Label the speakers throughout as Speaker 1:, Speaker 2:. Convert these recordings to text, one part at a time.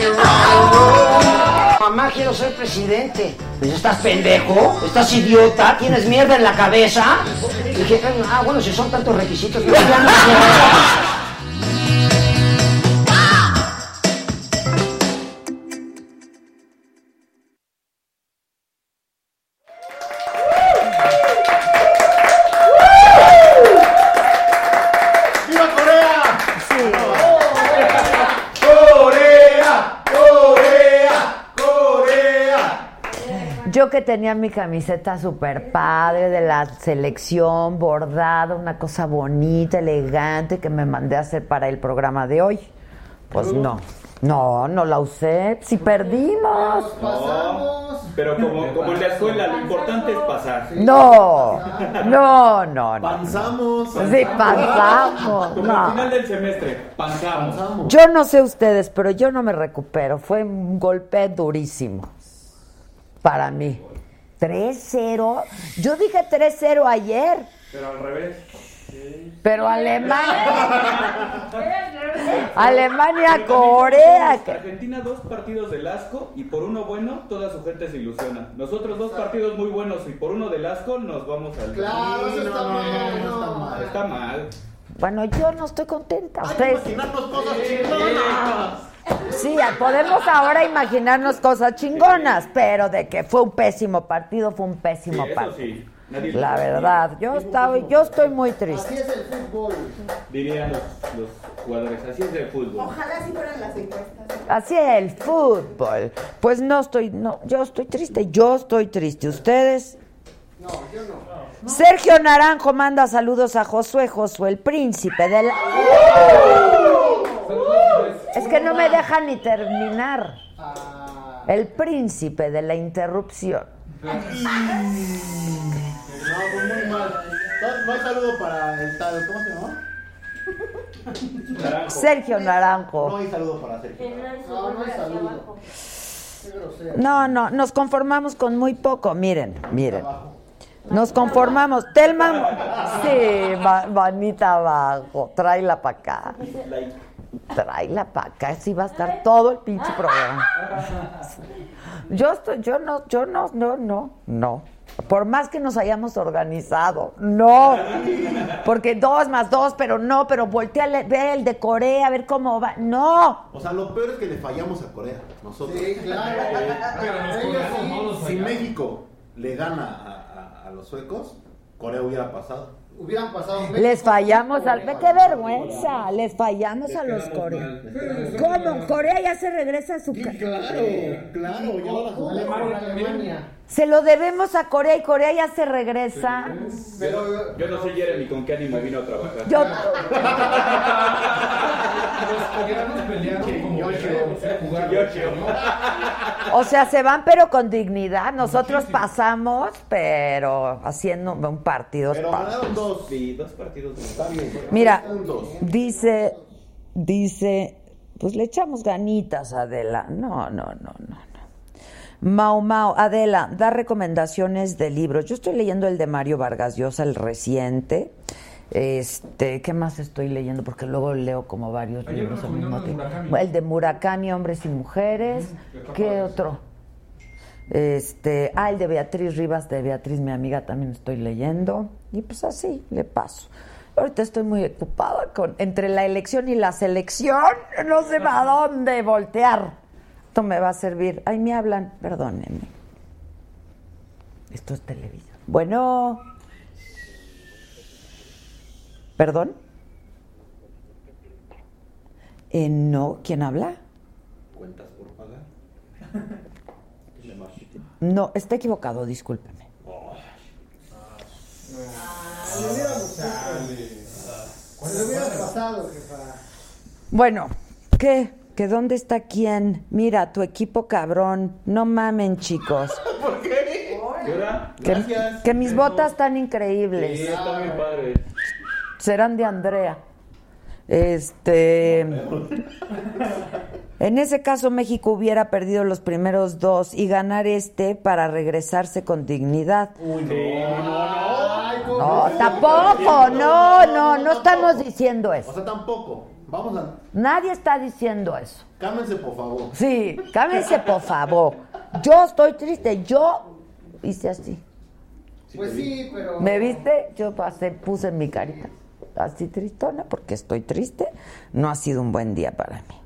Speaker 1: general. Mamá, quiero ser presidente. Pues estás pendejo, estás idiota, tienes mierda en la cabeza. Y dije, ah, bueno, si son tantos requisitos, yo ya no quiero.
Speaker 2: que tenía mi camiseta super padre de la selección, bordada, una cosa bonita, elegante, que me mandé a hacer para el programa de hoy. Pues no, no, no la usé. Si perdimos.
Speaker 3: No, pero como, como en la escuela, lo importante es pasar. ¿sí?
Speaker 2: No, no, no, no.
Speaker 3: Panzamos.
Speaker 2: Sí, panzamos.
Speaker 3: Como
Speaker 2: no.
Speaker 3: al final del semestre, panzamos.
Speaker 2: Yo no sé ustedes, pero yo no me recupero. Fue un golpe durísimo para mí. 3-0. Yo dije 3-0 ayer.
Speaker 3: Pero al revés.
Speaker 2: Sí. Pero Alemania. Alemania, Corea.
Speaker 3: Argentina, dos partidos del asco y por uno bueno, toda su gente se ilusiona. Nosotros dos partidos muy buenos y por uno del asco nos vamos al.
Speaker 4: Claro, eso está, no, mal,
Speaker 3: no, está mal. Está mal.
Speaker 2: Bueno, yo no estoy contenta.
Speaker 4: Hay que imaginarnos cosas chingonas.
Speaker 2: Sí, podemos ahora imaginarnos cosas chingonas, pero de que fue un pésimo partido, fue un pésimo
Speaker 3: sí,
Speaker 2: partido.
Speaker 3: Sí, nadie
Speaker 2: la verdad, yo estaba, yo estoy muy triste.
Speaker 4: Así es el fútbol.
Speaker 3: Dirían los, los, jugadores, así es el fútbol.
Speaker 5: Ojalá así fueran las encuestas.
Speaker 2: Así es el fútbol. Pues no estoy, no, yo estoy triste, yo estoy triste. Ustedes.
Speaker 4: No, yo no. no.
Speaker 2: Sergio Naranjo manda saludos a Josué, Josué, el príncipe del. La... Es que no me deja ni terminar. El príncipe de la interrupción.
Speaker 4: No, muy mal. No hay saludo para el tal. ¿Cómo se llama? Naranjo.
Speaker 2: Sergio Naranjo.
Speaker 4: No hay saludo para Sergio. No, no hay saludo.
Speaker 2: No, no, nos conformamos con muy poco. Miren, miren. Nos conformamos. Telman, sí, manita abajo. Tráela para acá tráela para acá, así va a estar todo el pinche programa. Yo estoy, yo no, yo no, no, no, no. Por más que nos hayamos organizado, no. Porque dos más dos, pero no, pero voltea a ver el de Corea, a ver cómo va. No.
Speaker 4: O sea, lo peor es que le fallamos a Corea, nosotros.
Speaker 6: Sí, claro. pero nos
Speaker 4: Ellos, sí, si México le gana a, a, a los suecos, Corea hubiera pasado hubieran pasado
Speaker 2: México, Les fallamos al. ¡Qué vergüenza! Les fallamos a los coreanos. ¿Cómo? ¿Corea ya se regresa a su
Speaker 4: casa? Claro, claro, ya lo Alemania, Alemania.
Speaker 2: Se lo debemos a Corea y Corea ya se regresa.
Speaker 3: Pero yo no sé Jeremy con qué ánimo vino a trabajar.
Speaker 2: Yo O sea, se van pero con dignidad. Nosotros Muchísimo. pasamos, pero haciendo un partido.
Speaker 4: Pero ganaron dos, sí, dos partidos.
Speaker 2: Mira, dice, dice, pues le echamos ganitas a Adela. No, no, no, no, no. Mau Mau, Adela, da recomendaciones de libros. Yo estoy leyendo el de Mario Vargas Llosa, el reciente. Este, ¿qué más estoy leyendo? Porque luego leo como varios
Speaker 6: Ayer
Speaker 2: libros al
Speaker 6: recomendó
Speaker 2: mismo
Speaker 6: uno de
Speaker 2: tiempo.
Speaker 6: Murakami.
Speaker 2: El de Murakami, Hombres y Mujeres.
Speaker 6: está
Speaker 2: ¿Qué
Speaker 6: padre.
Speaker 2: otro? Este, ah, el de Beatriz Rivas, de Beatriz, mi amiga, también estoy leyendo. Y pues así, le paso. Ahorita estoy muy ocupada con, entre la elección y la selección, no sé para dónde voltear. Esto me va a servir. Ay, me hablan, perdónenme. Esto es televisión. Bueno. ¿Perdón? Eh, no, ¿quién habla?
Speaker 4: Cuentas por pagar.
Speaker 2: No, está equivocado, discúlpeme.
Speaker 7: Cuando hubiera pasado, jefa.
Speaker 2: Bueno, ¿qué? ¿Que dónde está quién? Mira, tu equipo cabrón. No mamen, chicos.
Speaker 4: ¿Por qué?
Speaker 2: Que,
Speaker 4: Gracias.
Speaker 2: que mis
Speaker 4: Eso.
Speaker 2: botas están increíbles.
Speaker 3: Sí, está bien padre.
Speaker 2: Serán de Andrea. Este. En ese caso, México hubiera perdido los primeros dos y ganar este para regresarse con dignidad. No, tampoco, no, no, no estamos diciendo
Speaker 4: O
Speaker 2: eso.
Speaker 4: sea, tampoco. Vamos a.
Speaker 2: Nadie está diciendo eso.
Speaker 4: Cámense, por favor.
Speaker 2: Sí, cámense, por favor. Yo estoy triste, yo hice así.
Speaker 7: Pues sí, pero.
Speaker 2: ¿Me viste? Yo pasé, puse mi carita así tristona porque estoy triste. No ha sido un buen día para mí.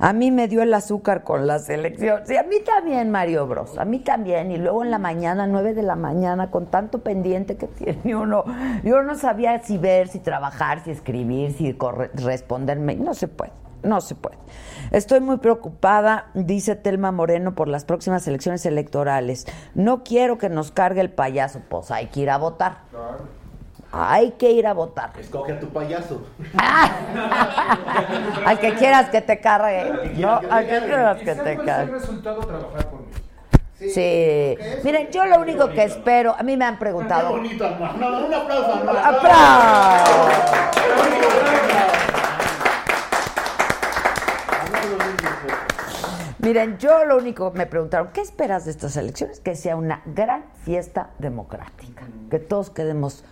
Speaker 2: A mí me dio el azúcar con la selección. Sí, a mí también, Mario Bros. A mí también. Y luego en la mañana, nueve de la mañana, con tanto pendiente que tiene uno. Yo no sabía si ver, si trabajar, si escribir, si corre- responderme. No se puede. No se puede. Estoy muy preocupada, dice Telma Moreno, por las próximas elecciones electorales. No quiero que nos cargue el payaso. Pues hay que ir a votar. Hay que ir a votar.
Speaker 4: Escoge a tu payaso.
Speaker 2: Al que quieras que te cargue. ¿no? Al que quieras
Speaker 6: ¿Y
Speaker 2: que
Speaker 6: sabes
Speaker 2: te
Speaker 6: cuál es el
Speaker 2: cargue.
Speaker 6: resultado trabajar por mí?
Speaker 2: Sí. Miren, yo lo único que espero, a mí me han
Speaker 4: Qué
Speaker 2: preguntado.
Speaker 4: bonito, Anuar. No, un aplauso, Anuar.
Speaker 2: ¡Aplausos! Miren, yo lo único me preguntaron, ¿qué esperas de estas elecciones? Que sea una gran fiesta democrática, que todos quedemos,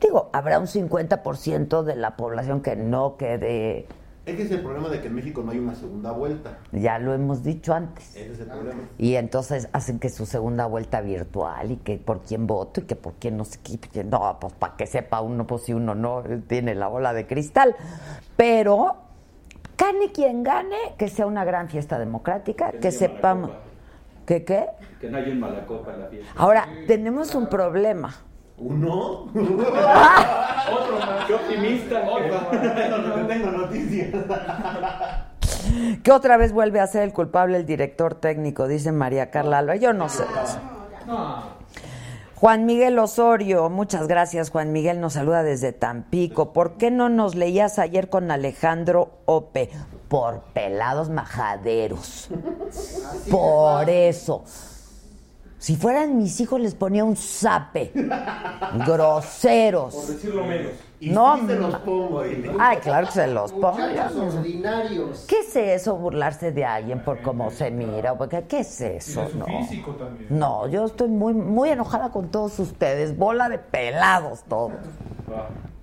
Speaker 2: digo, habrá un 50% de la población que no quede,
Speaker 4: Ese es el problema de que en México no hay una segunda vuelta.
Speaker 2: ya lo hemos dicho antes.
Speaker 4: Ese es el problema.
Speaker 2: Y entonces hacen que su segunda vuelta virtual y que por quién voto y que por quién no sé qué. porque No, pues para que sepa uno, pues si uno no tiene la bola de cristal. Pero gane quien gane, que sea una gran fiesta democrática, que
Speaker 3: se llama la
Speaker 2: sepamos.
Speaker 3: copa.
Speaker 2: ¿Qué qué?
Speaker 3: Que no hay un malacopa en la fiesta.
Speaker 2: Ahora, tenemos un problema.
Speaker 4: ¿Uno?
Speaker 3: Otro más. Qué optimista.
Speaker 4: no tengo noticias.
Speaker 2: Que otra vez vuelve a ser el culpable el director técnico, dice María Carla Alba. Yo no sé. Juan Miguel Osorio, muchas gracias. Juan Miguel nos saluda desde Tampico. ¿Por qué no nos leías ayer con Alejandro Ope? Por pelados majaderos. Por eso. Si fueran mis hijos les ponía un zape. Groseros.
Speaker 3: Decirlo menos.
Speaker 4: Y
Speaker 2: No, Ah,
Speaker 4: sí se los
Speaker 2: ma-
Speaker 4: pongo, dile.
Speaker 2: Ay, claro que se los pongo.
Speaker 7: Muchachos ordinarios.
Speaker 2: ¿Qué es eso, burlarse de alguien por cómo se mira? o por ¿Qué, qué es eso?
Speaker 6: su
Speaker 2: No.
Speaker 6: físico también.
Speaker 2: no, yo estoy muy, muy enojada con todos ustedes. Bola de pelados todos.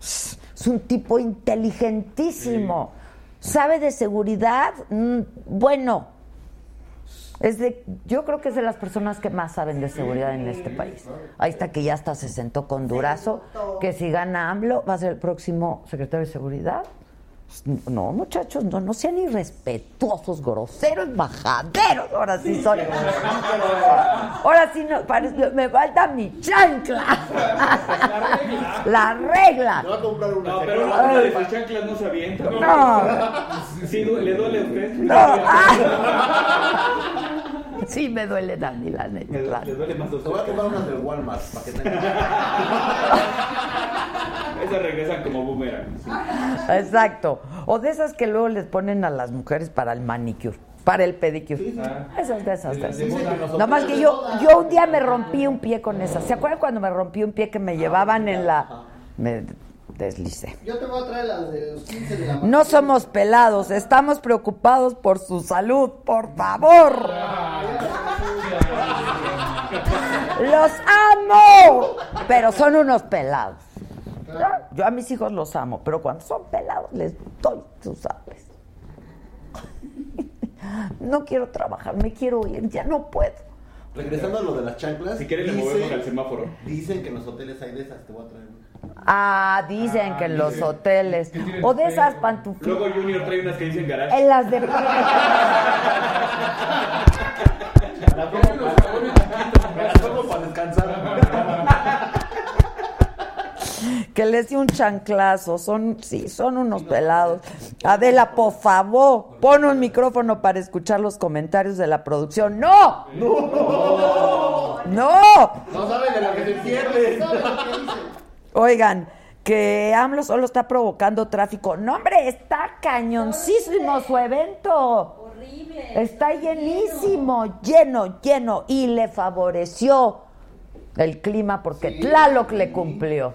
Speaker 2: Es un tipo inteligentísimo. ¿Sabe de seguridad? Mm, Bueno. Es de, yo creo que es de las personas que más saben de seguridad en este país. Ahí está que ya hasta se sentó con Durazo, que si gana AMLO va a ser el próximo secretario de seguridad. Pues, No, muchachos, no, no sean irrespetuosos, groseros, bajaderos. Ahora sí son. Ahora sí no, parece- me falta mi chancla. La regla.
Speaker 4: Te voy a comprar una.
Speaker 3: No,
Speaker 4: se
Speaker 3: pero
Speaker 4: acabó.
Speaker 3: una, una de sus chanclas no se avienta.
Speaker 2: No,
Speaker 3: Sí, du- le duele a usted.
Speaker 2: no. Ah. Sí, me duele Dani, la
Speaker 3: Le,
Speaker 2: neta.
Speaker 3: le duele más a
Speaker 4: Te voy a
Speaker 3: usted.
Speaker 4: comprar unas del Walmart para que tengas.
Speaker 3: Esas regresan como boomerang.
Speaker 2: Exacto. O de esas que luego les ponen a las mujeres para el manicure, para el pedicure. Ah, Esas de esas. De esas. Nada más que yo, yo un día me rompí un pie con esas. ¿Se acuerdan cuando me rompí un pie que me llevaban en la... Me deslicé.
Speaker 7: Yo te voy a traer las de los 15 de la mañana.
Speaker 2: No somos pelados,
Speaker 3: Ah.
Speaker 2: estamos preocupados por su salud, por favor. ¡Los amo! Pero son unos pelados. Yo a mis hijos los amo, pero cuando son pelados les doy, tú sabes. No quiero trabajar, me quiero ir, ya no puedo.
Speaker 4: Regresando a lo de las chanclas.
Speaker 3: Si quieres, le
Speaker 4: dicen-
Speaker 3: movemos al semáforo.
Speaker 4: Dicen que en los hoteles hay de esas, te voy a traer una.
Speaker 2: Ah, dicen
Speaker 6: Ah,
Speaker 2: que en los
Speaker 6: dicen.
Speaker 2: hoteles.
Speaker 6: Que tienen
Speaker 2: O de esas
Speaker 6: feo.
Speaker 2: pantuflitas.
Speaker 3: Luego Junior trae unas que dicen garage.
Speaker 2: En las de.
Speaker 4: Solo para descansar.
Speaker 2: que les di un chanclazo, son, sí, son unos pelados. Adela, por favor, pon un micrófono para escuchar los comentarios de la producción. ¡No! ¡No!
Speaker 4: No saben de lo que se pierden.
Speaker 2: Oigan, que AMLO solo está provocando tráfico. No, hombre, está cañoncísimo su evento.
Speaker 5: Horrible.
Speaker 2: Está llenísimo, lleno, lleno. Y le favoreció el clima porque
Speaker 7: Sí.
Speaker 2: Tlaloc le cumplió.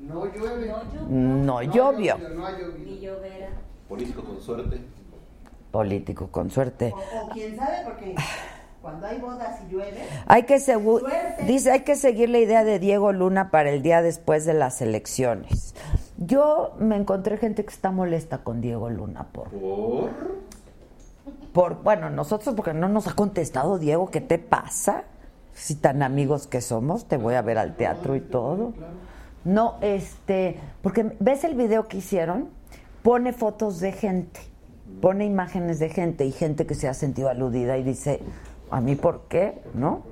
Speaker 7: No llueve.
Speaker 5: No llovió.
Speaker 2: No llovió.
Speaker 7: No ha llovido.
Speaker 5: Ni llovera.
Speaker 4: Político con suerte.
Speaker 2: Político, con suerte.
Speaker 8: O, o quién sabe, porque cuando hay bodas y llueve,
Speaker 2: Hay que segu-
Speaker 5: Suerte.
Speaker 2: dice, hay que seguir la idea de Diego Luna para el día después de las elecciones. Yo me encontré gente que está molesta con Diego Luna por,
Speaker 4: Por.
Speaker 2: por bueno, nosotros porque no nos ha contestado Diego, ¿qué te pasa? Si tan amigos que somos, te voy a ver al teatro y todo. No, este, porque ves el video que hicieron, pone fotos de gente, pone imágenes de gente y gente que se ha sentido aludida y dice, ¿a mí por qué? ¿No?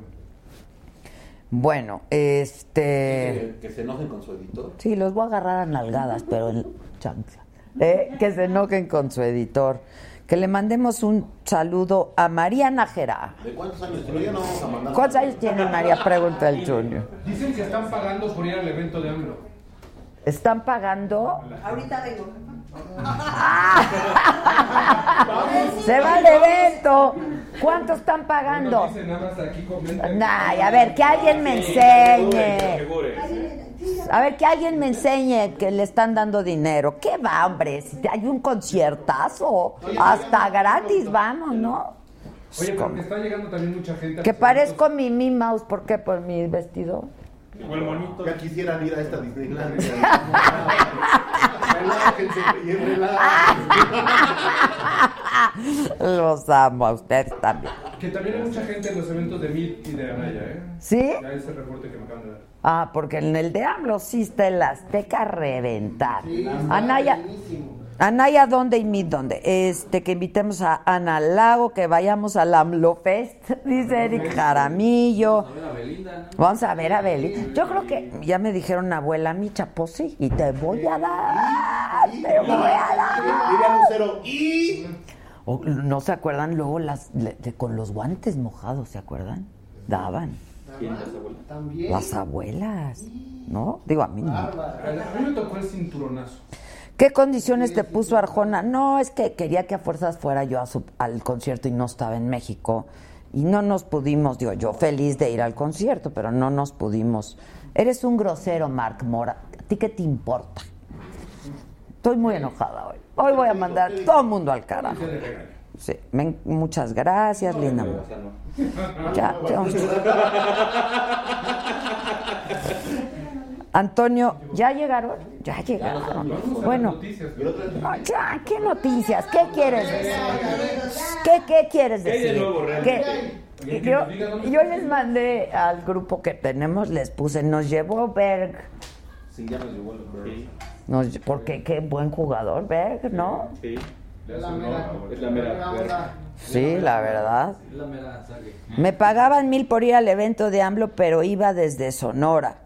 Speaker 2: Bueno, este...
Speaker 4: Que, que se enojen con su editor.
Speaker 2: Sí, los voy a agarrar a nalgadas, pero en chancla. Eh, Que se enojen con su editor. Que le mandemos un saludo a Mariana Gerá.
Speaker 4: ¿De cuántos años? Si no, ya no vamos a mandar.
Speaker 2: ¿Cuántos años tiene María? Pregunta el Junior.
Speaker 6: Dicen que están pagando por ir al evento de AMLO.
Speaker 2: ¿Están pagando?
Speaker 8: ahorita vengo. jefa.
Speaker 2: ¡Se va el evento! ¿Cuánto están pagando?
Speaker 6: No dicen nada más aquí comentan.
Speaker 2: Ay, a ver, que alguien me enseñe. A ver, que alguien me enseñe que le están dando dinero. ¿Qué va, hombre? Si hay un conciertazo, hasta gratis vamos, ¿no?
Speaker 6: Oye, porque está llegando también mucha gente. a
Speaker 2: Que
Speaker 6: los
Speaker 2: parezco Mimi Mouse, ¿por qué? Por mi vestido.
Speaker 6: eventos. Igual bonito.
Speaker 4: Ya quisieran ir a esta Disneylandia. Relájense, y relájense.
Speaker 2: Los amo a ustedes también.
Speaker 6: Que también hay mucha gente en los eventos de MIT y de Anaya, ¿eh?
Speaker 2: ¿Sí?
Speaker 6: Ya ese reporte que me acaban de dar.
Speaker 2: Ah, porque en el de AMLO sí está el Azteca a reventar.
Speaker 7: Sí, está
Speaker 2: Anaya,
Speaker 7: llenísimo.
Speaker 2: Anaya, ¿dónde y mid dónde? Este, que invitemos a Ana Lago, que vayamos al AMLO Fest, dice Eric Jaramillo. Vamos a ver a Belinda. Yo creo que ya me dijeron abuela Micha, pues sí, y te voy a dar. Te voy a dar.
Speaker 4: Diría Lucero. Y.
Speaker 2: O- ¿No se acuerdan luego las le- de- con los guantes mojados, se acuerdan? Daban
Speaker 7: También.
Speaker 2: las abuelas, ¿no? Digo a mí no.
Speaker 6: A a mí me tocó el cinturonazo.
Speaker 2: ¿Qué condiciones te puso Arjona? No, es que quería que a fuerzas fuera yo a su- al concierto y no estaba en México. Y no nos pudimos, digo yo, feliz de ir al concierto, pero no nos pudimos. Eres un grosero, Mark Mora. ¿A ti qué te importa? Estoy muy enojada hoy. Hoy voy a mandar todo el mundo al carajo. Sí, men- muchas gracias, linda. mujer. Ya, ya. Antonio, ¿ya llegaron? Ya llegaron. Bueno, no, ya, ¿qué noticias? ¿Qué quieres decir? ¿Qué, qué quieres
Speaker 3: ¿Qué hay de
Speaker 2: decir?
Speaker 3: nuevo realmente?
Speaker 2: ¿Qué? Yo, yo les mandé al grupo que tenemos, les puse, nos llevó Berg,
Speaker 4: Sí, ya nos llevó el Birds.
Speaker 2: nos- porque qué buen jugador Berg, ¿no?
Speaker 3: Sí,
Speaker 6: Le hace honor
Speaker 3: es la mera. verga.
Speaker 2: Sí, la verdad. Mm. Me pagaban mil por ir al evento de AMLO, pero iba desde Sonora.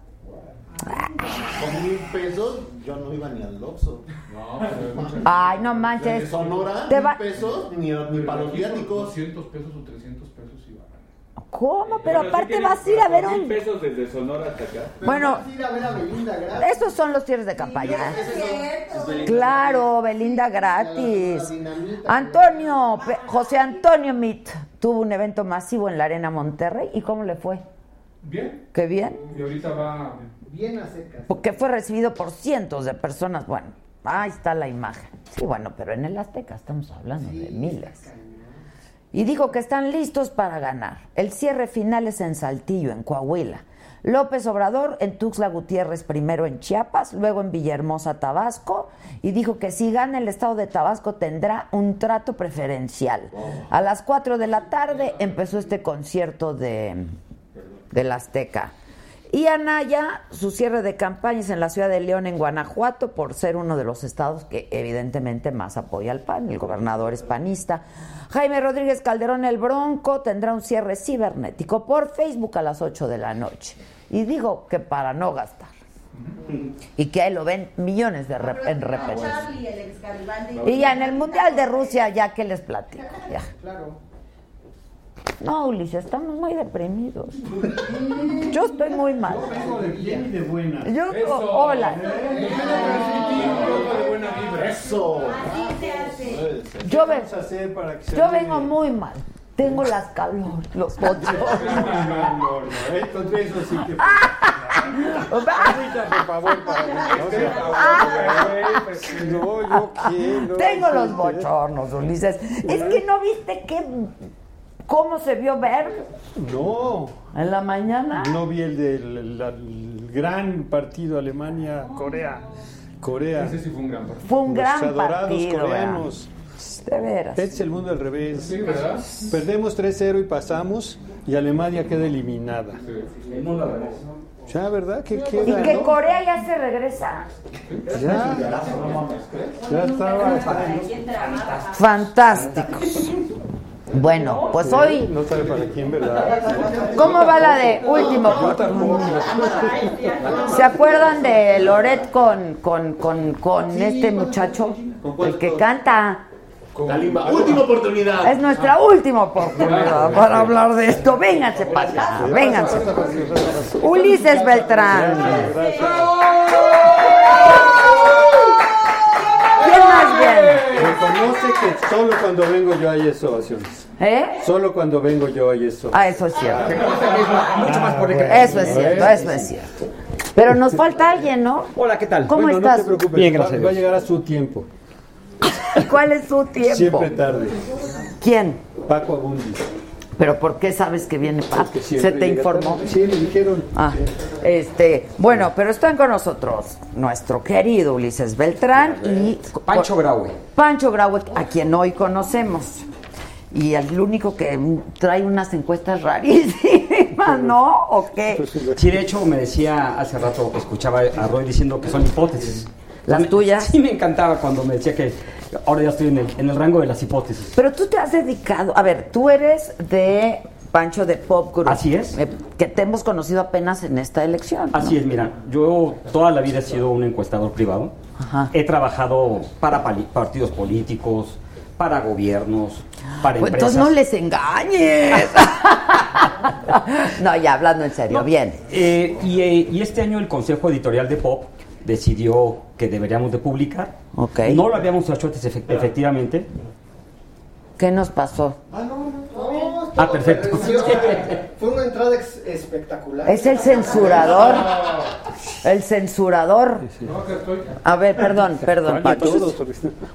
Speaker 4: Con mil pesos, yo no iba ni al Oxxo.
Speaker 2: Ay, no
Speaker 4: De
Speaker 2: manches.
Speaker 4: Sonora,
Speaker 2: Te
Speaker 4: mil
Speaker 2: va-
Speaker 4: pesos, ni, ni para los viáticos.
Speaker 6: 200 pesos o 300 pesos y va.
Speaker 2: ¿Cómo? Pero
Speaker 3: sí
Speaker 2: aparte
Speaker 3: tiene
Speaker 2: vas a ir a ver
Speaker 3: mil
Speaker 2: un...
Speaker 3: pesos desde Sonora hasta acá.
Speaker 7: Pero
Speaker 2: Bueno.
Speaker 7: vamos a ir a ver a Belinda, gracias.
Speaker 2: Esos son los cierres de campaña. ¿eh?
Speaker 5: Es cierto.
Speaker 2: Claro, Belinda gratis. Antonio, Pe- José Antonio Mit tuvo un evento masivo en la Arena Monterrey. ¿Y cómo le fue?
Speaker 6: Bien.
Speaker 2: ¿Qué bien?
Speaker 6: Y ahorita va.
Speaker 7: Bien a secas.
Speaker 2: Porque fue recibido por cientos de personas. Bueno, ahí está la imagen. Sí, bueno, pero en el Azteca estamos hablando de miles. y dijo que están listos para ganar. El cierre final es en Saltillo, en Coahuila. López Obrador en Tuxtla Gutiérrez, primero en Chiapas, luego en Villahermosa, Tabasco, y dijo que si gana el estado de Tabasco tendrá un trato preferencial. A las 4 de la tarde empezó este concierto de, de la Azteca. Y Anaya, su cierre de campañas en la ciudad de León, en Guanajuato, por ser uno de los estados que evidentemente más apoya al PAN, el gobernador es panista. Jaime Rodríguez Calderón, el Bronco, tendrá un cierre cibernético por Facebook a las 8 de la noche. Y digo que para no gastar. Y que ahí lo ven millones de rep- en repetición.
Speaker 8: Charlie, el ex Garibaldi.
Speaker 2: Y ya en el Mundial de Rusia, ya que les platico. Ya.
Speaker 7: Claro.
Speaker 2: No, Ulises, estamos muy deprimidos. Yo estoy muy mal.
Speaker 4: Vengo de bien y de buena.
Speaker 2: Yo, oh, hola.
Speaker 4: Eso.
Speaker 8: Así se hace.
Speaker 4: Puede ser.
Speaker 2: Yo, ve-
Speaker 9: a hacer para que se
Speaker 2: yo
Speaker 9: anime?
Speaker 2: vengo muy mal. Tengo las calores, los bochos.
Speaker 9: No, no, eh, contra eso sí que. Ahorita, por favor, para que no se- No, yo qué. no,
Speaker 2: Ah. Tengo
Speaker 9: sí,
Speaker 2: los
Speaker 9: sí.
Speaker 2: bochornos, Ulises. Es que no viste qué, cómo se vio ver
Speaker 9: No,
Speaker 2: en la mañana.
Speaker 9: no vi el del la- el gran partido Alemania-Corea. Corea.
Speaker 6: Ese sí fue un gran partido.
Speaker 2: Fue un gran
Speaker 9: Los adorados
Speaker 2: partido.
Speaker 9: coreanos. Este
Speaker 2: vean. Pues, De veras.
Speaker 9: Es el mundo al revés.
Speaker 6: Sí, ¿verdad?
Speaker 9: Perdemos 3-0 y pasamos, y Alemania queda eliminada.
Speaker 3: No la vemos.
Speaker 9: Ya, ¿verdad? ¿Qué queda?
Speaker 2: Y que
Speaker 9: no?
Speaker 2: Corea ya se regresa.
Speaker 9: Ya, ya estaba.
Speaker 8: ¿Quién trabajaba?
Speaker 2: Fantásticos. Bueno, pues hoy,
Speaker 9: No sabe para quién, ¿verdad?
Speaker 2: ¿cómo va la de último? ¿Se acuerdan de Loret con, con, con, con este muchacho? El que canta.
Speaker 4: Kalimba, última oportunidad. Ah.
Speaker 2: Es nuestra última oportunidad para hablar de esto. Vénganse para acá, vénganse. Ulises Beltrán. ¿Quién más bien?
Speaker 9: Reconoce que solo cuando vengo yo hay eso, ovaciones.
Speaker 2: ¿Eh?
Speaker 9: Solo cuando vengo yo hay eso. Ah.
Speaker 2: Ah, eso es cierto.
Speaker 10: Mucho más por el
Speaker 2: Eso es cierto, eso es cierto. Pero nos falta alguien, ¿no?
Speaker 10: Hola, ¿qué tal?
Speaker 2: ¿Cómo
Speaker 9: Bueno,
Speaker 2: estás?
Speaker 9: No te preocupes,
Speaker 10: Bien,
Speaker 9: va-
Speaker 10: gracias a
Speaker 9: Va a
Speaker 10: Dios.
Speaker 9: llegar a su tiempo.
Speaker 2: ¿Cuál es su tiempo?
Speaker 9: Siempre tarde.
Speaker 2: ¿Quién?
Speaker 9: Paco Abundi.
Speaker 2: ¿Pero por qué sabes que viene Paco?
Speaker 9: Que siempre
Speaker 2: ¿Se te
Speaker 9: llega tarde.
Speaker 2: informó?
Speaker 9: Sí, me dijeron.
Speaker 2: Ah, este, bueno, pero están con nosotros nuestro querido Ulises Beltrán y
Speaker 10: Pancho Graue.
Speaker 2: Pancho Graue, a quien hoy conocemos. Y el único que mm, trae unas encuestas rarísimas, ¿no? ¿O qué?
Speaker 10: Pues, Sí, de hecho, me decía hace rato que escuchaba a Roy diciendo que son hipótesis.
Speaker 2: ¿Las
Speaker 10: Me-
Speaker 2: tuyas?
Speaker 10: Sí, me encantaba cuando me decía que ahora ya estoy en el, en el rango de las hipótesis.
Speaker 2: Pero tú te has dedicado, a ver, tú eres de Pancho de Pop Group.
Speaker 10: Así es.
Speaker 2: Eh, que te hemos conocido apenas en esta elección. ¿no?
Speaker 10: Así es, mira, yo toda la vida he sido un encuestador privado.
Speaker 2: Ajá.
Speaker 10: He trabajado para pali- partidos políticos, para gobiernos, para
Speaker 2: Pues
Speaker 10: empresas.
Speaker 2: entonces no les engañes. no, ya hablando en serio,
Speaker 10: No,
Speaker 2: bien.
Speaker 10: eh, y, eh, y este año el Consejo Editorial de Pop decidió que deberíamos de publicar.
Speaker 2: Ok.
Speaker 10: No lo habíamos hecho antes, efect- efectivamente.
Speaker 2: ¿Qué nos pasó?
Speaker 7: Ah, no, no, no.
Speaker 10: Ah, perfecto.
Speaker 7: Fue una entrada ex- espectacular.
Speaker 2: Es el censurador. El censurador.
Speaker 6: No, que estoy.
Speaker 2: A ver, perdón, perdón,
Speaker 9: Para
Speaker 2: Paco.
Speaker 9: todos.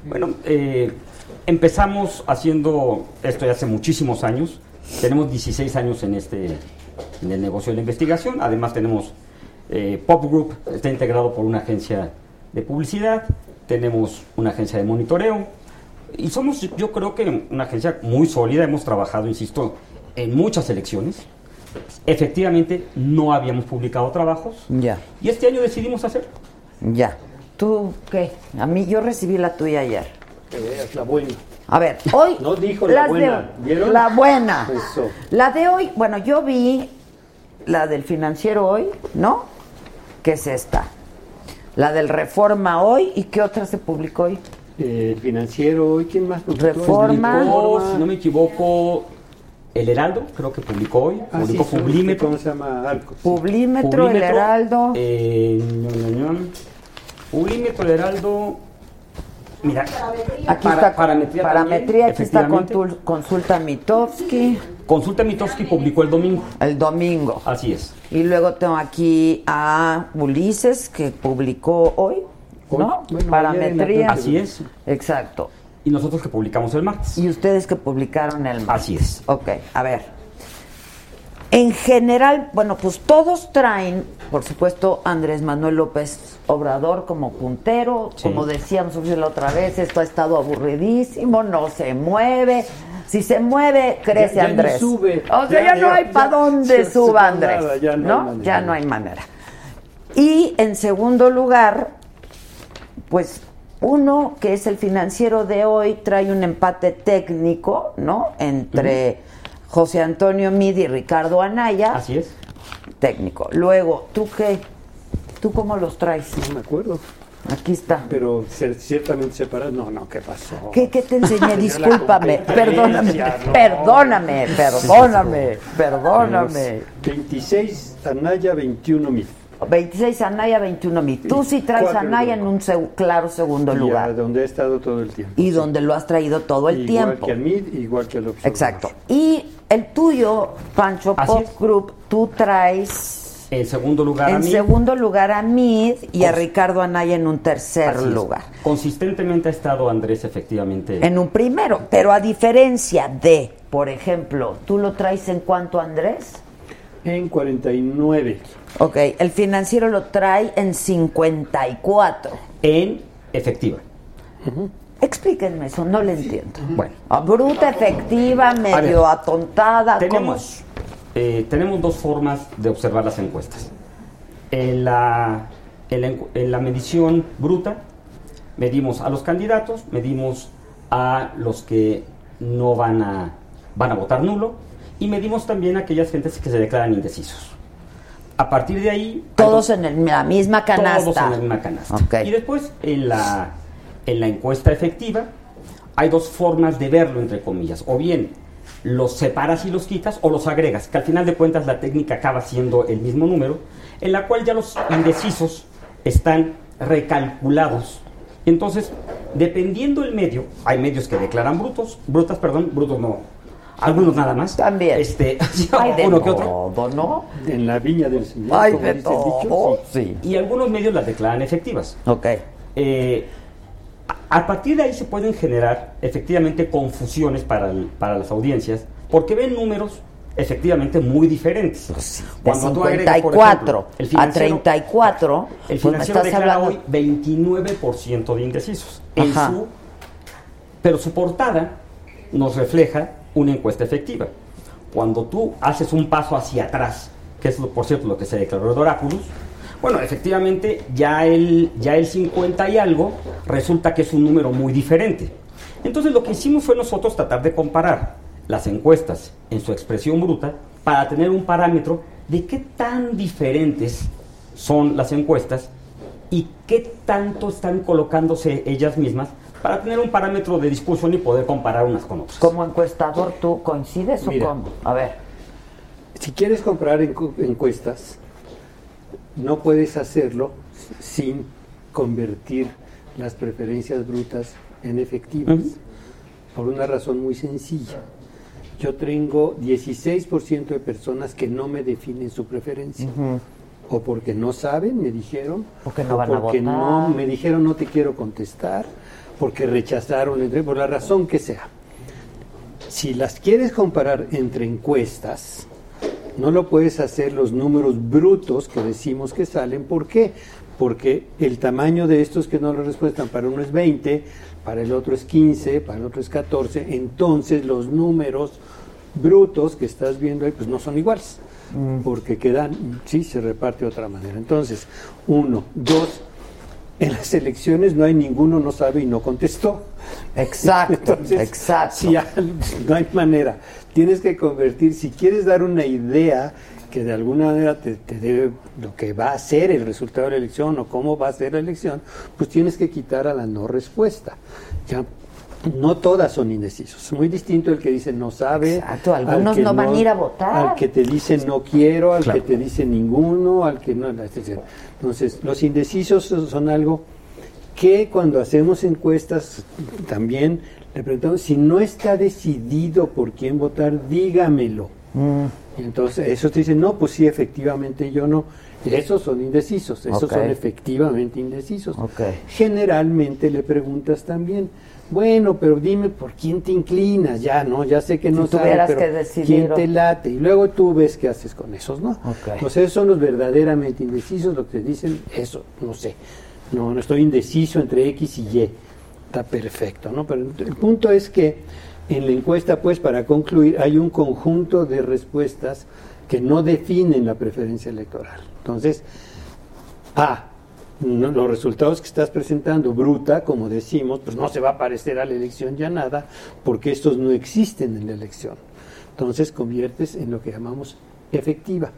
Speaker 10: Bueno, eh, empezamos haciendo esto ya hace muchísimos años. Tenemos 16 años en este en el negocio de la investigación. Además tenemos eh, Pop Group, está integrado por una agencia de publicidad. Tenemos una agencia de monitoreo. Y somos, yo creo que una agencia muy sólida. Hemos trabajado, insisto, en muchas elecciones. Efectivamente, no habíamos publicado trabajos.
Speaker 2: Ya,
Speaker 10: Y este año decidimos hacerlo.
Speaker 2: ya. ¿Tú qué? A mí yo recibí la tuya ayer.
Speaker 10: Eh,
Speaker 9: Es la buena.
Speaker 2: A ver, hoy.
Speaker 9: No dijo la
Speaker 2: las
Speaker 9: buena,
Speaker 2: de-
Speaker 9: ¿vieron?
Speaker 2: La buena.
Speaker 9: Eso.
Speaker 2: La de hoy, bueno, yo vi la del financiero hoy, ¿no? Que es esta. La del reforma hoy y qué otra se publicó hoy.
Speaker 9: Eh, El financiero, ¿y quién más?
Speaker 2: Reforma.
Speaker 10: publicó,
Speaker 9: Reforma.
Speaker 10: Oh, si no me equivoco, El Heraldo, creo que publicó hoy.
Speaker 9: Ah, sí,
Speaker 10: publicó
Speaker 9: sí,
Speaker 10: Publímetro.
Speaker 9: ¿Cómo se llama? Arco.
Speaker 2: Publímetro, el
Speaker 10: Publímetro,
Speaker 2: Heraldo.
Speaker 10: eh, ño, ño, ño. Publímetro, El Heraldo. Mira,
Speaker 2: Aquí
Speaker 10: para-
Speaker 2: está
Speaker 10: parametría.
Speaker 2: parametría,
Speaker 10: también,
Speaker 2: aquí está
Speaker 10: efectivamente.
Speaker 2: contul- consulta Mitofsky
Speaker 10: Consulta Mitofsky publicó el domingo.
Speaker 2: el domingo.
Speaker 10: Así es.
Speaker 2: Y luego tengo aquí a Ulises que publicó hoy,
Speaker 9: Hoy, bueno,
Speaker 2: ¿no?
Speaker 9: ayer en la
Speaker 2: parametría.
Speaker 9: tarde.
Speaker 10: Así es.
Speaker 2: Exacto.
Speaker 10: Y nosotros que publicamos el martes.
Speaker 2: Y ustedes que publicaron el martes.
Speaker 10: Así es.
Speaker 2: Ok, a ver. En general, bueno, pues todos traen, por supuesto, Andrés Manuel López Obrador como puntero,
Speaker 10: Sí.
Speaker 2: como decíamos Sofía, la otra vez, esto ha estado aburridísimo, no se mueve. Si se mueve, crece
Speaker 9: Ya- ya ni
Speaker 2: Andrés.
Speaker 9: sube.
Speaker 2: O sea, ya,
Speaker 9: Ya-
Speaker 2: no
Speaker 9: ya-
Speaker 2: hay para
Speaker 9: ya-
Speaker 2: dónde
Speaker 9: se- se
Speaker 2: suba
Speaker 9: no hay
Speaker 2: Andrés.
Speaker 9: nada,
Speaker 2: ya
Speaker 9: ya no hay
Speaker 2: no,
Speaker 9: manera.
Speaker 2: ya no hay manera. Y en segundo lugar, pues uno que es el financiero de hoy trae un empate técnico, ¿no? Entre José Antonio Midi y Ricardo Anaya. Así
Speaker 10: es.
Speaker 2: Técnico. Luego, ¿tú qué? ¿Tú cómo los traes? No
Speaker 9: me acuerdo.
Speaker 2: Aquí está.
Speaker 9: Pero se- ciertamente separados. No, no, ¿qué pasó?
Speaker 2: ¿Qué, qué te enseñé?
Speaker 9: Yo la
Speaker 2: Discúlpame,
Speaker 9: competencia,
Speaker 2: perdóname,
Speaker 9: no.
Speaker 2: perdóname, perdóname, perdóname.
Speaker 9: 26 Anaya, 21 mil.
Speaker 2: 26 Anaya, 21 mil. Tú sí traes a
Speaker 9: Cuatro
Speaker 2: Anaya en un seg- claro segundo lugar.
Speaker 9: donde he estado todo el tiempo.
Speaker 2: Y donde lo has traído todo
Speaker 9: igual
Speaker 2: el tiempo.
Speaker 9: que al MID, igual que al observador.
Speaker 2: Exacto. Y el tuyo, Pancho
Speaker 10: Así
Speaker 2: Pop Group, tú traes
Speaker 10: En segundo lugar, a
Speaker 2: en
Speaker 10: mí, Pues,
Speaker 2: segundo lugar a Mid y a
Speaker 10: Cons-
Speaker 2: Ricardo Anaya en un tercer
Speaker 10: así es.
Speaker 2: lugar.
Speaker 10: Consistentemente ha estado Andrés, efectivamente.
Speaker 2: En un primero, pero a diferencia de, por ejemplo, ¿tú lo traes en cuánto, Andrés?
Speaker 9: En 49.
Speaker 2: Ok, el financiero lo trae en 54.
Speaker 10: En efectiva.
Speaker 2: Explíquenme eso, no lo entiendo.
Speaker 10: Bueno.
Speaker 2: Ah, Bruta, efectiva, medio
Speaker 10: ver,
Speaker 2: atontada. ¿cómo es?
Speaker 10: Tenemos, eh, tenemos dos formas de observar las encuestas. En la, en la encu- en la medición bruta, medimos a los candidatos, medimos a los que no van a, van a votar nulo y medimos también a aquellas gentes que se declaran indecisos. A partir de ahí...
Speaker 2: Todos en el- la misma canasta.
Speaker 10: Todos en la misma canasta. Y después, en la, en la encuesta efectiva, hay dos formas de verlo, entre comillas. O bien, los separas y los quitas, o los agregas, que al final de cuentas la técnica acaba siendo el mismo número, en la cual ya los indecisos están recalculados. Y entonces, dependiendo el medio, hay medios que declaran brutos, brutas, perdón, brutos no. Algunos nada más. También. Este,
Speaker 2: Hay de
Speaker 10: uno que otro.
Speaker 2: ¿no?
Speaker 9: En la viña del señor.
Speaker 10: Ay,
Speaker 9: como
Speaker 10: de
Speaker 9: dice el dicho,
Speaker 10: todo.
Speaker 2: Sí.
Speaker 10: Y algunos medios las declaran efectivas.
Speaker 2: Ok.
Speaker 10: Eh, a, a partir de ahí se pueden generar efectivamente confusiones para, el- para las audiencias, porque ven números efectivamente muy diferentes.
Speaker 2: De
Speaker 10: Cuando tú agregas, por
Speaker 2: 54
Speaker 10: ejemplo, el
Speaker 2: a
Speaker 10: financiero- el
Speaker 2: 34, pues me
Speaker 10: financiero
Speaker 2: estás
Speaker 10: declara
Speaker 2: hablando...
Speaker 10: hoy 29% de indecisos. En
Speaker 2: Ajá.
Speaker 10: su- pero su portada nos refleja una encuesta efectiva. Cuando tú haces un paso hacia atrás, que es, lo- por cierto, lo que se declaró de Oráculos, bueno, efectivamente, ya el, ya el 50 y algo resulta que es un número muy diferente. Entonces, lo que hicimos fue nosotros tratar de comparar las encuestas en su expresión bruta para tener un parámetro de qué tan diferentes son las encuestas y qué tanto están colocándose ellas mismas para tener un parámetro de discusión y poder comparar unas con otras.
Speaker 2: Como encuestador, ¿tú coincides
Speaker 9: Mira.
Speaker 2: o cómo? A ver.
Speaker 9: Si quieres comprar encu- encuestas, no puedes hacerlo sin convertir las preferencias brutas en efectivas. Por una razón muy sencilla. Yo tengo 16% de personas que no me definen su preferencia. O porque no saben, me dijeron.
Speaker 2: Porque no
Speaker 9: o
Speaker 2: van a
Speaker 9: porque
Speaker 2: votar.
Speaker 9: no me dijeron no te quiero contestar. Porque rechazaron, entre- por la razón que sea. Si las quieres comparar entre encuestas, no lo puedes hacer los números brutos que decimos que salen. ¿Por qué? Porque el tamaño de estos que no lo respuestan para uno es 20, para el otro es 15, para el otro es 14. Entonces los números brutos que estás viendo ahí pues no son iguales.
Speaker 10: Mm.
Speaker 9: Porque quedan, sí, se reparte de otra manera. Entonces, uno, dos, en las elecciones no hay ninguno no sabe y no contestó.
Speaker 2: Exacto, exacto.
Speaker 9: no hay manera. Tienes que convertir, si quieres dar una idea que de alguna manera te, te dé lo que va a ser el resultado de la elección o cómo va a ser la elección, pues tienes que quitar a la no respuesta. Ya, no todas son indecisos. Muy distinto el que dice no sabe.
Speaker 2: Exacto,
Speaker 9: al
Speaker 2: algunos
Speaker 9: que
Speaker 2: no van a ir a votar.
Speaker 9: Al que te dice no quiero, al
Speaker 10: Claro.
Speaker 9: que te dice ninguno, al que no. etc. Entonces, los indecisos son- son algo que cuando hacemos encuestas también le preguntamos si no está decidido por quién
Speaker 2: Mm.
Speaker 9: votar, dígamelo. Y entonces esos te dicen, no, pues sí, efectivamente yo no. Esos son indecisos, esos
Speaker 2: Ok.
Speaker 9: son efectivamente indecisos.
Speaker 2: Ok.
Speaker 9: Generalmente le preguntas también, bueno, pero dime por quién te inclinas, ya, ¿no? Ya sé que no
Speaker 2: Si
Speaker 9: sabes,
Speaker 2: tuvieras
Speaker 9: pero
Speaker 2: que decidir
Speaker 9: quién te
Speaker 2: otro.
Speaker 9: late. Y luego tú ves qué haces con esos, ¿no? Pues esos son los verdaderamente indecisos, los que dicen eso, no sé. No, no estoy indeciso entre X y Y. Está perfecto, ¿no? Pero el punto es que en la encuesta, pues, para concluir, hay un conjunto de respuestas que no definen la preferencia electoral. Entonces, A, no- los resultados que estás presentando, bruta, como decimos, pues no se va a parecer a la elección ya nada, porque estos no existen en la elección. Entonces conviertes en lo que llamamos efectiva.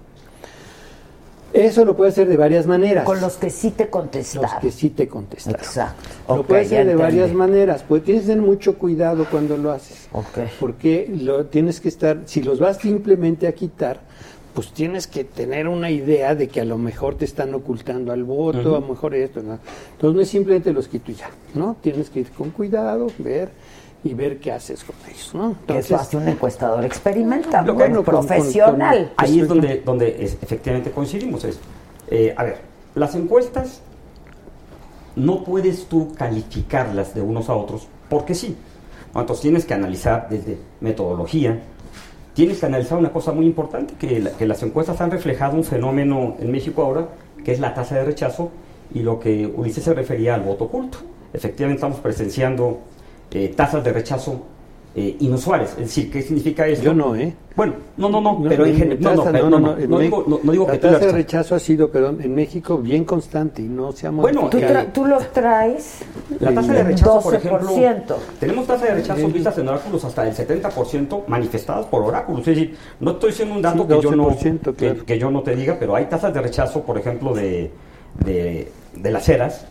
Speaker 9: Eso lo puedes hacer de varias maneras. Con los que sí te contestaron. Los que sí te contestaron. Exacto. Lo
Speaker 2: Ok,
Speaker 9: puedes
Speaker 2: ya
Speaker 9: hacer de
Speaker 2: entendí.
Speaker 9: varias maneras. Pues tienes que tener mucho cuidado cuando lo haces. Porque lo tienes que estar, si los vas simplemente a quitar, pues tienes que tener una idea de que a lo mejor te están ocultando al voto,
Speaker 11: Ujú.
Speaker 9: a lo mejor esto, ¿no? Entonces no es simplemente los quito y ya, ¿no? Tienes que ir con cuidado, ver y ver qué haces con ellos, ¿no?
Speaker 2: Que
Speaker 9: Entonces,
Speaker 2: eso hace un encuestador experimentado,
Speaker 9: Lo que-
Speaker 2: un
Speaker 9: con- con-
Speaker 2: profesional.
Speaker 10: Ahí es donde, donde es- efectivamente coincidimos. Es, eh, a ver, las encuestas no puedes tú calificarlas de unos a otros porque sí. ¿no? Entonces tienes que analizar desde metodología, tienes que analizar una cosa muy importante, que, la- que las encuestas han reflejado un fenómeno en México ahora, que es la tasa de rechazo y lo que Ulises se refería al voto oculto. Efectivamente estamos presenciando eh, tasas de rechazo eh, inusuales. Es decir, ¿qué significa eso? Yo no,
Speaker 9: ¿eh?
Speaker 10: Bueno, no, no, no,
Speaker 9: No,
Speaker 10: pero en
Speaker 9: en
Speaker 10: general, no, no,
Speaker 9: tasa,
Speaker 10: pero no, no,
Speaker 9: en
Speaker 10: no
Speaker 9: Me-
Speaker 10: digo, no- no digo
Speaker 9: la
Speaker 10: que tú
Speaker 9: tasa de
Speaker 10: la-
Speaker 9: rechazo ha sido, perdón, en México bien constante y no se ha
Speaker 10: Bueno,
Speaker 9: modificado.
Speaker 2: ¿Tú, tra- tú los traes
Speaker 10: La tasa de
Speaker 2: en
Speaker 10: rechazo, por ejemplo,
Speaker 2: 12%.
Speaker 10: tenemos tasa de rechazo vistas en oráculos hasta del 70% manifestadas por oráculos. Es decir, no estoy diciendo un dato
Speaker 9: Sí,
Speaker 10: que, yo no,
Speaker 9: 12%,
Speaker 10: que- que, yo no te diga, pero hay tasas de rechazo, por ejemplo, de, de, de las eras,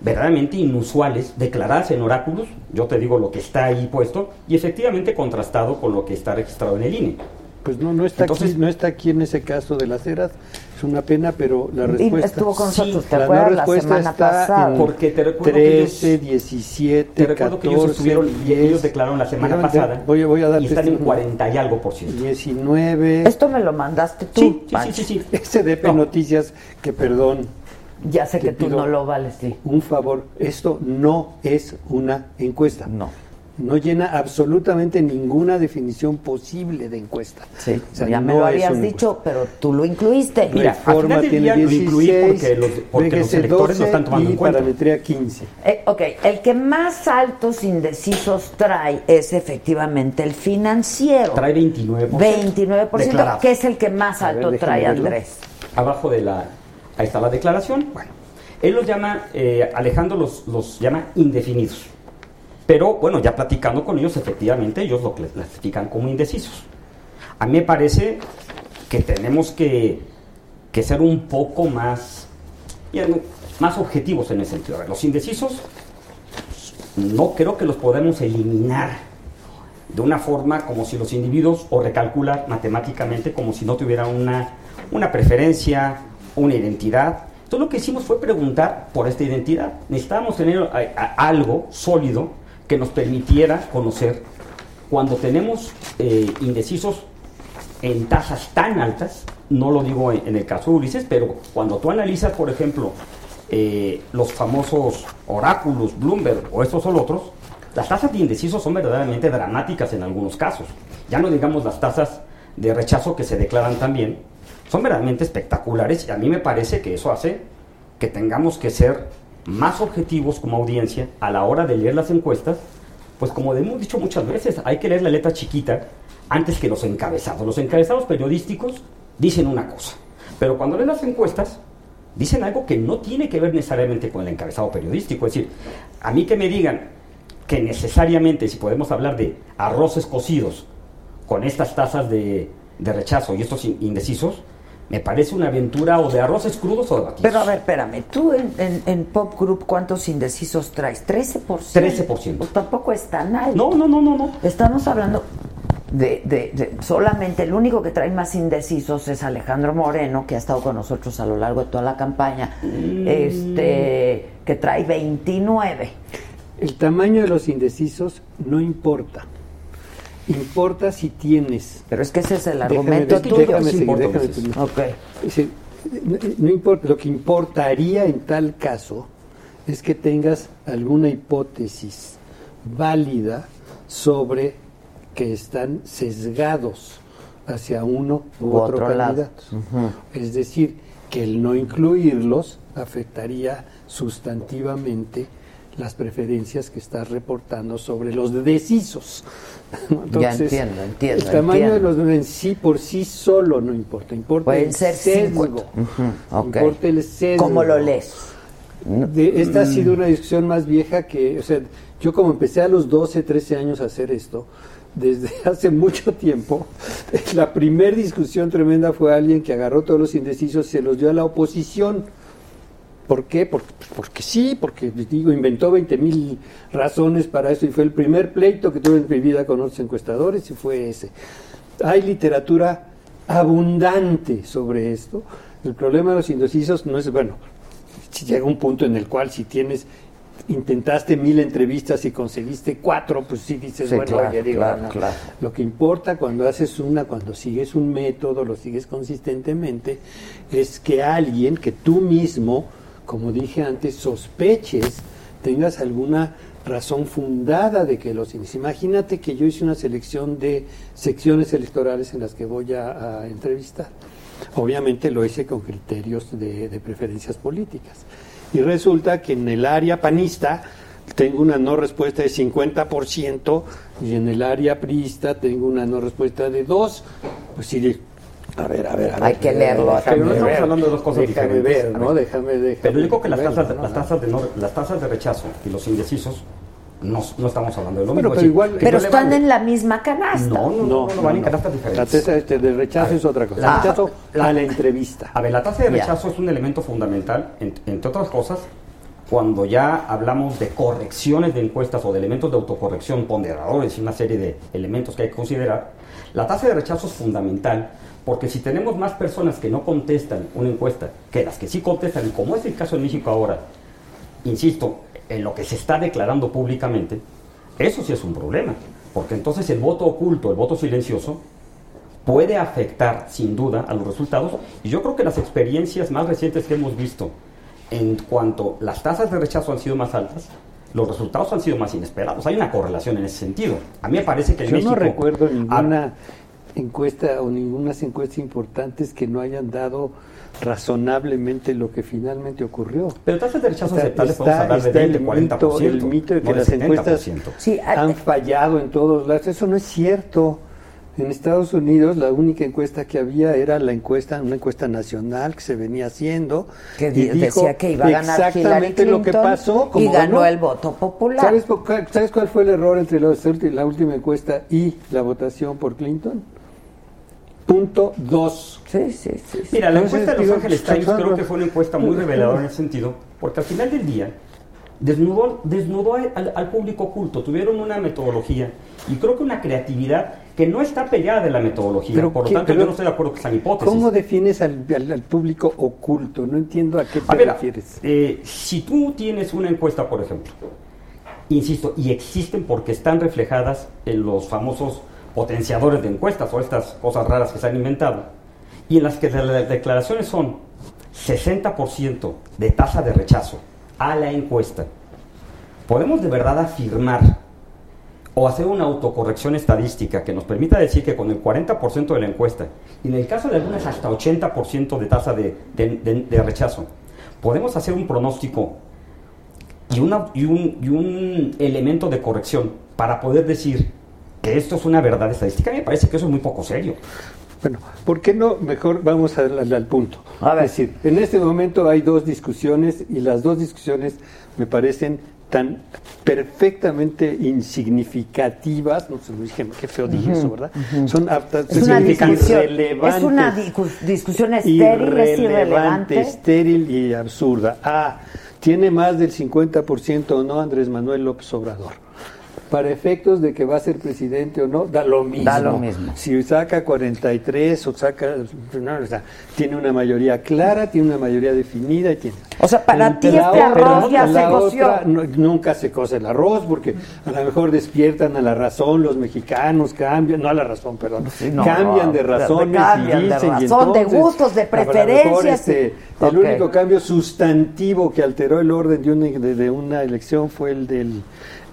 Speaker 10: verdaderamente inusuales, declaradas en oráculos. Yo te digo lo que está ahí puesto y efectivamente contrastado con lo que está registrado en el E. INE.
Speaker 9: Pues no, no está,
Speaker 10: Entonces-
Speaker 9: aquí, no está aquí en ese caso de las eras. Es una pena, pero la
Speaker 10: Y
Speaker 9: respuesta.
Speaker 10: estuvo con nosotros,
Speaker 9: la
Speaker 10: ¿te
Speaker 9: no
Speaker 10: acuerdas? La
Speaker 9: respuesta
Speaker 10: semana
Speaker 9: está
Speaker 10: pasada.
Speaker 9: en
Speaker 10: Porque te recuerdo que ellos-
Speaker 9: 13, 17,
Speaker 10: Te recuerdo que ellos
Speaker 9: 14,
Speaker 10: estuvieron y
Speaker 9: 10,
Speaker 10: ellos declararon la semana
Speaker 9: Déjame ver,
Speaker 10: pasada
Speaker 9: Voy, voy a este dar
Speaker 10: y están en 40 y algo por ciento.
Speaker 9: 19.
Speaker 2: Esto me lo mandaste tú.
Speaker 9: Sí,
Speaker 2: Pancho.
Speaker 9: SDP Noticias, que perdón.
Speaker 2: Ya sé que tú no
Speaker 9: lo vales, sí. Un favor, esto no es una encuesta. No. No llena absolutamente ninguna definición posible de encuesta.
Speaker 2: Sí,
Speaker 9: O sea,
Speaker 2: ya me
Speaker 9: no
Speaker 2: lo
Speaker 9: es
Speaker 2: habías
Speaker 9: una
Speaker 2: dicho, pero tú lo incluiste.
Speaker 9: Mira, Reforma
Speaker 10: al final del
Speaker 9: tiene
Speaker 10: día lo
Speaker 9: 16,
Speaker 10: incluí porque los- porque los
Speaker 9: VGC
Speaker 10: electores lo
Speaker 9: 12
Speaker 10: están tomando
Speaker 9: y
Speaker 10: en cuenta.
Speaker 9: parametría 15.
Speaker 2: Eh, ok, el que más altos indecisos trae es efectivamente el financiero.
Speaker 10: Trae 29%.
Speaker 2: 29%,
Speaker 10: Declarado.
Speaker 2: que es el que más
Speaker 10: A ver,
Speaker 2: alto
Speaker 10: déjame
Speaker 2: trae
Speaker 10: verlo.
Speaker 2: Andrés.
Speaker 10: Abajo de la. Ahí está la declaración. Bueno, él los llama, eh, Alejandro los, los llama indefinidos. Pero bueno, ya platicando con ellos, efectivamente, ellos lo cl- clasifican como indecisos. A mí me parece que tenemos que, que ser un poco más, ya no, más objetivos en ese sentido. A ver, los indecisos no creo que los podemos eliminar de una forma como si los individuos o recalcular matemáticamente como si no tuvieran una, una preferencia, una identidad. Entonces lo que hicimos fue preguntar por esta identidad. Necesitábamos tener eh, a- algo sólido que nos permitiera conocer cuando tenemos eh, indecisos en tasas tan altas, no lo digo en, en el caso de Ulises, pero cuando tú analizas, por ejemplo, eh, los famosos oráculos, Bloomberg o estos o los otros, las tasas de indecisos son verdaderamente dramáticas en algunos casos. Ya no digamos las tasas de rechazo que se declaran también, son verdaderamente espectaculares y a mí me parece que eso hace que tengamos que ser más objetivos como audiencia a la hora de leer las encuestas, pues como hemos dicho muchas veces, hay que leer la letra chiquita antes que los encabezados. Los encabezados periodísticos dicen una cosa, pero cuando lees las encuestas dicen algo que no tiene que ver necesariamente con el encabezado periodístico. Es decir, a mí que me digan que necesariamente, si podemos hablar de arroces cocidos con estas tasas de, de rechazo y estos in- indecisos, me parece una aventura o de arroces crudos o de batidos.
Speaker 2: Pero a ver, espérame, tú en, en- en Pop Group, ¿cuántos indecisos traes? 13%.
Speaker 10: 13%.
Speaker 2: Pues tampoco es tan alto.
Speaker 10: No, no, no, no. no.
Speaker 2: Estamos hablando de, de- de- solamente, el único que trae más indecisos es Alejandro Moreno, que ha estado con nosotros a lo largo de toda la campaña,
Speaker 9: Mm.
Speaker 2: este que trae 29.
Speaker 9: El tamaño de los indecisos no importa. Importa si tienes.
Speaker 2: Pero es que ese es el
Speaker 9: Déjame
Speaker 2: argumento
Speaker 9: decir-
Speaker 2: tuyo.
Speaker 9: déjame
Speaker 2: Sí,
Speaker 9: seguir,
Speaker 2: importa,
Speaker 9: déjame
Speaker 2: Ulises.
Speaker 9: terminar.
Speaker 2: Ok.
Speaker 9: Es decir, no, no importa, lo que importaría en tal caso es que tengas alguna hipótesis válida sobre que están sesgados hacia uno u,
Speaker 2: U
Speaker 9: otro,
Speaker 2: otro lado.
Speaker 9: candidato. Es decir, que el no incluirlos afectaría sustantivamente las preferencias que estás reportando sobre los decisos.
Speaker 2: entiendo, entiendo,
Speaker 9: El tamaño
Speaker 2: entiendo.
Speaker 9: de los en sí por sí solo no importa, importa
Speaker 2: Pueden
Speaker 9: el
Speaker 2: ser
Speaker 9: sesgo.
Speaker 2: 50. Ujú, ok.
Speaker 9: Importa el sesgo.
Speaker 2: ¿Cómo lo lees?
Speaker 9: De- esta ha
Speaker 2: Mm.
Speaker 9: sido una discusión más vieja que, o sea, yo como empecé a los 12, 13 años a hacer esto, desde hace mucho tiempo, la primer discusión tremenda fue alguien que agarró todos los indecisos y se los dio a la oposición. ¿Por qué? Por- pues Porque, sí, porque pues, digo, inventó 20.000 mil razones para eso y fue el primer pleito que tuve en mi vida con otros encuestadores y fue ese. Hay literatura abundante sobre esto. El problema de los indecisos no es, bueno, si llega un punto en el cual si tienes intentaste mil entrevistas y conseguiste cuatro, pues sí dices,
Speaker 2: Sí,
Speaker 9: bueno,
Speaker 2: claro,
Speaker 9: oye, digo,
Speaker 2: claro,
Speaker 9: no.
Speaker 2: claro.
Speaker 9: lo que importa cuando haces una, cuando sigues un método, lo sigues consistentemente, es que alguien que tú mismo, como dije antes, sospeches, tengas alguna razón fundada de que los índices. Imagínate que yo hice una selección de secciones electorales en las que voy a- a entrevistar. Obviamente lo hice con criterios de, de preferencias políticas. Y resulta que en el área panista tengo una no respuesta de 50% y en el área priista tengo una no respuesta de 2. Pues sí, de- a ver, a ver, a ver.
Speaker 10: Hay que leerlo. Pero no estamos hablando de dos cosas
Speaker 9: déjame
Speaker 10: diferentes.
Speaker 9: ver, ¿no? Déjame, déjame
Speaker 10: Pero yo creo que las
Speaker 9: verlo,
Speaker 10: tasas,
Speaker 9: ¿no?
Speaker 10: las tasas, de, no- las tasas de rechazo y los indecisos no, no estamos hablando de lo
Speaker 9: Bueno,
Speaker 10: mismo.
Speaker 9: pero
Speaker 10: es decir,
Speaker 9: igual-
Speaker 10: que
Speaker 2: Pero
Speaker 10: yo le
Speaker 2: están
Speaker 10: valgo-
Speaker 2: en la misma canasta.
Speaker 10: No, no, no, no, van en canastas
Speaker 9: La
Speaker 10: diferentes.
Speaker 9: tasa este, de rechazo es otra cosa.
Speaker 10: La-
Speaker 9: rechazo a la entrevista.
Speaker 10: A ver, la tasa de
Speaker 9: Ya.
Speaker 10: rechazo es un elemento fundamental, en- entre otras cosas, cuando ya hablamos de correcciones de encuestas o de elementos de autocorrección, ponderadores y una serie de elementos que hay que considerar. La tasa de rechazo es fundamental porque si tenemos más personas que no contestan una encuesta que las que sí contestan, y como es el caso en México ahora, insisto, en lo que se está declarando públicamente, eso sí es un problema, porque entonces el voto oculto, el voto silencioso, puede afectar sin duda a los resultados y yo creo que las experiencias más recientes que hemos visto en cuanto las tasas de rechazo han sido más altas, los resultados han sido más inesperados. Hay una correlación en ese sentido. A mí me parece que en
Speaker 9: Yo
Speaker 10: México...
Speaker 9: no recuerdo ninguna encuesta o ninguna encuestas importantes que no hayan dado razonablemente lo que finalmente ocurrió.
Speaker 10: Pero tasas de rechazo
Speaker 9: Está-
Speaker 10: aceptables podemos
Speaker 9: está-
Speaker 10: hablar de
Speaker 9: está
Speaker 10: 20,
Speaker 9: el
Speaker 10: 40%,
Speaker 9: Mito, el mito de que
Speaker 10: no de
Speaker 9: las encuestas
Speaker 10: 70%.
Speaker 9: han fallado en todos lados. Eso no es cierto. En Estados Unidos la única encuesta que había era la encuesta, una encuesta nacional que se venía haciendo.
Speaker 2: Que
Speaker 9: y
Speaker 2: di-
Speaker 9: dijo
Speaker 2: decía que iba a ganar Hillary
Speaker 9: exactamente
Speaker 2: Clinton
Speaker 9: lo que pasó.
Speaker 2: y
Speaker 9: como
Speaker 2: ganó el voto popular.
Speaker 9: ¿Sabes, por cuál- sabes cuál fue el error entre la, ulti- la última encuesta y la votación por Clinton? Punto 2.
Speaker 2: Sí, sí, sí.
Speaker 10: Mira, la encuesta
Speaker 9: pues,
Speaker 10: de Los Ángeles Times creo que fue una encuesta muy reveladora en ese sentido, porque al final del día desnudó, desnudó al, al público oculto, tuvieron una metodología y creo que una creatividad que no está peleada de la metodología,
Speaker 9: Pero
Speaker 10: por lo
Speaker 9: ¿qué-
Speaker 10: tanto
Speaker 9: pero-
Speaker 10: yo no estoy de acuerdo que sean hipótesis.
Speaker 9: ¿Cómo defines al, al- al público oculto? No entiendo a qué te
Speaker 10: A ver,
Speaker 9: refieres.
Speaker 10: eh, si tú tienes una encuesta, por ejemplo, insisto, y existen porque están reflejadas en los famosos potenciadores de encuestas o estas cosas raras que se han inventado, y en las que de- las declaraciones son 60% de tasa de rechazo a la encuesta, podemos de verdad afirmar o hacer una autocorrección estadística que nos permita decir que con el 40% de la encuesta, y en el caso de algunas hasta 80% de tasa de, de- de- de rechazo, podemos hacer un pronóstico y, una- y un, y un elemento de corrección para poder decir que esto es una verdad estadística. A mí me parece que eso es muy poco serio.
Speaker 9: Bueno, ¿por qué no mejor vamos al, al- al punto? Es decir, en este momento hay dos discusiones y las dos discusiones me parecen tan perfectamente insignificativas, no sé, dije, qué feo dije
Speaker 2: Ujú,
Speaker 9: eso, ¿verdad? Son aptas,
Speaker 2: Es una
Speaker 9: significan
Speaker 2: discusión.
Speaker 9: irrelevantes.
Speaker 2: Es una discu- discusión estéril, es irrelevante.
Speaker 9: estéril y absurda. Ah, tiene más del 50% o no Andrés Manuel López Obrador. Para efectos de que va a ser presidente o no, da lo mismo.
Speaker 2: Da lo mismo.
Speaker 9: Si saca 43 o saca... no, o sea, tiene una mayoría clara, tiene una mayoría definida y tiene...
Speaker 2: O sea, para ti
Speaker 9: la
Speaker 2: este
Speaker 9: otra-
Speaker 2: arroz ya
Speaker 9: la
Speaker 2: se coció.
Speaker 9: otra no- nunca se cose el arroz porque a lo mejor despiertan a la razón los mexicanos, cambian, no a la razón, perdón,
Speaker 2: no,
Speaker 9: cambian
Speaker 2: no,
Speaker 9: de
Speaker 2: pero
Speaker 9: razones
Speaker 2: cambian
Speaker 9: y
Speaker 2: de
Speaker 9: dicen y
Speaker 2: razón, de
Speaker 9: entonces,
Speaker 2: gustos, de
Speaker 9: a lo mejor,
Speaker 2: preferencias,
Speaker 9: este,
Speaker 2: y-
Speaker 9: el
Speaker 2: Ok.
Speaker 9: único cambio sustantivo que alteró el orden de una, de, de una elección fue el del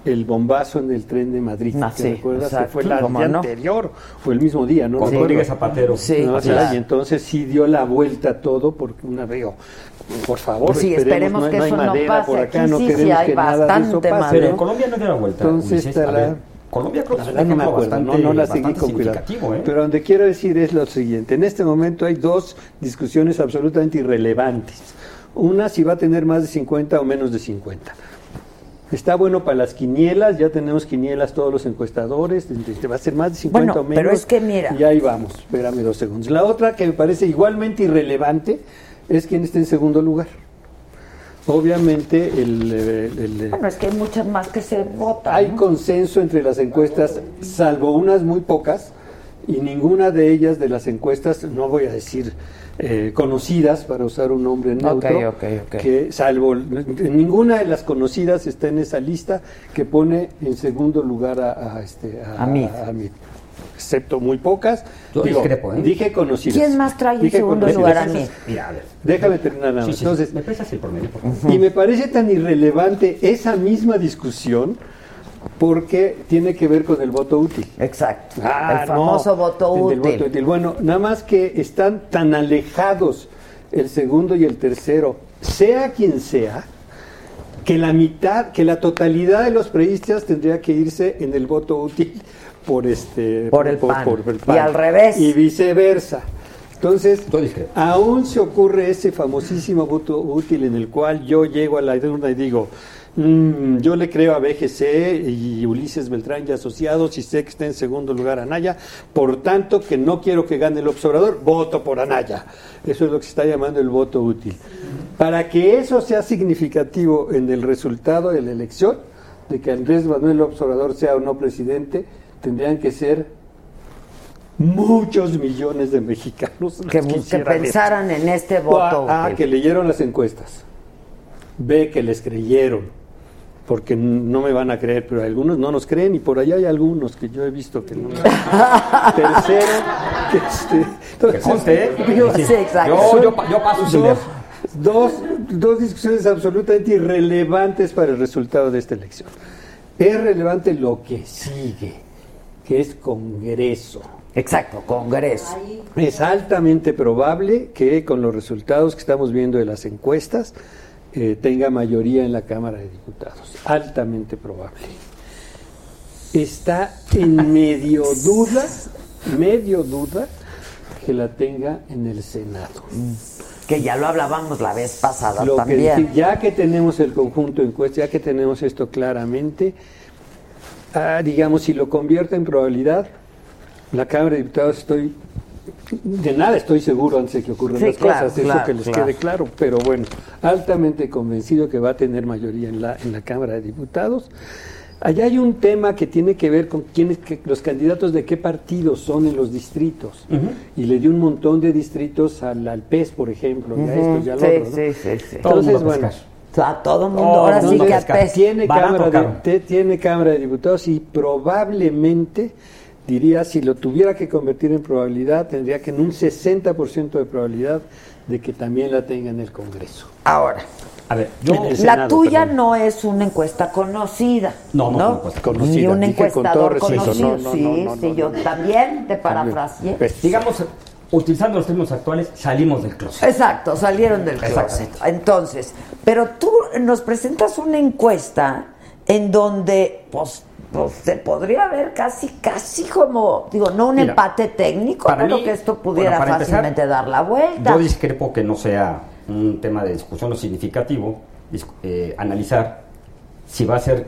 Speaker 9: el bombazo en el tren de Madrid.
Speaker 2: Ah,
Speaker 9: ¿te
Speaker 2: sí,
Speaker 9: recuerdas? Que
Speaker 2: exacto,
Speaker 9: fue la
Speaker 2: cómo
Speaker 9: día
Speaker 2: no.
Speaker 9: anterior, fue el mismo día, ¿no?
Speaker 10: Con
Speaker 9: Recuerdo.
Speaker 10: Rodríguez Zapatero.
Speaker 9: Sí,
Speaker 10: Sí,
Speaker 9: o sea,
Speaker 10: claro.
Speaker 9: y entonces sí dio la vuelta a todo porque una veo. Por favor,
Speaker 2: Sí, esperemos
Speaker 9: no, hay-
Speaker 2: que
Speaker 9: no hay
Speaker 2: eso no
Speaker 9: madera
Speaker 2: pase.
Speaker 9: por acá,
Speaker 2: Aquí
Speaker 9: no
Speaker 2: sí, sí
Speaker 9: queremos
Speaker 2: hay
Speaker 9: que nada de eso
Speaker 2: bastante
Speaker 9: pase.
Speaker 2: madera. Pero en
Speaker 10: Colombia no dio la vuelta,
Speaker 9: Entonces
Speaker 10: Ulises,
Speaker 9: está
Speaker 10: a
Speaker 9: la-
Speaker 10: ver, Colombia creo que
Speaker 9: la
Speaker 10: es un
Speaker 9: verdad no me
Speaker 10: ejemplo
Speaker 9: acuerdo, no,
Speaker 10: bastante-
Speaker 9: no la seguí
Speaker 10: bastante
Speaker 9: con cuidado.
Speaker 10: significativo, ¿eh?
Speaker 9: Pero donde quiero decir es lo siguiente, en este momento hay dos discusiones absolutamente irrelevantes. Una si va a tener más de 50 o menos de 50. Está bueno para las quinielas, ya tenemos quinielas todos los encuestadores, este, va a ser más de 50
Speaker 2: Bueno,
Speaker 9: o menos.
Speaker 2: pero es que mira.
Speaker 9: Y ahí vamos, espérame dos segundos. La otra que me parece igualmente irrelevante es quien está en segundo lugar. Obviamente el, eh, el, eh,
Speaker 2: Bueno, es que hay muchas más que se votan.
Speaker 9: hay consenso entre las encuestas, salvo unas muy pocas, y ninguna de ellas de las encuestas, no voy a decir eh, conocidas, para usar un nombre neutro,
Speaker 2: ok, ok.
Speaker 9: que salvo ninguna de las conocidas está en esa lista que pone en segundo lugar a, a este a,
Speaker 2: A Meade.
Speaker 9: a Meade, excepto muy pocas.
Speaker 10: Yo
Speaker 9: Digo,
Speaker 10: discrepo, ¿eh?
Speaker 9: Dije conocidas.
Speaker 2: ¿Quién más trae en
Speaker 9: Dije
Speaker 2: segundo
Speaker 9: conocidas.
Speaker 2: lugar a Meade?
Speaker 10: Mira, a ver.
Speaker 9: Déjame terminar nada
Speaker 10: Sí,
Speaker 9: más.
Speaker 10: sí, sí.
Speaker 9: Entonces,
Speaker 10: ¿Me prestas el promedio, por favor?
Speaker 9: y me parece tan irrelevante esa misma discusión porque tiene que ver con el voto útil.
Speaker 2: Exacto.
Speaker 9: Ah,
Speaker 2: el famoso
Speaker 9: no,
Speaker 2: voto
Speaker 9: el del
Speaker 2: útil.
Speaker 9: voto útil. Bueno, nada más que están tan alejados el segundo y el tercero, sea quien sea, que la mitad, que la totalidad de los preístas tendría que irse en el voto útil por este
Speaker 2: Por el PAN.
Speaker 9: el
Speaker 2: Y al revés.
Speaker 9: Y viceversa. Entonces,
Speaker 10: Yo discrepo.
Speaker 9: aún se ocurre ese famosísimo voto útil en el cual yo llego a la urna y digo, "Mm, yo le creo a BGC y Ulises Beltrán y asociados y sé que está en segundo lugar Anaya, por tanto que no quiero que gane el observador, voto por Anaya. Eso es lo que se está llamando el voto útil. Para que eso sea significativo en el resultado de la elección, de que Andrés Manuel Observador sea o no presidente, tendrían que ser muchos millones de mexicanos los
Speaker 2: que, que
Speaker 9: hicieran eso.
Speaker 2: pensaran en este voto
Speaker 9: A,
Speaker 2: útil.
Speaker 9: que leyeron las encuestas. B, que les creyeron. Porque n- no me van a creer, pero algunos no nos creen y por allá hay algunos que yo he visto que no nos creen. Tercero, que este,
Speaker 10: Que conste, ¿eh?
Speaker 2: Yo- sí, exacto.
Speaker 10: Yo, yo pa- yo paso
Speaker 9: dos,
Speaker 10: sin leer.
Speaker 9: dos, dos discusiones absolutamente irrelevantes para el resultado de esta elección. Es relevante lo que sigue, que es Congreso.
Speaker 2: Exacto, Congreso.
Speaker 9: Es altamente probable que con los resultados que estamos viendo de las encuestas eh, tenga mayoría en la Cámara de Diputados. Altamente probable. Está en medio duda, medio duda que la tenga en el Senado.
Speaker 2: Que ya lo hablábamos la vez pasada
Speaker 9: Lo que
Speaker 2: también.
Speaker 9: dije, ya que tenemos el conjunto de encuestas, ya que tenemos esto claramente, ah, digamos, si lo convierto en probabilidad, la Cámara de Diputados estoy, de nada estoy seguro antes de que ocurran
Speaker 2: Sí,
Speaker 9: las
Speaker 2: claro,
Speaker 9: cosas,
Speaker 2: claro,
Speaker 9: eso que les
Speaker 2: claro.
Speaker 9: quede claro, pero bueno, altamente convencido que va a tener mayoría en la, en la Cámara de Diputados. Allá hay un tema que tiene que ver con quiénes, que- los candidatos de qué partidos son en los distritos. Y le dio un montón de distritos al, al PES, por ejemplo, y a esto, y al
Speaker 2: Sí,
Speaker 9: otro, ¿no?
Speaker 2: sí, sí, sí.
Speaker 10: Todo el mundo
Speaker 9: Entonces, bueno,
Speaker 10: pescar.
Speaker 2: A todo mundo,
Speaker 10: Todo
Speaker 2: ahora
Speaker 10: el
Speaker 2: sí
Speaker 10: mundo
Speaker 2: que
Speaker 10: pesca.
Speaker 2: apesta.
Speaker 9: tiene
Speaker 10: Barato,
Speaker 9: cámara, de,
Speaker 10: caro.
Speaker 9: te- tiene cámara de Diputados y probablemente, diría, si lo tuviera que convertir en probabilidad, tendría que en un 60% de probabilidad de que también la tenga en el Congreso.
Speaker 2: Ahora,
Speaker 10: A ver, yo.
Speaker 9: En el
Speaker 2: la
Speaker 9: Senado,
Speaker 2: tuya
Speaker 9: perdón.
Speaker 2: no es una encuesta conocida.
Speaker 10: No, no es una encuesta
Speaker 9: conocida.
Speaker 2: Ni un
Speaker 9: Dije con todo
Speaker 2: encuestador
Speaker 9: respeto,
Speaker 2: conocido.
Speaker 9: no, no,
Speaker 2: sí,
Speaker 9: no, no,
Speaker 2: sí,
Speaker 9: no,
Speaker 2: yo también te parafraseé.
Speaker 9: Pues,
Speaker 10: Digamos, utilizando los términos actuales, salimos del closet.
Speaker 2: Exacto, salieron del closet.
Speaker 10: Exactamente.
Speaker 2: Entonces, pero tú nos presentas una encuesta en donde pues, pues, se podría ver casi, casi como, digo, no un
Speaker 10: Mira,
Speaker 2: empate técnico,
Speaker 10: para
Speaker 2: pero
Speaker 10: mí-
Speaker 2: que esto pudiera
Speaker 10: bueno, para empezar,
Speaker 2: fácilmente dar la vuelta.
Speaker 10: Yo discrepo que no sea un tema de discusión o significativo dis- eh, analizar si va a ser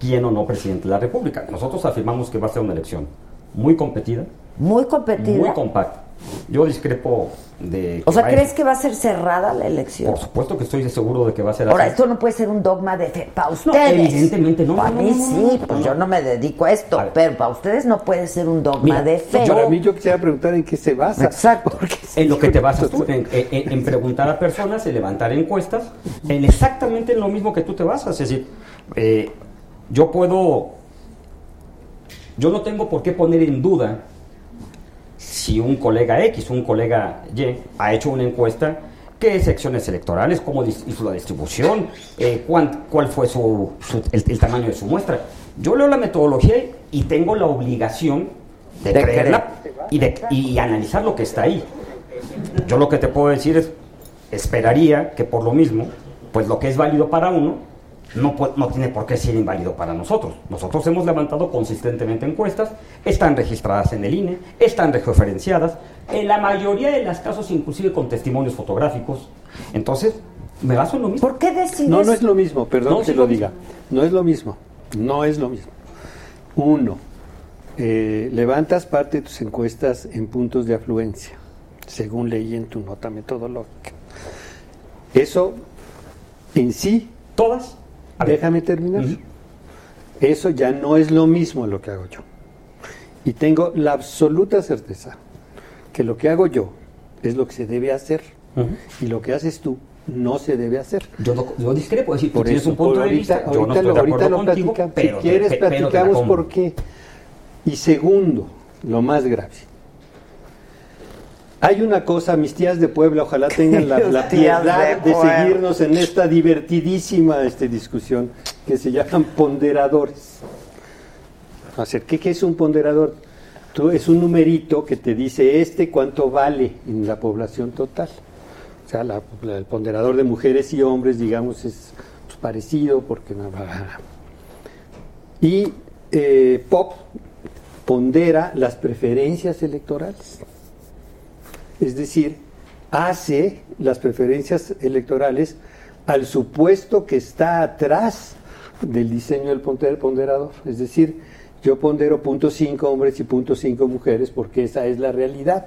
Speaker 10: quién o no presidente de la República. Nosotros afirmamos que va a ser una elección muy competida,
Speaker 2: Muy competida.
Speaker 10: muy compacta. Yo discrepo de...
Speaker 2: O sea,
Speaker 10: vaya-
Speaker 2: ¿crees que va a ser cerrada la elección?
Speaker 10: Por supuesto que estoy seguro de que va a ser
Speaker 2: Ahora,
Speaker 10: así.
Speaker 2: esto no puede ser un dogma de fe. Para ustedes.
Speaker 10: evidentemente no,
Speaker 2: Para
Speaker 10: no, no,
Speaker 2: mí
Speaker 10: no, no,
Speaker 2: sí,
Speaker 10: no,
Speaker 2: pues
Speaker 10: no.
Speaker 2: yo no me dedico a esto. pero para ustedes no puede ser un dogma de fe.
Speaker 9: Para mí yo quisiera preguntar en qué se basa.
Speaker 2: Exacto.
Speaker 10: En lo que te basas tú, en, en- en preguntar a personas, en levantar encuestas, en exactamente lo mismo que tú te basas. Es decir, eh, yo puedo, yo no tengo por qué poner en duda si un colega X, un colega Y, ha hecho una encuesta, qué secciones electorales, cómo dis- hizo la distribución, eh, cuán- cuál fue su, su- el, el tamaño de su muestra. Yo leo la metodología y tengo la obligación de,
Speaker 11: De
Speaker 10: creerla y, de, y analizar lo que está ahí. Yo lo que te puedo decir es, esperaría que por lo mismo, pues lo que es válido para uno, no, pu- no tiene por qué ser inválido para nosotros. Nosotros hemos levantado consistentemente encuestas, están registradas en el INE, están referenciadas, en la mayoría de los casos inclusive con testimonios fotográficos. Entonces, me baso en lo mismo.
Speaker 2: ¿Por qué decides?
Speaker 9: No, no es lo mismo, perdón
Speaker 10: No,
Speaker 9: que
Speaker 10: sí,
Speaker 9: lo
Speaker 10: no.
Speaker 9: diga. No es lo mismo. No es lo mismo. Uno, eh, levantas parte de tus encuestas en puntos de afluencia, según leí en tu nota metodológica. Eso en sí.
Speaker 10: Todas.
Speaker 9: Déjame terminar. Eso ya no es lo mismo lo que hago yo. Y tengo la absoluta certeza que lo que hago yo es lo que se debe hacer y lo que haces tú no se debe hacer.
Speaker 10: Yo, discrepo, es decir, tú
Speaker 9: por
Speaker 10: tienes
Speaker 9: eso,
Speaker 10: un punto
Speaker 9: por
Speaker 10: de
Speaker 9: ahorita,
Speaker 10: vista, yo
Speaker 9: ahorita
Speaker 10: no estoy
Speaker 9: lo,
Speaker 10: de
Speaker 9: ahorita
Speaker 10: acuerdo
Speaker 9: lo
Speaker 10: contigo,
Speaker 9: platicamos.
Speaker 10: pero
Speaker 9: si
Speaker 10: te-
Speaker 9: quieres,
Speaker 10: pe- pero te la
Speaker 9: platicamos
Speaker 10: compro.
Speaker 9: por qué. Y segundo, lo más grave. Hay una cosa, mis tías de Puebla, ojalá tengan la, la
Speaker 11: Tías de
Speaker 9: piedad de,
Speaker 11: Puebla.
Speaker 9: seguirnos en esta divertidísima este, discusión que se llaman ponderadores. A ver, ¿qué, qué es un ponderador? Tú, es un numerito que te dice este cuánto vale en la población total. O sea, la- la- el ponderador de mujeres y hombres, digamos, es pues, parecido porque... no- Y eh, POP pondera las preferencias electorales. Es decir, hace las preferencias electorales al supuesto que está atrás del diseño del ponte- del ponderador. Es decir, yo pondero punto cinco hombres y punto cinco mujeres porque esa es la realidad.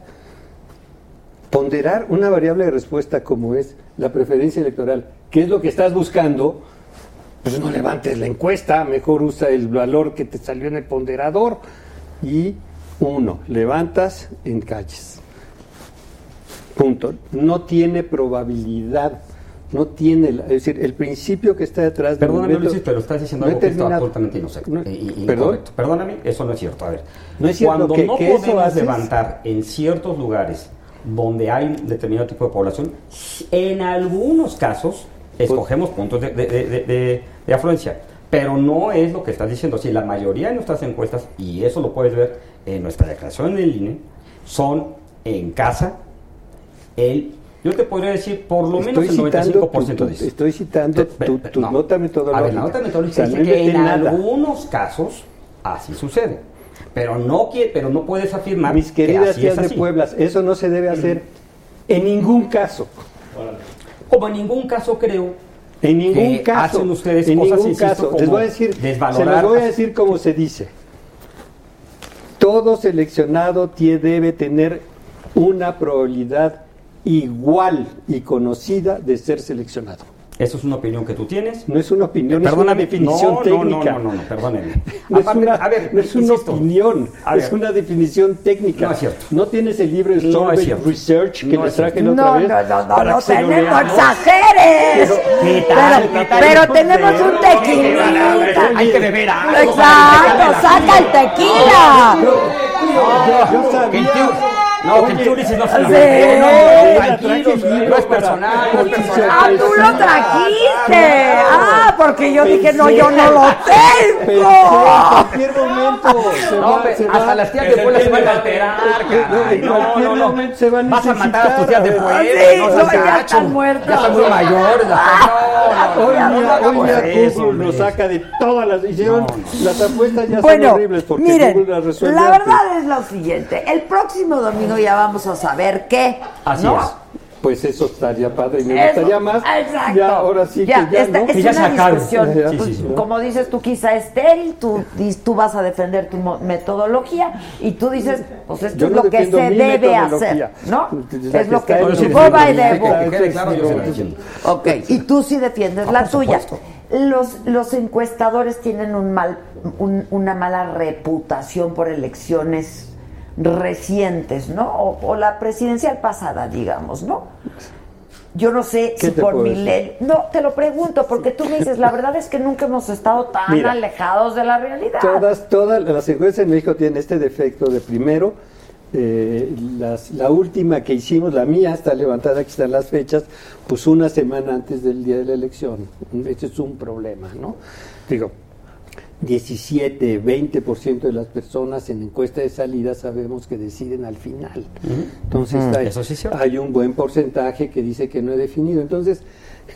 Speaker 9: Ponderar una variable de respuesta como es la preferencia electoral, que es lo que estás buscando, pues no levantes la encuesta, mejor usa el valor que te salió en el ponderador. Y uno, levantas en calles. Punto. No tiene probabilidad. No tiene, la- es decir, el principio que está detrás del
Speaker 10: Perdóname,
Speaker 9: momento-
Speaker 10: Luis, pero estás diciendo
Speaker 9: No he
Speaker 10: algo que está
Speaker 9: terminado.
Speaker 10: absolutamente inocente.
Speaker 9: No-
Speaker 10: eh, y-
Speaker 9: ¿Perdón?
Speaker 10: incorrecto. Perdóname, eso no es cierto. A ver,
Speaker 9: No es cierto
Speaker 10: cuando
Speaker 9: que-
Speaker 10: no
Speaker 9: que eso
Speaker 10: podemos
Speaker 9: haces.
Speaker 10: levantar en ciertos lugares donde hay un determinado tipo de población, en algunos casos escogemos
Speaker 9: Pues-
Speaker 10: puntos de, de- de- de- de- de afluencia. Pero no es lo que estás diciendo. Si la mayoría de nuestras encuestas, y eso lo puedes ver en nuestra declaración en el INE, son en casa, el, yo te podría decir por lo menos el 95%
Speaker 9: tu,
Speaker 10: de
Speaker 9: tu-
Speaker 10: eso.
Speaker 9: estoy citando tu, tu nota metodológica.
Speaker 10: A ver, la nota metodológica
Speaker 9: O sea,
Speaker 10: dice
Speaker 9: no
Speaker 10: que en
Speaker 9: inventé nada.
Speaker 10: algunos casos así sucede. Pero no, qui- pero no puedes afirmar
Speaker 9: Mis
Speaker 10: que
Speaker 9: queridas
Speaker 10: así es
Speaker 9: tías de
Speaker 10: así. Mm.
Speaker 9: Puebla, eso no se debe hacer en ningún caso.
Speaker 10: Como en ningún caso creo.
Speaker 9: En ningún
Speaker 10: que
Speaker 9: caso.
Speaker 10: Hacen ustedes
Speaker 9: en
Speaker 10: cosas,
Speaker 9: ningún
Speaker 10: insisto,
Speaker 9: caso.
Speaker 10: como
Speaker 9: Les voy a decir, se
Speaker 10: desvalorar
Speaker 9: los voy a decir como se dice. Todo seleccionado tie- debe tener una probabilidad igual y conocida de ser seleccionado.
Speaker 10: Eso es una opinión que tú tienes.
Speaker 9: No es una opinión, es una
Speaker 10: Perdóname,
Speaker 9: definición
Speaker 10: no, no, no,
Speaker 9: técnica.
Speaker 10: No, no, no, perdóneme.
Speaker 9: No es
Speaker 10: Aparte,
Speaker 9: una,
Speaker 10: a ver,
Speaker 9: no es una
Speaker 10: insisto.
Speaker 9: opinión,
Speaker 10: A ver.
Speaker 9: es una definición técnica.
Speaker 10: No es cierto.
Speaker 9: No tienes el libro de
Speaker 10: No
Speaker 9: Solveig
Speaker 10: es cierto.
Speaker 9: Research que
Speaker 10: No
Speaker 9: nos
Speaker 10: es cierto.
Speaker 9: traje la otra
Speaker 10: No,
Speaker 9: vez.
Speaker 10: no, no, no,
Speaker 9: para
Speaker 10: no
Speaker 9: que se lo
Speaker 10: tenemos
Speaker 9: leamos.
Speaker 2: ¡Exageres!
Speaker 9: ¿Qué tal?
Speaker 2: Pero,
Speaker 9: ¿Qué tal?
Speaker 2: pero tenemos un tequilita.
Speaker 10: Hay que beber algo.
Speaker 2: Exacto, saca el tequila.
Speaker 9: Yo sabía.
Speaker 10: No, que el Churisis no se la
Speaker 2: Sí.
Speaker 10: metió,
Speaker 2: Sí,
Speaker 10: no, tranquilos, no es personal, no es personal.
Speaker 2: Ah, tú lo trajiste. Ah, porque yo dije, no, yo no lo
Speaker 9: Pensé,
Speaker 2: tengo.
Speaker 9: en cualquier momento. se
Speaker 10: No,
Speaker 9: va-
Speaker 10: pe-
Speaker 9: se
Speaker 10: hasta
Speaker 9: va-
Speaker 10: las tías de Puebla se van a alterar, caray.
Speaker 9: En cualquier
Speaker 10: No, no, no.
Speaker 9: momento se van a
Speaker 10: Vas a matar a tus tías de Puebla,
Speaker 2: Sí,
Speaker 10: no
Speaker 2: no,
Speaker 10: seas
Speaker 2: ya
Speaker 10: gacho.
Speaker 2: están muertos.
Speaker 10: Ya están muy mayores, las- no, no, no,
Speaker 9: Hoy
Speaker 10: no,
Speaker 9: día,
Speaker 10: no, pues,
Speaker 9: hoy
Speaker 10: no,
Speaker 9: día
Speaker 10: no,
Speaker 9: Google
Speaker 10: eso, hombre.
Speaker 9: nos saca de todas las. Hicieron, Las apuestas ya son
Speaker 2: Bueno,
Speaker 9: horribles porque
Speaker 2: miren,
Speaker 9: Google las resuelve.
Speaker 2: la
Speaker 9: antes.
Speaker 2: verdad es lo siguiente. El próximo domingo ya vamos a saber qué.
Speaker 10: Así
Speaker 2: ¿no?
Speaker 10: es.
Speaker 9: pues eso estaría padre. Me
Speaker 2: Eso,
Speaker 9: gustaría más.
Speaker 2: exacto.
Speaker 9: Ya, ahora sí
Speaker 2: Ya,
Speaker 9: que ya,
Speaker 2: esta-
Speaker 9: ¿no?
Speaker 2: es una discusión.
Speaker 9: Ya, ya.
Speaker 2: Pues, Como dices tú, quizá estéril, tú, y tú vas a defender tu mo- metodología y tú dices, pues esto
Speaker 9: Yo
Speaker 2: es
Speaker 9: no
Speaker 2: lo que
Speaker 9: defiendo
Speaker 2: se
Speaker 9: mi
Speaker 2: debe
Speaker 9: metodología.
Speaker 2: hacer, ¿no?
Speaker 9: La
Speaker 2: Es lo que
Speaker 9: está en
Speaker 2: tu
Speaker 9: el-
Speaker 2: boba y debo.
Speaker 9: Exacto, exacto.
Speaker 2: Ok, y tú sí defiendes la tuya. Los, los encuestadores tienen un mal, un- una mala reputación por elecciones recientes, ¿no? O, o la presidencial pasada, digamos, ¿no? Yo no sé
Speaker 9: ¿Qué
Speaker 2: si
Speaker 9: te
Speaker 2: por
Speaker 9: puedo
Speaker 2: mi
Speaker 9: decir?
Speaker 2: ley... No, te lo pregunto, porque tú me dices, la verdad es que nunca hemos estado tan
Speaker 9: Mira.
Speaker 2: alejados de la realidad.
Speaker 9: Todas, todas las encuestas en México tienen este defecto de primero, eh, las- la última que hicimos, la mía está levantada, aquí están las fechas, pues una semana antes del día de la elección. Ese es un problema, ¿no? Digo, 17, 20% de las personas en encuesta de salida sabemos que deciden al final. Entonces
Speaker 10: Mm,
Speaker 9: hay,
Speaker 10: eso sí es cierto.
Speaker 9: hay un buen porcentaje que dice que no he definido. Entonces,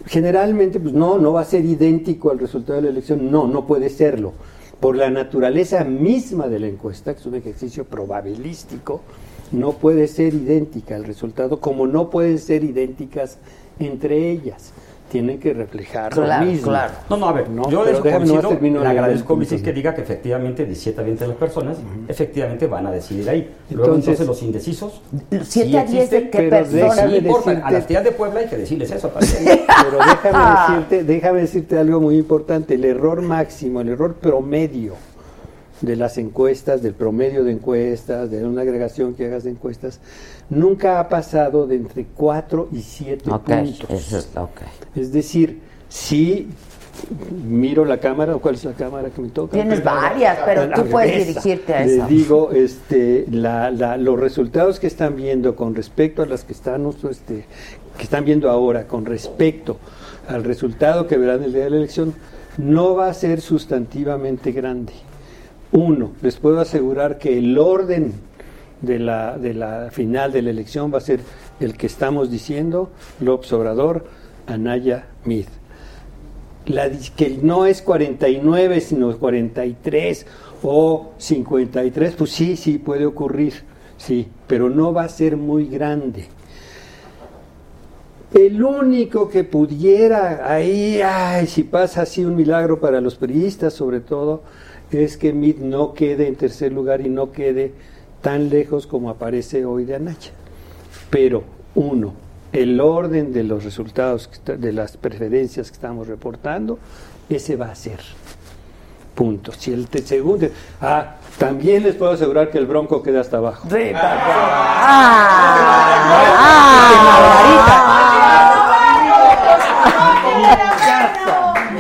Speaker 9: generalmente, pues no, no va a ser idéntico al resultado de la elección. No, no puede serlo. Por la naturaleza misma de la encuesta, que es un ejercicio probabilístico, no puede ser idéntica al resultado, como no pueden ser idénticas entre ellas. Tienen que reflejar lo mismo.
Speaker 10: No, no, a ver,
Speaker 9: No,
Speaker 10: yo
Speaker 9: pero
Speaker 10: les
Speaker 9: déjame nomás
Speaker 10: coincido,
Speaker 9: termino
Speaker 10: le
Speaker 9: el-
Speaker 10: agradezco a
Speaker 9: el
Speaker 10: Ulises
Speaker 9: punto.
Speaker 10: que diga que efectivamente 17 a 20 de las personas efectivamente van a decidir ahí. Luego
Speaker 9: Entonces,
Speaker 10: entonces, los indecisos
Speaker 2: siete
Speaker 10: sí
Speaker 2: a diez de
Speaker 10: existen,
Speaker 2: qué
Speaker 10: pero
Speaker 2: personas.
Speaker 10: déjame
Speaker 9: Sí,
Speaker 10: por-
Speaker 9: decirte-
Speaker 10: a las tías de Puebla hay que decirles eso también.
Speaker 9: Pero
Speaker 10: Ah.
Speaker 9: déjame decirte, déjame decirte algo muy importante. El error máximo, el error promedio de las encuestas, del promedio de encuestas, de una agregación que hagas de encuestas, nunca ha pasado de entre 4 y 7
Speaker 2: Ok,
Speaker 9: puntos.
Speaker 2: eso es- ok.
Speaker 9: Es decir, si miro la cámara, ¿cuál es la cámara que me toca?
Speaker 2: Tienes
Speaker 9: Perdón.
Speaker 2: varias, pero
Speaker 9: A la
Speaker 2: tú puedes
Speaker 9: cabeza.
Speaker 2: dirigirte a
Speaker 9: Le
Speaker 2: esa.
Speaker 9: digo, este, la- la- los resultados que están viendo con respecto a las que están, este, que están viendo ahora, con respecto al resultado que verán el día de la elección, no va a ser sustantivamente grande. Uno, les puedo asegurar que el orden de la, de la final de la elección va a ser el que estamos diciendo, López Obrador, Anaya Mid. La dis- que no es 49, sino 43 o 53, pues sí, sí puede ocurrir, sí, pero no va a ser muy grande. El único que pudiera, ahí, ay, si pasa así un milagro para los periodistas sobre todo, es que Mid no quede en tercer lugar y no quede tan lejos como aparece hoy de Anaya. Pero, uno, el orden de los resultados, que está- de las preferencias que estamos reportando, ese va a ser. Punto. Si el te- segundo. Ah, también les puedo asegurar que el Bronco queda hasta abajo.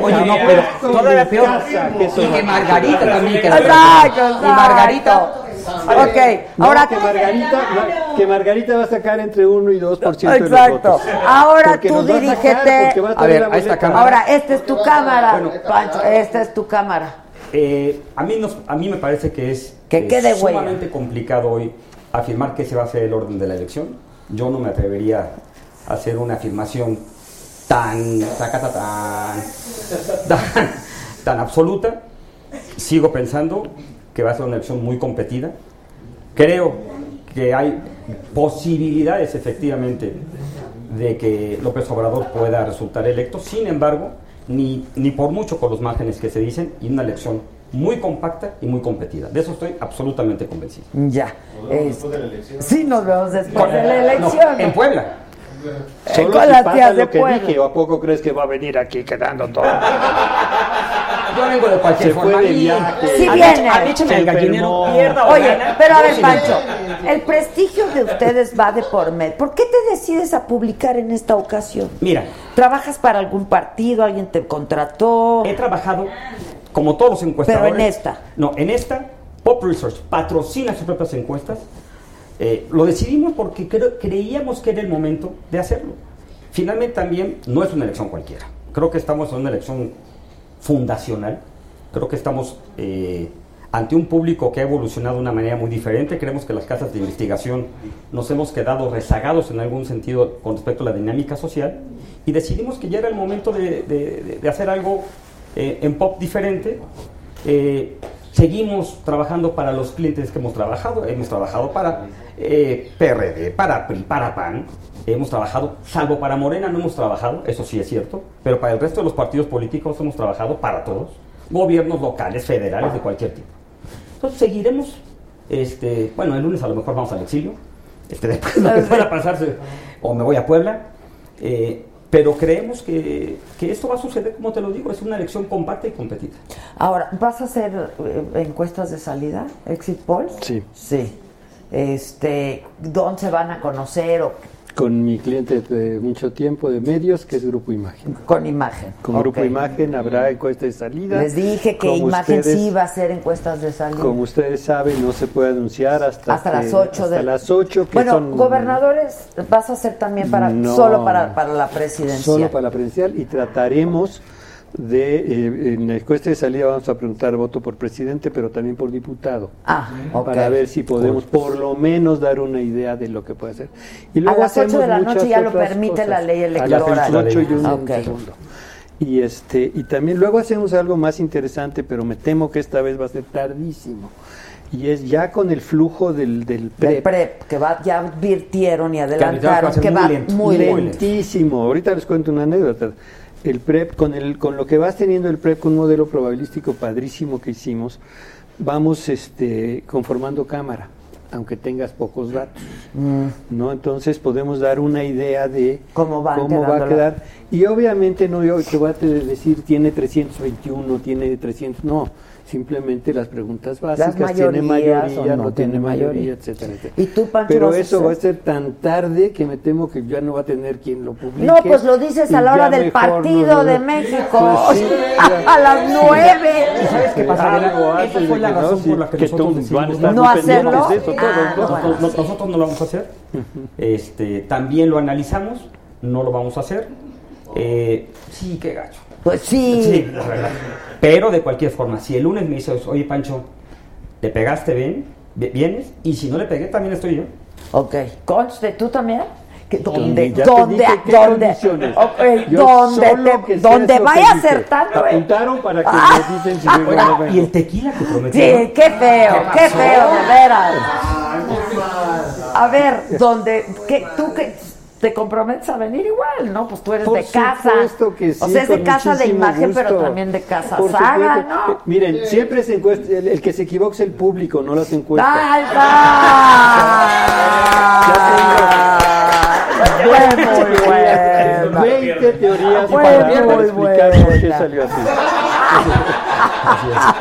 Speaker 10: Oye, no, pero todavía peor. Y que Margarita también queda.
Speaker 2: Exacto,
Speaker 10: Y Margarita.
Speaker 2: Ok,
Speaker 9: No,
Speaker 2: ahora-
Speaker 9: que Margarita, que Margarita va a sacar entre 1 y 2% de los
Speaker 2: Exacto.
Speaker 9: votos.
Speaker 2: Ahora
Speaker 9: Porque
Speaker 2: tú
Speaker 9: nos va a sacar,
Speaker 2: dirígete.
Speaker 9: porque va a tener la boleta.
Speaker 2: Ahora, esta es tu cámara, Pancho, esta es tu cámara.
Speaker 10: Eh, a, mí nos- a mí me parece que es
Speaker 2: Que
Speaker 10: eh,
Speaker 2: quede huella.
Speaker 10: sumamente complicado hoy afirmar que se va a hacer el orden de la elección. Yo no me atrevería a hacer una afirmación tan, tacata, tan, tan, tan absoluta. Sigo pensando que va a ser una elección muy competida. Creo que hay posibilidades efectivamente de que López Obrador pueda resultar electo. Sin embargo, ni, ni por mucho con los márgenes que se dicen, y una elección muy compacta y muy competida. De eso estoy absolutamente convencido.
Speaker 2: Ya.
Speaker 10: después
Speaker 2: Este, Sí, nos vemos después
Speaker 10: Con-
Speaker 2: de la
Speaker 10: no,
Speaker 2: elección.
Speaker 10: en Puebla.
Speaker 9: Solo
Speaker 2: con
Speaker 9: si
Speaker 2: las
Speaker 9: pasa
Speaker 2: tías
Speaker 9: lo
Speaker 2: de
Speaker 9: que
Speaker 2: Puebla.
Speaker 9: dije, ¿o a poco crees que va a venir aquí quedando todo?
Speaker 10: Yo vengo de cualquier
Speaker 9: Se fue
Speaker 10: forma.
Speaker 9: de
Speaker 10: y-
Speaker 9: viaje.
Speaker 2: Sí
Speaker 10: A mí-
Speaker 2: viene.
Speaker 10: a mí échame el
Speaker 9: Se
Speaker 10: gallinero.
Speaker 9: enfermó.
Speaker 10: Pierda o
Speaker 2: Oye,
Speaker 10: gana,
Speaker 2: pero a
Speaker 10: yo
Speaker 2: ver,
Speaker 10: sí
Speaker 2: Pancho, el prestigio de ustedes va de por medio. ¿Por qué te decides a publicar en esta ocasión?
Speaker 10: Mira.
Speaker 2: ¿Trabajas para algún partido? ¿Alguien te contrató?
Speaker 10: He trabajado como todos los encuestadores.
Speaker 2: Pero en esta.
Speaker 10: No, en esta, Pop Research patrocina sus propias encuestas. Eh, lo decidimos porque creo- creíamos que era el momento de hacerlo. Finalmente también no es una elección cualquiera. Creo que estamos en una elección fundacional. Creo que estamos eh, ante un público que ha evolucionado de una manera muy diferente. Creemos que las casas de investigación nos hemos quedado rezagados en algún sentido con respecto a la dinámica social y decidimos que ya era el momento de, de- de- de hacer algo eh, en pop diferente. Eh, seguimos trabajando para los clientes que hemos trabajado. Hemos trabajado para eh, PRD, para PRI, para PAN. hemos trabajado, salvo para Morena no hemos trabajado, eso sí es cierto, pero para el resto de los partidos políticos hemos trabajado para todos, gobiernos locales, federales, de cualquier tipo. Entonces seguiremos, este, bueno, el lunes a lo mejor vamos al exilio, este, después
Speaker 2: Ah,
Speaker 10: lo que pueda pasarse, o me voy a Puebla, eh, pero creemos que, que esto va a suceder, como te lo digo, es una elección compacta y competida.
Speaker 2: Ahora, ¿vas a hacer eh, encuestas de salida? ¿Exit polls?
Speaker 9: Sí.
Speaker 2: Sí. Este, ¿Dónde se van a conocer? O,
Speaker 9: Con mi cliente de mucho tiempo de medios, que es Grupo Imagen.
Speaker 2: Con Imagen.
Speaker 9: Con Grupo Imagen habrá encuesta de salida.
Speaker 2: les dije que
Speaker 9: Como
Speaker 2: Imagen
Speaker 9: ustedes-
Speaker 2: sí iba a hacer encuestas de salida.
Speaker 9: Como ustedes saben, no se puede anunciar hasta,
Speaker 2: Hasta
Speaker 9: que-
Speaker 2: las ocho
Speaker 9: hasta
Speaker 2: de-
Speaker 9: las 8 que
Speaker 2: bueno,
Speaker 9: son
Speaker 2: gobernadores vas a hacer también para
Speaker 9: No.
Speaker 2: solo para, para la presidencia.
Speaker 9: solo para la presidencial y trataremos de eh, en la encuesta de salida vamos a preguntar voto por presidente, pero también por diputado.
Speaker 2: Ah, ok.
Speaker 9: Para ver si podemos por lo menos dar una idea de lo que puede ser. Y
Speaker 2: a las 8
Speaker 9: hacemos
Speaker 2: de la
Speaker 9: muchas
Speaker 2: noche ya lo
Speaker 9: otras
Speaker 2: permite
Speaker 9: cosas.
Speaker 2: la ley
Speaker 9: A
Speaker 2: electoral. Ah,
Speaker 9: las 8 y un
Speaker 2: Ok.
Speaker 9: segundo. Y, este, y también luego hacemos algo más interesante, pero me temo que esta vez va a ser tardísimo. Y es ya con el flujo del, del E
Speaker 2: Del
Speaker 9: PREP.
Speaker 2: PREP, que va, ya advirtieron y adelantaron
Speaker 9: Adelantaron
Speaker 2: que va muy, lento.
Speaker 9: lentísimo. Ahorita les cuento una anécdota. El PREP, con, el, con lo que vas teniendo el PREP, con un modelo probabilístico padrísimo que hicimos, vamos este, conformando cámara, aunque tengas pocos datos.
Speaker 2: Mm.
Speaker 9: ¿no? Entonces podemos dar una idea de cómo,
Speaker 2: van
Speaker 9: va a
Speaker 2: quedando
Speaker 9: quedar. Y obviamente no yo te voy a te- decir tiene 321, tiene 300, no. Simplemente las preguntas básicas, tiene
Speaker 2: mayorías o
Speaker 9: mayoría,
Speaker 2: no
Speaker 9: no, tiene
Speaker 2: tiene
Speaker 9: mayoría,
Speaker 2: mayoría.
Speaker 9: etcétera, etcétera.
Speaker 2: ¿Y tú, Pancho,
Speaker 9: Pero
Speaker 2: vas a
Speaker 9: eso
Speaker 2: hacer?
Speaker 9: va a ser tan tarde que me temo que ya no va a tener quien lo publique.
Speaker 2: No, pues lo dices a
Speaker 9: Y
Speaker 2: la
Speaker 9: ya
Speaker 2: hora del
Speaker 9: mejor
Speaker 2: Partido
Speaker 9: no lo-
Speaker 2: de México.
Speaker 9: Pues sí,
Speaker 2: a las 9.
Speaker 10: ¿Sabes qué pasa? Adela? Ah, Esa fue la razón por la que, nosotros decidimos
Speaker 9: estar muy pendientes de eso, todos,
Speaker 10: Ah,
Speaker 9: ¿no?
Speaker 10: nosotros- nosotros, nosotros no lo vamos a hacer. Este, también lo analizamos, no lo vamos a hacer. Eh, sí, qué gacho.
Speaker 2: Pues sí.
Speaker 10: la verdad. Pero de cualquier forma, si el lunes me dices, oye Pancho, le pegaste bien, vi- vienes, y si no le pegué, también estoy yo.
Speaker 2: Ok. Conste, ¿tú también? Que donde,
Speaker 10: Ya te
Speaker 2: donde,
Speaker 10: dije qué
Speaker 2: donde,
Speaker 10: condiciones.
Speaker 2: ok,
Speaker 10: Yo
Speaker 2: donde,
Speaker 10: solo
Speaker 2: te-
Speaker 10: que sé
Speaker 2: donde
Speaker 10: es lo
Speaker 2: vaya
Speaker 10: que dije.
Speaker 2: acertando. eh.
Speaker 9: Apuntaron para que
Speaker 2: Ah.
Speaker 9: me dicen si yo no vengo.
Speaker 10: Y el tequila que prometí.
Speaker 2: Sí, qué feo,
Speaker 10: ¿Qué
Speaker 2: qué
Speaker 10: pasó?
Speaker 2: feo, de veras. A ver, donde, ¿qué, tú que te comprometes a venir igual, ¿no? Pues tú eres
Speaker 9: Por
Speaker 2: de casa.
Speaker 9: supuesto que sí,
Speaker 2: o sea, es de
Speaker 9: con
Speaker 2: casa de
Speaker 9: muchísimo
Speaker 2: imagen, pero
Speaker 9: gusto.
Speaker 2: también de casa
Speaker 9: Por
Speaker 2: saga,
Speaker 9: supuesto.
Speaker 2: ¿no?
Speaker 9: Eh, Miren, siempre se encuesta, el, el que se equivoca es el público, no las encuestas.
Speaker 2: ¡Ay, va! Muy buena.
Speaker 9: 20 teorías
Speaker 2: Muy
Speaker 9: para, para
Speaker 2: buena.
Speaker 9: explicar por qué salió así.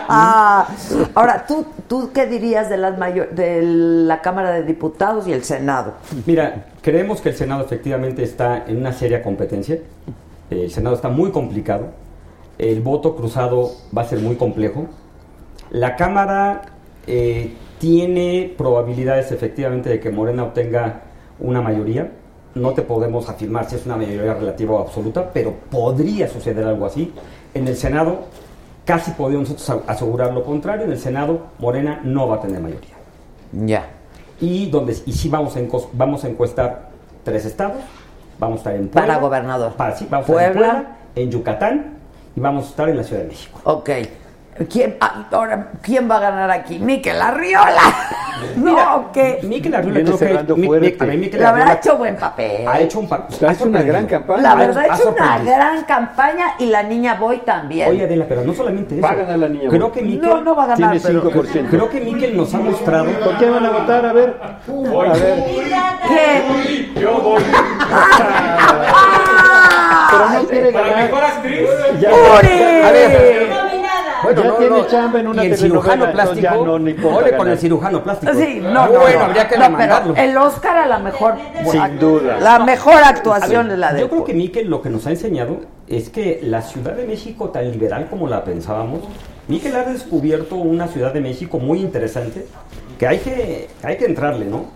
Speaker 2: Ah, ahora, ¿tú, ¿tú qué dirías de, las mayo- de la Cámara de Diputados y el Senado?
Speaker 10: Mira, creemos que el Senado efectivamente está en una seria competencia. El Senado está muy complicado. El voto cruzado va a ser muy complejo. La Cámara eh, tiene probabilidades efectivamente de que Morena obtenga una mayoría. No te podemos afirmar si es una mayoría relativa o absoluta, pero podría suceder algo así. En el Senado casi podemos nosotros a- asegurar lo contrario. En el Senado Morena no va a tener mayoría.
Speaker 2: Ya.
Speaker 10: Y donde y sí vamos a, encos- vamos a encuestar tres estados. Vamos a estar en
Speaker 2: Para
Speaker 10: Puebla.
Speaker 2: gobernador.
Speaker 10: Para, sí, vamos a estar en
Speaker 2: Puebla.
Speaker 10: Puebla, en Yucatán y vamos a estar en la Ciudad de México.
Speaker 2: Ok. ¿Quién, ah, ahora, ¿quién va a ganar aquí? ¡Miquel Arriola! no, que.
Speaker 10: Miquel Arriola
Speaker 9: Viene
Speaker 10: creo que-
Speaker 9: cerrando
Speaker 10: Mi-
Speaker 9: fuerte.
Speaker 10: Mi- a ver, Miquel
Speaker 2: La verdad, ha
Speaker 10: Arriola
Speaker 2: hecho buen papel.
Speaker 10: ha hecho un pa-
Speaker 9: Ha hecho una
Speaker 10: sorprendido.
Speaker 9: gran campaña.
Speaker 2: La verdad, ha hecho una
Speaker 10: sorprendido.
Speaker 2: gran campaña y la niña Boy también.
Speaker 10: Oye, Adela, pero no solamente eso.
Speaker 9: Va a ganar la niña.
Speaker 10: Creo que Miquel
Speaker 2: no, no va a ganar.
Speaker 9: Tiene
Speaker 2: pero-
Speaker 9: 5%.
Speaker 10: Creo que Miquel nos ha mostrado.
Speaker 9: ¿Por qué van a votar? A ver. A ver.
Speaker 2: ¿Qué? Ah.
Speaker 6: Yo voy.
Speaker 9: Pero no quiere
Speaker 6: Para
Speaker 9: ganar.
Speaker 6: mejor actriz.
Speaker 9: Ya,
Speaker 2: ¡Ore!
Speaker 9: a ver,
Speaker 10: Bueno,
Speaker 9: ya
Speaker 10: no,
Speaker 9: tiene
Speaker 10: no.
Speaker 9: chamba en una
Speaker 10: y el
Speaker 9: telenovela,
Speaker 10: cirujano
Speaker 9: entonces
Speaker 10: plástico.
Speaker 9: ya no, no importa
Speaker 10: ole con
Speaker 9: ganar.
Speaker 10: el cirujano plástico.
Speaker 2: Sí, no, no,
Speaker 10: Bueno,
Speaker 2: no.
Speaker 10: habría que
Speaker 2: No,
Speaker 10: demandarlo.
Speaker 2: pero el Oscar a la mejor.
Speaker 9: Sin duda.
Speaker 2: La mejor actuación
Speaker 10: A
Speaker 2: es
Speaker 10: ver,
Speaker 2: la de.
Speaker 10: Yo creo que Miquel lo que nos ha enseñado es que la Ciudad de México, tan liberal como la pensábamos, Miquel ha descubierto una Ciudad de México muy interesante que hay que, hay que entrarle, ¿no?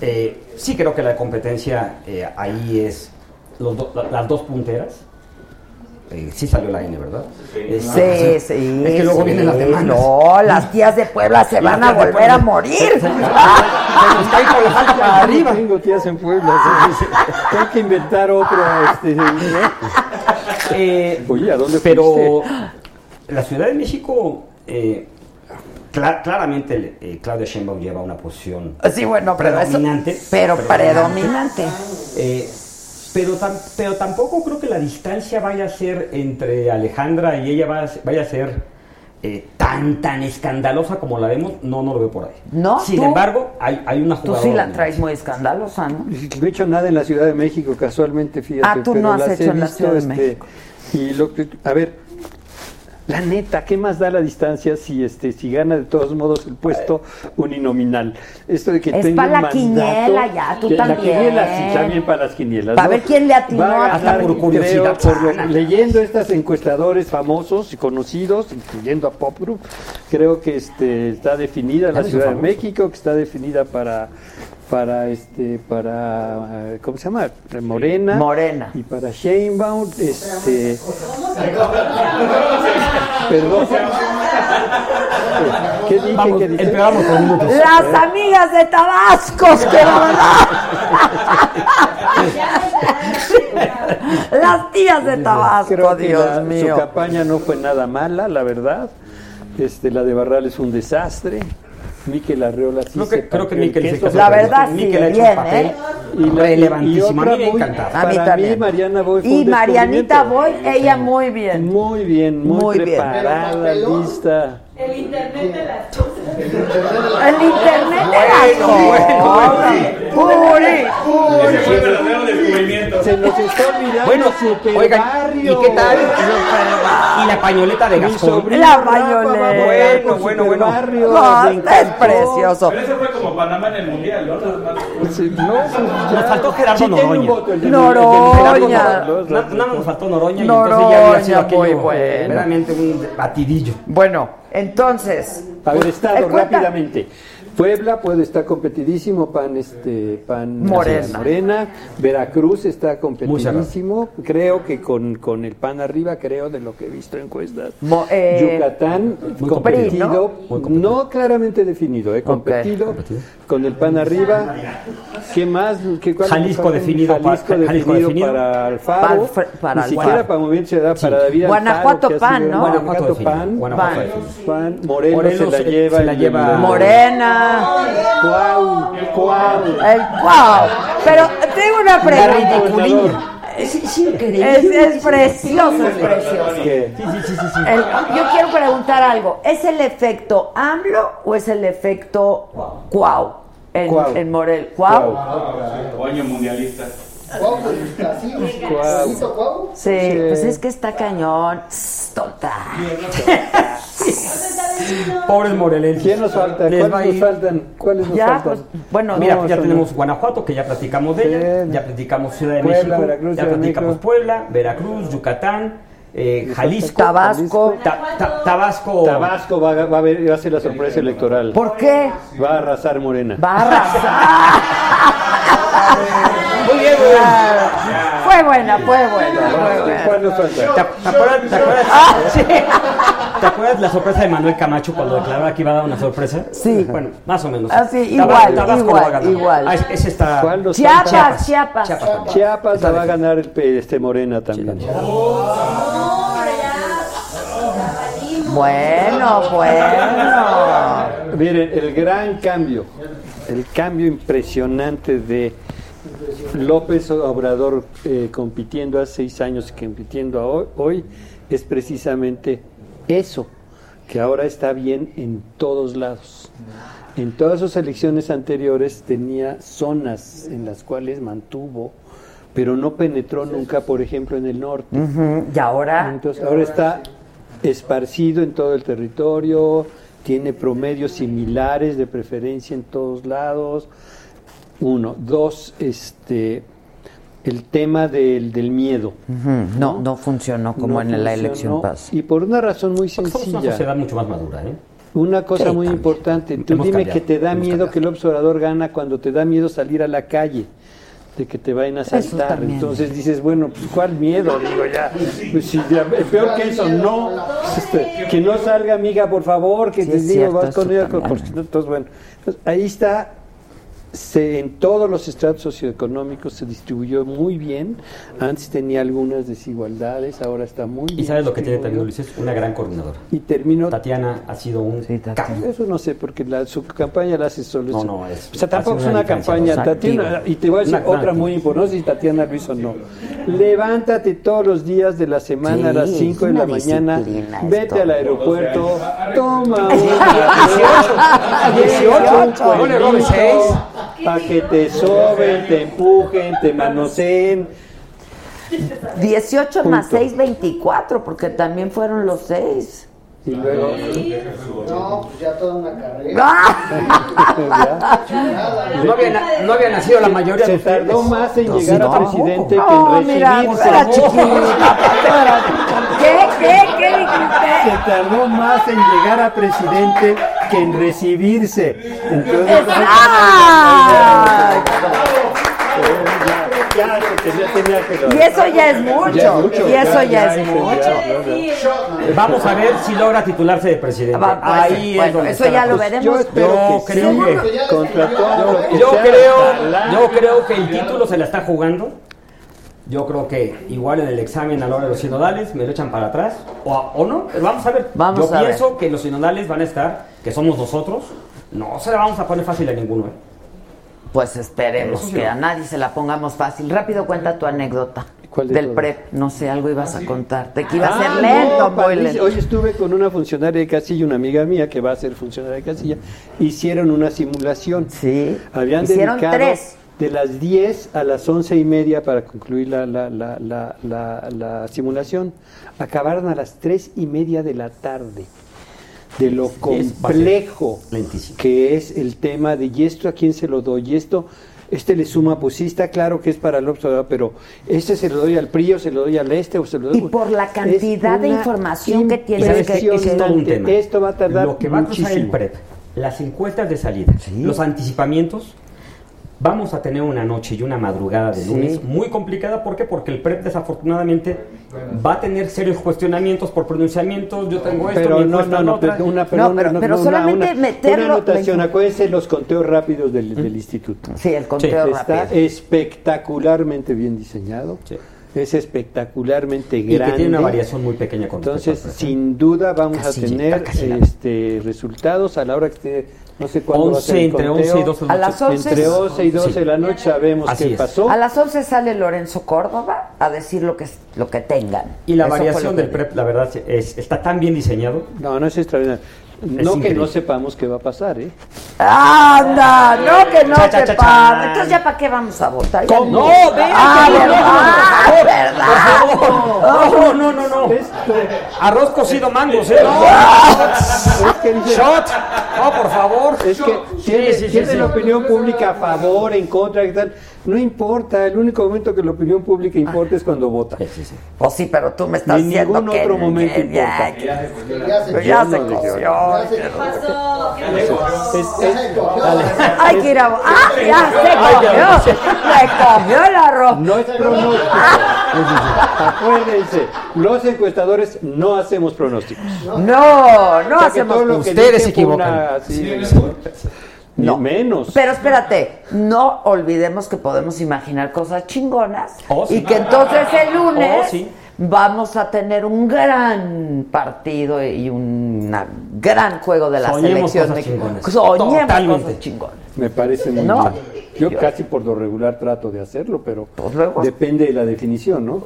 Speaker 10: Eh, sí creo que la competencia eh, ahí es los do- la- las dos punteras. Eh, sí salió la N, ¿verdad? Eh,
Speaker 2: Sí, sí.
Speaker 10: Es que luego
Speaker 2: sí.
Speaker 10: vienen las demandas.
Speaker 2: No, las tías de Puebla se van a
Speaker 10: tías de
Speaker 2: volver a
Speaker 10: Puebla.
Speaker 2: morir.
Speaker 10: Se nos cae por la falda para arriba.
Speaker 9: Tengo tías en Puebla. sí, sí, sí. Tengo que inventar otro. Este, ¿no?
Speaker 10: Eh,
Speaker 9: Oye, ¿a dónde
Speaker 10: Pero
Speaker 9: fuiste?
Speaker 10: la Ciudad de México, eh, Cla- claramente eh, Claudia Sheinbaum lleva una posición
Speaker 2: Sí, bueno, pero eso-
Speaker 10: predominante.
Speaker 2: pero predominante.
Speaker 10: Eh, pero, tam- pero tampoco creo que la distancia vaya a ser entre Alejandra y ella va a- vaya a ser eh, tan tan escandalosa como la vemos. No, no lo veo por ahí.
Speaker 2: No,
Speaker 10: Sin
Speaker 2: tú-
Speaker 10: embargo, hay, hay una
Speaker 2: Tú
Speaker 10: jugadora.
Speaker 2: sí la
Speaker 10: dominante.
Speaker 2: traes muy escandalosa, ¿no?
Speaker 9: No he hecho nada en la Ciudad de México, casualmente, fíjate.
Speaker 2: Ah, tú
Speaker 9: pero
Speaker 2: no has
Speaker 9: las he
Speaker 2: hecho en la
Speaker 9: visto,
Speaker 2: Ciudad de
Speaker 9: este, Y lo que- a ver, la neta, ¿qué más da la distancia si este si gana de todos modos el puesto uninominal? Esto de que
Speaker 2: Es
Speaker 9: tenga
Speaker 2: pa'
Speaker 9: un
Speaker 2: la
Speaker 9: mandato-
Speaker 2: quiniela ya, tú
Speaker 9: que- la
Speaker 2: también.
Speaker 9: quiniela, sí, también para las quinielas.
Speaker 2: Pa'
Speaker 9: ¿no?
Speaker 2: ver quién le atinó
Speaker 9: Va
Speaker 2: a
Speaker 9: a
Speaker 2: cada
Speaker 9: ganar,
Speaker 2: por
Speaker 9: creo,
Speaker 2: curiosidad.
Speaker 9: por lo- leyendo estas encuestadores famosos y conocidos, incluyendo a Pop Group, creo que este está definida la
Speaker 10: Eres un
Speaker 9: Ciudad de
Speaker 10: famoso.
Speaker 9: México, que está definida para para este para eh, ¿cómo se llama? Para Morena.
Speaker 2: Morena.
Speaker 9: Y para Sheinbaum, este
Speaker 11: Perdón.
Speaker 9: perdón. ¿Qué dije? ¿Qué dije? Empezamos
Speaker 10: con un
Speaker 2: Las amigas de Tabasco, que verdad. Las tías de Tabasco,
Speaker 9: Creo que
Speaker 2: Oh, Dios
Speaker 9: la-
Speaker 2: mío.
Speaker 9: Su campaña no fue nada mala, la verdad. Este, la de Barral es un desastre. Miquel Arreola sí
Speaker 10: Creo que-
Speaker 9: se
Speaker 10: creo que
Speaker 9: partió el
Speaker 10: Miquel se
Speaker 9: queso.
Speaker 10: hizo La verdad, sí, Miquel ha hecho un bien, papel ¿eh? relevantísimo.
Speaker 9: otra
Speaker 10: A mí me
Speaker 9: muy-
Speaker 10: encanta.
Speaker 9: para
Speaker 10: A mí también.
Speaker 9: Mariana Boy fue un
Speaker 2: Y Marianita
Speaker 9: descubrimiento.
Speaker 2: Boy, ella muy bien.
Speaker 9: Muy bien, muy,
Speaker 2: Muy bien.
Speaker 9: preparada,
Speaker 2: Pero
Speaker 9: lista.
Speaker 11: El internet de las cosas. El
Speaker 2: El internet era Puri, puri,
Speaker 11: Ese fue el
Speaker 9: verdadero
Speaker 3: descubrimiento.
Speaker 9: Se nos está olvidando
Speaker 10: Bueno,
Speaker 9: super
Speaker 10: oigan,
Speaker 9: barrio.
Speaker 10: ¿y qué tal? Y la pañoleta de
Speaker 9: Mi
Speaker 10: Gascón.
Speaker 9: sobrino La Rafa pañoleta. va a jugar con
Speaker 10: Bueno,
Speaker 9: Super
Speaker 10: bueno,
Speaker 9: Barrio,
Speaker 10: bueno.
Speaker 9: les encantó.
Speaker 3: Pero eso fue como Panamá en el mundial, ¿no? Nada más.
Speaker 10: Nos faltó Gerardo
Speaker 3: Sí, tiene un
Speaker 10: Noroña.
Speaker 3: voto el de-
Speaker 10: Noroña.
Speaker 3: el de-
Speaker 10: Nada nada más nos faltó Noroña. y
Speaker 2: Noroña,
Speaker 10: entonces ya habría sido aquello,
Speaker 2: muy bueno.
Speaker 10: Verdaderamente un batidillo.
Speaker 2: Bueno, entonces.
Speaker 9: A ver, estado
Speaker 2: Eh, cuenta.
Speaker 9: rápidamente. Puebla puede estar competidísimo, pan este pan
Speaker 2: Morena.
Speaker 9: Morena. Veracruz está
Speaker 10: cerrado.
Speaker 9: competidísimo, creo que con, con el pan arriba, creo de lo que he visto en encuestas.
Speaker 2: Mo- eh,
Speaker 9: Yucatán
Speaker 2: muy competido, ¿no?
Speaker 9: competido, no claramente definido, eh, competido con el pan arriba. ¿Qué más? ¿Qué, cuál
Speaker 10: Jalisco
Speaker 9: nos falta?
Speaker 10: definido pa-
Speaker 9: Jalisco
Speaker 10: Jalisco
Speaker 9: definido
Speaker 10: definido.
Speaker 9: para
Speaker 10: Para
Speaker 9: Alfaro,
Speaker 10: Alfa- para
Speaker 9: ni siquiera
Speaker 10: Alfaro.
Speaker 9: para Movimiento Ciudadano, para David Alfaro,
Speaker 2: Guanajuato
Speaker 9: que ha
Speaker 2: pan,
Speaker 9: sido-
Speaker 2: ¿no?
Speaker 9: Guanajuato pan,
Speaker 10: Guanajuato definido, Guanajuato
Speaker 9: pan,
Speaker 10: definido.
Speaker 9: pan, Morelos,
Speaker 10: Morelos
Speaker 9: se la
Speaker 10: se-
Speaker 9: lleva,
Speaker 10: se la
Speaker 9: el-
Speaker 10: lleva-
Speaker 2: Morena.
Speaker 9: Cuau, cuau.
Speaker 2: El cuau. Pero tengo una pregunta.
Speaker 9: ridiculina.
Speaker 2: Es, es increíble. Es, precioso, es precioso.
Speaker 9: ¿Qué?
Speaker 2: El- yo quiero preguntar algo. ¿Es el efecto AMLO o es el efecto cuau en,
Speaker 3: Cuau.
Speaker 2: en Morel? ¿Cuau?
Speaker 3: Coño mundialista.
Speaker 2: Sí, pues es que está cañón. Total.
Speaker 10: Pobres morelenses.
Speaker 9: ¿Quién nos falta?
Speaker 10: Les va a
Speaker 9: ¿Cuáles nos
Speaker 10: ir.
Speaker 9: faltan? ¿Cuáles nos faltan?
Speaker 2: pues,
Speaker 9: No,
Speaker 10: mira, ya
Speaker 9: son-
Speaker 10: tenemos Guanajuato, que ya platicamos de ella, ya platicamos Ciudad de
Speaker 9: Puebla,
Speaker 10: México,
Speaker 9: Veracruz,
Speaker 10: ya
Speaker 9: Ciudad de
Speaker 10: platicamos
Speaker 9: México.
Speaker 10: Puebla, Veracruz, Yucatán, eh, Jalisco,
Speaker 2: Pues Tabasco,
Speaker 10: Ta- ta- Tabasco,
Speaker 9: Tabasco va, a- va a ver- va a ser la sorpresa electoral.
Speaker 2: ¿Por qué?
Speaker 9: Va a arrasar Morena.
Speaker 2: Va a Muy bien, Fue buena, fue buena, fue buena.
Speaker 9: ¿Cuál nos falta?
Speaker 10: ¿Te, te acuerdas, te acuerdas-
Speaker 2: Ah, sí.
Speaker 10: te acuerdas la sorpresa de Manuel Camacho cuando declaraba que iba a dar una sorpresa? Sí. Bueno, más o menos.
Speaker 2: Ah, sí,
Speaker 10: Taba-
Speaker 2: igual,
Speaker 10: Tabasco
Speaker 2: igual,
Speaker 10: lo va a ganar.
Speaker 2: igual.
Speaker 10: Ah, es- ese está.
Speaker 9: ¿Cuál nos
Speaker 2: Chiapas,
Speaker 9: falta?
Speaker 2: Chiapas.
Speaker 9: Chiapas, la va a ganar el pe- este Morena también.
Speaker 2: Bueno, bueno.
Speaker 9: Miren, el gran cambio, el cambio impresionante de López Obrador eh, compitiendo hace seis años y compitiendo a hoy, hoy es precisamente eso, que ahora está bien en todos lados. En todas sus elecciones anteriores tenía zonas en las cuales mantuvo, pero no penetró nunca, por ejemplo, en el norte.
Speaker 2: Y ahora.
Speaker 9: Entonces, ahora está esparcido en todo el territorio, tiene promedios similares de preferencia en todos lados. Uno, dos, este, el tema del, del miedo.
Speaker 2: No, no funcionó
Speaker 9: No
Speaker 2: como en la
Speaker 9: funcionó,
Speaker 2: elección pasada.
Speaker 9: Y por una razón muy
Speaker 10: Somos una
Speaker 9: sencilla.
Speaker 10: sociedad mucho más madura, ¿eh?
Speaker 9: Una cosa
Speaker 10: Sí,
Speaker 9: muy
Speaker 10: también.
Speaker 9: importante, tú
Speaker 10: Hemos
Speaker 9: dime
Speaker 10: cambiado,
Speaker 9: que te da
Speaker 10: hemos
Speaker 9: miedo que el observador gana cuando te da miedo salir a la calle, de que te vayan a
Speaker 10: Eso
Speaker 9: asaltar.
Speaker 10: también.
Speaker 9: Entonces dices, bueno, pues ¿cuál miedo? Digo ya, pues, si ya- peor que eso, no. Este, que no salga amiga, por favor, que
Speaker 2: Sí,
Speaker 9: te
Speaker 2: es
Speaker 9: digo,
Speaker 2: cierto,
Speaker 9: vas con
Speaker 2: eso
Speaker 9: ella, con-
Speaker 2: también.
Speaker 9: porque no, entonces, bueno. Entonces, ahí Pues, está se, en todos los estratos socioeconómicos se distribuyó muy bien. Antes tenía algunas desigualdades, ahora está muy bien.
Speaker 10: Y sabes lo que tiene también
Speaker 9: distribuido.
Speaker 10: Ulises, una gran coordinadora.
Speaker 9: Y terminó.
Speaker 10: Tatiana ha sido un cambio.
Speaker 9: Eso no sé, porque la, su campaña la hace solo.
Speaker 10: No, no, es-
Speaker 9: o sea, tampoco
Speaker 10: ha
Speaker 9: es
Speaker 10: sido
Speaker 9: una
Speaker 10: una
Speaker 9: campaña.
Speaker 10: diferencia,
Speaker 9: Tatiana,
Speaker 10: activa.
Speaker 9: y te voy a decir
Speaker 10: Una gran
Speaker 9: otra muy importante, no sé si Tatiana lo hizo o no. Levántate todos los días de la semana a las
Speaker 2: Sí,
Speaker 9: 5
Speaker 2: es
Speaker 9: de la
Speaker 2: una
Speaker 9: mañana,
Speaker 2: disciplina
Speaker 9: vete
Speaker 2: esto.
Speaker 9: al aeropuerto, toma un
Speaker 2: 18,
Speaker 9: 18,
Speaker 2: no le robes
Speaker 9: para que te soben, te empujen, te manoseen.
Speaker 2: 18 más 6, 24, porque también fueron los 6.
Speaker 9: Y luego.
Speaker 7: No, pues ya toda una carrera.
Speaker 2: ¡Ah!
Speaker 10: No había, na- no había nacido la mayoría
Speaker 9: Se
Speaker 10: de ustedes.
Speaker 9: tardó más en
Speaker 10: Entonces,
Speaker 9: llegar a
Speaker 10: no.
Speaker 9: presidente
Speaker 2: No,
Speaker 9: que en
Speaker 2: Oh, mira,
Speaker 9: recibir
Speaker 2: espera, chiquita, ¿Qué, qué, qué dijiste?
Speaker 9: Se tardó más en llegar a presidente que en recibirse. Entonces, ya, ya tenía que
Speaker 2: Y eso ya es mucho.
Speaker 10: Ya es mucho,
Speaker 2: y eso ya,
Speaker 10: ya, ya
Speaker 2: es
Speaker 10: es
Speaker 2: mucho.
Speaker 10: Eh, Vamos a ver si logra titularse de presidente.
Speaker 2: Va, va,
Speaker 10: Ahí es
Speaker 2: bueno,
Speaker 10: donde
Speaker 2: eso
Speaker 10: está la
Speaker 2: ya lo
Speaker 10: cruz.
Speaker 2: veremos.
Speaker 10: Yo espero
Speaker 2: Yo
Speaker 10: que creo
Speaker 2: sí.
Speaker 10: que-
Speaker 9: contra todo lo que
Speaker 10: yo
Speaker 9: sea,
Speaker 10: creo,
Speaker 9: ojalá.
Speaker 10: yo creo que el título se la está jugando. Yo creo que igual en el examen a la hora de los sinodales me lo echan para atrás o, a- o no, pero vamos a ver.
Speaker 2: Vamos
Speaker 10: yo
Speaker 2: a ver.
Speaker 10: pienso que los sinodales van a estar, que somos nosotros, no se la vamos a poner fácil a ninguno. ¿eh?
Speaker 2: Pues esperemos
Speaker 10: Eso sí.
Speaker 2: que a nadie se la pongamos fácil. Rápido cuenta tu anécdota.
Speaker 9: de
Speaker 2: del
Speaker 9: todas?
Speaker 2: prep, no sé, algo ibas a contar. De que iba a
Speaker 9: Ah,
Speaker 2: ser
Speaker 9: no,
Speaker 2: lento, muy
Speaker 9: padrísimo.
Speaker 2: lento.
Speaker 9: Hoy estuve con una funcionaria de casilla, una amiga mía que va a ser funcionaria de casilla. Hicieron una simulación.
Speaker 2: Sí.
Speaker 9: Habían
Speaker 2: Hicieron
Speaker 9: dedicado
Speaker 2: tres.
Speaker 9: de las 10 a las 11 y media para concluir la, la, la, la, la- la simulación. Acabaron a las 3 y media de la tarde. De lo complejo que es el tema de y esto a quién se lo doy, y esto, este le suma, pues sí está claro que es para el observador, pero este se lo doy al PRI o se lo doy al este o se lo doy
Speaker 2: Y por la cantidad de
Speaker 9: una
Speaker 2: información que tienes
Speaker 10: ¿Sabes
Speaker 2: que-
Speaker 10: qué? Es todo un tema.
Speaker 9: Esto va a tardar
Speaker 10: Lo que va a cruzar el
Speaker 9: muchísimo.
Speaker 10: PREP, las encuestas de salida, los anticipamientos. Vamos a tener una noche y una madrugada de
Speaker 2: Sí.
Speaker 10: lunes muy complicada. ¿Por qué? Porque el PREP desafortunadamente va a tener serios cuestionamientos por pronunciamientos. Yo tengo esto,
Speaker 9: Pero
Speaker 10: mi
Speaker 9: no,
Speaker 10: encuesta
Speaker 9: no, no,
Speaker 10: otra.
Speaker 9: pero una, pero una- no, no, una- una- Una anotación, acuérdense los conteos rápidos del, del instituto.
Speaker 2: Sí, el conteo
Speaker 9: Está
Speaker 2: rápido.
Speaker 9: espectacularmente bien diseñado. Es espectacularmente
Speaker 10: Y que
Speaker 9: grande.
Speaker 10: tiene una variación muy pequeña con respecto
Speaker 9: Entonces,
Speaker 10: al PREP.
Speaker 9: sin duda vamos
Speaker 10: Casi,
Speaker 9: a tener
Speaker 10: casi nada.
Speaker 9: este, resultados a la hora que esté, no sé cuándo va a ser
Speaker 10: 11,
Speaker 9: el
Speaker 10: entre
Speaker 9: conteo.
Speaker 10: 11 y 12 de la
Speaker 2: A las noche. 11.
Speaker 9: Entre 11 y 12
Speaker 10: Sí.
Speaker 9: de la noche sabemos
Speaker 10: Así
Speaker 9: qué
Speaker 10: es.
Speaker 9: pasó.
Speaker 2: A las 11 sale Lorenzo Córdoba a decir lo que, lo que tengan.
Speaker 10: Y la
Speaker 2: Eso fue lo
Speaker 10: variación
Speaker 2: que
Speaker 10: del PREP, la verdad, es- está tan bien diseñado.
Speaker 9: No, no es extraordinario. No que
Speaker 10: increíble.
Speaker 9: no sepamos qué va a pasar, ¿eh?
Speaker 2: Anda, no que no
Speaker 9: Cha, cha,
Speaker 2: te
Speaker 9: cha, cha.
Speaker 2: pasa. Entonces ya para qué vamos a votar. Ya
Speaker 9: ¿Cómo?
Speaker 2: ni-
Speaker 9: No,
Speaker 10: ven,
Speaker 2: ah,
Speaker 10: ven,
Speaker 2: ¿verdad?
Speaker 10: no,
Speaker 2: Ah,
Speaker 10: no,
Speaker 2: ¿verdad?
Speaker 10: por favor. No, no, no, no.
Speaker 9: Pues,
Speaker 10: Arroz cocido mangos, ¿eh?
Speaker 9: Es que dice-
Speaker 10: ¡Shot! No, por favor.
Speaker 9: Es que tiene,
Speaker 10: sí, sí,
Speaker 9: tiene
Speaker 10: sí.
Speaker 9: la opinión pública a favor, en contra, ¿qué tal? No importa, el único momento que la opinión pública importa es cuando vota.
Speaker 2: Pues sí, pero tú me estás
Speaker 9: En
Speaker 2: diciendo
Speaker 9: ningún
Speaker 2: que-
Speaker 9: otro momento
Speaker 2: que-
Speaker 9: importa.
Speaker 2: ya, que- Pero ya se coció.
Speaker 9: Es- es- dale.
Speaker 2: Hay que ir a... ¡Ah, ya se
Speaker 9: Ay, ya.
Speaker 2: cogió! ¡Le cogió el arroz! Ah.
Speaker 9: No es pronóstico. Acuérdense, los encuestadores no hacemos pronósticos.
Speaker 2: No, no
Speaker 9: O sea que
Speaker 2: hacemos...
Speaker 9: todo lo que
Speaker 2: Ustedes
Speaker 9: dicen
Speaker 2: se
Speaker 9: fue una-
Speaker 2: equivocan.
Speaker 9: sí, ni menos.
Speaker 2: Pero espérate, no olvidemos que podemos imaginar cosas chingonas
Speaker 9: Oh, sí.
Speaker 2: y que entonces el lunes
Speaker 9: Oh, sí.
Speaker 2: vamos a tener un gran partido y un una gran juego de la
Speaker 10: Soñemos
Speaker 2: selección
Speaker 10: cosas
Speaker 2: mexicana.
Speaker 10: chingonas.
Speaker 2: Soñemos
Speaker 10: Totalmente.
Speaker 2: cosas chingonas.
Speaker 9: Me parece muy
Speaker 2: No.
Speaker 9: bien. Yo casi por lo regular trato de hacerlo, pero
Speaker 2: Pues luego-
Speaker 9: depende de la definición, ¿no?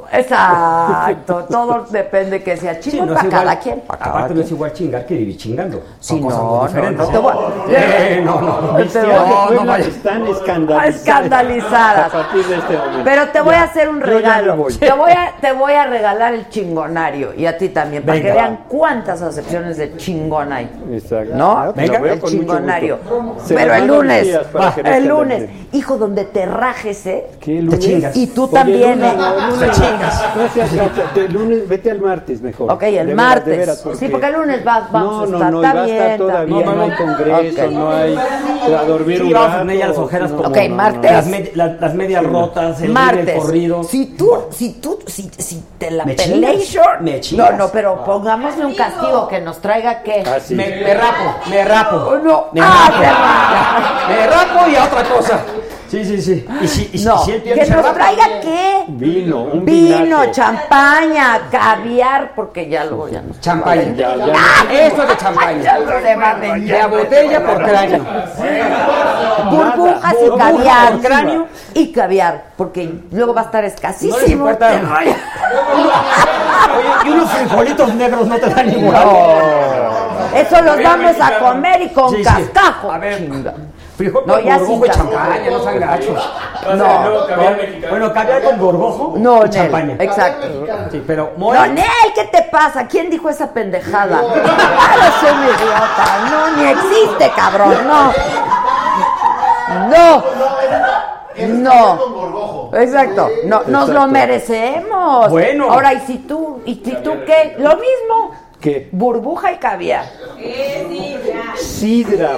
Speaker 2: Exacto, todo depende que sea
Speaker 10: Sí,
Speaker 2: chingón
Speaker 10: no es
Speaker 2: para
Speaker 10: igual-
Speaker 2: cada quien. para cada
Speaker 10: Aparte no
Speaker 2: quien.
Speaker 10: es igual chingar que vivir chingando.
Speaker 2: Sí,
Speaker 10: Son cosas
Speaker 2: no,
Speaker 10: muy
Speaker 2: no,
Speaker 10: diferentes.
Speaker 2: no te voy a-
Speaker 10: Eh, no, no.
Speaker 2: Pero-
Speaker 9: Mis tías de
Speaker 2: no,
Speaker 9: Puebla
Speaker 2: vaya.
Speaker 9: están escandalizadas.
Speaker 2: Escandalizadas.
Speaker 9: A partir de este momento.
Speaker 2: Pero te voy a hacer un
Speaker 9: Yo ya
Speaker 2: regalo.
Speaker 9: me voy.
Speaker 2: Te voy a, te voy a regalar el chingonario y a ti también, para que
Speaker 9: Venga.
Speaker 2: vean cuántas acepciones de chingón hay.
Speaker 9: Exacto.
Speaker 2: ¿No?
Speaker 9: Lo veo
Speaker 2: el
Speaker 9: con mucho
Speaker 2: chingonario.
Speaker 9: gusto. Se
Speaker 2: Pero
Speaker 9: me
Speaker 2: el
Speaker 9: van los
Speaker 2: lunes,
Speaker 9: días para que no
Speaker 2: el
Speaker 9: estén
Speaker 2: lunes.
Speaker 9: pendientes.
Speaker 2: hijo, donde te rajes, ¿eh?
Speaker 9: ¿Qué lunes?
Speaker 2: Te chingas. Y tú
Speaker 9: Oye,
Speaker 2: también,
Speaker 9: lunes,
Speaker 2: ¿eh?
Speaker 9: no,
Speaker 2: Te
Speaker 9: no,
Speaker 2: chingas.
Speaker 9: no seas gacha, de lunes, vete al martes mejor.
Speaker 2: Ok, el
Speaker 9: De veras, de
Speaker 2: martes.
Speaker 9: veras,
Speaker 2: Sí, porque el lunes vas- vamos
Speaker 9: no,
Speaker 2: a
Speaker 9: no,
Speaker 2: estar,
Speaker 9: No,
Speaker 2: está
Speaker 9: y va a
Speaker 2: bien,
Speaker 9: estar todavía,
Speaker 2: está
Speaker 9: no hay
Speaker 2: bien.
Speaker 9: congreso,
Speaker 2: Ok.
Speaker 9: no hay... A dormir
Speaker 10: Sí,
Speaker 9: un
Speaker 10: vamos a
Speaker 9: rato,
Speaker 10: poner ya las ojeras
Speaker 9: no,
Speaker 10: como-
Speaker 2: Ok,
Speaker 10: no, no, no.
Speaker 2: martes.
Speaker 10: Las, med- la- las medias
Speaker 9: Sí, no.
Speaker 10: rotas, el
Speaker 2: martes.
Speaker 10: libre corrido.
Speaker 2: Si tú, si tú, si, si te la
Speaker 10: Me
Speaker 2: peleas,
Speaker 10: chingas, me chingas.
Speaker 2: No, no, pero pongámosle un castigo que nos traiga que
Speaker 9: Ah,
Speaker 10: sí. Me- me rapo, me rapo. Me
Speaker 2: ah,
Speaker 10: rapo.
Speaker 2: te rapo.
Speaker 10: Me rapo y a otra cosa. Sí, sí, sí. Y si, y si-
Speaker 2: No,
Speaker 10: si él pierde
Speaker 2: que
Speaker 10: el
Speaker 2: nos
Speaker 10: rapo,
Speaker 2: traiga qué?
Speaker 9: Vino, un
Speaker 2: Vino,
Speaker 9: vinazo.
Speaker 2: champaña, caviar, porque ya lo ya no.
Speaker 10: Champaña.
Speaker 9: Ya, ya.
Speaker 10: Ah, Esto es de champaña. De a botella por cráneo.
Speaker 2: Burbujas y
Speaker 10: Burbujas
Speaker 2: caviar.
Speaker 10: por cráneo.
Speaker 2: Y caviar, porque luego va a estar
Speaker 10: No les
Speaker 2: escasísimo.
Speaker 10: importa. Oye, y unos frijolitos negros no te dan igual.
Speaker 2: Eso los
Speaker 10: Oye,
Speaker 2: vamos a
Speaker 10: mexicano.
Speaker 2: comer y con
Speaker 10: Sí, sí.
Speaker 2: cascajo. Chinga.
Speaker 10: Frijol
Speaker 2: No,
Speaker 10: con
Speaker 2: ya
Speaker 10: borgojo
Speaker 2: sin
Speaker 10: y
Speaker 2: champaña.
Speaker 10: champaña, no sean gachos.
Speaker 2: No.
Speaker 10: No, Bueno, caviar con borgojo
Speaker 2: No,
Speaker 10: y
Speaker 2: Nel,
Speaker 10: champaña.
Speaker 2: exacto.
Speaker 10: Sí, pero
Speaker 2: No,
Speaker 10: mole.
Speaker 2: Nel, ¿qué te pasa? ¿Quién dijo esa pendejada? Claro, soy un idiota. No, ni existe, cabrón. No. No. No. Exacto. No, nos lo
Speaker 9: Exacto.
Speaker 2: merecemos.
Speaker 9: Bueno.
Speaker 2: Ahora, ¿y si tú? ¿Y si tú qué? Lo mismo.
Speaker 9: ¿Qué?
Speaker 2: Burbuja y caviar.
Speaker 9: Sidra,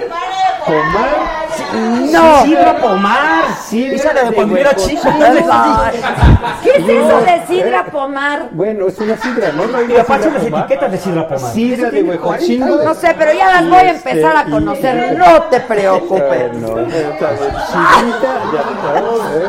Speaker 9: pomar,
Speaker 2: No.
Speaker 10: Sidra pomar.
Speaker 9: sidra
Speaker 10: Esa era de cuando era
Speaker 9: huecochil.
Speaker 10: chico.
Speaker 2: ¿Qué es eso de sidra pomar?
Speaker 9: Bueno, es una sidra, ¿no? No hay
Speaker 10: Y aparte
Speaker 9: sidra
Speaker 10: las
Speaker 9: pomar.
Speaker 10: etiquetas de sidra pomar.
Speaker 9: Sidra de huejochingo.
Speaker 2: No sé, pero ya las voy a empezar a
Speaker 9: Y,
Speaker 2: conocer.
Speaker 9: y-
Speaker 2: No te preocupes.
Speaker 9: Bueno, está bien. Sidrita, ya está, ¿eh?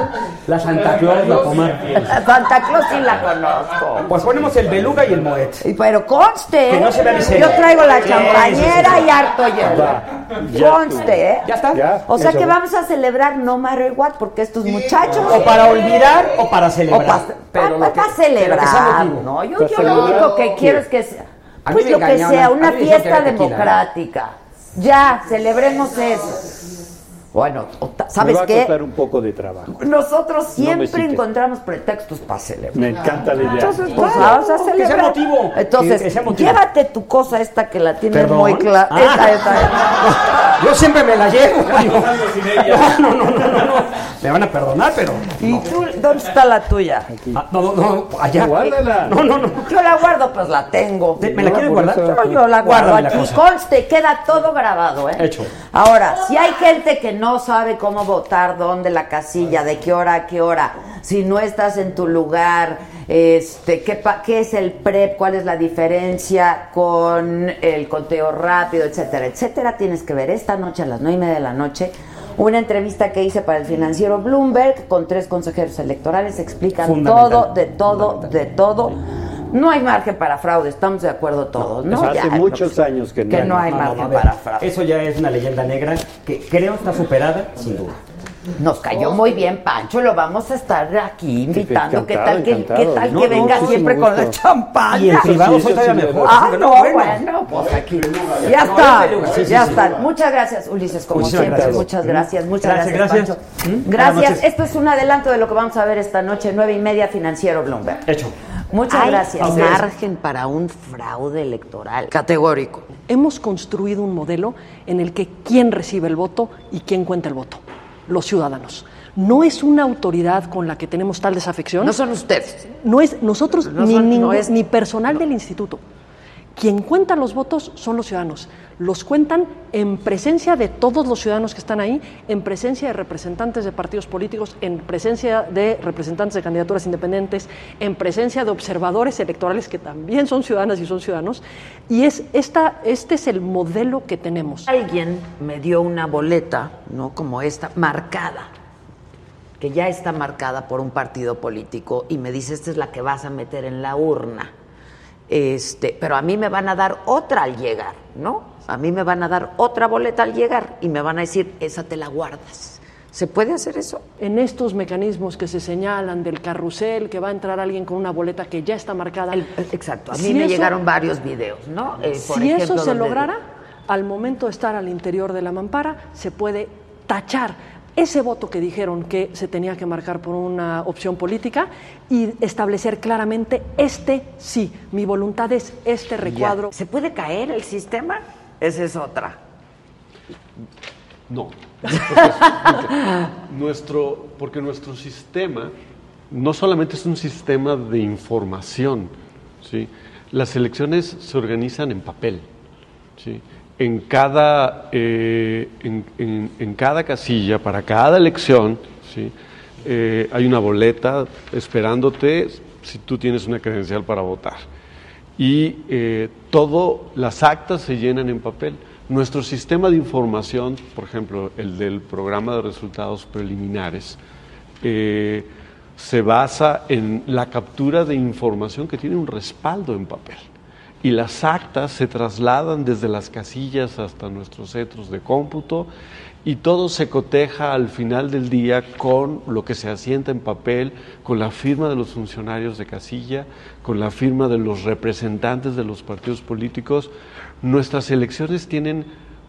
Speaker 10: La Santa Claus, la pomar.
Speaker 2: Santa Claus sí la conozco.
Speaker 10: Pues ponemos el beluga y el moet.
Speaker 2: Y Pero conste, ¿eh?
Speaker 10: Que no se vea miseria.
Speaker 2: yo traigo la
Speaker 10: Sí,
Speaker 2: champañera
Speaker 10: sí, sí, sí.
Speaker 2: y harto
Speaker 9: Va,
Speaker 2: hielo.
Speaker 9: ya
Speaker 2: Conste, ¿eh?
Speaker 10: ¿Ya está?
Speaker 9: Ya,
Speaker 2: O sea
Speaker 9: ya
Speaker 2: que
Speaker 9: se-
Speaker 2: vamos a celebrar no matter what, porque estos muchachos...
Speaker 10: O para olvidar o para celebrar.
Speaker 2: Pero
Speaker 10: lo que-
Speaker 2: para
Speaker 10: pero que sea
Speaker 2: celebrar.
Speaker 10: motivo.
Speaker 2: No, yo,
Speaker 9: Para
Speaker 2: yo lo
Speaker 9: celebrar,
Speaker 2: único que
Speaker 9: ¿qué?
Speaker 2: quiero es que sea...
Speaker 10: A mí
Speaker 2: Pues
Speaker 10: me
Speaker 2: lo que
Speaker 10: engañaron,
Speaker 2: sea,
Speaker 10: a mí
Speaker 2: una
Speaker 10: me dijeron que
Speaker 2: fiesta
Speaker 10: era tequila.
Speaker 2: democrática. Ya, celebremos eso. Bueno, o ta-
Speaker 9: Me
Speaker 2: ¿sabes
Speaker 9: va a
Speaker 2: qué?
Speaker 9: costar un poco de trabajo.
Speaker 2: Nosotros siempre
Speaker 9: cites.
Speaker 2: encontramos pretextos para celebrar.
Speaker 9: Me encanta la idea.
Speaker 2: Entonces,
Speaker 9: Sí.
Speaker 2: pues
Speaker 10: Claro,
Speaker 2: vamos a
Speaker 10: que sea
Speaker 2: celebrar.
Speaker 10: motivo.
Speaker 2: Entonces,
Speaker 10: Que sea motivo.
Speaker 2: llévate tu cosa esta que la tienes
Speaker 10: ¿Perdón?
Speaker 2: muy clara.
Speaker 10: Ah.
Speaker 2: Esta, esta.
Speaker 10: Yo siempre me la llevo. digo. No, no, no, no, no, no. Me van a perdonar, pero.
Speaker 2: ¿Y tú dónde está la tuya?
Speaker 10: Ah, no, no, no, allá.
Speaker 9: Guárdala.
Speaker 10: No, no, no.
Speaker 2: Yo la guardo, pues la tengo.
Speaker 10: ¿Te- ¿Me la
Speaker 9: No,
Speaker 10: quieres
Speaker 9: por
Speaker 10: guardar?
Speaker 9: eso-
Speaker 2: No, yo la guardo
Speaker 10: Guárdame la
Speaker 2: aquí.
Speaker 10: cosa.
Speaker 2: Conste, queda todo grabado, ¿eh?
Speaker 10: Hecho.
Speaker 2: Ahora, si hay gente que no sabe cómo votar, dónde la casilla, de qué hora a qué hora, si no estás en tu lugar, este, qué, pa- qué es el PREP, cuál es la diferencia con el conteo rápido, etcétera, etcétera, tienes que ver esta noche a las nueve y media de la noche. Una entrevista que hice para el financiero Bloomberg con tres consejeros electorales explican
Speaker 10: Fundamental.
Speaker 2: todo, de todo, de todo. No hay margen para fraude, estamos de acuerdo todos, ¿no? pues,
Speaker 9: Hace muchos años que no
Speaker 2: que
Speaker 9: hay.
Speaker 2: no hay
Speaker 10: No, no,
Speaker 2: margen
Speaker 10: a ver,
Speaker 2: para fraude.
Speaker 10: Eso ya es una leyenda negra que creo está superada, sin duda.
Speaker 2: Nos cayó muy bien, Pancho. Lo vamos a estar aquí
Speaker 10: pues,
Speaker 2: invitando. ¿Qué
Speaker 9: Encantado,
Speaker 2: tal que,
Speaker 9: encantado.
Speaker 2: qué tal
Speaker 9: No,
Speaker 2: que
Speaker 9: no,
Speaker 2: venga
Speaker 9: muchísimo
Speaker 2: siempre con la
Speaker 9: gusto.
Speaker 10: Y en
Speaker 2: champaña?
Speaker 10: privado
Speaker 9: sí,
Speaker 10: soy
Speaker 9: eso
Speaker 10: todavía
Speaker 9: sí,
Speaker 10: mejor.
Speaker 2: Ah,
Speaker 10: Sí,
Speaker 2: no,
Speaker 10: bueno.
Speaker 2: bueno, pues aquí. Ya
Speaker 10: No,
Speaker 2: está,
Speaker 10: beluga, sí, sí,
Speaker 2: ya
Speaker 10: sí.
Speaker 2: está. Muchas gracias, Ulises,
Speaker 12: Pues
Speaker 2: como
Speaker 10: Muchísimas
Speaker 2: siempre.
Speaker 10: gracias.
Speaker 2: Muchas gracias, muchas gracias,
Speaker 10: Gracias,
Speaker 2: Pancho.
Speaker 10: gracias. ¿Mm? Buenas
Speaker 2: Gracias.
Speaker 10: noches.
Speaker 2: Esto es un adelanto de lo que vamos a ver esta noche, nueve y media, Financiero Bloomberg.
Speaker 10: Hecho.
Speaker 2: Muchas
Speaker 13: Hay
Speaker 2: gracias.
Speaker 10: a ustedes.
Speaker 2: para un fraude electoral. Categórico.
Speaker 13: Hemos construido un modelo en el que quién recibe el voto y quién cuenta el voto, los ciudadanos. No es una autoridad con la que tenemos tal desafección.
Speaker 2: No son ustedes.
Speaker 13: No es nosotros
Speaker 2: No
Speaker 13: ni,
Speaker 2: son-
Speaker 13: ningún-
Speaker 2: no es-
Speaker 13: ni personal del instituto. Quien cuenta los votos son los ciudadanos. Los cuentan en presencia de todos los ciudadanos que están ahí, en presencia de representantes de partidos políticos, en presencia de representantes de candidaturas independientes, en presencia de observadores electorales que también son ciudadanas y son ciudadanos. Y es esta, este es el modelo que tenemos.
Speaker 2: Alguien me dio una boleta, ¿no? Como esta, marcada, que ya está marcada por un partido político y me dice, esta es la que vas a meter en la urna. Este, pero a mí me van a dar otra al llegar, ¿no? A mí me van a dar otra boleta al llegar y me van a decir, esa te la guardas. ¿Se puede hacer eso?
Speaker 13: en estos mecanismos que se señalan del carrusel, que va a entrar alguien con una boleta que ya está marcada.
Speaker 2: El- el- exacto, a mí
Speaker 13: Si
Speaker 2: me
Speaker 13: eso-
Speaker 2: llegaron varios videos, ¿no? Eh, por
Speaker 13: si
Speaker 2: ejemplo,
Speaker 13: eso se
Speaker 2: donde-
Speaker 13: lograra, al momento de estar al interior de la mampara, se puede tachar ese voto que dijeron que se tenía que marcar por una opción política y establecer claramente este sí, mi voluntad es este
Speaker 2: Ya.
Speaker 13: recuadro.
Speaker 2: ¿Se puede caer el sistema? Esa es otra.
Speaker 14: No. Nunca. nuestro, porque nuestro sistema no solamente es un sistema de información, ¿sí? las elecciones se organizan en papel. ¿sí? En, cada, eh, en, en- en cada casilla, para cada elección, ¿sí? Eh, hay una boleta esperándote si tú tienes una credencial para votar. Y eh, todo, las actas se llenan en papel. Nuestro sistema de información, por ejemplo, el del programa de resultados preliminares, eh, se basa en la captura de información que tiene un respaldo en papel. Y las actas se trasladan desde las casillas hasta nuestros centros de cómputo y todo se coteja al final del día con lo que se asienta en papel, con la firma de los funcionarios de casilla, con la firma de los representantes de los partidos políticos. Nuestras elecciones tienen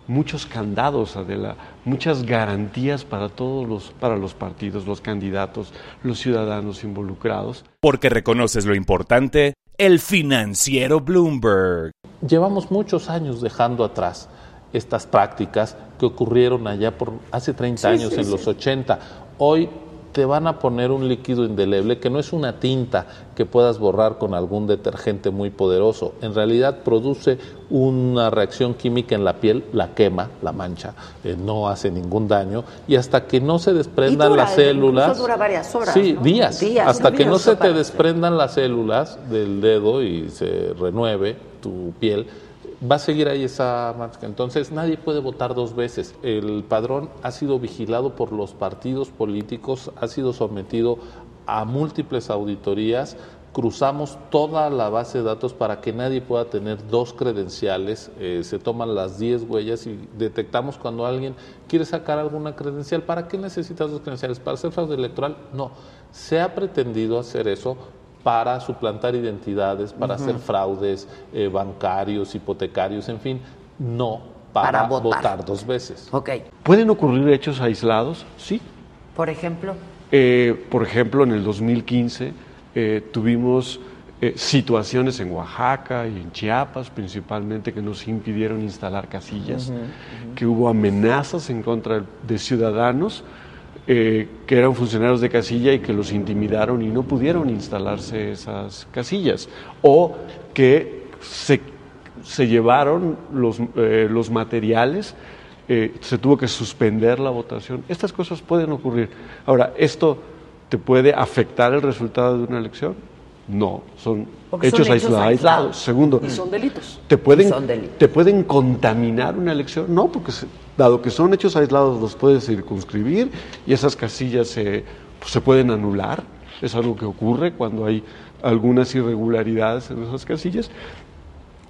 Speaker 14: muchos candados, Adela, muchas garantías para todos los, para los partidos, los candidatos, los ciudadanos involucrados.
Speaker 15: Porque reconoces lo importante, el financiero Bloomberg.
Speaker 16: Llevamos muchos años dejando atrás estas prácticas que ocurrieron allá por hace 30
Speaker 17: Sí,
Speaker 16: años,
Speaker 17: sí,
Speaker 16: en
Speaker 17: sí.
Speaker 16: los 80. Hoy te van a poner un líquido indeleble que no es una tinta que puedas borrar con algún detergente muy poderoso. En realidad produce una reacción química en la piel, la quema, la mancha, eh, no hace ningún daño y hasta que no se desprendan
Speaker 18: dura,
Speaker 16: las
Speaker 18: incluso
Speaker 16: células.
Speaker 18: dura varias horas,
Speaker 16: Sí,
Speaker 18: ¿no?
Speaker 16: días.
Speaker 18: Días,
Speaker 16: hasta que
Speaker 18: días,
Speaker 16: no se te
Speaker 18: para-
Speaker 16: desprendan las células del dedo y se renueve tu piel, va a seguir ahí esa marca. Entonces nadie puede votar dos veces. El padrón ha sido vigilado por los partidos políticos, ha sido sometido a múltiples auditorías. Cruzamos toda la base de datos para que nadie pueda tener dos credenciales. eh, se toman las 10 huellas y detectamos cuando alguien quiere sacar alguna credencial. ¿Para qué necesitas dos credenciales? ¿Para hacer fraude electoral? No. Se ha pretendido hacer eso para suplantar identidades, para
Speaker 17: Ujú.
Speaker 16: hacer fraudes eh, bancarios, hipotecarios, en fin, no para,
Speaker 17: Para votar.
Speaker 16: votar. dos veces.
Speaker 2: Ok.
Speaker 14: ¿Pueden ocurrir hechos aislados? Sí,
Speaker 2: Por ejemplo.
Speaker 14: Eh, por ejemplo, en el 2015 eh, tuvimos eh, situaciones en Oaxaca y en Chiapas principalmente que nos impidieron instalar casillas,
Speaker 17: Ujú,
Speaker 14: que hubo amenazas en contra de ciudadanos eh, que eran funcionarios de casilla y que los intimidaron y no pudieron instalarse esas casillas, o que se, se llevaron los, eh, los materiales eh, se tuvo que suspender la votación. Estas cosas pueden ocurrir. Ahora, ¿esto te puede afectar el resultado de una elección? No, son
Speaker 13: Porque son
Speaker 14: hechos,
Speaker 13: hechos
Speaker 14: aisla- aislados.
Speaker 13: aislados.
Speaker 14: Segundo,
Speaker 13: Y son delitos.
Speaker 14: ¿te pueden,
Speaker 13: Son delitos.
Speaker 14: ¿te pueden contaminar una elección? No, porque se- dado que son hechos aislados, los puedes circunscribir y esas casillas se, pues, se pueden anular. Es algo que ocurre cuando hay algunas irregularidades en esas casillas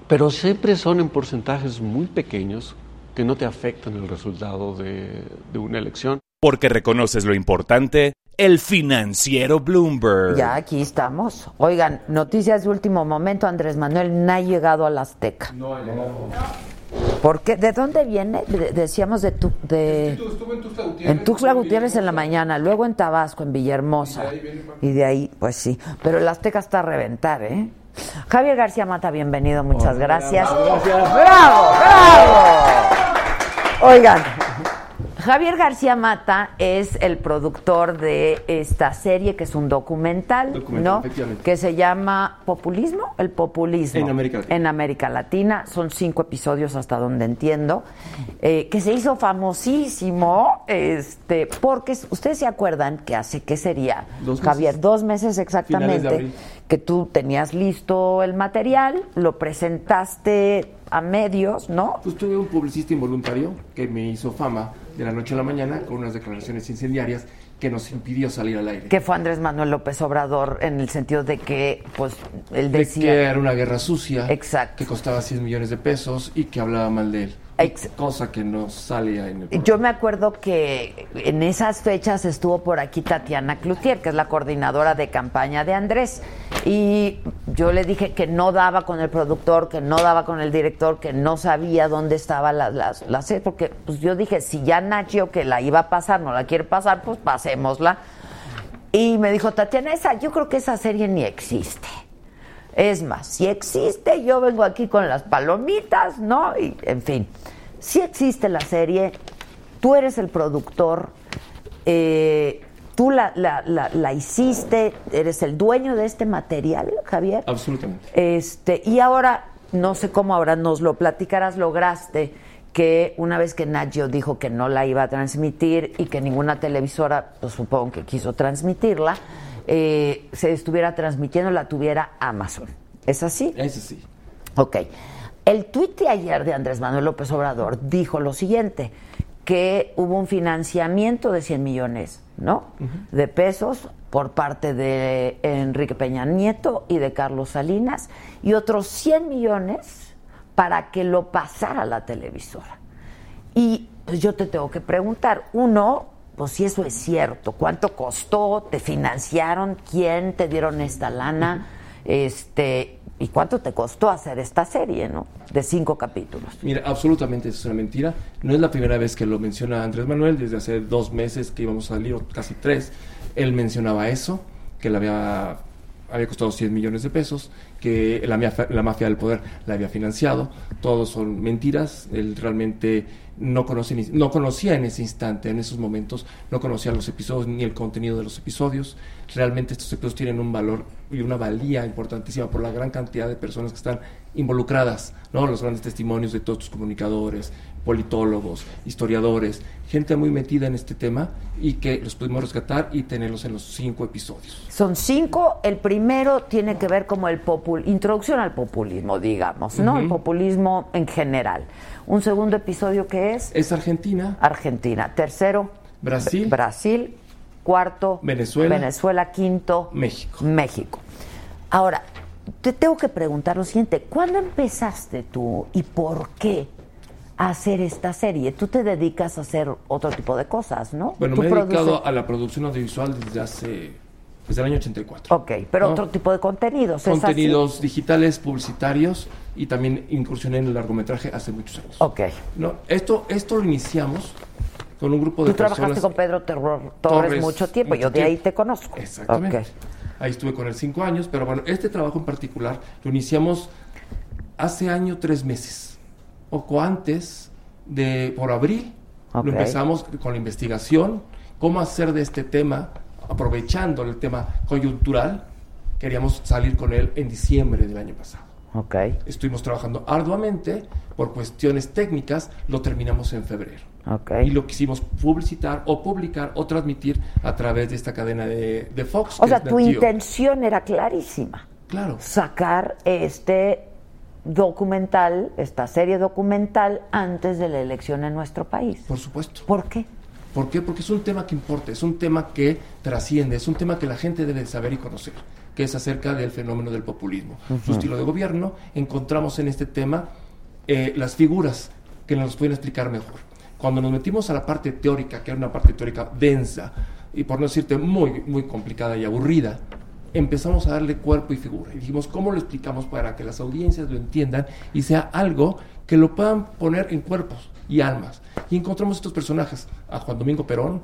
Speaker 14: pero siempre son en porcentajes muy pequeños que no te afectan el resultado de, de una elección.
Speaker 15: Porque reconoces lo importante, el financiero Bloomberg.
Speaker 2: Ya aquí estamos. Oigan, noticias de último momento. Andrés Manuel no ha llegado al Azteca.
Speaker 6: No, el no.
Speaker 2: ¿Por qué? ¿De dónde viene? De- decíamos de, tu, de...
Speaker 6: Estuve en Tuxtla Gutiérrez.
Speaker 2: en Tuxtla Gutiérrez en la mañana, luego en Tabasco, en Villahermosa. Y de ahí, pues sí. Pero el Azteca está a reventar, ¿eh? Javier García Mata, bienvenido, muchas gracias. ¡Bravo, bravo! Oigan, Javier García Mata es el productor de esta serie que es un documental,
Speaker 19: Documental,
Speaker 2: ¿no?
Speaker 19: efectivamente.
Speaker 2: Que se llama Populismo, el populismo.
Speaker 19: En América Latina.
Speaker 2: En América Latina. Son cinco episodios hasta donde entiendo. eh, que se hizo famosísimo, este, porque s- ustedes se acuerdan que hace, ¿qué sería?
Speaker 19: Dos meses.
Speaker 2: Javier, dos meses
Speaker 19: Finales de
Speaker 2: exactamente
Speaker 19: abril.
Speaker 2: que tú tenías listo el material, lo presentaste a medios, ¿no?
Speaker 19: Pues tuve un publicista involuntario que me hizo fama de la noche a la mañana con unas declaraciones incendiarias que nos impidió salir al aire.
Speaker 2: Que fue Andrés Manuel López Obrador en el sentido de que, pues, él
Speaker 19: De
Speaker 2: decía...
Speaker 19: que era una guerra sucia,
Speaker 2: Exacto.
Speaker 19: que costaba 100 millones de pesos y que hablaba mal de él. Cosa que no salía en el programa.
Speaker 2: Yo me acuerdo que en esas fechas estuvo por aquí Tatiana Cloutier, que es la coordinadora de campaña de Andrés, y yo le dije que no daba con el productor, que no daba con el director, que no sabía dónde estaban las las las series, porque pues yo dije, si ya Nacho que la iba a pasar, no la quiere pasar, pues pasémosla. Y me dijo, Tatiana, esa, yo creo que esa serie ni existe. Es más, si existe, yo vengo aquí con las palomitas, ¿no? Y, en fin, si existe la serie, tú eres el productor, eh, tú la, la- la- la hiciste, eres el dueño de este material, Javier.
Speaker 19: Absolutamente.
Speaker 2: Este, y ahora, no sé cómo ahora nos lo platicarás, lograste que una vez que Nacho dijo que no la iba a transmitir y que ninguna televisora, pues, supongo que quiso transmitirla, eh, se estuviera transmitiendo, la tuviera Amazon. ¿Es así?
Speaker 19: Es así.
Speaker 2: Ok. El tuit de ayer de Andrés Manuel López Obrador dijo lo siguiente, que hubo un financiamiento de 100 millones, ¿no? De pesos por parte de Enrique Peña Nieto y de Carlos Salinas y otros 100 millones para que lo pasara a la televisora. Y pues, yo te tengo que preguntar, uno, pues si eso es cierto, ¿cuánto costó? ¿Te financiaron? ¿Quién te dieron esta lana? Este, ¿y cuánto te costó hacer esta serie, no? De cinco capítulos.
Speaker 19: Mira, absolutamente eso es una mentira. No es la primera vez que lo menciona Andrés Manuel. Desde hace dos meses que íbamos a salir, o casi tres, él mencionaba eso, que le había, había costado 100 millones de pesos, que la, mia- la mafia del poder la había financiado. Todos son mentiras. Él realmente no, conoce, ni- no conocía en ese instante, en esos momentos, no conocía los episodios ni el contenido de los episodios. Realmente estos episodios tienen un valor y una valía importantísima por la gran cantidad de personas que están involucradas, ¿no? Los grandes testimonios de todos tus comunicadores, politólogos, historiadores, gente muy metida en este tema y que los pudimos rescatar y tenerlos en los cinco episodios.
Speaker 2: Son cinco. El primero tiene que ver como el popul introducción al populismo, digamos, ¿no?
Speaker 19: Ujú.
Speaker 2: El populismo en general. Un segundo episodio que es
Speaker 19: Es Argentina,
Speaker 2: Argentina. Tercero,
Speaker 19: Brasil,
Speaker 2: Brasil. Cuarto,
Speaker 19: Venezuela.
Speaker 2: Venezuela. Quinto,
Speaker 19: México.
Speaker 2: México. Ahora, te tengo que preguntar lo siguiente. ¿Cuándo empezaste tú y por qué a hacer esta serie? Tú te dedicas a hacer otro tipo de cosas, ¿no?
Speaker 19: Bueno,
Speaker 2: Tú
Speaker 19: me he
Speaker 2: produces-
Speaker 19: dedicado a la producción audiovisual desde hace, desde el año 84.
Speaker 2: Ok, pero
Speaker 19: ¿no?
Speaker 2: otro tipo de contenidos. ¿es así?
Speaker 19: contenidos digitales, publicitarios y también incursioné en el largometraje hace muchos años.
Speaker 2: Ok.
Speaker 19: No, esto, esto lo iniciamos con un grupo de
Speaker 2: Tú trabajaste
Speaker 19: Pues, personas.
Speaker 2: con Pedro Terror- Torres,
Speaker 19: Torres,
Speaker 2: mucho tiempo,
Speaker 19: mucho
Speaker 2: yo de ahí
Speaker 19: tiempo.
Speaker 2: te conozco.
Speaker 19: Exactamente.
Speaker 2: Ok.
Speaker 19: Ahí estuve con él cinco años, pero bueno, este trabajo en particular lo iniciamos hace año tres meses, poco antes de por abril.
Speaker 2: Ok.
Speaker 19: Lo empezamos con la investigación, cómo hacer de este tema, aprovechando el tema coyuntural, queríamos salir con él en diciembre del año pasado.
Speaker 2: Ok.
Speaker 19: Estuvimos trabajando arduamente por cuestiones técnicas, lo terminamos en febrero.
Speaker 2: Ok.
Speaker 19: Y lo quisimos publicitar o publicar o transmitir a través de esta cadena de, de Fox.
Speaker 2: O
Speaker 19: que
Speaker 2: sea,
Speaker 19: es
Speaker 2: tu
Speaker 19: Nat Geo.
Speaker 2: intención era clarísima.
Speaker 19: Claro.
Speaker 2: Sacar este documental, esta serie documental, antes de la elección en nuestro país.
Speaker 19: Por supuesto.
Speaker 2: ¿Por qué?
Speaker 19: ¿Por qué? Porque es un tema que importa, es un tema que trasciende, es un tema que la gente debe de saber y conocer, que es acerca del fenómeno del populismo. Su
Speaker 9: Ujú.
Speaker 19: estilo de gobierno, encontramos en este tema eh, las figuras que nos pueden explicar mejor. Cuando nos metimos a la parte teórica, que era una parte teórica densa, y por no decirte muy, muy complicada y aburrida, empezamos a darle cuerpo y figura. Y dijimos, ¿cómo lo explicamos para que las audiencias lo entiendan y sea algo que lo puedan poner en cuerpos y almas? Y encontramos estos personajes, a Juan Domingo Perón,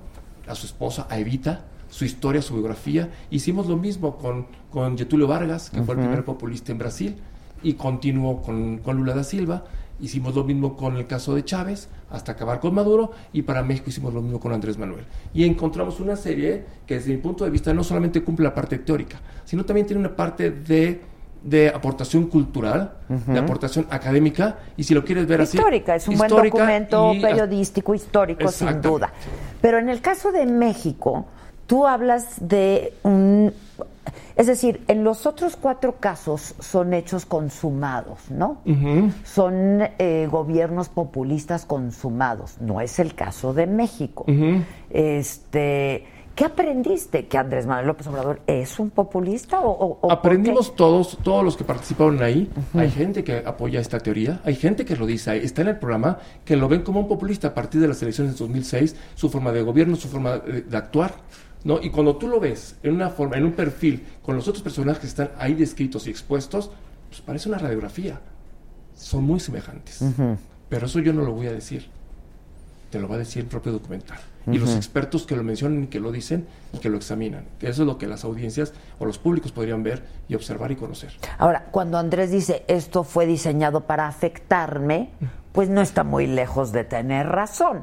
Speaker 19: a su esposa, a Evita, su historia, su biografía. Hicimos lo mismo con, con Getúlio Vargas, que fue el
Speaker 9: Ujú.
Speaker 19: primer populista en Brasil, y continuó con, con Lula da Silva. Hicimos lo mismo con el caso de Chávez, hasta acabar con Maduro, y para México hicimos lo mismo con Andrés Manuel. Y encontramos una serie que desde mi punto de vista no solamente cumple la parte teórica, sino también tiene una parte de, de aportación cultural,
Speaker 2: Ujú.
Speaker 19: de aportación académica, y si lo quieres ver así...
Speaker 2: Histórica, es un buen
Speaker 19: histórica
Speaker 2: documento
Speaker 19: y-
Speaker 2: periodístico, histórico, sin
Speaker 19: Exactamente.
Speaker 2: duda. Pero en el caso de México, tú hablas de un... Es decir, en los otros cuatro casos son hechos consumados, ¿no?
Speaker 19: Ujú.
Speaker 2: Son eh, gobiernos populistas consumados. No es el caso de México.
Speaker 19: Ujú.
Speaker 2: Este, ¿Qué aprendiste? ¿Que Andrés Manuel López Obrador es un populista? ¿O, o- o por qué?
Speaker 19: Aprendimos todos, todos los que participaron ahí. Hay gente que apoya esta teoría, hay gente que lo dice, ahí, está en el programa, que lo ven como un populista a partir de las elecciones de 2006, su forma de gobierno, su forma de, de actuar. ¿no? Y cuando tú lo ves en una forma, en un perfil, con los otros personajes que están ahí descritos y expuestos, pues parece una radiografía. Son muy semejantes. Pero eso yo no lo voy a decir. Te lo va a decir el propio documental. Y los
Speaker 9: Ujú.
Speaker 19: expertos que lo mencionan y que lo dicen y que lo examinan. Que eso es lo que las audiencias o los públicos podrían ver y observar y conocer.
Speaker 2: Ahora, cuando Andrés dice esto fue diseñado para afectarme, pues no está muy lejos de tener razón.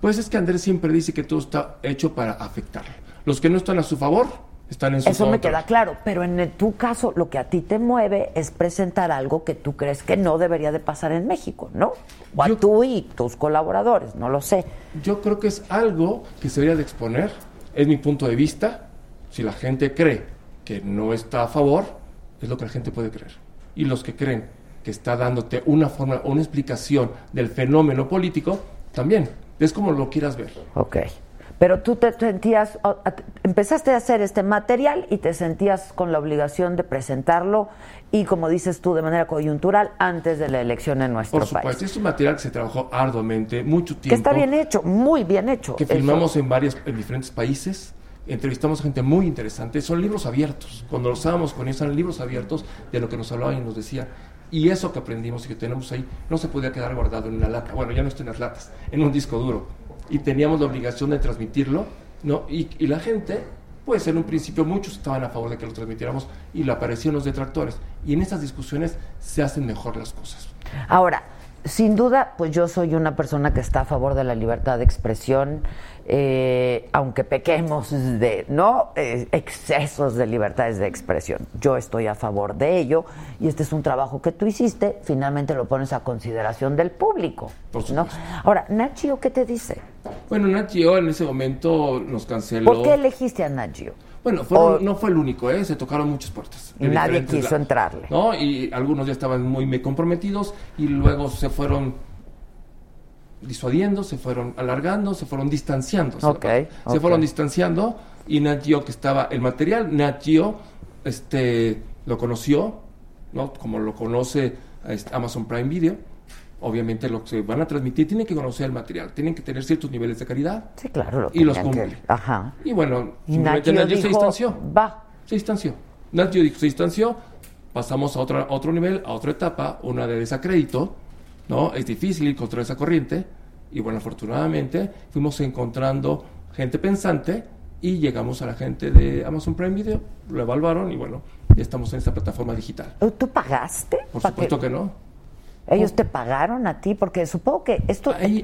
Speaker 19: Pues es que Andrés siempre dice que todo está hecho para afectarlo. Los que no están a su favor están en su
Speaker 2: Eso me
Speaker 19: contra.
Speaker 2: queda claro, pero en el- tu caso lo que a ti te mueve es presentar algo que tú crees que no debería de pasar en México, ¿no? O a tú y tus colaboradores, no lo sé.
Speaker 19: Yo creo que es algo que se debería de exponer, es mi punto de vista. Si la gente cree que no está a favor, es lo que la gente puede creer. Y los que creen que está dándote una forma o una explicación del fenómeno político, también. Es como lo quieras ver.
Speaker 2: Ok. Pero tú te sentías, o- a- empezaste a hacer este material y te sentías con la obligación de presentarlo y, como dices tú, de manera coyuntural antes de la elección en nuestro
Speaker 19: Por supuesto,
Speaker 2: país.
Speaker 19: es un material que se trabajó arduamente, mucho tiempo.
Speaker 2: Que está bien hecho, muy bien hecho.
Speaker 19: que
Speaker 2: eso.
Speaker 19: filmamos en varios en diferentes países. Entrevistamos a gente muy interesante. Son libros abiertos. Cuando los usábamos con ellos, eran libros abiertos de lo que nos hablaban y nos decían. Y eso que aprendimos y que tenemos ahí no se podía quedar guardado en una lata. Bueno, ya no está en las latas, en un disco duro. Y teníamos la obligación de transmitirlo. ¿no? Y, y la gente, pues en un principio muchos estaban a favor de que lo transmitiéramos y le aparecían los detractores. Y en estas discusiones se hacen mejor las cosas.
Speaker 2: Ahora, sin duda, pues yo soy una persona que está a favor de la libertad de expresión, eh, aunque pequemos de no Eh, excesos de libertades de expresión. Yo estoy a favor de ello y este es un trabajo que tú hiciste. Finalmente lo pones a consideración del público. ¿no? Ahora, Nachio, ¿qué te dice?
Speaker 19: Bueno, Nachio en ese momento nos canceló.
Speaker 2: ¿Por qué elegiste a Nachio?
Speaker 19: Bueno, fueron- no fue el único, ¿eh? se tocaron muchas puertas. de
Speaker 2: Nadie
Speaker 19: diferentes
Speaker 2: quiso
Speaker 19: lados,
Speaker 2: entrarle.
Speaker 19: ¿no? Y algunos ya estaban muy me- comprometidos y luego se fueron disuadiendo, se fueron alargando, se fueron distanciando. esa es la
Speaker 2: Ok,
Speaker 19: palabra. Se
Speaker 2: ok.
Speaker 19: fueron distanciando y Nat Geo, que estaba el material, Nat Geo, este, lo conoció, ¿no? como lo conoce este, Amazon Prime Video. Obviamente lo que se van a transmitir tienen que conocer el material, tienen que tener ciertos niveles de calidad.
Speaker 2: Sí, claro. Lo
Speaker 19: Y los
Speaker 2: tenían que-
Speaker 19: cumple.
Speaker 2: Ajá.
Speaker 19: Y bueno,
Speaker 2: Y
Speaker 19: simplemente
Speaker 2: Nat Geo
Speaker 19: Nat Geo se
Speaker 2: dijo,
Speaker 19: distanció.
Speaker 2: Va.
Speaker 19: Se distanció. Nat Geo dijo, se distanció. Pasamos a otra, a otro nivel, a otra etapa, una de desacrédito, ¿no? Es difícil ir contra esa corriente. Y bueno, afortunadamente fuimos encontrando gente pensante y llegamos a la gente de Amazon Prime Video, lo evaluaron y bueno, ya estamos en esta plataforma digital.
Speaker 2: ¿Tú pagaste?
Speaker 19: Por
Speaker 2: ¿Para
Speaker 19: supuesto
Speaker 2: qué?
Speaker 19: que no.
Speaker 2: ¿Ellos te pagaron a ti? Porque supongo que esto
Speaker 19: hay-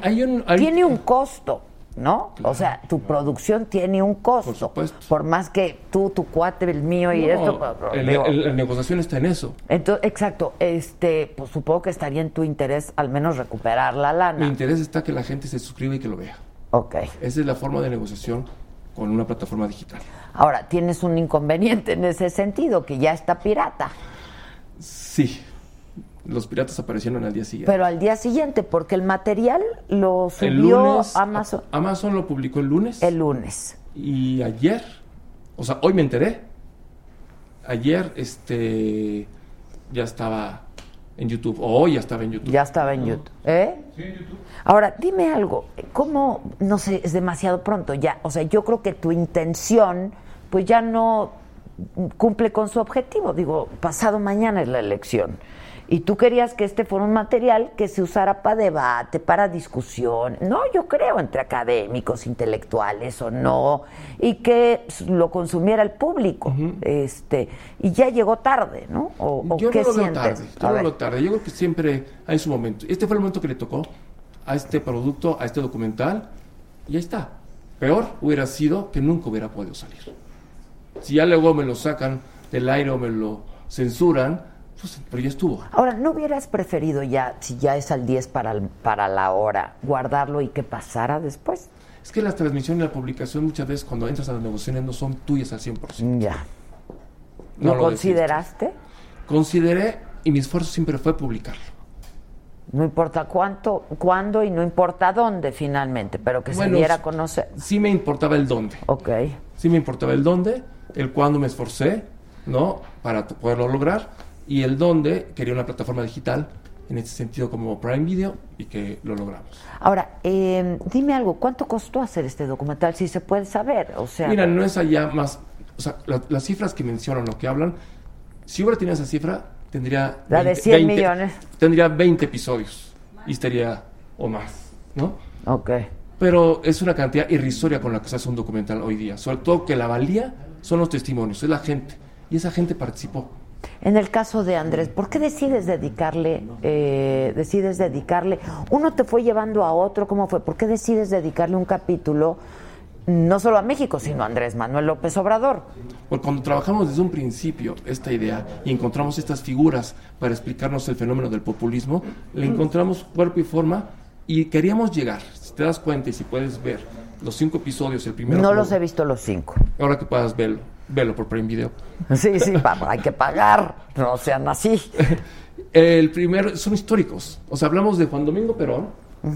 Speaker 2: tiene un costo, ¿no? o sea, tu producción tiene un costo. Por más que tú, tu cuate, el mío y
Speaker 19: No,
Speaker 2: esto. pues,
Speaker 19: el-
Speaker 2: digo,
Speaker 19: el- la negociación está en eso.
Speaker 2: entonces, exacto. Este, pues supongo que estaría en tu interés al menos recuperar la
Speaker 19: Mi
Speaker 2: lana.
Speaker 19: interés está que la gente se suscriba y que lo vea.
Speaker 2: Ok.
Speaker 19: Esa es la forma de negociación con una plataforma digital.
Speaker 2: Ahora, tienes un inconveniente en ese sentido, que ya está pirata.
Speaker 19: Sí, los piratas aparecieron al día siguiente.
Speaker 2: Pero al día siguiente, porque el material lo subió
Speaker 19: el lunes,
Speaker 2: Amazon.
Speaker 19: Amazon lo publicó el lunes.
Speaker 2: El lunes.
Speaker 19: Y ayer, o sea, hoy me enteré. Ayer, este, ya estaba en YouTube. O hoy ya estaba en YouTube.
Speaker 2: Ya estaba en YouTube. ¿Eh? Ahora, dime algo, ¿cómo, no sé, es demasiado pronto ya? O sea, yo creo que tu intención, pues ya no cumple con su objetivo. Digo, pasado mañana es la elección. Y tú querías que este fuera un material que se usara para debate, para discusión, no, yo creo, entre académicos, intelectuales o no, y que lo consumiera el público. este Y ya llegó tarde, ¿no? ¿O, o
Speaker 19: Yo
Speaker 2: qué
Speaker 19: no lo veo
Speaker 2: sientes?
Speaker 19: tarde. Yo
Speaker 2: A
Speaker 19: no
Speaker 2: ver.
Speaker 19: lo veo tarde. Yo creo que siempre hay su momento. Este fue el momento que le tocó a este producto, a este documental, y ahí está. Peor hubiera sido que nunca hubiera podido salir. Si ya luego me lo sacan del aire o me lo censuran, pues, pero ya estuvo.
Speaker 2: Ahora, ¿no hubieras preferido ya, si ya es al 10 para, el- para la hora, guardarlo y que pasara después?
Speaker 19: Es que las transmisiones y la publicación muchas veces cuando entras a las negociaciones no son tuyas al 100%.
Speaker 2: Ya.
Speaker 19: No
Speaker 2: ¿Lo
Speaker 19: lo
Speaker 2: consideraste?
Speaker 19: Consideré y mi esfuerzo siempre fue publicarlo.
Speaker 2: No importa cuánto, cuándo y no importa dónde finalmente, pero que se
Speaker 19: Bueno,
Speaker 2: diera a
Speaker 19: sí.
Speaker 2: conocer.
Speaker 19: Sí me importaba el dónde.
Speaker 2: Ok.
Speaker 19: Sí me importaba el dónde, el cuándo me esforcé, ¿no? Para t- poderlo lograr. Y el dónde quería una plataforma digital, en este sentido como Prime Video, y que lo logramos.
Speaker 2: Ahora, eh, dime algo, ¿cuánto costó hacer este documental? Si se puede saber, o sea...
Speaker 19: Mira, no es allá más... O sea, la- las cifras que mencionan, lo que hablan, si hubiera tenido esa cifra, tendría...
Speaker 2: La de 100 millones.
Speaker 19: Tendría 20 episodios. Y estaría... o más, ¿no?
Speaker 2: Ok.
Speaker 19: Pero es una cantidad irrisoria con la que se hace un documental hoy día. Sobre todo que la valía son los testimonios, es la gente. Y esa gente participó.
Speaker 2: En el caso de Andrés, ¿por qué decides dedicarle, eh, decides dedicarle, uno te fue llevando a otro, ¿cómo fue? ¿Por qué decides dedicarle un capítulo no solo a México, sino a Andrés Manuel López Obrador?
Speaker 19: Porque cuando trabajamos desde un principio esta idea y encontramos estas figuras para explicarnos el fenómeno del populismo, le encontramos cuerpo y forma y queríamos llegar. Si te das cuenta y si puedes ver los cinco episodios, el primero...
Speaker 2: No
Speaker 19: como-
Speaker 2: los he visto los cinco.
Speaker 19: Ahora que puedas verlo, verlo por Prime Video.
Speaker 2: Sí, sí, papá, hay que pagar, no sean así.
Speaker 19: El primero, son históricos. O sea, hablamos de Juan Domingo Perón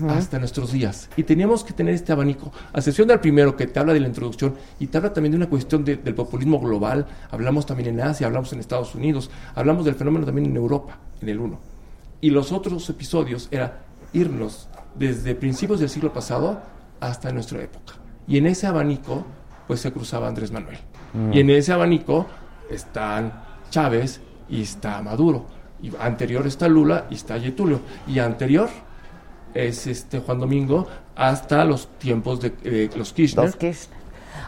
Speaker 19: hasta nuestros días. Y teníamos que tener este abanico. A excepción del primero que te habla de la introducción y te habla también de una cuestión de- del populismo global. Hablamos también en Asia, hablamos en Estados Unidos, hablamos del fenómeno también en Europa, en el 1. Y los otros episodios era irnos desde principios del siglo pasado hasta nuestra época. Y en ese abanico, pues se cruzaba Andrés Manuel.
Speaker 16: Mm.
Speaker 19: Y en ese abanico están Chávez y está Maduro. Y anterior está Lula y está Getulio. Y anterior es este Juan Domingo hasta los tiempos de, eh, los Kirchner.
Speaker 2: Los Kirchner.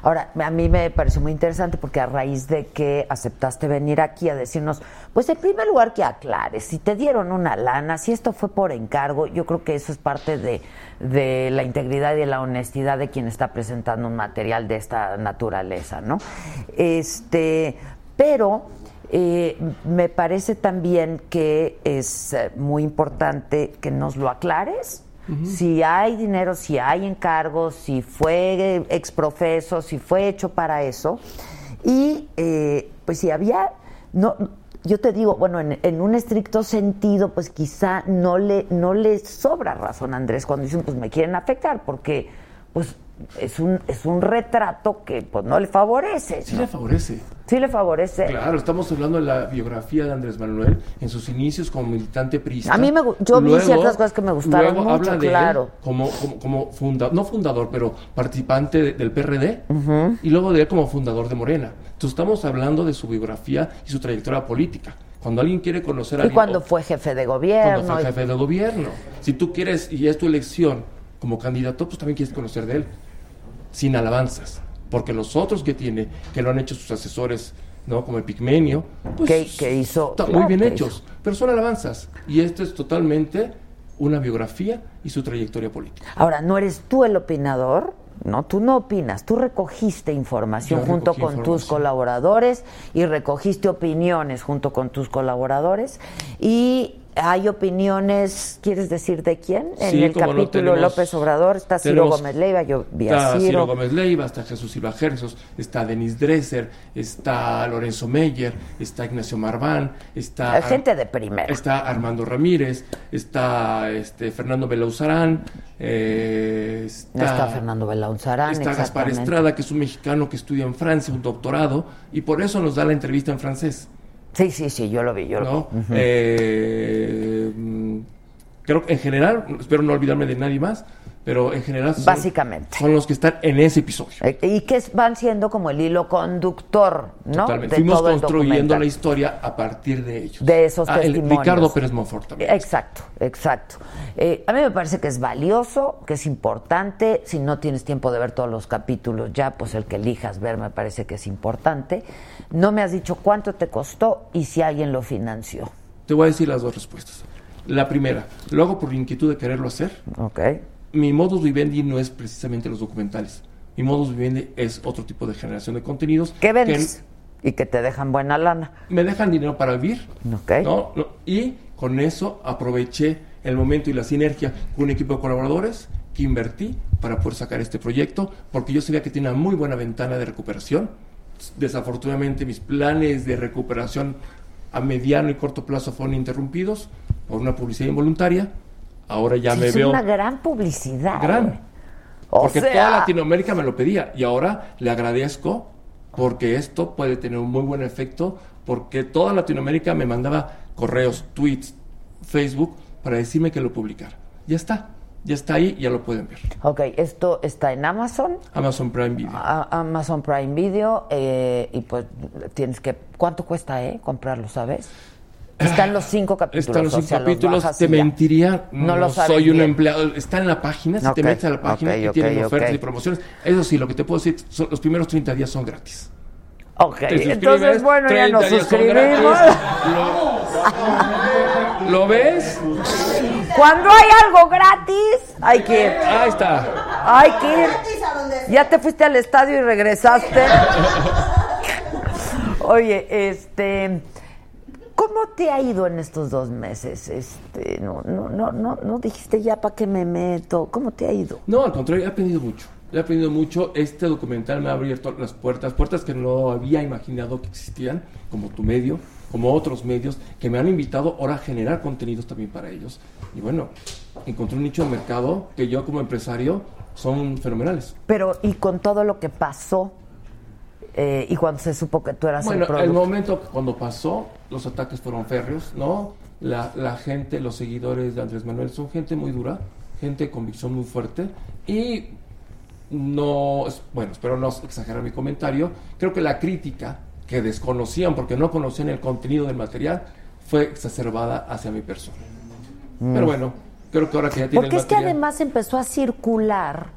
Speaker 2: Ahora, a mí me pareció muy interesante porque a raíz de que aceptaste venir aquí a decirnos, pues en primer lugar que aclares, si te dieron una lana, si esto fue por encargo, yo creo que eso es parte de, de la integridad y de la honestidad de quien está presentando un material de esta naturaleza, ¿no? Este, pero eh, me parece también que es eh, muy importante que nos lo aclares.
Speaker 17: Ujú.
Speaker 2: Si hay dinero, si hay encargos, si fue eh, exprofeso, si fue hecho para eso. Y eh, pues si había, no, yo te digo, bueno, en, en un estricto sentido, pues quizá no le, no le sobra razón a Andrés cuando dicen, pues me quieren afectar, porque pues es un, es un retrato que pues no le favorece.
Speaker 19: Sí
Speaker 2: ¿no?
Speaker 19: le favorece.
Speaker 2: Sí le favorece.
Speaker 19: Claro, estamos hablando de la biografía de Andrés Manuel en sus inicios como militante priista.
Speaker 2: A mí me gu- yo vi ciertas cosas que me gustaron
Speaker 19: luego
Speaker 2: mucho,
Speaker 19: habla de él
Speaker 2: claro.
Speaker 19: como como, como funda- no fundador, pero participante de- del PRD y luego de él como fundador de Morena. Entonces estamos hablando de su biografía y su trayectoria política. Cuando alguien quiere conocer
Speaker 2: Y
Speaker 19: a alguien
Speaker 2: cuando fue jefe de gobierno.
Speaker 19: cuando
Speaker 2: y-
Speaker 19: fue jefe de gobierno. Si tú quieres y es tu elección como candidato, pues también quieres conocer de él, sin alabanzas, porque los otros que tiene, que lo han hecho sus asesores, no, como Epigmenio, pues
Speaker 2: hizo,
Speaker 19: están
Speaker 2: claro,
Speaker 19: muy bien
Speaker 2: que
Speaker 19: hechos, pero son alabanzas. Y esto es totalmente una biografía y su trayectoria política.
Speaker 2: Ahora, no eres tú el opinador, ¿no? Tú no opinas, tú recogiste información
Speaker 19: Yo
Speaker 2: junto
Speaker 19: recogí
Speaker 2: con tus
Speaker 19: información.
Speaker 2: colaboradores y recogiste opiniones junto con tus colaboradores. Y hay opiniones, ¿quieres decir de quién? En
Speaker 19: Sí,
Speaker 2: el
Speaker 19: cómo no,
Speaker 2: capítulo
Speaker 19: tenemos-
Speaker 2: López Obrador está Ciro
Speaker 19: tenemos-
Speaker 2: Gómez Leiva, yo vi a
Speaker 19: Está
Speaker 2: Ciro.
Speaker 19: Ciro Gómez Leiva, está Jesús Silva Gersos, está Denis Dresser, está Lorenzo Meyer, está Ignacio Marván, está...
Speaker 2: Hay gente de primera.
Speaker 19: Está Armando Ramírez, está este, Fernando Belauzarán, eh,
Speaker 2: No
Speaker 19: está,
Speaker 2: está Fernando Belaunzarán,
Speaker 19: está Gaspar
Speaker 2: exactamente.
Speaker 19: Estrada, que es un mexicano que estudia en Francia, un doctorado, y por eso nos da la entrevista en francés.
Speaker 2: Sí, sí, sí, yo lo vi, yo lo
Speaker 19: ¿no?
Speaker 2: vi. Ujú.
Speaker 19: Eh, mm, creo que en general, espero no olvidarme de nadie más, pero en general son-
Speaker 2: Básicamente.
Speaker 19: son los que están en ese episodio.
Speaker 2: Eh, Y que es- van siendo como el hilo conductor, ¿no?
Speaker 19: Totalmente.
Speaker 2: De
Speaker 19: Fuimos
Speaker 2: todo el
Speaker 19: construyendo
Speaker 2: documental.
Speaker 19: la historia a partir de ellos.
Speaker 2: de esos
Speaker 19: Ah, el
Speaker 2: testimonios.
Speaker 19: Ricardo Pérez Monfort también.
Speaker 2: Exacto, exacto. Eh, a mí me parece que es valioso, que es importante. Si no tienes tiempo de ver todos los capítulos ya, pues el que elijas ver me parece que es importante. No me has dicho cuánto te costó y si alguien lo financió.
Speaker 19: Te voy a decir las dos respuestas. La primera, lo hago por la inquietud de quererlo hacer.
Speaker 2: Ok.
Speaker 19: Mi modus vivendi no es precisamente los documentales. Mi modus vivendi es otro tipo de generación de contenidos.
Speaker 2: ¿Qué vendes? Y que te dejan buena lana.
Speaker 19: Me dejan dinero para vivir.
Speaker 2: Ok.
Speaker 19: ¿no? No, Y con eso aproveché el momento y la sinergia con un equipo de colaboradores que invertí para poder sacar este proyecto, porque yo sabía que tiene una muy buena ventana de recuperación. Desafortunadamente mis planes de recuperación a mediano y corto plazo fueron interrumpidos por una publicidad involuntaria. Ahora ya
Speaker 2: Sí,
Speaker 19: me
Speaker 2: es
Speaker 19: veo
Speaker 2: una gran publicidad.
Speaker 19: grande.
Speaker 2: O
Speaker 19: Porque
Speaker 2: sea-
Speaker 19: toda Latinoamérica me lo pedía y ahora le agradezco porque esto puede tener un muy buen efecto porque toda Latinoamérica me mandaba correos, tweets, Facebook para decirme que lo publicara. Ya está, ya está ahí, ya lo pueden ver.
Speaker 2: Ok, esto está en Amazon,
Speaker 19: Amazon Prime Video.
Speaker 2: a- Amazon Prime Video, eh, y pues tienes que. ¿Cuánto cuesta, eh? Comprarlo, ¿sabes? Están los cinco capítulos.
Speaker 19: Están los
Speaker 2: o
Speaker 19: cinco
Speaker 2: sea,
Speaker 19: capítulos,
Speaker 2: bajas
Speaker 19: te
Speaker 2: y ya.
Speaker 19: mentiría,
Speaker 2: No
Speaker 19: no,
Speaker 2: lo sabes
Speaker 19: soy un
Speaker 2: bien.
Speaker 19: empleado, está en la página, si
Speaker 2: Ok,
Speaker 19: te metes a la página
Speaker 2: ok,
Speaker 19: y
Speaker 2: ok,
Speaker 19: tienen
Speaker 2: ok.
Speaker 19: ofertas y promociones. Eso sí, lo que te puedo decir, son- los primeros 30 días son gratis.
Speaker 2: Ok,
Speaker 19: Te suscribes,
Speaker 2: entonces bueno, ya
Speaker 19: 30
Speaker 2: nos
Speaker 19: días son
Speaker 2: suscribimos.
Speaker 19: gratis. ¿Lo ves?
Speaker 2: Cuando hay algo gratis, hay que ir.
Speaker 19: Ahí está.
Speaker 2: Hay que ir. Ya te fuiste al estadio y regresaste. Oye, este, ¿cómo te ha ido en estos dos meses? Este, no, no, no, no, no dijiste ya para qué me meto. ¿Cómo te ha ido?
Speaker 19: No, al contrario, he aprendido mucho. He aprendido mucho. Este documental me ha abierto las puertas, puertas que no había imaginado que existían, como tu medio, como otros medios, que me han invitado ahora a generar contenidos también para ellos. Y bueno, encontré un nicho de mercado que yo como empresario son fenomenales.
Speaker 2: Pero y con todo lo que pasó eh, y cuando se supo que tú eras
Speaker 19: Bueno,
Speaker 2: el
Speaker 19: el
Speaker 2: producto.
Speaker 19: momento cuando pasó, los ataques fueron férreos, ¿no? La, la gente, los seguidores de Andrés Manuel son gente muy dura, gente de convicción muy fuerte y no, es- bueno, espero no exagerar mi comentario, creo que la crítica que desconocían porque no conocían el contenido del material fue exacerbada hacia mi persona.
Speaker 2: Mm.
Speaker 19: Pero bueno, creo que ahora que ya tiene
Speaker 2: Porque
Speaker 19: el
Speaker 2: es que
Speaker 19: material,
Speaker 2: además empezó a circular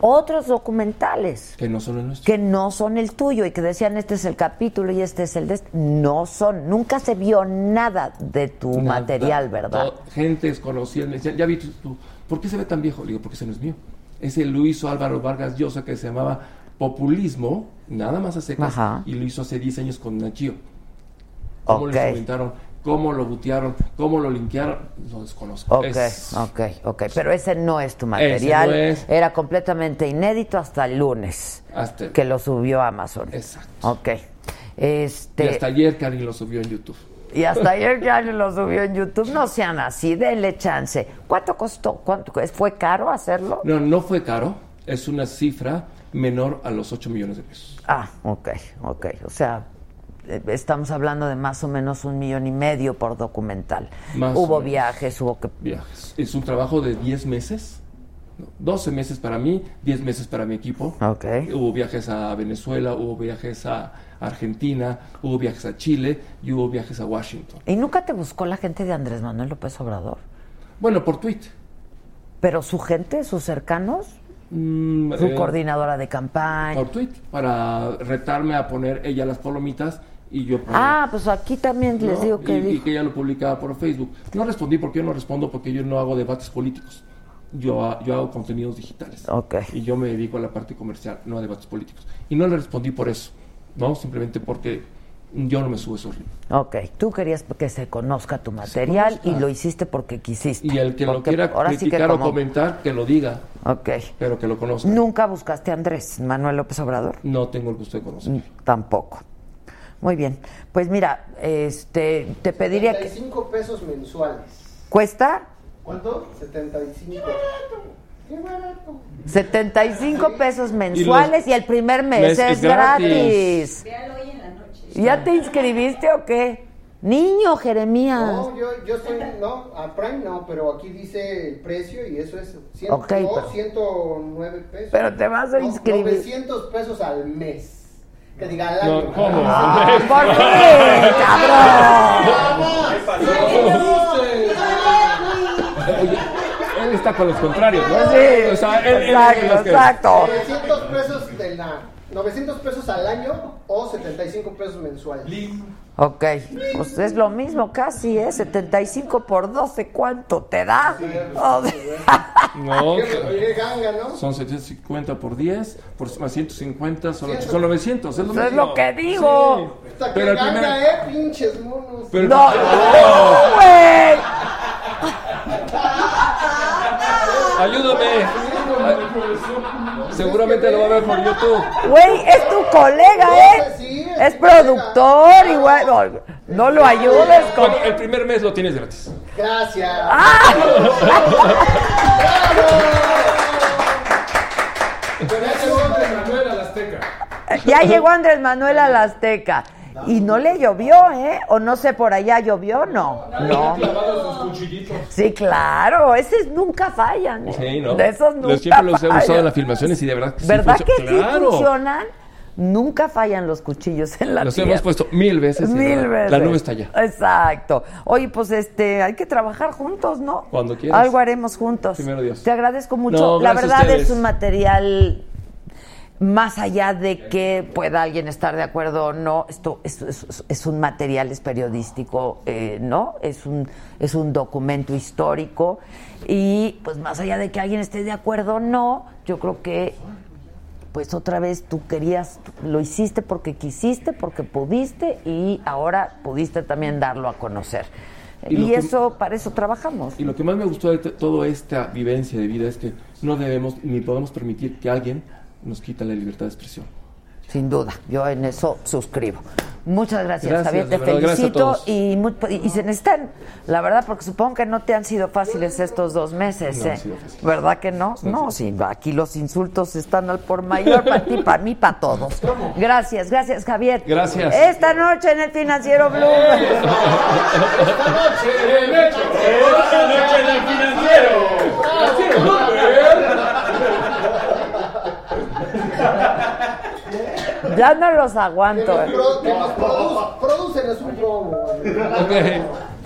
Speaker 2: otros documentales
Speaker 19: que no son el nuestro.
Speaker 2: que no son el tuyo y que decían este es el capítulo y este es el de este. No son, nunca se vio nada de tu
Speaker 19: Nada.
Speaker 2: material, ¿verdad?
Speaker 19: Todo- gente desconocida me decían, ya vi tú, tú, ¿por qué se ve tan viejo? Le digo, porque ese no es mío. Ese lo hizo Álvaro Vargas Llosa que se llamaba Populismo, nada más a secas,
Speaker 2: Ajá.
Speaker 19: y lo hizo hace 10 años con Nachio.
Speaker 2: Ok.
Speaker 19: ¿Cómo lo comentaron? ¿Cómo lo butearon? ¿Cómo lo linkearon? Lo desconozco.
Speaker 2: Ok,
Speaker 19: Es-
Speaker 2: ok, ok. Pero ese no es tu material.
Speaker 19: no es.
Speaker 2: Era completamente inédito hasta el lunes
Speaker 19: Hasta-
Speaker 2: que lo subió a Amazon.
Speaker 19: Exacto.
Speaker 2: Ok.
Speaker 19: Y
Speaker 2: Este,
Speaker 19: hasta ayer Cari lo subió en YouTube.
Speaker 2: Y hasta ayer ya lo subió en YouTube. No sean así, denle chance. ¿Cuánto costó? ¿Cuánto cu- ¿Fue caro hacerlo?
Speaker 19: No, no fue caro. Es una cifra menor a los 8 millones de pesos.
Speaker 2: Ah, ok, ok. O sea, eh, estamos hablando de más o menos un millón y medio por documental.
Speaker 19: Más
Speaker 2: hubo
Speaker 19: o menos.
Speaker 2: viajes, hubo que...
Speaker 19: viajes. Es un trabajo de 10 meses, no, 12 meses para mí, 10 meses para mi equipo.
Speaker 2: Ok.
Speaker 19: Hubo viajes a Venezuela, hubo viajes a Argentina, hubo viajes a Chile y hubo viajes a Washington.
Speaker 2: ¿Y nunca te buscó la gente de Andrés Manuel López Obrador?
Speaker 19: Bueno, por tweet.
Speaker 2: ¿Pero su gente, sus cercanos? su
Speaker 19: eh,
Speaker 2: coordinadora de campaña.
Speaker 19: Por tweet, para retarme a poner ella las palomitas y yo poner-
Speaker 2: Ah, pues aquí también les
Speaker 19: ¿no?
Speaker 2: digo que
Speaker 19: y, y
Speaker 2: dijo.
Speaker 19: que ella lo publicaba por Facebook. No respondí porque yo no respondo porque yo no hago debates políticos. Yo, yo hago contenidos digitales. Y yo me dedico a la parte comercial, no a debates políticos. Y no le respondí por eso, ¿no? Simplemente porque yo no me subo a esos ritmos.
Speaker 2: Ok, tú querías que se conozca tu material y
Speaker 19: conozca.
Speaker 2: lo hiciste porque quisiste.
Speaker 19: Y el que lo
Speaker 2: Porque
Speaker 19: quiera
Speaker 2: ahora sí que
Speaker 19: criticar o
Speaker 2: como-
Speaker 19: comentar, que lo diga.
Speaker 2: Ok.
Speaker 19: Pero que lo conozca.
Speaker 2: Nunca buscaste a Andrés Manuel López Obrador.
Speaker 19: No tengo el gusto de conocer.
Speaker 2: Tampoco. Muy bien. Pues mira, este, te pediría que
Speaker 7: 75 pesos mensuales.
Speaker 2: cuesta
Speaker 7: ¿Cuánto? 75. ¡Qué barato!
Speaker 2: 75 pesos mensuales y, el primer mes,
Speaker 7: mes
Speaker 2: es,
Speaker 7: es gratis.
Speaker 2: gratis. ¿Ya te inscribiste o qué? Niño Jeremías.
Speaker 7: No, yo, yo estoy, no, a Prime no, pero aquí dice el precio y eso es cien-
Speaker 2: Ok,
Speaker 7: no,
Speaker 2: pero-
Speaker 7: 109 pesos.
Speaker 2: Pero te vas a
Speaker 7: No,
Speaker 2: inscribir.
Speaker 7: 900 pesos al mes. Que diga al
Speaker 19: No,
Speaker 7: año.
Speaker 19: ¿cómo?
Speaker 7: Ah,
Speaker 2: ¿Por qué, cabrón?
Speaker 19: Él está con los contrarios, ¿no?
Speaker 2: Sí,
Speaker 19: O sea, él- él es de
Speaker 2: exacto,
Speaker 19: los que-
Speaker 2: exacto.
Speaker 7: 900 pesos de la 900 pesos al año o 75 pesos mensuales.
Speaker 2: Ok, pues es lo mismo casi, ¿eh? 75 por 12, ¿cuánto te da? Ah, Oh, O sea,
Speaker 3: Ah,
Speaker 19: No.
Speaker 7: Qué ganga, ¿no?
Speaker 19: Son 750 por 10, por más 150, son, ocho- son 900. Es lo,
Speaker 2: Es
Speaker 19: mismo.
Speaker 2: lo que digo.
Speaker 19: Sí.
Speaker 7: Puta, qué
Speaker 19: Pero el
Speaker 7: ganga,
Speaker 19: primer-
Speaker 7: eh, pinches monos.
Speaker 19: Pero-
Speaker 2: No, no, güey.
Speaker 19: Ayúdame. Ay, Seguramente lo va a ver por YouTube.
Speaker 2: Güey, es tu colega, ¿eh? Es productor, igual. No, no lo ayudes con.
Speaker 19: Bueno, el primer mes lo tienes gratis.
Speaker 7: Gracias.
Speaker 2: Ah.
Speaker 6: Manuel al Azteca.
Speaker 2: Ya llegó Andrés Manuel a la Azteca. Y no le llovió, ¿eh? O no sé, por allá llovió, no. No.
Speaker 6: Clavado sus cuchillitos.
Speaker 2: Sí, claro, esos nunca fallan. ¿eh?
Speaker 19: Sí, ¿no?
Speaker 2: De esos
Speaker 19: Los
Speaker 2: nunca
Speaker 19: siempre los he usado en
Speaker 2: fallan.
Speaker 19: las filmaciones y de verdad que sí
Speaker 2: ¿Verdad
Speaker 19: funcio-
Speaker 2: que sí
Speaker 19: Claro.
Speaker 2: funcionan? Nunca fallan los cuchillos en la
Speaker 19: Los
Speaker 2: tierra.
Speaker 19: hemos puesto mil veces. y de
Speaker 2: Mil
Speaker 19: verdad,
Speaker 2: veces.
Speaker 19: La nube está allá.
Speaker 2: Exacto. Oye, pues este, hay que trabajar juntos, ¿no?
Speaker 19: Cuando quieras.
Speaker 2: Algo haremos juntos.
Speaker 19: Primero Dios.
Speaker 2: Te agradezco mucho.
Speaker 19: No,
Speaker 2: la
Speaker 19: gracias a
Speaker 2: verdad es
Speaker 19: ustedes.
Speaker 2: un material más allá de que pueda alguien estar de acuerdo o no, esto es, es- es un material, es periodístico, eh, ¿no? Es un, es un documento histórico y pues más allá de que alguien esté de acuerdo o no, yo creo que pues otra vez tú querías, lo hiciste porque quisiste, porque pudiste y ahora pudiste también darlo a conocer.
Speaker 19: Y lo
Speaker 2: Y,
Speaker 19: que-
Speaker 2: eso, para eso trabajamos.
Speaker 19: Y lo que más me gustó de t- toda esta vivencia de vida es que no debemos ni podemos permitir que alguien nos quita la libertad de expresión.
Speaker 2: Sin duda, yo en eso suscribo. Muchas gracias,
Speaker 19: Gracias,
Speaker 2: Javier.
Speaker 19: de
Speaker 2: Te
Speaker 19: verdad, gracias a
Speaker 2: felicito
Speaker 19: todos.
Speaker 2: y, mu- y- y se necesitan, la verdad, porque supongo que no te han sido fáciles estos dos meses,
Speaker 19: No
Speaker 2: ¿eh?
Speaker 19: han sido fáciles.
Speaker 2: ¿Verdad que no? No, sí, aquí los insultos están al por mayor para ti, para mí, para todos. Gracias, gracias, Javier.
Speaker 19: Gracias.
Speaker 2: Esta noche en el Financiero Blue.
Speaker 6: Esta noche en el Ah, financiero.
Speaker 2: Ya no los aguanto. ¿eh?
Speaker 7: Producen un promo.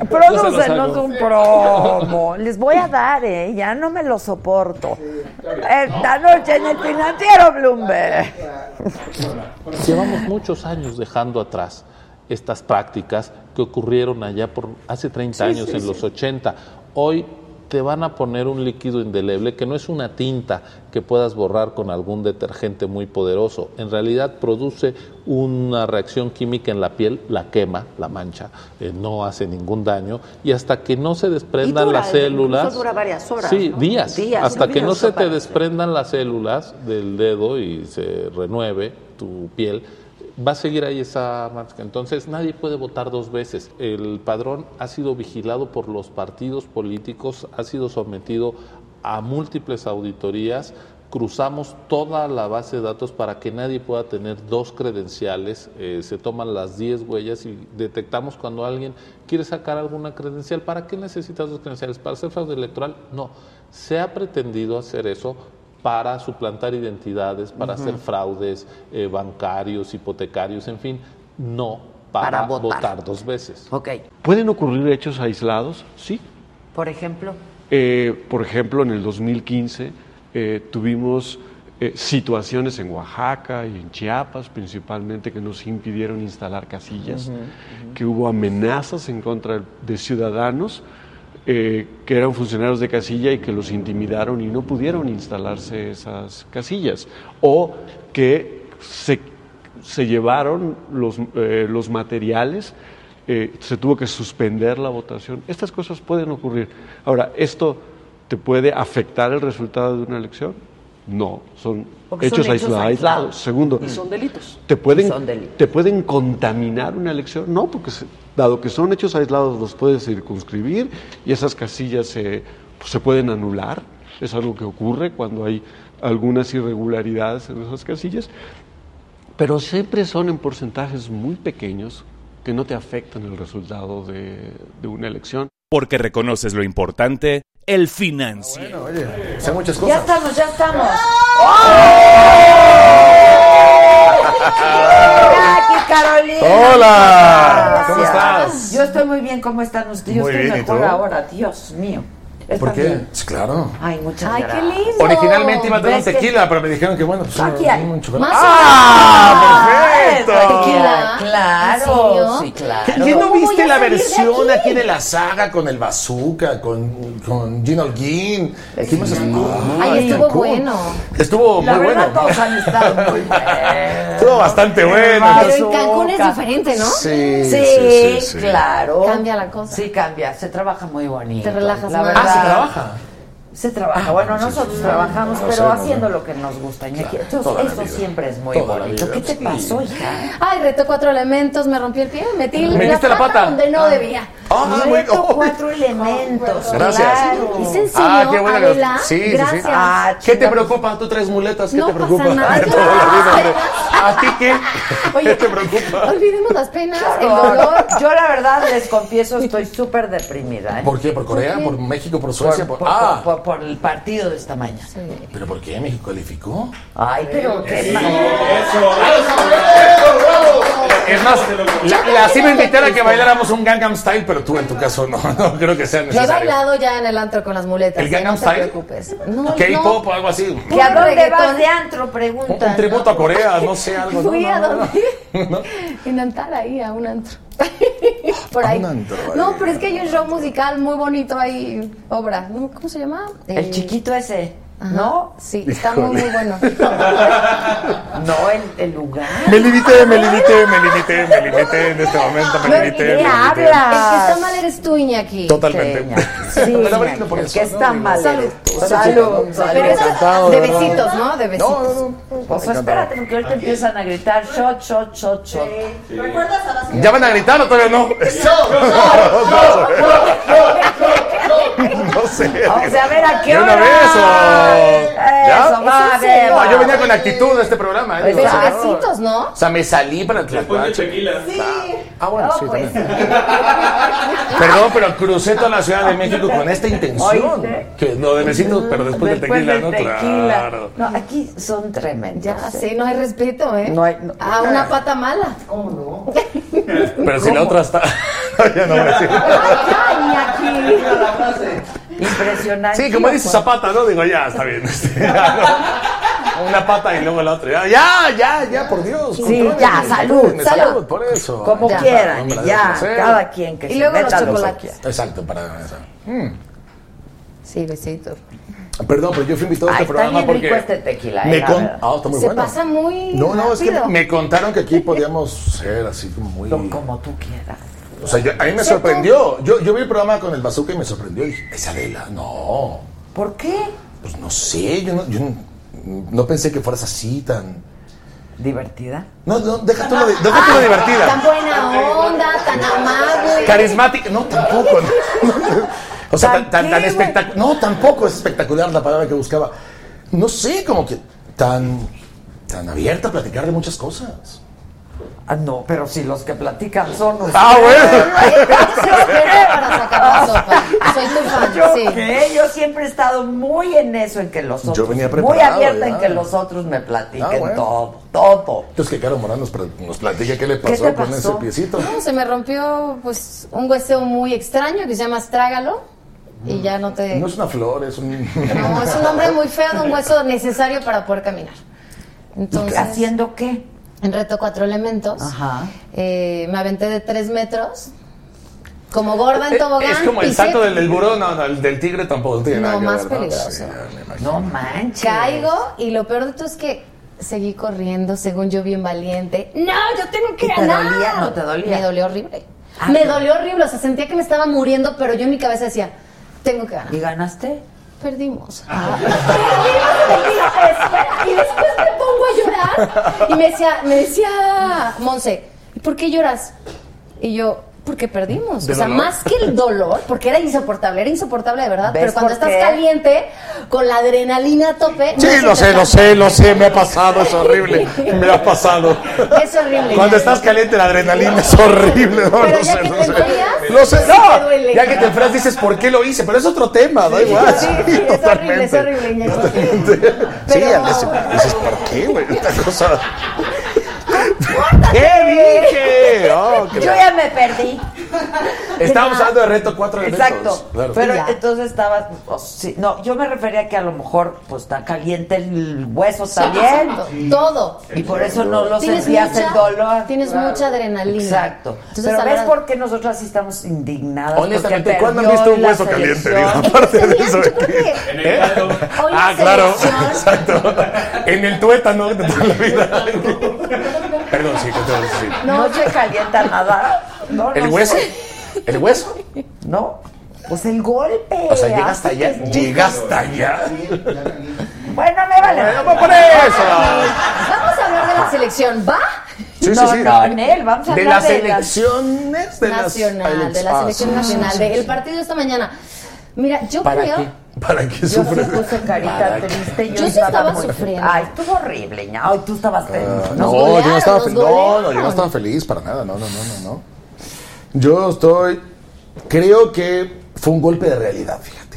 Speaker 2: Prodúcenos un promo. Les voy a dar, ¿eh? Ya no me lo soporto. Esta noche en el financiero Bloomberg.
Speaker 16: Llevamos muchos años dejando atrás estas prácticas que ocurrieron allá por hace 30
Speaker 17: Sí,
Speaker 16: años,
Speaker 17: sí,
Speaker 16: en
Speaker 17: sí.
Speaker 16: los 80. Hoy te van a poner un líquido indeleble que no es una tinta que puedas borrar con algún detergente muy poderoso. En realidad produce una reacción química en la piel, la quema, la mancha, eh, no hace ningún daño y hasta que no se desprendan
Speaker 13: dura,
Speaker 16: las
Speaker 13: incluso
Speaker 16: células.
Speaker 13: dura varias horas,
Speaker 16: Sí,
Speaker 13: ¿no?
Speaker 16: días.
Speaker 13: Días,
Speaker 16: hasta que no
Speaker 13: días,
Speaker 16: se te
Speaker 13: aparte.
Speaker 16: desprendan las células del dedo y se renueve tu piel, va a seguir ahí esa marca. Entonces nadie puede votar dos veces. El padrón ha sido vigilado por los partidos políticos, ha sido sometido a múltiples auditorías. Cruzamos toda la base de datos para que nadie pueda tener dos credenciales. eh, se toman las 10 huellas y detectamos cuando alguien quiere sacar alguna credencial. ¿Para qué necesitas dos credenciales? ¿Para hacer fraude electoral? No. Se ha pretendido hacer eso para suplantar identidades, para
Speaker 17: Ujú.
Speaker 16: hacer fraudes eh, bancarios, hipotecarios, en fin, no para,
Speaker 2: Para votar.
Speaker 16: votar dos veces.
Speaker 2: Ok.
Speaker 14: ¿Pueden ocurrir hechos aislados? Sí.
Speaker 2: Por ejemplo.
Speaker 14: Eh, por ejemplo, en el 2015 eh, tuvimos eh, situaciones en Oaxaca y en Chiapas principalmente que nos impidieron instalar casillas,
Speaker 17: Ujú,
Speaker 14: que hubo amenazas en contra de ciudadanos eh, que eran funcionarios de casilla y que los intimidaron y no pudieron instalarse esas casillas, o que se, se llevaron los, eh, los materiales eh, se tuvo que suspender la votación. Estas cosas pueden ocurrir. Ahora, ¿esto te puede afectar el resultado de una elección? No, son
Speaker 13: Porque son
Speaker 14: hechos,
Speaker 13: hechos
Speaker 14: aislados.
Speaker 13: aislados.
Speaker 14: Segundo,
Speaker 13: Y son delitos.
Speaker 14: ¿te pueden,
Speaker 13: Y son delitos.
Speaker 14: ¿te pueden contaminar una elección? No, porque se- dado que son hechos aislados, los puedes circunscribir y esas casillas se, pues, se pueden anular. Es algo que ocurre cuando hay algunas irregularidades en esas casillas pero siempre son en porcentajes muy pequeños que no te afectan el resultado de, de una elección.
Speaker 15: Porque reconoces lo importante, el financiero.
Speaker 4: Son muchas
Speaker 2: Ya estamos, ya estamos.
Speaker 18: ¡Oh!
Speaker 2: Hola, aquí Carolina. Ah,
Speaker 18: Hola, ¿cómo
Speaker 2: Gracias.
Speaker 18: estás?
Speaker 2: Yo estoy muy bien, ¿cómo están ustedes? Yo
Speaker 18: Muy
Speaker 2: estoy
Speaker 18: bien, ¿y
Speaker 2: mejor
Speaker 18: tú?
Speaker 2: ahora, Dios mío.
Speaker 18: ¿Por
Speaker 2: Están
Speaker 18: qué?
Speaker 2: bien.
Speaker 18: Sí, claro.
Speaker 2: Ay, muchas
Speaker 20: Ay, qué
Speaker 2: gracias.
Speaker 20: lindo.
Speaker 18: Originalmente iba a tener un
Speaker 2: ¿Ves que-
Speaker 18: tequila, pero me dijeron que bueno, pues
Speaker 2: Aquí
Speaker 18: un-
Speaker 2: hay.
Speaker 18: un chocolate.
Speaker 2: Más
Speaker 18: ¡Ah!
Speaker 2: o menos.
Speaker 18: ¡Perfecto!
Speaker 2: Tequila.
Speaker 18: ¿En
Speaker 2: Claro,
Speaker 18: serio?
Speaker 2: sí,
Speaker 12: Ah,
Speaker 2: claro.
Speaker 18: ¿Qué no
Speaker 2: ¿Cómo voy
Speaker 18: viste
Speaker 2: a
Speaker 18: la
Speaker 2: salir de
Speaker 18: versión
Speaker 2: aquí?
Speaker 18: aquí? de la saga con el bazooka, con, con Gene Holguín? ¿Quién más estuvo?
Speaker 12: Ay, Pues estuvo bueno.
Speaker 18: Estuvo
Speaker 12: La
Speaker 18: muy
Speaker 12: verdad,
Speaker 18: bueno.
Speaker 12: todos han
Speaker 2: estado
Speaker 18: muy Estuvo bastante bueno.
Speaker 12: Pero en Cancún es diferente, ¿no?
Speaker 18: Sí,
Speaker 2: Sí,
Speaker 18: sí, sí, sí.
Speaker 2: claro.
Speaker 12: Cambia la cosa.
Speaker 2: Sí, cambia. Se trabaja muy bonito.
Speaker 12: Te relajas
Speaker 2: la
Speaker 12: más.
Speaker 2: verdad.
Speaker 12: Ah, ¿se trabaja?
Speaker 2: Se trabaja. Bueno,
Speaker 18: Ah,
Speaker 2: nosotros trabajamos,
Speaker 12: No
Speaker 2: pero
Speaker 12: sé, no,
Speaker 2: haciendo
Speaker 12: no.
Speaker 2: lo que nos gusta. Iñaki.
Speaker 12: Claro,
Speaker 2: Entonces,
Speaker 12: toda la
Speaker 2: eso
Speaker 12: vida.
Speaker 2: siempre es muy
Speaker 12: Toda la
Speaker 2: bonito.
Speaker 12: vida,
Speaker 2: ¿Qué te
Speaker 12: sí.
Speaker 2: pasó, hija?
Speaker 12: Ay, reto cuatro elementos, me rompí el pie, metí
Speaker 2: ¿Metiste la pata?
Speaker 12: donde no debía.
Speaker 18: Ah,
Speaker 2: Reto
Speaker 18: bueno.
Speaker 2: cuatro elementos.
Speaker 18: Gracias.
Speaker 2: Claro.
Speaker 12: ¿Es en serio,
Speaker 18: Ah, qué bueno. que los-
Speaker 12: Adela?
Speaker 18: Sí, sí,
Speaker 12: Gracias.
Speaker 18: sí. ¿Qué te preocupa? Tú traes muletas, ¿qué
Speaker 12: No
Speaker 18: te
Speaker 12: pasa
Speaker 18: preocupa?
Speaker 12: nada.
Speaker 18: Toda la vida, hombre. ¿A ti qué? ¿Qué te preocupa?
Speaker 12: Olvidemos las penas, el dolor.
Speaker 2: Dolor. Yo la verdad les confieso estoy súper deprimida. ¿eh?
Speaker 18: ¿Por qué? ¿Por Corea?
Speaker 2: ¿Por
Speaker 18: ¿Por,
Speaker 2: qué?
Speaker 18: México? ¿Por Suecia? ¿Por,
Speaker 2: por-
Speaker 18: ah,
Speaker 2: por- por el partido de esta mañana.
Speaker 18: ¿Pero por qué México calificó?
Speaker 2: Ay, pero qué mal.
Speaker 18: Eso,
Speaker 6: ¡Bravo, bravo!
Speaker 17: Es más, la, la sí me invitar a que bailáramos un Gangnam Style, pero tú en tu caso no, no creo que sea
Speaker 12: Yo he
Speaker 17: necesario.
Speaker 12: bailado ya en el antro con las muletas. ¿eh?
Speaker 17: ¿El Gangnam
Speaker 12: no
Speaker 17: Style?
Speaker 12: te preocupes. No,
Speaker 17: K-pop o algo así.
Speaker 12: ¿Que a dónde vas de
Speaker 2: antro?
Speaker 17: Un,
Speaker 2: Pregunta.
Speaker 17: un tributo a Corea, no sé, algo. ¿no?
Speaker 12: Fui
Speaker 17: No,
Speaker 12: a
Speaker 17: no, no.
Speaker 12: donde. En Antara, ahí, a un antro. Por ahí.
Speaker 17: un antro,
Speaker 12: no, pero es que hay un show musical muy bonito ahí, obra. ¿no? ¿Cómo se llama?
Speaker 2: El chiquito ese, ¿no?
Speaker 12: Eh, Sí, está muy, muy bueno.
Speaker 2: No, el, el lugar.
Speaker 17: Me limité, me limité, me limité, me limité en este momento, me limité. me limité.
Speaker 12: El que está mal eres tú, Iñaki.
Speaker 17: Totalmente.
Speaker 2: Sí,
Speaker 17: por
Speaker 2: que está mal.
Speaker 12: Salud.
Speaker 2: Salud.
Speaker 12: Pero eso
Speaker 2: Salud.
Speaker 12: de besitos, ¿no? De besitos.
Speaker 2: O sea, Pues espérate, porque ahorita empiezan a gritar shot, shot, shot, shot.
Speaker 8: ¿Recuerdas a las
Speaker 17: ¿Ya van a gritar o todavía no? No sé.
Speaker 2: Vamos a ver a qué
Speaker 17: ¿De una
Speaker 2: hora.
Speaker 17: vez o...? ¿Ya?
Speaker 2: Eso, va a ver,
Speaker 17: No,
Speaker 2: va.
Speaker 17: yo venía con actitud de este programa. ¿eh?
Speaker 12: Pero
Speaker 17: O sea,
Speaker 12: Pues, besitos, ¿no?
Speaker 17: O sea, me salí para Tlacuache. Ah, bueno, sí, también. Perdón, pero crucé toda la Ciudad de México con esta intención.
Speaker 2: ¿Oíste?
Speaker 17: Que no, de besitos, pero después, del
Speaker 2: Después
Speaker 17: tequila,
Speaker 2: del
Speaker 17: ¿no?
Speaker 2: tequila.
Speaker 17: Claro.
Speaker 2: No, aquí son tremendos.
Speaker 12: Ya,
Speaker 2: ¿eh?
Speaker 12: sí, no hay respeto, ¿eh?
Speaker 2: No hay- no-
Speaker 12: A una pata mala. ¿Cómo no?
Speaker 17: Pero si la otra está... ya no me Ah,
Speaker 2: Impresionante.
Speaker 17: Sí, como dice Zapata, ¿no? Digo, ya, está bien. este, ya, ¿no? Una pata y luego la otra. Ya, ya, ya, ya, por Dios.
Speaker 2: Sí,
Speaker 17: controlen,
Speaker 2: ya, salud,
Speaker 17: controlen,
Speaker 2: salud.
Speaker 17: Por eso.
Speaker 2: Como
Speaker 17: Ya.
Speaker 2: quieran,
Speaker 17: No me la
Speaker 2: ya,
Speaker 17: dejen hacer.
Speaker 2: cada quien que
Speaker 12: Y
Speaker 2: se
Speaker 12: luego los
Speaker 2: meta lo que
Speaker 12: chocolates.
Speaker 2: quiera.
Speaker 17: Exacto, para eso.
Speaker 12: Mm. Sí, besitos.
Speaker 17: Perdón, pero yo fui invitado a este
Speaker 12: Ay, está
Speaker 17: programa
Speaker 12: bien
Speaker 17: porque.
Speaker 12: rico este tequila, eh,
Speaker 17: me
Speaker 12: la
Speaker 17: con-
Speaker 12: verdad.
Speaker 17: Ah, está muy
Speaker 12: Se
Speaker 17: bueno.
Speaker 12: pasa muy
Speaker 17: No, no, es que
Speaker 12: rápido.
Speaker 17: me contaron que aquí podíamos ser así como muy.
Speaker 2: Como tú quieras.
Speaker 17: O sea, yo- a mí me
Speaker 2: Sé
Speaker 17: sorprendió. Yo, yo vi el programa con el bazooka y me sorprendió. Y dije, es Adela. No.
Speaker 2: ¿Por qué?
Speaker 17: Pues no sé. Yo no, yo no- no pensé que fueras así tan.
Speaker 2: ¿Divertida? Ah,
Speaker 17: No, no, déjate una, déjate una divertida.
Speaker 12: Tan buena onda, tan amable.
Speaker 17: Carismática, no, tampoco. o sea, tan, tan, espectacular. No, tampoco es espectacular la palabra que buscaba. No sé, como que tan, tan abierta a platicar de muchas cosas.
Speaker 2: Ah, no, pero si los que platican son los.
Speaker 17: Ah,
Speaker 12: para sacar la sopa. Soy tu fan,
Speaker 2: ¿Yo
Speaker 12: sí.
Speaker 2: qué? Yo siempre he estado muy en eso, en que los
Speaker 17: Yo
Speaker 2: otros.
Speaker 17: venía
Speaker 2: muy
Speaker 17: preparado,
Speaker 2: abierta en
Speaker 17: ya.
Speaker 2: que los otros me platiquen
Speaker 17: Ah, bueno.
Speaker 2: todo, todo.
Speaker 17: Entonces que Caro Morán nos, pl- nos platique qué le
Speaker 2: ¿Qué
Speaker 17: pasó,
Speaker 2: te
Speaker 17: con ese
Speaker 2: pasó?
Speaker 17: piecito.
Speaker 12: No, se me rompió pues un hueseo muy extraño que se llama astrágalo y ya no te...
Speaker 17: No es una flor, es un...
Speaker 12: No, es un nombre muy feo de un hueso necesario para poder caminar. Entonces,
Speaker 2: ¿Haciendo qué?
Speaker 12: En reto cuatro elementos,
Speaker 2: Ajá.
Speaker 12: eh, me aventé de tres metros, como gorda en
Speaker 17: Es-
Speaker 12: tobogán.
Speaker 17: Eh, es como el
Speaker 12: pisé-
Speaker 17: salto del, del burón, no, no, el del tigre tampoco tiene nada
Speaker 12: No,
Speaker 17: que
Speaker 12: más
Speaker 17: ver, ¿no?
Speaker 12: peligroso.
Speaker 17: Sí, ya me imagino.
Speaker 2: No manches.
Speaker 12: Caigo y lo peor de todo es que seguí corriendo, según yo bien valiente. No, yo tengo que
Speaker 2: ¿Y te
Speaker 12: ganar.
Speaker 2: dolía? ¿No te dolía? Ah,
Speaker 12: Me dolió horrible. me dolió horrible, o sea, sentía que me estaba muriendo, pero yo en mi cabeza decía, tengo que ganar.
Speaker 2: ¿Y ganaste?
Speaker 12: Perdimos. Perdimos el día, espera. Y después me pongo a llorar. Y me decía, me decía, Monse, ¿y por qué lloras? Y yo, porque perdimos.
Speaker 2: De
Speaker 12: O sea,
Speaker 2: dolor.
Speaker 12: más que el dolor, porque era insoportable, era insoportable de verdad.
Speaker 2: ¿Ves
Speaker 12: Pero cuando
Speaker 2: por
Speaker 12: estás
Speaker 2: qué?
Speaker 12: caliente, con la adrenalina a tope. no
Speaker 17: Sí,
Speaker 12: se
Speaker 17: lo
Speaker 12: te
Speaker 17: sé,
Speaker 12: pasa.
Speaker 17: lo sé, lo sé, me ha pasado, es horrible. Me ha pasado.
Speaker 12: Es horrible.
Speaker 17: Cuando estás caliente la adrenalina es horrible, no,
Speaker 12: Pero
Speaker 17: no
Speaker 12: ya
Speaker 17: sé,
Speaker 12: que
Speaker 17: no
Speaker 12: te
Speaker 17: sé.
Speaker 12: enfrías,
Speaker 17: No sé,
Speaker 12: sí te
Speaker 17: no.
Speaker 12: duele.
Speaker 17: Ya que te enfrías dices por qué lo hice, pero es otro tema, da igual.
Speaker 12: Sí, sí, es horrible, es
Speaker 17: totalmente.
Speaker 12: horrible, Iñaki.
Speaker 17: Sí,
Speaker 12: Pero-
Speaker 17: al decir- dices por qué, güey, esta cosa. ¿Qué dije? Oh, qué
Speaker 2: Yo
Speaker 17: la-
Speaker 2: ya me perdí.
Speaker 17: Estábamos
Speaker 2: Ya.
Speaker 17: hablando de reto cuatro elementos.
Speaker 2: Exacto.
Speaker 17: Claro.
Speaker 2: Pero
Speaker 17: Ya.
Speaker 2: entonces estabas. pues, sí, no, yo me refería que a lo mejor pues está caliente el hueso también.
Speaker 12: Exacto, Todo.
Speaker 2: Y por eso no lo
Speaker 12: Tienes
Speaker 2: sentías el
Speaker 12: mucha-
Speaker 2: dolor.
Speaker 12: Tienes mucha adrenalina.
Speaker 2: Exacto.
Speaker 12: Entonces,
Speaker 2: Pero
Speaker 12: a
Speaker 2: ves
Speaker 12: la-
Speaker 2: por qué nosotras sí estamos indignadas.
Speaker 17: Honestamente,
Speaker 2: porque
Speaker 17: ¿cuándo han
Speaker 2: perdió
Speaker 17: visto un
Speaker 2: la
Speaker 17: hueso caliente? Digo,
Speaker 2: selección.
Speaker 17: aparte de eso. aquí. ¿Eh? Ah, claro.
Speaker 12: selección-
Speaker 17: Exacto. En el tuétano de toda la vida. Perdón, sí, continúa, sí.
Speaker 2: No se calienta nada. No,
Speaker 17: ¿El
Speaker 2: no
Speaker 17: hueso?
Speaker 2: sé.
Speaker 17: ¿El hueso?
Speaker 2: No. Pues el golpe.
Speaker 17: O sea, llegaste
Speaker 2: hace
Speaker 17: allá.
Speaker 2: que-
Speaker 17: Llegaste allá.
Speaker 2: Bueno, me vale.
Speaker 17: Vamos por eso.
Speaker 12: Vamos a hablar de la selección, ¿va?
Speaker 17: Sí,
Speaker 2: no,
Speaker 17: sí, sí.
Speaker 2: no, Nel, vamos a
Speaker 17: de
Speaker 2: hablar
Speaker 17: las
Speaker 2: de las-
Speaker 17: elecciones de las-
Speaker 12: nacional, de la
Speaker 17: Ah,
Speaker 12: selección
Speaker 17: sí,
Speaker 12: nacional,
Speaker 17: sí,
Speaker 12: del
Speaker 17: sí.
Speaker 12: partido esta mañana. Mira, yo
Speaker 17: ¿Para
Speaker 12: creo.
Speaker 17: qué? ¿Para qué
Speaker 2: Yo sí
Speaker 17: sufres?
Speaker 2: puse carita
Speaker 17: ¿Para qué?
Speaker 2: triste. Yo,
Speaker 12: Yo sí estaba
Speaker 2: muy-
Speaker 12: sufriendo.
Speaker 2: Ay, estuvo horrible, ña. Ay, tú estabas
Speaker 17: Ah,
Speaker 2: tenso.
Speaker 17: No,
Speaker 12: golearon,
Speaker 17: yo no estaba
Speaker 12: nos
Speaker 17: feliz. No, no, yo no
Speaker 12: golearon.
Speaker 17: estaba feliz para nada. No, no, no, no, no. Yo estoy. Creo que fue un golpe de realidad, fíjate.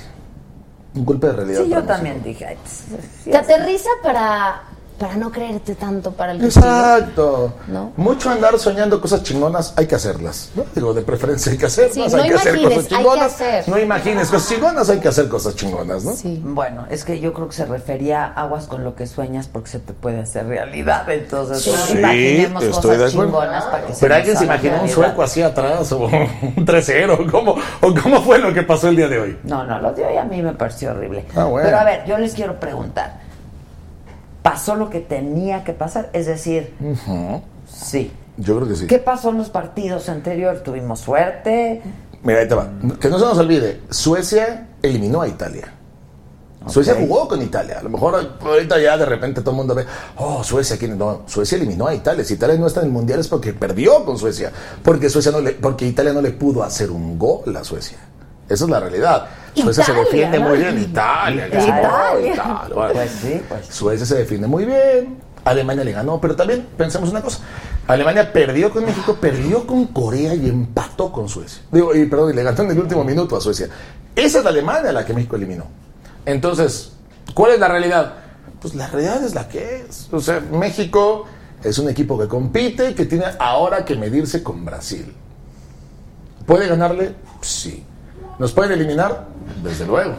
Speaker 17: Un golpe de realidad.
Speaker 2: Sí,
Speaker 17: para
Speaker 2: yo
Speaker 17: nosotros.
Speaker 2: también dije. ay, tss, pues, sí,
Speaker 12: Te aterriza para para no creerte tanto para el que
Speaker 17: Exacto.
Speaker 12: sigue, ¿No?
Speaker 17: Mucho andar soñando cosas chingonas, hay que hacerlas. ¿no? Digo, de preferencia hay que hacerlas.
Speaker 12: Sí,
Speaker 17: hay
Speaker 12: no
Speaker 17: que hacer
Speaker 12: imagines,
Speaker 17: cosas
Speaker 12: hay que
Speaker 17: chingonas.
Speaker 12: hacer.
Speaker 17: No imagines cosas chingonas, hay que hacer cosas chingonas, ¿no?
Speaker 2: Bueno, es que yo creo que se refería a aguas con lo que sueñas porque se te puede hacer realidad. Entonces,
Speaker 17: Sí,
Speaker 2: no imaginemos
Speaker 17: estoy de
Speaker 2: cosas
Speaker 17: acuerdo.
Speaker 2: chingonas para que
Speaker 17: Pero
Speaker 2: nos
Speaker 17: alguien se
Speaker 2: haga
Speaker 17: imaginó un
Speaker 2: realidad.
Speaker 17: sueco así atrás o un 3-0. ¿Cómo, o ¿Cómo fue lo que pasó el día de hoy?
Speaker 2: No, no, lo de hoy a mí me pareció horrible.
Speaker 17: Ah, bueno.
Speaker 2: Pero a ver, yo les quiero preguntar. ¿Pasó lo que tenía que pasar? Es decir,
Speaker 17: Ujú.
Speaker 2: Sí.
Speaker 17: Yo creo que sí.
Speaker 2: ¿qué pasó en los partidos anteriores? ¿Tuvimos suerte?
Speaker 17: Mira, ahí te va. Que no se nos olvide, Suecia eliminó a Italia. Suecia jugó con Italia. A lo mejor ahorita ya de repente todo el mundo ve, oh, Suecia, ¿quién? No, Suecia eliminó a Italia. Si Italia no está en el mundial es porque perdió con Suecia. Porque, Suecia no le, porque Italia no le pudo hacer un gol a Suecia. Esa es la realidad. Suecia se
Speaker 18: Italia,
Speaker 17: defiende
Speaker 18: ¿no?
Speaker 17: muy bien. Italia, que
Speaker 18: Italia.
Speaker 17: sí, no, Italia, bueno.
Speaker 18: Pues
Speaker 17: Suecia se defiende muy bien. Alemania le ganó, pero también pensemos una cosa. Alemania perdió con México, perdió con Corea y empató con Suecia. Digo, y, perdón, y le ganó en el último minuto a Suecia. Esa es la Alemania a la que México eliminó. Entonces, ¿cuál es la realidad? Pues la realidad es la que es. O sea, México es un equipo que compite, que tiene ahora que medirse con Brasil. ¿Puede ganarle? Sí. ¿Nos pueden eliminar? Desde luego.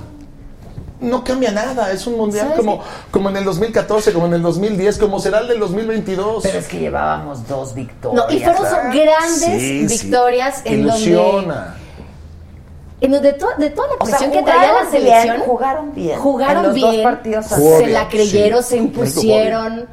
Speaker 17: No cambia nada, es un mundial
Speaker 2: ¿Sabes
Speaker 17: como, como en el 2014, como en el 2010, como será el del 2022.
Speaker 2: Pero es que llevábamos dos victorias.
Speaker 12: No, y fueron
Speaker 17: Claro.
Speaker 12: grandes
Speaker 17: Sí, sí.
Speaker 12: victorias en donde...
Speaker 17: Ilusiona.
Speaker 12: En donde to- de toda la
Speaker 2: O sea,
Speaker 12: presión que traía la
Speaker 2: jugaron bien,
Speaker 12: selección...
Speaker 2: jugaron bien.
Speaker 12: Jugaron
Speaker 2: En los dos
Speaker 12: bien,
Speaker 2: partidos
Speaker 12: se
Speaker 2: Jugó bien,
Speaker 12: la creyeron,
Speaker 2: sí.
Speaker 12: se
Speaker 2: México jugó
Speaker 12: impusieron.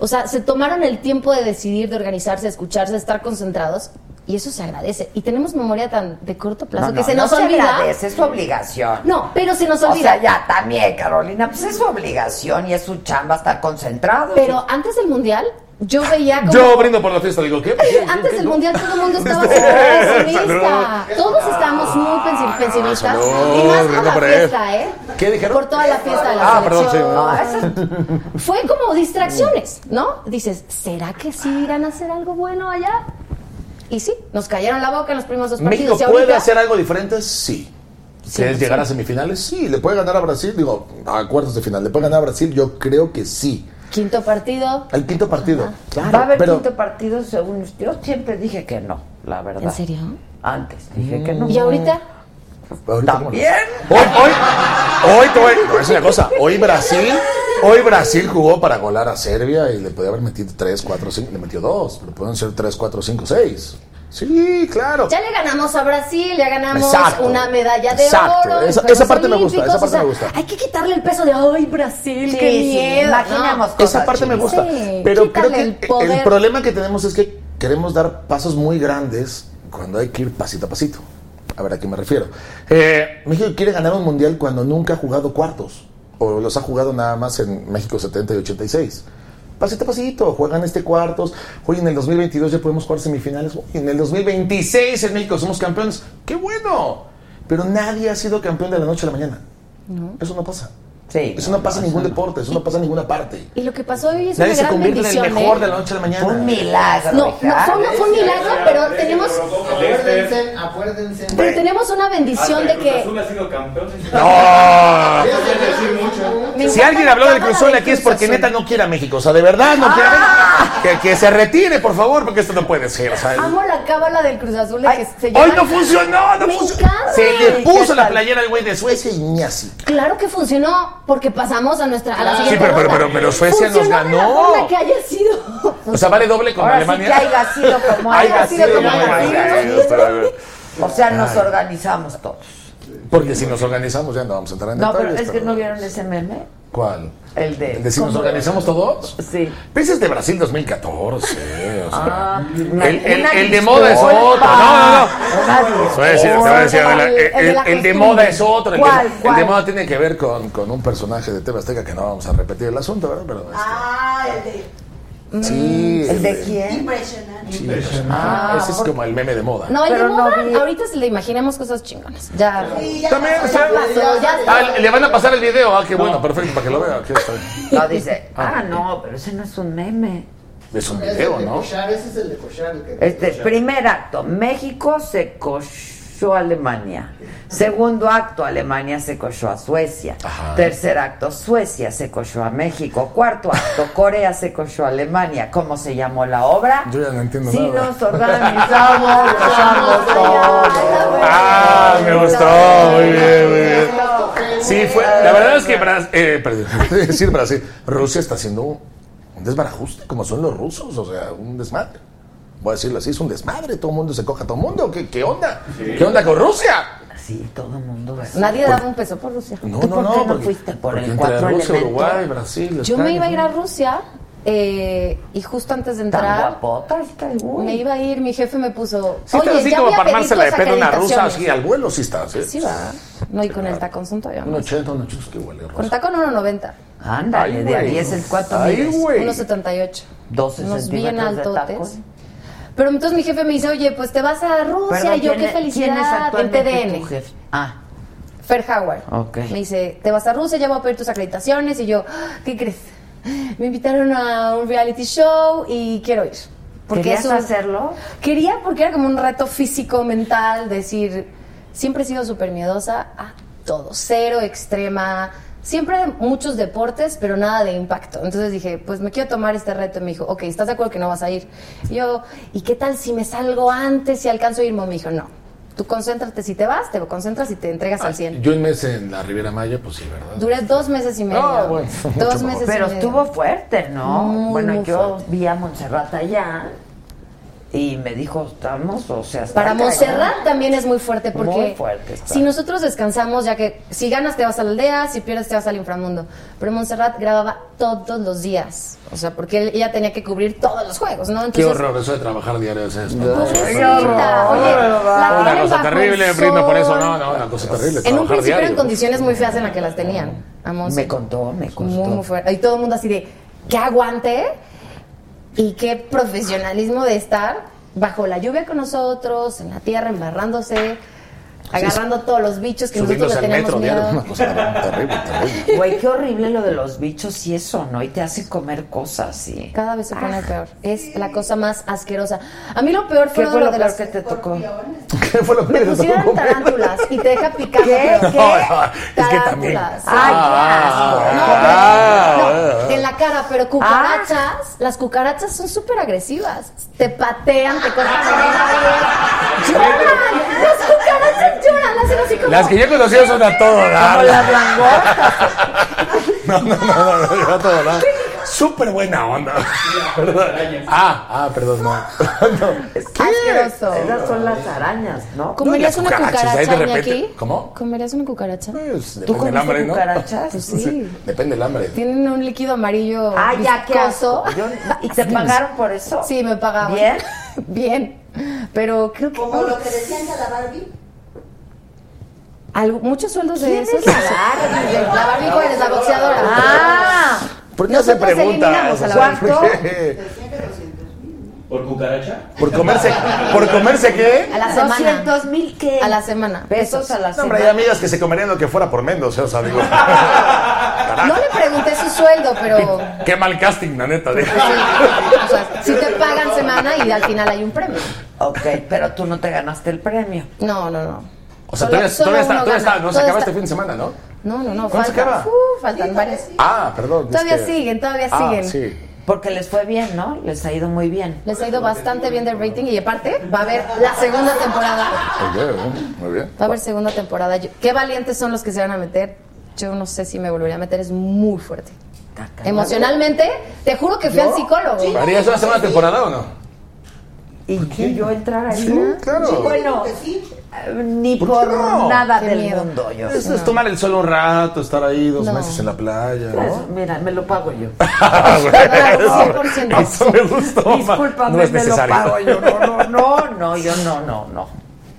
Speaker 12: O sea, se tomaron el tiempo de decidir, de organizarse, de escucharse, de estar concentrados. Y eso se agradece. Y tenemos memoria tan de corto plazo
Speaker 2: No,
Speaker 12: que
Speaker 2: no,
Speaker 12: se
Speaker 2: no
Speaker 12: nos
Speaker 2: se
Speaker 12: olvida.
Speaker 2: agradece, es su obligación.
Speaker 12: No, pero se nos
Speaker 2: O
Speaker 12: olvida.
Speaker 2: sea, ya también, Carolina, pues es su obligación y es su chamba estar concentrado.
Speaker 12: Pero antes del mundial, yo veía como.
Speaker 17: Yo brindo por la fiesta, digo, ¿qué?
Speaker 12: Eh, Antes del mundial todo el mundo estaba
Speaker 17: Este-
Speaker 12: pensimista. Todos estábamos muy
Speaker 17: Ah,
Speaker 12: pensi- pensimistas. Y más por
Speaker 17: brindo
Speaker 12: la
Speaker 17: por
Speaker 12: fiesta, ¿eh?
Speaker 17: ¿Qué dijeron?
Speaker 12: Por toda la fiesta de la
Speaker 17: Ah, perdón, sí.
Speaker 12: selección.
Speaker 17: no.
Speaker 12: Fue como distracciones, ¿no? Dices, ¿será que sí irán a hacer algo bueno allá? Y sí, nos cayeron la boca en los primeros dos
Speaker 17: ¿México
Speaker 12: partidos. Y
Speaker 17: puede
Speaker 12: ahorita-
Speaker 17: hacer algo diferente? Sí. ¿Quieres llegar a semifinales? Sí. ¿Le puede ganar a Brasil? Digo, a cuartos de final. ¿Le puede ganar a Brasil? Yo creo que sí.
Speaker 12: Quinto partido.
Speaker 17: El quinto partido.
Speaker 2: ¿Va a haber
Speaker 17: pero
Speaker 2: quinto partido según usted? Yo siempre dije que no, la verdad.
Speaker 12: ¿En serio?
Speaker 2: Antes dije que no.
Speaker 12: ¿Y ahorita?
Speaker 17: Ah, ahorita cómo
Speaker 2: ¿También?
Speaker 17: no. Hoy, hoy, hoy te voy no, es una cosa. Hoy Brasil, hoy Brasil jugó para golar a Serbia y le podía haber metido 3, 4, 5. Le metió 2, pero pueden ser 3, 4, 5, 6. Sí, claro.
Speaker 12: Ya le ganamos a Brasil, ya ganamos
Speaker 17: Exacto.
Speaker 12: una medalla de
Speaker 17: Exacto.
Speaker 12: oro. en
Speaker 17: Esa-
Speaker 12: Juegos
Speaker 17: esa parte me gusta,
Speaker 12: Olímpicos,
Speaker 17: esa parte me gusta.
Speaker 12: Hay que quitarle el peso de ay Brasil,
Speaker 2: Sí,
Speaker 12: qué
Speaker 2: sí,
Speaker 12: miedo",
Speaker 2: imaginemos
Speaker 12: ¿no?
Speaker 17: Esa parte me gusta.
Speaker 12: Sí,
Speaker 17: Pero creo
Speaker 12: quítale
Speaker 17: que
Speaker 12: el
Speaker 17: el,
Speaker 12: poder.
Speaker 17: problema que tenemos es que queremos dar pasos muy grandes cuando hay que ir pasito a pasito. A ver a qué me refiero. Eh, México quiere ganar un mundial cuando nunca ha jugado cuartos. O los ha jugado nada más en México 70 y 86. Pasito a pasito, juegan este cuartos. Hoy en el 2022 ya podemos jugar semifinales. Hoy en el 2026 en México somos campeones. ¡Qué bueno! Pero nadie ha sido campeón de la noche a la mañana. Eso no pasa. eso no, pasa en ningún deporte, eso no pasa en ninguna parte.
Speaker 12: Y lo que pasó hoy es
Speaker 17: Nadie
Speaker 12: una
Speaker 17: se
Speaker 12: gran
Speaker 17: convierte en el
Speaker 12: bendición.
Speaker 17: mejor
Speaker 12: ¿eh?
Speaker 17: de la noche a la mañana.
Speaker 2: Un milagro.
Speaker 12: No, no fue, no fue un milagro, pero tenemos,
Speaker 7: Acuérdense, acuérdense.
Speaker 12: pero tenemos una bendición de que.
Speaker 3: Azul ha sido campeón.
Speaker 17: ¡No!
Speaker 3: Eso es decir mucho.
Speaker 12: Me
Speaker 17: Si
Speaker 12: encanta
Speaker 17: alguien
Speaker 12: la
Speaker 17: habló del
Speaker 12: cámara
Speaker 17: Cruz
Speaker 12: del
Speaker 17: aquí es
Speaker 12: Cruz
Speaker 17: porque
Speaker 12: Azul.
Speaker 17: neta no quiere a México. O sea, de verdad no quiere a México. Que, que se retire, por favor, porque esto no puede ser. o sea,
Speaker 12: Amo la cábala del Cruz Azul de que se
Speaker 17: hoy
Speaker 12: llevan-
Speaker 17: no funcionó, no
Speaker 12: Me
Speaker 17: funcionó.
Speaker 12: encanta.
Speaker 17: Se le puso la playera al güey de Suecia y ni así.
Speaker 12: Claro que funcionó porque pasamos a nuestra a la
Speaker 17: Sí,
Speaker 12: siguiente
Speaker 17: pero, pero,
Speaker 12: ronda.
Speaker 17: pero, pero Suecia nos
Speaker 12: Funcionó de la forma
Speaker 17: ganó.
Speaker 12: que haya sido.
Speaker 17: O sea, vale doble con
Speaker 2: Ahora sí
Speaker 17: Alemania.
Speaker 2: que haya sido como
Speaker 17: Haya
Speaker 2: haya sido
Speaker 17: sido
Speaker 2: como
Speaker 17: como
Speaker 2: haya
Speaker 17: haya
Speaker 2: sido.
Speaker 17: sido.
Speaker 2: O sea, nos
Speaker 17: Ay.
Speaker 2: organizamos todos.
Speaker 17: Porque si nos organizamos ya no vamos a entrar en
Speaker 2: No, pero
Speaker 17: detalles.
Speaker 2: es que no vieron ese meme.
Speaker 17: ¿Cuál?
Speaker 2: El de.
Speaker 17: ¿El de si nos
Speaker 2: ¿Cómo?
Speaker 17: organizamos todos?
Speaker 2: Sí.
Speaker 17: Ese es de Brasil 2014. o sea.
Speaker 2: Ah,
Speaker 17: El- el- el de moda es otro. No, no, Te voy a decir- te voy a decir, Adela, el, el- el de moda es otro. El, que-
Speaker 2: ¿Cuál,
Speaker 17: el
Speaker 2: cuál?
Speaker 17: de moda tiene que ver con, con un personaje de TV Azteca que no vamos a repetir el asunto, ¿verdad? Pero este,
Speaker 8: Ah, el de.
Speaker 17: sí.
Speaker 2: ¿El de quién?
Speaker 8: Impresionante.
Speaker 17: sí,
Speaker 2: Ah,
Speaker 17: ese es
Speaker 2: porque-
Speaker 17: como el meme de moda.
Speaker 12: No, el
Speaker 2: Pero
Speaker 12: de moda,
Speaker 2: no vi-
Speaker 12: ahorita se le imaginamos cosas chingonas. Ya.
Speaker 17: También,
Speaker 12: ya
Speaker 17: o sea,
Speaker 12: pasó, ya está.
Speaker 17: ah, le van a pasar el video. Ah, qué bueno, perfecto, para que lo vea. Aquí está.
Speaker 2: No, dice. Ah, no, pero ese no es un meme.
Speaker 17: Es un
Speaker 7: Ese es
Speaker 17: video,
Speaker 7: el de
Speaker 17: ¿no?
Speaker 7: Cuchar, ese es el de Cuchar, el que-
Speaker 2: Este, primer acto. México se cochó. cochó a Alemania. Segundo acto, Alemania se cochó a Suecia. Tercer acto, Suecia se cochó a México. Cuarto acto, Corea se cochó a Alemania. ¿Cómo se llamó la obra?
Speaker 17: Yo ya no entiendo
Speaker 2: Si
Speaker 17: nada.
Speaker 2: nos organizamos, cochamos todos.
Speaker 17: Ah, me gustó, muy bien, muy bien. Sí, fue, la verdad es que Brasil, eh, perdón, decir Brasil, Rusia está haciendo un desbarajuste, como son los rusos, o sea, un desmadre. Voy a decirlo así, es un desmadre, todo el mundo se coja a todo el mundo, ¿qué, qué onda?
Speaker 2: Sí.
Speaker 17: ¿Qué onda con Rusia?
Speaker 2: Sí, todo el mundo. va a-
Speaker 12: Nadie daba un peso por Rusia.
Speaker 17: No,
Speaker 2: ¿Tú
Speaker 17: no,
Speaker 2: por
Speaker 17: no,
Speaker 2: qué no
Speaker 17: porque-
Speaker 2: fuiste por
Speaker 17: porque
Speaker 2: el
Speaker 17: entre
Speaker 2: cuatro
Speaker 17: Rusia,
Speaker 2: elementos?
Speaker 17: Uruguay, Brasil,
Speaker 12: Yo me
Speaker 17: España.
Speaker 12: iba a ir a Rusia eh, y justo antes de
Speaker 2: Tan
Speaker 12: entrar
Speaker 2: guapota está el güey.
Speaker 12: me iba a ir, mi jefe me puso.
Speaker 17: Sí, estás así
Speaker 12: ya
Speaker 17: como
Speaker 12: voy a
Speaker 17: para
Speaker 12: pedir
Speaker 17: armársela de
Speaker 12: tus
Speaker 17: pedo una rusa,
Speaker 12: acreditaciones".
Speaker 17: así al vuelo, sí estás, ¿eh?
Speaker 12: Sí, va. No, y con el tacón todavía
Speaker 17: Un
Speaker 12: más.
Speaker 17: 80, un 80, qué huele,
Speaker 12: Con
Speaker 17: Rusia.
Speaker 12: el tacón 1.90.
Speaker 2: Ándale,
Speaker 17: Ay,
Speaker 2: de
Speaker 17: güey.
Speaker 2: 10 el cuatro
Speaker 17: Ay,
Speaker 2: miles.
Speaker 17: güey.
Speaker 12: 1.78.
Speaker 2: 12
Speaker 12: Unos bien
Speaker 2: centímetros de
Speaker 12: altotes. Pero entonces mi jefe me dice, oye, pues te vas a Rusia.
Speaker 2: Perdón,
Speaker 12: y yo,
Speaker 2: ¿quién
Speaker 12: qué
Speaker 2: es- quién es
Speaker 12: felicidad. En
Speaker 2: actualmente tu
Speaker 12: TDN.
Speaker 2: jefe? Ah,
Speaker 12: Fer Howard.
Speaker 2: ok.
Speaker 12: Me dice, te vas a Rusia, ya voy a pedir tus acreditaciones. Y yo, "Ah, ¿qué crees? Me invitaron a un reality show y quiero ir.
Speaker 2: ¿Querías
Speaker 12: un-
Speaker 2: hacerlo?
Speaker 12: Quería porque era como un reto físico, mental, decir, siempre he sido súper miedosa a todo, cero, extrema, siempre muchos deportes, pero nada de impacto. Entonces dije, pues me quiero tomar este reto. Y me dijo, ok, ¿estás de acuerdo que no vas a ir? Y yo, ¿y qué tal si me salgo antes y alcanzo a irme? Me dijo, no, tú concéntrate, si te vas, te concentras y te entregas al 100.
Speaker 17: Ah, Yo en mes en la Riviera Maya, pues sí, ¿verdad?
Speaker 12: Duré dos meses y medio.
Speaker 17: Ah, bueno, mucho
Speaker 12: dos
Speaker 17: mejor.
Speaker 12: meses
Speaker 2: Pero
Speaker 12: y medio.
Speaker 2: estuvo fuerte, ¿no?
Speaker 12: Pues Muy,
Speaker 2: bueno,
Speaker 12: muy
Speaker 2: yo vi a Montserrat allá y me dijo, estamos, o sea, está
Speaker 12: Para
Speaker 2: cañón".
Speaker 12: Montserrat también es muy fuerte porque
Speaker 2: Muy fuerte está.
Speaker 12: si nosotros descansamos, ya que si ganas te vas a la aldea, si pierdes te vas al inframundo. Pero Montserrat grababa todos los días, o sea, porque él- ella tenía que cubrir todos los juegos, ¿no?
Speaker 17: Qué
Speaker 12: Entonces,
Speaker 17: horror eso de trabajar diario es esto.
Speaker 12: Pobrecita, oye, la
Speaker 17: una
Speaker 12: ponen
Speaker 17: cosa
Speaker 12: bajo el
Speaker 17: terrible, brindo por eso,
Speaker 12: sol.
Speaker 17: no, no, una cosa terrible.
Speaker 12: En un
Speaker 17: trabajar
Speaker 12: principio
Speaker 17: diario.
Speaker 12: eran condiciones muy feas en las que las tenían. A Monse.
Speaker 2: Me contó, me contó.
Speaker 12: Muy, muy fuerte. Y todo el mundo así de, qué aguante y qué profesionalismo de estar bajo la lluvia con nosotros, en la tierra, embarrándose, agarrando todos los bichos que nosotros
Speaker 17: Subirlos
Speaker 12: le
Speaker 17: al
Speaker 12: tenemos
Speaker 17: metro diario,
Speaker 12: miedo.
Speaker 17: una cosa terrible, terrible.
Speaker 2: Güey, qué horrible lo de los bichos y eso, ¿no? Y te hace comer cosas, sí.
Speaker 12: Cada vez se pone peor. Es la cosa más asquerosa. A mí lo peor fue,
Speaker 2: Ah. ¿Qué fue
Speaker 12: lo,
Speaker 2: lo
Speaker 12: de
Speaker 2: peor
Speaker 12: las
Speaker 2: que te tocó?
Speaker 17: ¿Qué fue lo que
Speaker 12: Te pusieron tarántulas y te deja picando.
Speaker 2: ¿Qué?
Speaker 17: No,
Speaker 12: pero-
Speaker 17: no, es que también.
Speaker 12: Tarántulas.
Speaker 2: Ay, qué asco.
Speaker 17: Ah,
Speaker 12: En la cara, pero cucarachas,
Speaker 2: Ah.
Speaker 12: las cucarachas son súper agresivas. Te patean, te cortan el labio. ¡Lloran! Las cucarachas lloran, hacen así como.
Speaker 17: Las que yo he conocido son a todo
Speaker 2: Como las
Speaker 17: dar.
Speaker 2: langostas.
Speaker 17: No, no, no, no, no, no, a todo dar. Súper buena onda. Perdón. Ah, ah, perdón, no.
Speaker 12: Asqueroso.
Speaker 2: Esas son las arañas, ¿no?
Speaker 12: ¿Comerías
Speaker 17: No, y
Speaker 12: una
Speaker 17: las cucarachas, ahí de
Speaker 12: cucaracha de
Speaker 17: repente-
Speaker 12: aquí?
Speaker 17: ¿Cómo?
Speaker 12: ¿Comerías una cucaracha?
Speaker 17: Pues,
Speaker 2: ¿Tú
Speaker 17: depende del hambre,
Speaker 2: comiste
Speaker 17: ¿no?
Speaker 2: cucarachas?
Speaker 12: Pues sí.
Speaker 17: Depende del hambre.
Speaker 12: Tienen un líquido amarillo.
Speaker 2: Ah, ya, qué
Speaker 12: viscoso.
Speaker 2: asco. Yo- ¿Y te pagaron por eso?
Speaker 12: Sí, me pagaban.
Speaker 2: ¿Bien?
Speaker 12: Bien. Pero creo que.
Speaker 21: Como lo que decían de la Barbie.
Speaker 12: Algo- muchos sueldos de
Speaker 2: ¿Quién
Speaker 12: esos.
Speaker 2: es la Barbie?
Speaker 12: La Barbie Juárez, la boxeadora.
Speaker 2: Ah,
Speaker 17: ¿Por qué hace
Speaker 12: Nosotros
Speaker 17: preguntas?
Speaker 12: eliminamos a la
Speaker 17: ¿Por
Speaker 12: Barbie.
Speaker 17: qué?
Speaker 4: ¿Por cucaracha?
Speaker 17: ¿Por comerse, ¿Por comerse qué?
Speaker 12: A la semana.
Speaker 2: 200 mil qué?
Speaker 12: A la semana.
Speaker 2: pesos a la
Speaker 17: No, hombre, hay
Speaker 2: semana.
Speaker 17: amigas que se comerían lo que fuera por Mendoza, o sea, digo.
Speaker 12: No le pregunté su sueldo, pero.
Speaker 17: Qué mal casting, la neta. digo.
Speaker 12: O sea, si te pagan semana y al final hay un premio.
Speaker 2: Ok, pero tú no te ganaste el premio.
Speaker 12: No, no, no.
Speaker 17: O sea,
Speaker 12: Solo-
Speaker 17: todavía,
Speaker 12: solo
Speaker 17: todavía está,
Speaker 12: uno
Speaker 17: todavía está,
Speaker 12: gana,
Speaker 17: no se
Speaker 12: todo
Speaker 17: acaba
Speaker 12: está-
Speaker 17: este fin de semana, ¿no?
Speaker 12: No, no, no.
Speaker 17: ¿Cuándo se
Speaker 12: faltan-
Speaker 17: acaba?
Speaker 12: uh, faltan varias.
Speaker 17: Ah, perdón. es
Speaker 12: Todavía
Speaker 17: que-
Speaker 12: siguen, todavía
Speaker 17: Ah,
Speaker 12: siguen.
Speaker 17: sí.
Speaker 2: Porque les fue bien, ¿no? Les ha ido muy bien.
Speaker 12: Les ha ido bastante bien del rating y aparte va a haber la segunda temporada.
Speaker 17: Muy bien, muy bien.
Speaker 12: Va a haber segunda temporada. Yo- qué valientes son los que se van a meter. Yo no sé si me volvería a meter, es muy fuerte. Emocionalmente, te juro que fui al psicólogo.
Speaker 17: ¿Haría eso una segunda temporada o no?
Speaker 2: ¿Y que yo entrar ahí?
Speaker 17: Sí, claro.
Speaker 2: Sí, Bueno, eh, ni por,
Speaker 17: ¿Por qué no?
Speaker 2: nada
Speaker 12: Qué
Speaker 2: del
Speaker 12: miedo.
Speaker 2: mundo yo.
Speaker 17: Eso es tomar el sol un rato, estar ahí dos
Speaker 12: No.
Speaker 17: meses en la playa,
Speaker 2: Pues,
Speaker 17: ¿no?
Speaker 2: mira, me lo pago yo.
Speaker 17: Ah, bueno,
Speaker 12: 100%.
Speaker 17: Eso me gustó.
Speaker 2: Discúlpame,
Speaker 17: no es
Speaker 2: me lo
Speaker 17: necesario.
Speaker 2: pago yo. No, no, no, no, yo no, no, no.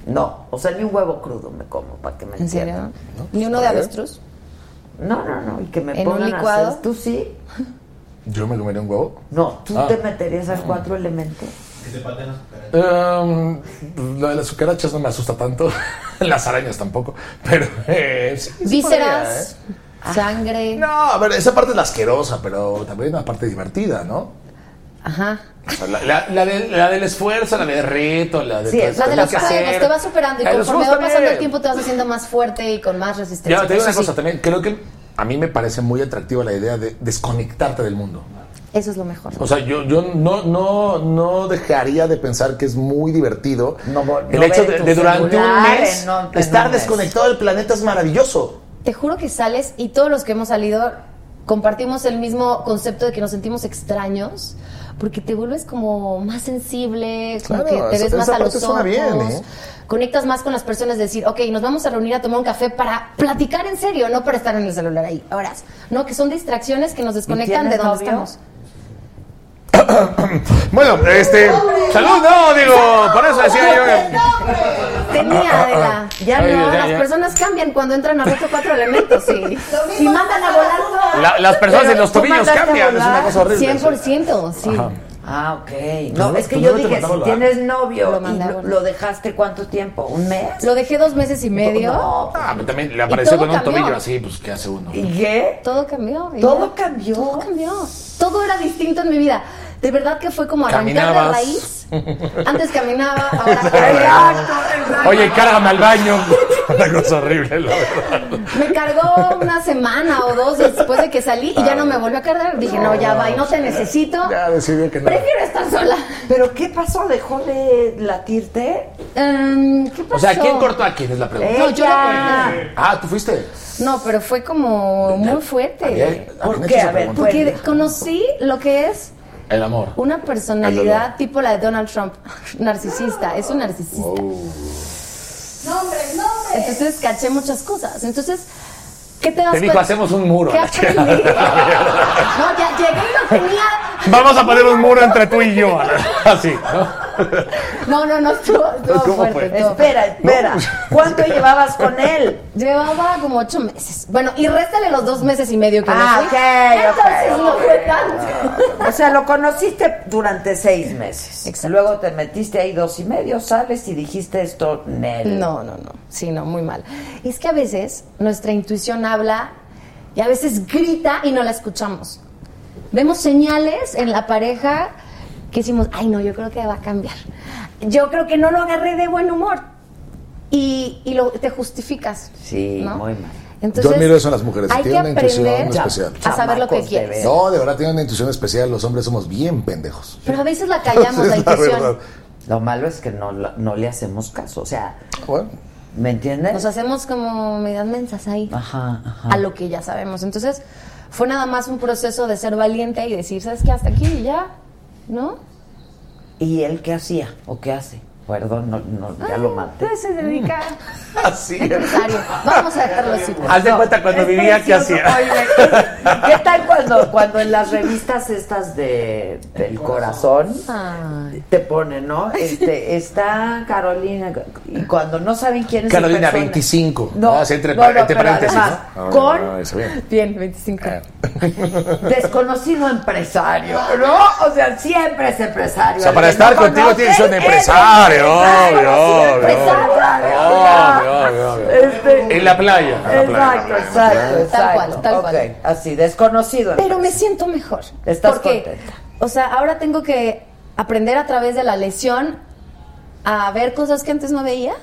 Speaker 2: No, o sea, ni un huevo crudo me como para que me
Speaker 12: ¿En serio?
Speaker 2: entiendan.
Speaker 12: Ni uno de avestruz.
Speaker 2: No, no, no, y que me
Speaker 12: ¿En un
Speaker 2: pongan a
Speaker 12: licuado?
Speaker 2: hacer. ¿Tú sí?
Speaker 17: ¿Yo me comería un huevo?
Speaker 2: No, ¿tú
Speaker 17: Ah.
Speaker 2: te meterías a cuatro elementos?
Speaker 17: Em, lo de las cucarachas no me asusta tanto. las arañas tampoco. Pero. Eh, sí, sí podría, ¿eh?
Speaker 12: Vísceras, sangre.
Speaker 17: No, a ver, esa parte es la asquerosa, pero también una parte divertida, ¿no?
Speaker 12: Ajá.
Speaker 17: O sea, la, la- la de- la del esfuerzo, la del reto, la de
Speaker 12: Sí,
Speaker 17: todo
Speaker 12: es
Speaker 17: esto,
Speaker 12: la de
Speaker 17: lo
Speaker 12: los
Speaker 17: que
Speaker 12: juegos,
Speaker 17: hacer.
Speaker 12: te vas superando y
Speaker 17: La de los
Speaker 12: conforme va
Speaker 17: juegos
Speaker 12: pasando el
Speaker 17: también.
Speaker 12: tiempo te vas haciendo más fuerte y con más resistencia.
Speaker 17: Ya, te digo una
Speaker 12: Eso sí,
Speaker 17: cosa también. Creo que a mí me parece muy atractiva la idea de desconectarte del mundo.
Speaker 12: Eso es lo mejor.
Speaker 17: O sea, yo, yo no, no, no dejaría de pensar que es muy divertido el
Speaker 12: no
Speaker 17: hecho
Speaker 12: ver
Speaker 17: de,
Speaker 12: tu
Speaker 17: de durante un
Speaker 12: celular,
Speaker 17: mes
Speaker 12: en un- en
Speaker 17: estar
Speaker 12: un mes.
Speaker 17: desconectado del planeta es maravilloso.
Speaker 12: Te juro que sales y todos los que hemos salido compartimos el mismo concepto de que nos sentimos extraños porque te vuelves como más sensible, como
Speaker 17: Claro,
Speaker 12: que
Speaker 17: esa-
Speaker 12: te ves más
Speaker 17: esa
Speaker 12: a los
Speaker 17: parte suena
Speaker 12: ojos,
Speaker 17: bien, ¿eh?
Speaker 12: conectas más con las personas, decir, ok, nos vamos a reunir a tomar un café para platicar en serio, no para estar en el celular ahí horas, no, que son distracciones que nos desconectan de
Speaker 2: tienes novio?
Speaker 12: donde estamos.
Speaker 17: Bueno, este. Salud, no, digo, por eso decía yo. que- Ah,
Speaker 12: Tenía, Adela. Ya
Speaker 17: Ay,
Speaker 12: no,
Speaker 17: ya,
Speaker 12: las
Speaker 17: ya.
Speaker 12: personas cambian cuando entran a reto cuatro elementos y, y mandan a volar todas.
Speaker 17: La- las personas en los
Speaker 12: tú
Speaker 17: tobillos
Speaker 12: mandaste a
Speaker 17: cambian, es
Speaker 12: volar.
Speaker 17: una cosa horrible.
Speaker 12: 100%, sí.
Speaker 17: Ajá.
Speaker 2: Ah, ok.
Speaker 12: No,
Speaker 2: No,
Speaker 12: no,
Speaker 2: es que
Speaker 12: tú
Speaker 2: yo
Speaker 12: no te
Speaker 2: dije,
Speaker 12: mandaba
Speaker 2: si
Speaker 12: la-
Speaker 2: tienes novio
Speaker 12: Lo
Speaker 2: y
Speaker 12: mandaba
Speaker 2: lo,
Speaker 12: la-
Speaker 2: lo dejaste cuánto tiempo, un mes.
Speaker 12: Lo dejé dos meses y medio.
Speaker 17: Ah, pero también le
Speaker 12: Y
Speaker 17: apareció
Speaker 12: todo
Speaker 17: con un
Speaker 12: cambió.
Speaker 17: tobillo así, pues, ¿qué hace uno?
Speaker 2: ¿Y qué?
Speaker 12: Todo cambió. y
Speaker 2: Todo
Speaker 12: ya. Todo cambió. Todo era distinto en mi vida. De verdad que fue como arrancar la
Speaker 17: Caminabas.
Speaker 12: raíz. Antes caminaba, ahora
Speaker 17: Oye, cárgame al baño. Una cosa horrible, la verdad.
Speaker 12: me cargó una semana o dos después de que salí y ya no me volvió a cargar. Dije, no, ya va, y no te necesito.
Speaker 17: Ya decidió que no.
Speaker 12: Prefiero estar sola.
Speaker 2: ¿Pero qué pasó? ¿Dejó de latirte?
Speaker 12: Em, ¿Qué pasó?
Speaker 17: O sea, ¿quién cortó a quién? Es la pregunta.
Speaker 12: No, yo la corté.
Speaker 17: Ah, ¿tú fuiste?
Speaker 12: No, pero fue como muy fuerte.
Speaker 17: Había- ¿Por habían qué? hecho esa A ver, pregunta.
Speaker 12: porque conocí lo que es
Speaker 17: El amor.
Speaker 12: una personalidad tipo la de Donald Trump, narcisista, es un narcisista.
Speaker 17: Oh.
Speaker 12: Entonces caché muchas cosas. Entonces, ¿qué te das
Speaker 17: Te dijo,
Speaker 12: cuenta?
Speaker 17: hacemos un muro.
Speaker 12: ¿Qué aprendí? No, ya llegué y lo tenía.
Speaker 17: Vamos a poner un muro entre tú y yo. Así, ¿no?
Speaker 12: No, no, no, estuvo, estuvo
Speaker 17: ¿Cómo
Speaker 12: fuerte.
Speaker 17: fue?
Speaker 12: estuvo
Speaker 2: Espera, espera. ¿Cuánto llevabas con él?
Speaker 12: Llevaba como ocho meses. Bueno, y réstale los dos meses y medio que
Speaker 2: Ah,
Speaker 12: me
Speaker 2: ok,
Speaker 12: fui.
Speaker 2: ok.
Speaker 12: Entonces no fue tanto.
Speaker 2: O sea, lo conociste durante seis meses. Luego te metiste ahí dos y medio, sales y dijiste esto, Nel.
Speaker 12: No, no, no. Sí, no, muy mal. Y es que a veces nuestra intuición habla y a veces grita y no la escuchamos. Vemos señales en la pareja que decimos, ay no, yo creo que va a cambiar. Yo creo que no lo agarré de buen humor. Y, y lo, te justificas.
Speaker 2: Sí,
Speaker 12: ¿no?
Speaker 2: muy mal.
Speaker 12: Entonces,
Speaker 17: Yo admiro eso en las mujeres,
Speaker 12: hay
Speaker 17: tienen una
Speaker 12: que
Speaker 17: intuición
Speaker 12: aprender
Speaker 17: especial.
Speaker 12: A saber lo que
Speaker 2: Chamacos de
Speaker 12: quieres.
Speaker 17: No, de verdad tienen una intuición especial. Los hombres somos bien pendejos.
Speaker 12: Pero a veces la callamos, la intuición.
Speaker 2: Lo malo es que no, la- no le hacemos caso. O sea, ¿me entiendes?
Speaker 12: Nos hacemos como medias mensas ahí.
Speaker 2: Ajá, ajá.
Speaker 12: a lo que ya sabemos. Entonces, fue nada más un proceso de ser valiente y decir, ¿sabes qué? Hasta aquí y ya, ¿no?
Speaker 2: ¿Y él qué hacía o qué hace? Perdón, no, no, ya lo maté.
Speaker 12: Entonces Ah, pues se dedica.
Speaker 17: Así
Speaker 12: Empresario. Vamos a dejarlo así. pues.
Speaker 17: Haz de cuenta cuando vivía, ¿qué
Speaker 2: precioso.
Speaker 17: hacía?
Speaker 2: Oye, ¿Qué tal cuando, cuando en las revistas estas pues, de, del corazón te ponen, ¿no? Este, está Carolina, y cuando no saben quién es el
Speaker 17: Carolina,
Speaker 2: persona-
Speaker 17: 25.
Speaker 2: No,
Speaker 17: No, así entre,
Speaker 2: no, no,
Speaker 17: entre
Speaker 2: pero
Speaker 17: paréntesis.
Speaker 2: además,
Speaker 17: ¿no?
Speaker 2: con-
Speaker 17: No, no, está bien.
Speaker 12: Bien, 25.
Speaker 17: Ah.
Speaker 2: Desconocido empresario, ¿no? O sea, siempre es empresario.
Speaker 17: O sea, para
Speaker 2: El que
Speaker 17: estar
Speaker 2: no
Speaker 17: contigo
Speaker 2: conoce
Speaker 17: tienes que ser un
Speaker 2: es
Speaker 17: empresario,
Speaker 2: empresario,
Speaker 17: obvio,
Speaker 2: es
Speaker 17: obvio,
Speaker 2: empresario,
Speaker 17: Ah. obvio, obvio, obvio.
Speaker 2: Este-
Speaker 17: En la playa. en la playa, en la
Speaker 2: Exacto,
Speaker 17: playa.
Speaker 2: exacto, exacto.
Speaker 12: Tal cual, tal cual.
Speaker 2: Ok, así, desconocido.
Speaker 12: Pero me siento mejor.
Speaker 2: Estás
Speaker 12: porque,
Speaker 2: contenta.
Speaker 12: O sea, ahora tengo que aprender a través de la lesión a ver cosas que antes no veía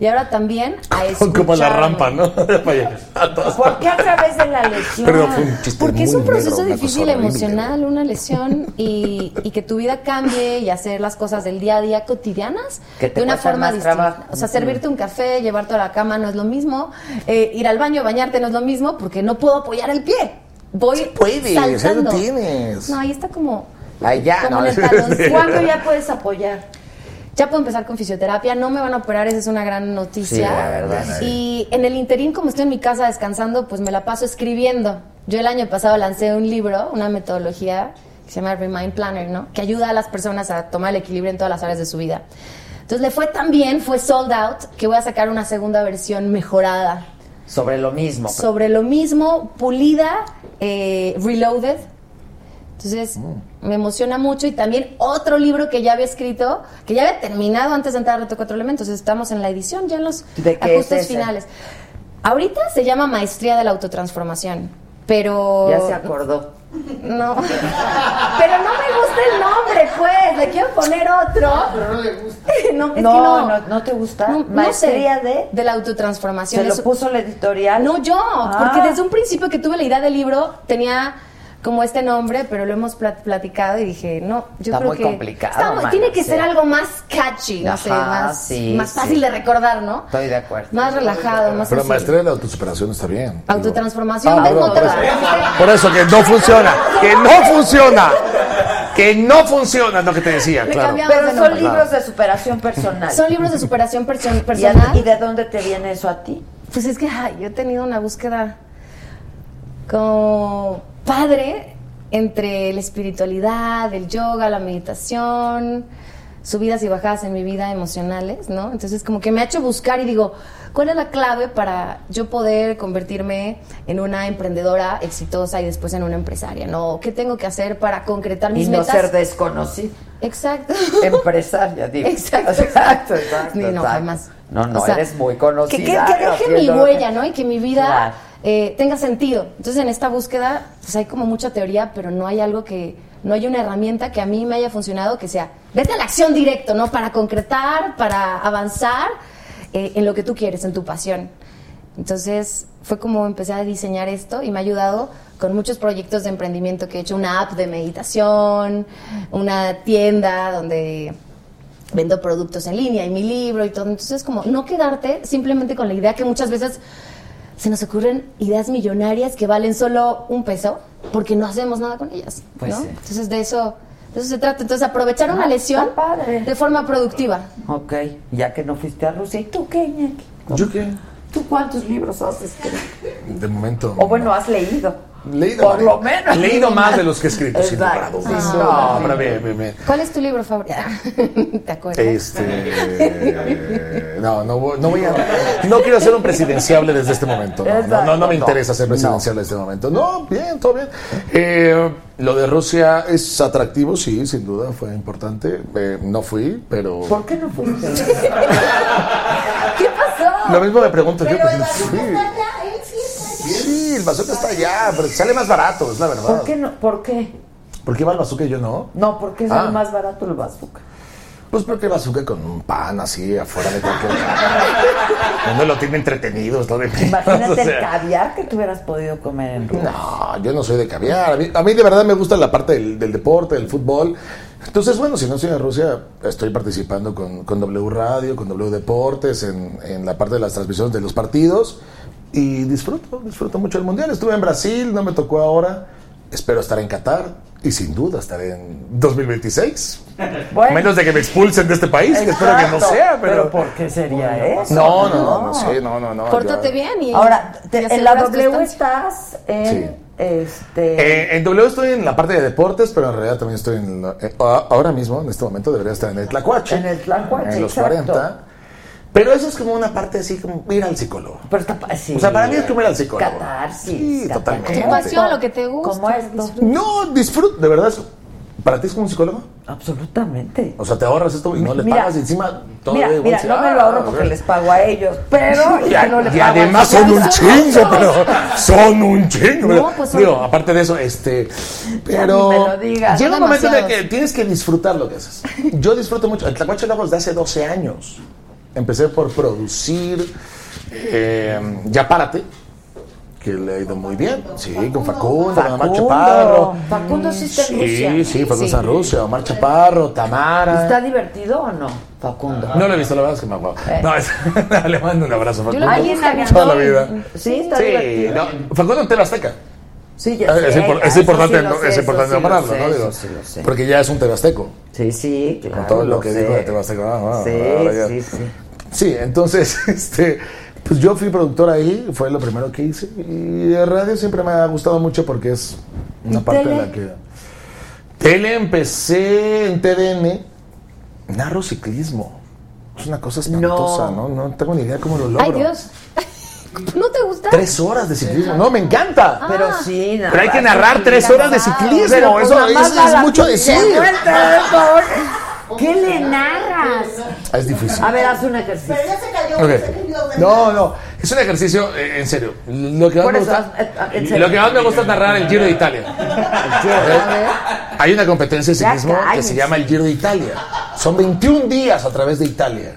Speaker 12: y ahora también a escuchar.
Speaker 17: Como la rampa, ¿no? Para llegar a todas
Speaker 2: ¿Por qué a través de la lesión?
Speaker 17: Perdón, fue un chiste
Speaker 12: Porque es
Speaker 17: muy
Speaker 12: un proceso
Speaker 17: negro, una cosa
Speaker 12: difícil
Speaker 17: horrible.
Speaker 12: emocional, una lesión y, y que tu vida cambie y hacer las cosas del día a día cotidianas
Speaker 2: Que te
Speaker 12: de una
Speaker 2: cuesta
Speaker 12: forma
Speaker 2: más
Speaker 12: distinta.
Speaker 2: trabajo.
Speaker 12: O sea, servirte un café, llevarte a la cama no es lo mismo, eh, ir al baño, bañarte no es lo mismo porque no puedo apoyar el pie. Voy
Speaker 17: puedes, ahí lo
Speaker 12: saltando.
Speaker 17: tienes.
Speaker 12: No, ahí está como,
Speaker 17: Allá,
Speaker 12: como
Speaker 17: no.
Speaker 12: en el talón.
Speaker 2: ¿Cuándo ya puedes apoyar?
Speaker 12: Ya puedo empezar con fisioterapia, no me van a operar, esa es una gran noticia.
Speaker 2: Sí, la verdad,
Speaker 12: Y en el interín, como estoy en mi casa descansando, pues me la paso escribiendo. Yo el año pasado lancé un libro, una metodología que se llama Remind Planner, ¿no? Que ayuda a las personas a tomar el equilibrio en todas las áreas de su vida. Entonces le fue tan bien, fue sold out, que voy a sacar una segunda versión mejorada
Speaker 2: Sobre lo mismo.
Speaker 12: sobre lo mismo, pulida, eh, reloaded. Entonces,
Speaker 2: Mm.
Speaker 12: me emociona mucho. Y también otro libro que ya había escrito, que ya había terminado antes de entrar a Reto Cuatro Elementos. Estamos en la edición, ya en los
Speaker 2: ¿De qué es
Speaker 12: ajustes
Speaker 2: ese?
Speaker 12: finales. Ahorita se llama Maestría de la Autotransformación. Pero.
Speaker 2: Ya se acordó.
Speaker 12: No. Pero no me gusta el nombre, pues. Le quiero poner otro.
Speaker 7: Ah, pero no le gusta.
Speaker 12: No, es
Speaker 2: no,
Speaker 12: que no.
Speaker 2: no, no te gusta.
Speaker 12: No, no sé.
Speaker 2: Maestría de.
Speaker 12: De la autotransformación.
Speaker 2: ¿Se lo
Speaker 12: Eso-
Speaker 2: puso la editorial?
Speaker 12: No yo,
Speaker 2: Ah.
Speaker 12: porque desde un principio que tuve la idea del libro tenía como este nombre, pero lo hemos plat- platicado y dije, no, yo
Speaker 2: Está
Speaker 12: creo
Speaker 2: muy
Speaker 12: que
Speaker 2: complicado,
Speaker 12: muy-
Speaker 2: mano,
Speaker 12: tiene que
Speaker 2: sí.
Speaker 12: ser algo más catchy, no sé,
Speaker 2: Ajá,
Speaker 12: más,
Speaker 2: sí,
Speaker 12: más
Speaker 2: sí.
Speaker 12: fácil de recordar, ¿no?
Speaker 2: Estoy de acuerdo.
Speaker 12: Más relajado, más
Speaker 17: Pero
Speaker 12: así.
Speaker 17: maestría de la autosuperación está bien.
Speaker 12: Autotransformación.
Speaker 17: Ah,
Speaker 12: ¿ves?
Speaker 17: bueno,
Speaker 12: No te
Speaker 17: pues.
Speaker 12: la-
Speaker 17: Por eso que no funciona. Que no funciona. Que no funciona es lo que te decía,
Speaker 12: Le
Speaker 17: claro.
Speaker 12: cambiamos
Speaker 2: Pero
Speaker 12: de
Speaker 2: son
Speaker 12: nombre.
Speaker 2: libros de superación personal.
Speaker 12: Son libros de superación perso-
Speaker 2: ¿Y, a-
Speaker 12: personal.
Speaker 2: y de dónde te viene eso a ti?
Speaker 12: Pues es que ay, yo he tenido una búsqueda como padre entre la espiritualidad, el yoga, la meditación, subidas y bajadas en mi vida emocionales, ¿no? Entonces como que me ha hecho buscar y digo, ¿cuál es la clave para yo poder convertirme en una emprendedora exitosa y después en una empresaria, ¿no? ¿Qué tengo que hacer para concretar
Speaker 2: Y
Speaker 12: mis
Speaker 2: no
Speaker 12: metas?
Speaker 2: ser desconocido.
Speaker 12: Exacto.
Speaker 2: Empresaria, digo.
Speaker 12: Exacto.
Speaker 2: Exacto, exacto.
Speaker 12: Ni no,
Speaker 2: exacto.
Speaker 12: jamás.
Speaker 2: No, no,
Speaker 12: O sea,
Speaker 2: eres muy conocida.
Speaker 12: que, que- que deje mi
Speaker 2: haciendo lo que-
Speaker 12: huella, ¿no? Y que mi vida
Speaker 2: Claro.
Speaker 12: eh, tenga sentido. Entonces, en esta búsqueda, pues hay como mucha teoría, pero no hay algo que, no hay una herramienta que a mí me haya funcionado que sea, vete a la acción directo, ¿no? Para concretar, para avanzar eh, en lo que tú quieres, en tu pasión. Entonces, fue como empecé a diseñar esto y me ha ayudado con muchos proyectos de emprendimiento que he hecho, una app de meditación, una tienda donde vendo productos en línea y mi libro y todo. Entonces, como no quedarte simplemente con la idea que muchas veces se nos ocurren ideas millonarias que valen solo un peso porque no hacemos nada con ellas.
Speaker 2: Pues
Speaker 12: ¿no?
Speaker 2: sí. Ah,
Speaker 12: Entonces, de eso, de eso se trata. Entonces, aprovechar una lesión de forma productiva.
Speaker 2: Ok, ya que no fuiste a Rusia. ¿Y tú qué, Iñaki?
Speaker 17: ¿Yo qué?
Speaker 2: ¿Tú cuántos libros haces? creo?
Speaker 17: De momento.
Speaker 2: O bueno, has leído.
Speaker 17: Leído
Speaker 2: Por
Speaker 17: varios.
Speaker 2: lo menos.
Speaker 17: Leído más de los que he escrito, sin
Speaker 2: Exacto.
Speaker 17: duda.
Speaker 2: Ah,
Speaker 17: No,
Speaker 2: no,
Speaker 17: hombre, bien, bien, bien.
Speaker 12: ¿Cuál es tu libro favorito? ¿Te acuerdas?
Speaker 17: Este. No, no voy, no voy a. No quiero ser un presidenciable desde este momento. No, no, no, no me interesa ser presidenciable desde este momento. No, bien, todo bien. Eh, lo de Rusia es atractivo, sí, sin duda, fue importante. Eh, no fui, pero.
Speaker 2: ¿Por qué no fuiste?
Speaker 12: ¿Qué pasó?
Speaker 17: Lo mismo me pregunto yo, pues no fui.
Speaker 5: allá, él sí está allá.
Speaker 17: Sí, el bazooka está allá, pero sale más barato, es la verdad.
Speaker 2: ¿Por qué no? ¿Por qué?
Speaker 17: ¿Por qué va el bazooka y yo no?
Speaker 2: No, porque es el
Speaker 17: Ah.
Speaker 2: más barato el bazooka.
Speaker 17: Pues porque el bazooka con un pan así afuera de cualquier. Uno lo tiene entretenido, está de
Speaker 2: Imagínate
Speaker 17: O sea,
Speaker 2: el caviar que te hubieras podido comer en Rusia.
Speaker 17: No, yo no soy de caviar. A mí, a mí de verdad me gusta la parte del, del deporte, del fútbol. Entonces, bueno, si no estoy en Rusia, estoy participando con, con W Radio, con W Deportes, en, en la parte de las transmisiones de los partidos. Y disfruto, disfruto mucho el Mundial. Estuve en Brasil, no me tocó ahora. Espero estar en Qatar y sin duda estaré en 2026.
Speaker 2: Bueno.
Speaker 17: Menos de que me expulsen de este país, que espero que no
Speaker 2: Exacto.
Speaker 17: sea, pero...
Speaker 2: ¿por qué sería eso?
Speaker 17: No, no, no, no, sé, no, no, no.
Speaker 12: Pórtate
Speaker 17: ya.
Speaker 12: bien y.
Speaker 2: Ahora, te-
Speaker 12: y
Speaker 2: en la
Speaker 12: aseguras tu
Speaker 2: W
Speaker 12: estancia.
Speaker 2: estás en este.
Speaker 17: Eh, en W estoy en la parte de deportes, pero en realidad también estoy en. la- eh, a- ahora mismo, en este momento, debería estar en el Tlacuache.
Speaker 2: En el Tlacuache,
Speaker 17: En los
Speaker 2: exacto.
Speaker 17: 40. Pero eso es como una parte así, como ir al psicólogo.
Speaker 2: Pero está pa- sí.
Speaker 17: O sea, para mí es como ir al psicólogo.
Speaker 2: Catarsis.
Speaker 17: Sí,
Speaker 2: catarsis.
Speaker 17: totalmente.
Speaker 12: Tu pasión, lo que te gusta.
Speaker 2: Como esto.
Speaker 17: No, disfruto, de verdad. eso- ¿Para ti es como un psicólogo?
Speaker 2: Absolutamente.
Speaker 17: O sea, te ahorras esto y no le
Speaker 2: Mira,
Speaker 17: pagas encima todo.
Speaker 2: mira,
Speaker 17: güey,
Speaker 2: mira,
Speaker 17: dice,
Speaker 2: no me lo
Speaker 17: ah,
Speaker 2: ahorro
Speaker 17: a
Speaker 2: porque
Speaker 17: ver.
Speaker 2: les pago a ellos, pero
Speaker 17: Y,
Speaker 2: yo
Speaker 17: a-
Speaker 2: no les
Speaker 17: y
Speaker 2: pago
Speaker 17: además
Speaker 2: al
Speaker 17: son un
Speaker 2: señor.
Speaker 17: chingo, pero son un chingo. pero-
Speaker 2: pues son-
Speaker 17: digo, aparte de eso, este. Pero.
Speaker 2: ni me lo digas.
Speaker 17: Llega un
Speaker 2: Son
Speaker 17: momento en el que
Speaker 2: demasiados.
Speaker 17: tienes que disfrutar lo que haces. Yo disfruto mucho. El Tlacuache lo hago desde hace 12 años. Empecé por producir. eh, ya párate. Que le ha ido muy bien. Sí, con Facundo, con Omar Chaparro.
Speaker 2: Facundo sí está en
Speaker 17: Sí,
Speaker 2: Rusia.
Speaker 17: sí, Facundo está en Rusia, Omar Chaparro, Tamara.
Speaker 2: ¿Está divertido o no, Facundo? Eh.
Speaker 17: No lo he visto, la verdad es que me acuerdo. No, es- le mando un abrazo,
Speaker 2: Yo
Speaker 17: Facundo.
Speaker 2: lo- Alguien avisó.
Speaker 17: Toda la vida.
Speaker 2: Sí, está
Speaker 17: Sí,
Speaker 2: divertido.
Speaker 17: no, Facundo en Tela Azteca.
Speaker 2: Sí, ya
Speaker 17: Es,
Speaker 2: sé,
Speaker 17: impor-
Speaker 2: ya,
Speaker 17: es
Speaker 2: eso
Speaker 17: importante,
Speaker 2: sí lo
Speaker 17: ¿no?
Speaker 2: sé,
Speaker 17: es
Speaker 2: eso
Speaker 17: importante
Speaker 2: sí lo
Speaker 17: nombrarlo,
Speaker 2: sé,
Speaker 17: ¿no?
Speaker 2: eso
Speaker 17: Digo,
Speaker 2: sí lo sé.
Speaker 17: Porque ya es un tebasteco.
Speaker 2: Sí, sí, claro.
Speaker 17: Con todo lo
Speaker 2: lo
Speaker 17: que
Speaker 2: sé.
Speaker 17: dijo de tebasteco. ah, ah, ahora ya.
Speaker 2: Sí, sí, sí.
Speaker 17: Sí, entonces, este, pues yo fui productor ahí, fue lo primero que hice. Y de radio siempre me ha gustado mucho porque es una
Speaker 2: ¿Y
Speaker 17: parte
Speaker 2: tele?
Speaker 17: de la que. Tele empecé en TDN, narro ciclismo. Es una cosa espantosa, ¿no? No, tengo ni idea cómo lo logro.
Speaker 12: Ay, Dios. ¿No te gusta? Ah.
Speaker 17: Tres horas de ciclismo. No, me encanta.
Speaker 2: Ah. Pero sí, narrar.
Speaker 17: Pero hay que narrar tres horas de ciclismo.
Speaker 2: Pero
Speaker 17: Eso
Speaker 2: nada más
Speaker 17: es,
Speaker 2: da
Speaker 17: es
Speaker 2: la
Speaker 17: mucho
Speaker 2: pinche
Speaker 17: decir.
Speaker 2: vuelta, por favor. ¿Qué le narras?
Speaker 17: Ah, Es difícil.
Speaker 2: A ver, haz un ejercicio.
Speaker 8: Pero ya se cayó,
Speaker 17: Ok.
Speaker 8: se cayó.
Speaker 17: No, no, es un ejercicio eh, en serio. Lo que más,
Speaker 2: Por
Speaker 17: me
Speaker 2: eso,
Speaker 17: gusta,
Speaker 2: haz- haz- en serio.
Speaker 17: lo que más me gusta es narrar el Giro de Italia. Ah, Hay una competencia de
Speaker 2: Ya
Speaker 17: ciclismo que
Speaker 2: cállense.
Speaker 17: se llama el Giro de Italia. Son 21 días a través de Italia.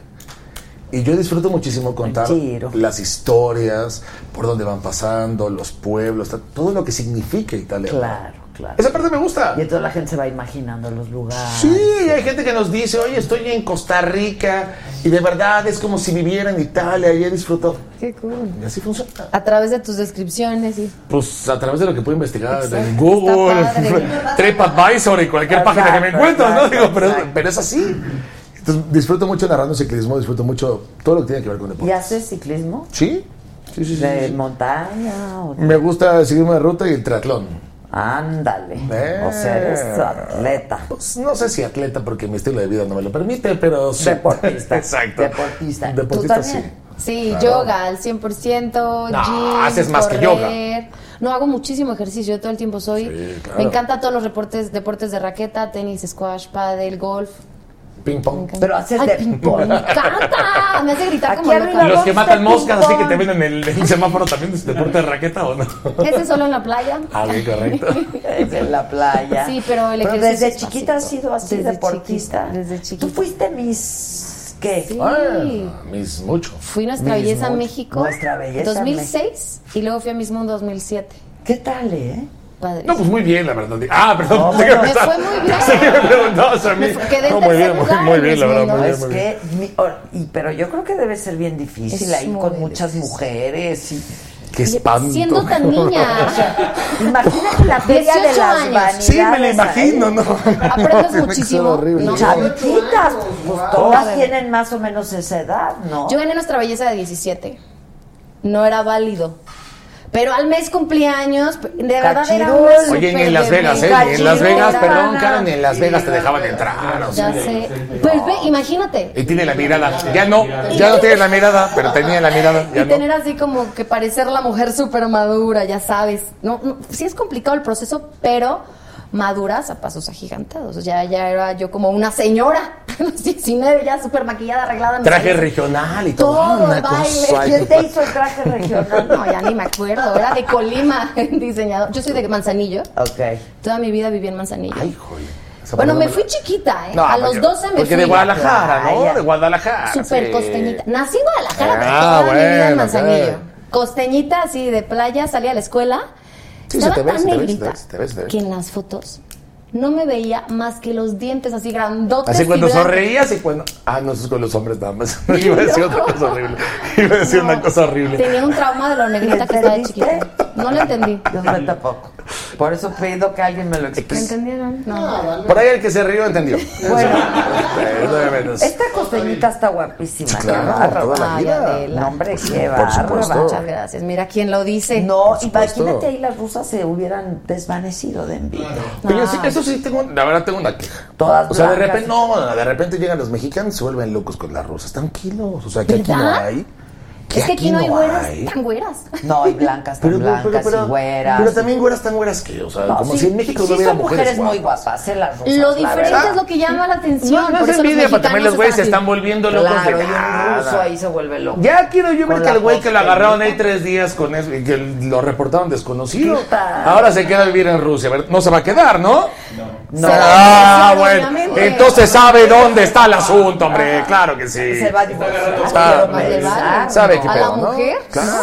Speaker 17: Y yo disfruto muchísimo contar las historias, por dónde van pasando, los pueblos, ta- todo lo que significa Italia.
Speaker 2: Claro, claro.
Speaker 17: Esa parte me gusta.
Speaker 2: Y entonces la gente se va imaginando los lugares.
Speaker 17: Sí, hay gente que nos dice, oye, estoy en Costa Rica y de verdad es como si viviera en Italia y he disfrutado.
Speaker 12: Qué cool.
Speaker 17: Y así funciona.
Speaker 12: A través de tus descripciones y
Speaker 17: Pues a través de lo que puedo investigar
Speaker 12: Exacto,
Speaker 17: en Google,
Speaker 12: está padre.
Speaker 17: TripAdvisor y cualquier página que me
Speaker 18: Exacto,
Speaker 17: encuentro, ¿no?
Speaker 18: exacto,
Speaker 17: Digo, pero, pero es así. Entonces, disfruto mucho narrando ciclismo, disfruto mucho todo lo que tiene que ver con deporte.
Speaker 2: ¿Y haces ciclismo?
Speaker 17: ¿Sí? Sí, sí, sí.
Speaker 2: ¿De
Speaker 17: sí.
Speaker 2: montaña? o-
Speaker 17: Me gusta el ciclismo de ruta y el triatlón. Eh,
Speaker 2: Ándale. O sea, eres atleta.
Speaker 17: Pues no sé si atleta porque mi estilo de vida no me lo permite, pero sí. Deportista. Exacto. Deportista. Deportista, Pues sí.
Speaker 12: Sí,
Speaker 17: Claro.
Speaker 12: yoga al 100%,
Speaker 17: No,
Speaker 12: gym,
Speaker 17: haces más que
Speaker 12: correr. No, hago muchísimo ejercicio, yo todo el tiempo soy.
Speaker 17: Sí, claro.
Speaker 12: Me encantan todos los deportes, deportes de raqueta, tenis, squash, paddle, golf.
Speaker 17: Ping pong.
Speaker 2: Pero haces
Speaker 12: Ay,
Speaker 2: de
Speaker 12: ping pong. Me encanta, me hace gritar como loca.
Speaker 18: Los que matan moscas, así que te ven en el, en el semáforo también es deporte de raqueta o no.
Speaker 12: Ese solo en la playa.
Speaker 18: Ah, bien, correcto.
Speaker 2: Es en la playa.
Speaker 12: Sí, pero el
Speaker 2: Pero
Speaker 12: ejercicio
Speaker 2: desde
Speaker 12: es
Speaker 2: chiquita has sido así
Speaker 12: Desde
Speaker 2: deportista.
Speaker 12: desde chiquita.
Speaker 2: Tú fuiste mis ¿qué?
Speaker 12: Sí.
Speaker 17: Ah, mis mucho.
Speaker 12: Fui Nuestra
Speaker 2: Miss
Speaker 12: Belleza
Speaker 2: Mundo.
Speaker 12: México.
Speaker 2: Nuestra Belleza
Speaker 12: 2006 y luego fui a Miss Mundo 2007.
Speaker 2: ¿Qué tal, eh?
Speaker 12: Padre.
Speaker 18: No, pues muy bien, la verdad. Ah, perdón.
Speaker 2: No,
Speaker 18: pensé que me
Speaker 2: bueno, me
Speaker 18: estaba-
Speaker 2: fue
Speaker 12: muy bien.
Speaker 18: pensé que me preguntabas a mí.
Speaker 12: Me fue- quedé en
Speaker 2: este
Speaker 18: No, muy bien,
Speaker 12: tercer
Speaker 18: muy,
Speaker 12: lugar
Speaker 18: muy
Speaker 12: en
Speaker 18: bien, la
Speaker 12: Miss
Speaker 18: verdad,
Speaker 12: Mundo.
Speaker 18: muy bien.
Speaker 2: Es
Speaker 18: muy bien.
Speaker 2: que, mi- or- y, pero yo creo que debe ser bien difícil
Speaker 12: Es
Speaker 2: ahí
Speaker 12: muy
Speaker 2: con muchas mujeres y...
Speaker 17: Qué espanto.
Speaker 12: Siendo tan niña.
Speaker 2: O sea, imagínate la feria de
Speaker 12: 18
Speaker 2: las
Speaker 12: años.
Speaker 2: vanidades.
Speaker 17: Sí, me lo imagino, ¿no?
Speaker 12: Aprendes
Speaker 17: Tiene que ser
Speaker 12: muchísimo.
Speaker 17: horrible.
Speaker 2: Y
Speaker 17: No.
Speaker 2: Chavitas, pues
Speaker 12: Wow.
Speaker 2: todas tienen más o menos esa edad, ¿no?
Speaker 12: Yo gané nuestra belleza de 17. No era válido. Pero al mes cumplía años. De verdad era
Speaker 17: Cachirul.
Speaker 12: una
Speaker 17: Oye, en,
Speaker 12: super
Speaker 17: Las Vegas, ¿eh?
Speaker 12: bebé.
Speaker 17: En Las Vegas,
Speaker 12: Cachirul,
Speaker 17: perdón,
Speaker 12: pana.
Speaker 17: Karen, en Las Vegas te dejaban entrar. o
Speaker 12: Ya
Speaker 17: sea.
Speaker 12: sé. Pues ve, imagínate.
Speaker 17: Y tiene la mirada. Ya no, ya no tiene la mirada, pero tenía la mirada. Ya
Speaker 12: Y
Speaker 17: no.
Speaker 12: tener así como que parecer la mujer súper madura, ya sabes. No, no, sí es complicado el proceso, pero maduras a pasos agigantados. Ya, ya era yo como una señora, a los 19, ya súper maquillada, arreglada. me
Speaker 17: Traje
Speaker 12: salí-
Speaker 17: regional y todo.
Speaker 12: Todo
Speaker 17: una
Speaker 12: el baile.
Speaker 17: cosa.
Speaker 2: el traje regional?
Speaker 12: No, ya ni me acuerdo. Era de Colima, el diseñador. Yo soy de Manzanillo.
Speaker 2: Ok.
Speaker 12: Toda mi vida viví en Manzanillo.
Speaker 17: Esa
Speaker 12: bueno,
Speaker 17: palabra
Speaker 12: me fui chiquita, ¿eh?
Speaker 17: No,
Speaker 12: a
Speaker 17: porque-
Speaker 12: los 12 me
Speaker 17: Porque
Speaker 12: fui.
Speaker 17: de Guadalajara, ¿no?
Speaker 12: Playa.
Speaker 17: De Guadalajara.
Speaker 12: Súper
Speaker 17: sí.
Speaker 12: costeñita. Nací en Guadalajara, pero
Speaker 17: Ah,
Speaker 12: toda mi vida en
Speaker 17: bueno,
Speaker 12: Manzanillo.
Speaker 17: claro.
Speaker 12: Costeñita, así de playa, salí a la escuela.
Speaker 17: Sí, se
Speaker 12: Estaba
Speaker 17: te ve,
Speaker 12: tan
Speaker 17: se te ve, se te
Speaker 12: negrita
Speaker 17: ve, se te ve, se te ve.
Speaker 12: que en las fotos no me veía más que los dientes así grandotes.
Speaker 17: Así
Speaker 12: y
Speaker 17: cuando
Speaker 12: blancos.
Speaker 17: sonreías y cuando. Ah, no, eso es con los hombres nada más. Iba a decir otra cosa horrible. Iba a decir una cosa horrible.
Speaker 12: Tenía un trauma de lo negrita que estaba de chiquita. No lo entendí.
Speaker 2: Yo no tampoco. Por eso pido que alguien me lo
Speaker 12: ¿Me
Speaker 2: explique.
Speaker 12: entendieron? No.
Speaker 17: Por ahí el que se rió entendió.
Speaker 2: Bueno.
Speaker 17: Eh, no de menos.
Speaker 2: Esta costeñita está guapísima.
Speaker 17: Claro,
Speaker 2: qué bárbaro.
Speaker 17: toda la
Speaker 12: Ay,
Speaker 17: vida.
Speaker 12: Adela.
Speaker 2: No, hombre, qué
Speaker 17: Por
Speaker 2: bárbaro.
Speaker 17: supuesto.
Speaker 12: Muchas gracias. Mira quién lo dice.
Speaker 2: No,
Speaker 17: supuesto.
Speaker 2: imagínate ahí las rusas se hubieran desvanecido de envidia.
Speaker 17: Pero sí, eso sí, tengo, la verdad tengo una queja.
Speaker 2: Todas
Speaker 17: o sea, de
Speaker 2: blancas.
Speaker 17: repente, no, no, de repente llegan los mexicanos y se vuelven locos con las rusas. Tranquilos, o sea, que aquí no
Speaker 12: ¿Verdad?
Speaker 17: hay.
Speaker 12: Es que aquí no hay güeras tan güeras.
Speaker 2: No, y blancas tan
Speaker 17: Pero, pero,
Speaker 2: blancas
Speaker 17: pero, pero,
Speaker 2: y güeras.
Speaker 17: pero también güeras tan güeras que, o sea,
Speaker 2: No,
Speaker 17: como
Speaker 2: sí,
Speaker 17: si en México
Speaker 2: sí
Speaker 17: no hubiera
Speaker 2: son mujeres, muy
Speaker 17: guapas.
Speaker 2: guapas, eh, las rusas.
Speaker 12: Lo
Speaker 2: la
Speaker 12: diferente
Speaker 2: verdad.
Speaker 12: es lo que llama la
Speaker 17: No,
Speaker 12: atención.
Speaker 17: no
Speaker 12: por
Speaker 17: es
Speaker 12: eso los
Speaker 17: envidia, pero también
Speaker 12: mexicanos
Speaker 17: los güeyes se
Speaker 12: así.
Speaker 17: están volviendo locos
Speaker 2: Claro,
Speaker 17: de
Speaker 2: y un ruso
Speaker 17: nada.
Speaker 2: ahí se vuelve loco.
Speaker 17: Ya quiero yo ver
Speaker 2: Con
Speaker 17: que
Speaker 2: la
Speaker 17: el güey que lo
Speaker 2: voz
Speaker 17: agarraron ahí
Speaker 2: peluda.
Speaker 17: tres días con eso y que lo reportaron desconocido.
Speaker 2: Puta.
Speaker 17: Ahora se queda a vivir en Rusia. A ver, no se va a quedar, ¿no? Se
Speaker 2: No. va
Speaker 17: Ah,
Speaker 2: a divorciar,
Speaker 17: bueno.
Speaker 2: obviamente.
Speaker 17: Entonces sabe dónde está el asunto, hombre. Claro que sí.
Speaker 2: Se va a divorciar.
Speaker 17: Está-
Speaker 2: Quiero pensar,
Speaker 17: ¿Sabe
Speaker 2: ¿no?
Speaker 17: qué
Speaker 12: ¿A
Speaker 17: pedo,
Speaker 12: la
Speaker 17: no?
Speaker 12: mujer?
Speaker 17: Claro,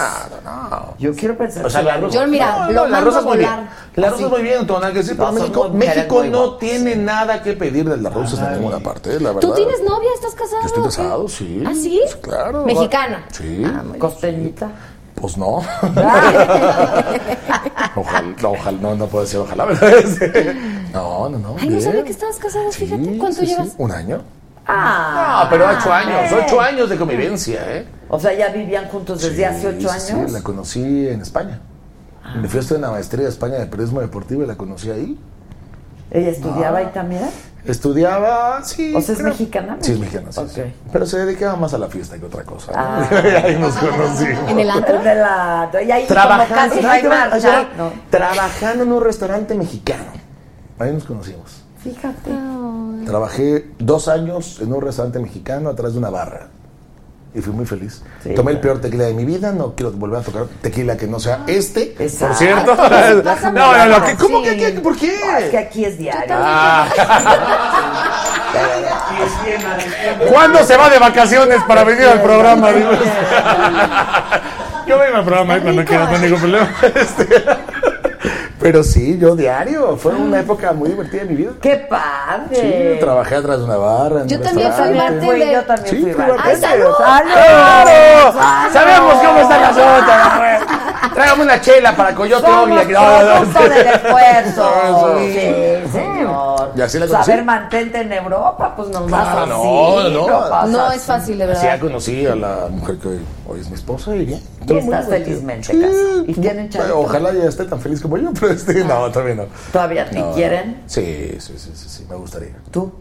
Speaker 17: no.
Speaker 2: Yo quiero pensar.
Speaker 17: O sea,
Speaker 2: que
Speaker 17: la
Speaker 2: la
Speaker 17: rusa.
Speaker 12: Yo, mira,
Speaker 17: no,
Speaker 12: lo
Speaker 17: la
Speaker 12: mando
Speaker 17: rusa
Speaker 12: a
Speaker 17: es muy bien.
Speaker 12: volar.
Speaker 17: La
Speaker 2: Así.
Speaker 17: rusa es muy bien, Tonal, que sí, pero
Speaker 2: No, son
Speaker 17: México,
Speaker 2: muy mujeres
Speaker 17: México
Speaker 2: muy
Speaker 17: no
Speaker 2: guapas.
Speaker 17: tiene nada que pedir de la rusa en ninguna parte, eh, la verdad.
Speaker 12: ¿Tú tienes novia? ¿Estás casado?
Speaker 17: Yo estoy
Speaker 12: o qué?
Speaker 17: casado, sí.
Speaker 12: ¿Ah, sí?
Speaker 17: Sí, Claro.
Speaker 12: Mexicana. Ah,
Speaker 17: Sí.
Speaker 2: Costeñita.
Speaker 17: Pues no. ojalá, no, ojalá, no, no puedo decir ojalá, pero este, No, no, no.
Speaker 12: Ay, no
Speaker 17: bien.
Speaker 12: sabía que estabas casado,
Speaker 17: Sí,
Speaker 12: fíjate. ¿Cuánto
Speaker 17: sí, sí.
Speaker 12: llevas?
Speaker 17: ¿Un año?
Speaker 2: Ah,
Speaker 17: Ah, pero ocho años,
Speaker 2: hombre.
Speaker 17: ocho años de convivencia, ¿eh?
Speaker 2: O sea, ya vivían
Speaker 12: Pues
Speaker 2: juntos desde hace ocho
Speaker 17: Sí, sí,
Speaker 2: años.
Speaker 17: Sí, la conocí en España.
Speaker 12: Ah.
Speaker 17: Me fui a estudiar en la maestría de España de periodismo deportivo y la conocí ahí. Ah,
Speaker 2: Ella estudiaba ahí también.
Speaker 17: Estudiaba, sí.
Speaker 2: O sea, es
Speaker 17: creo-
Speaker 2: mexicana.
Speaker 17: Sí, es mexicana, sí, sí. Pero se dedicaba más a la fiesta que otra cosa. ¿no?
Speaker 2: Ah.
Speaker 17: ahí nos conocimos.
Speaker 12: ¿En el antro?
Speaker 2: De la, y ahí como
Speaker 17: Trabajando,
Speaker 2: casi no
Speaker 17: ahí
Speaker 2: hay
Speaker 17: te va, o sea,
Speaker 2: marcha. Ah, No.
Speaker 17: trabajando en un restaurante mexicano. Ahí nos conocimos.
Speaker 2: Fíjate.
Speaker 17: Trabajé dos años en un restaurante mexicano atrás de una barra. Y fui muy feliz.
Speaker 18: Sí,
Speaker 17: Tomé el
Speaker 18: claro.
Speaker 17: peor tequila de mi vida. No quiero volver a tocar tequila que no sea este.
Speaker 18: Exacto. cierto.
Speaker 17: pues,
Speaker 18: Sí, pasa No, no, no, ¿qué- cómo que- que-
Speaker 17: por qué?
Speaker 2: Es que aquí es diario.
Speaker 18: ¿Cuándo se va de vacaciones para venir al programa? Digo, yo vengo al programa cuando quieras, no hay ningún problema. Este.
Speaker 17: Pero sí, yo diario. Fue una época muy divertida de mi vida.
Speaker 2: ¡Qué padre!
Speaker 17: Sí, trabajé atrás de una barra. en
Speaker 2: Yo
Speaker 17: un
Speaker 2: también fui
Speaker 17: restaurante.
Speaker 2: bartender. Fui, yo también
Speaker 17: Sí,
Speaker 2: fui
Speaker 17: fui
Speaker 2: bartender.
Speaker 17: bartender.
Speaker 2: ¡Ay, salud!
Speaker 17: ¡Claro!
Speaker 2: ¡Salud!
Speaker 17: Sabemos cómo está la sota. Tráigame una chela para Coyote
Speaker 2: Somos
Speaker 17: Oglia.
Speaker 2: producto del esfuerzo.
Speaker 17: Eso.
Speaker 2: Sí, señor.
Speaker 17: Y así la conocí.
Speaker 2: Saber mantente en Europa, pues no vas
Speaker 17: Ah,
Speaker 2: así.
Speaker 17: no, no.
Speaker 2: vas
Speaker 17: No
Speaker 2: así.
Speaker 17: es
Speaker 12: fácil, de
Speaker 17: Así ya conocí a la mujer que hoy, hoy es mi esposa y bien.
Speaker 2: Y
Speaker 17: Todo muy
Speaker 2: estás
Speaker 17: divertido.
Speaker 2: felizmente casado. Y tienen
Speaker 17: Pero
Speaker 2: chavito. Ah.
Speaker 17: Ojalá ya esté tan feliz como yo, pero este, no, todavía no.
Speaker 2: ¿Todavía te
Speaker 17: No.
Speaker 2: quieren?
Speaker 17: Sí, sí, sí, sí, sí, me gustaría.
Speaker 2: ¿Tú?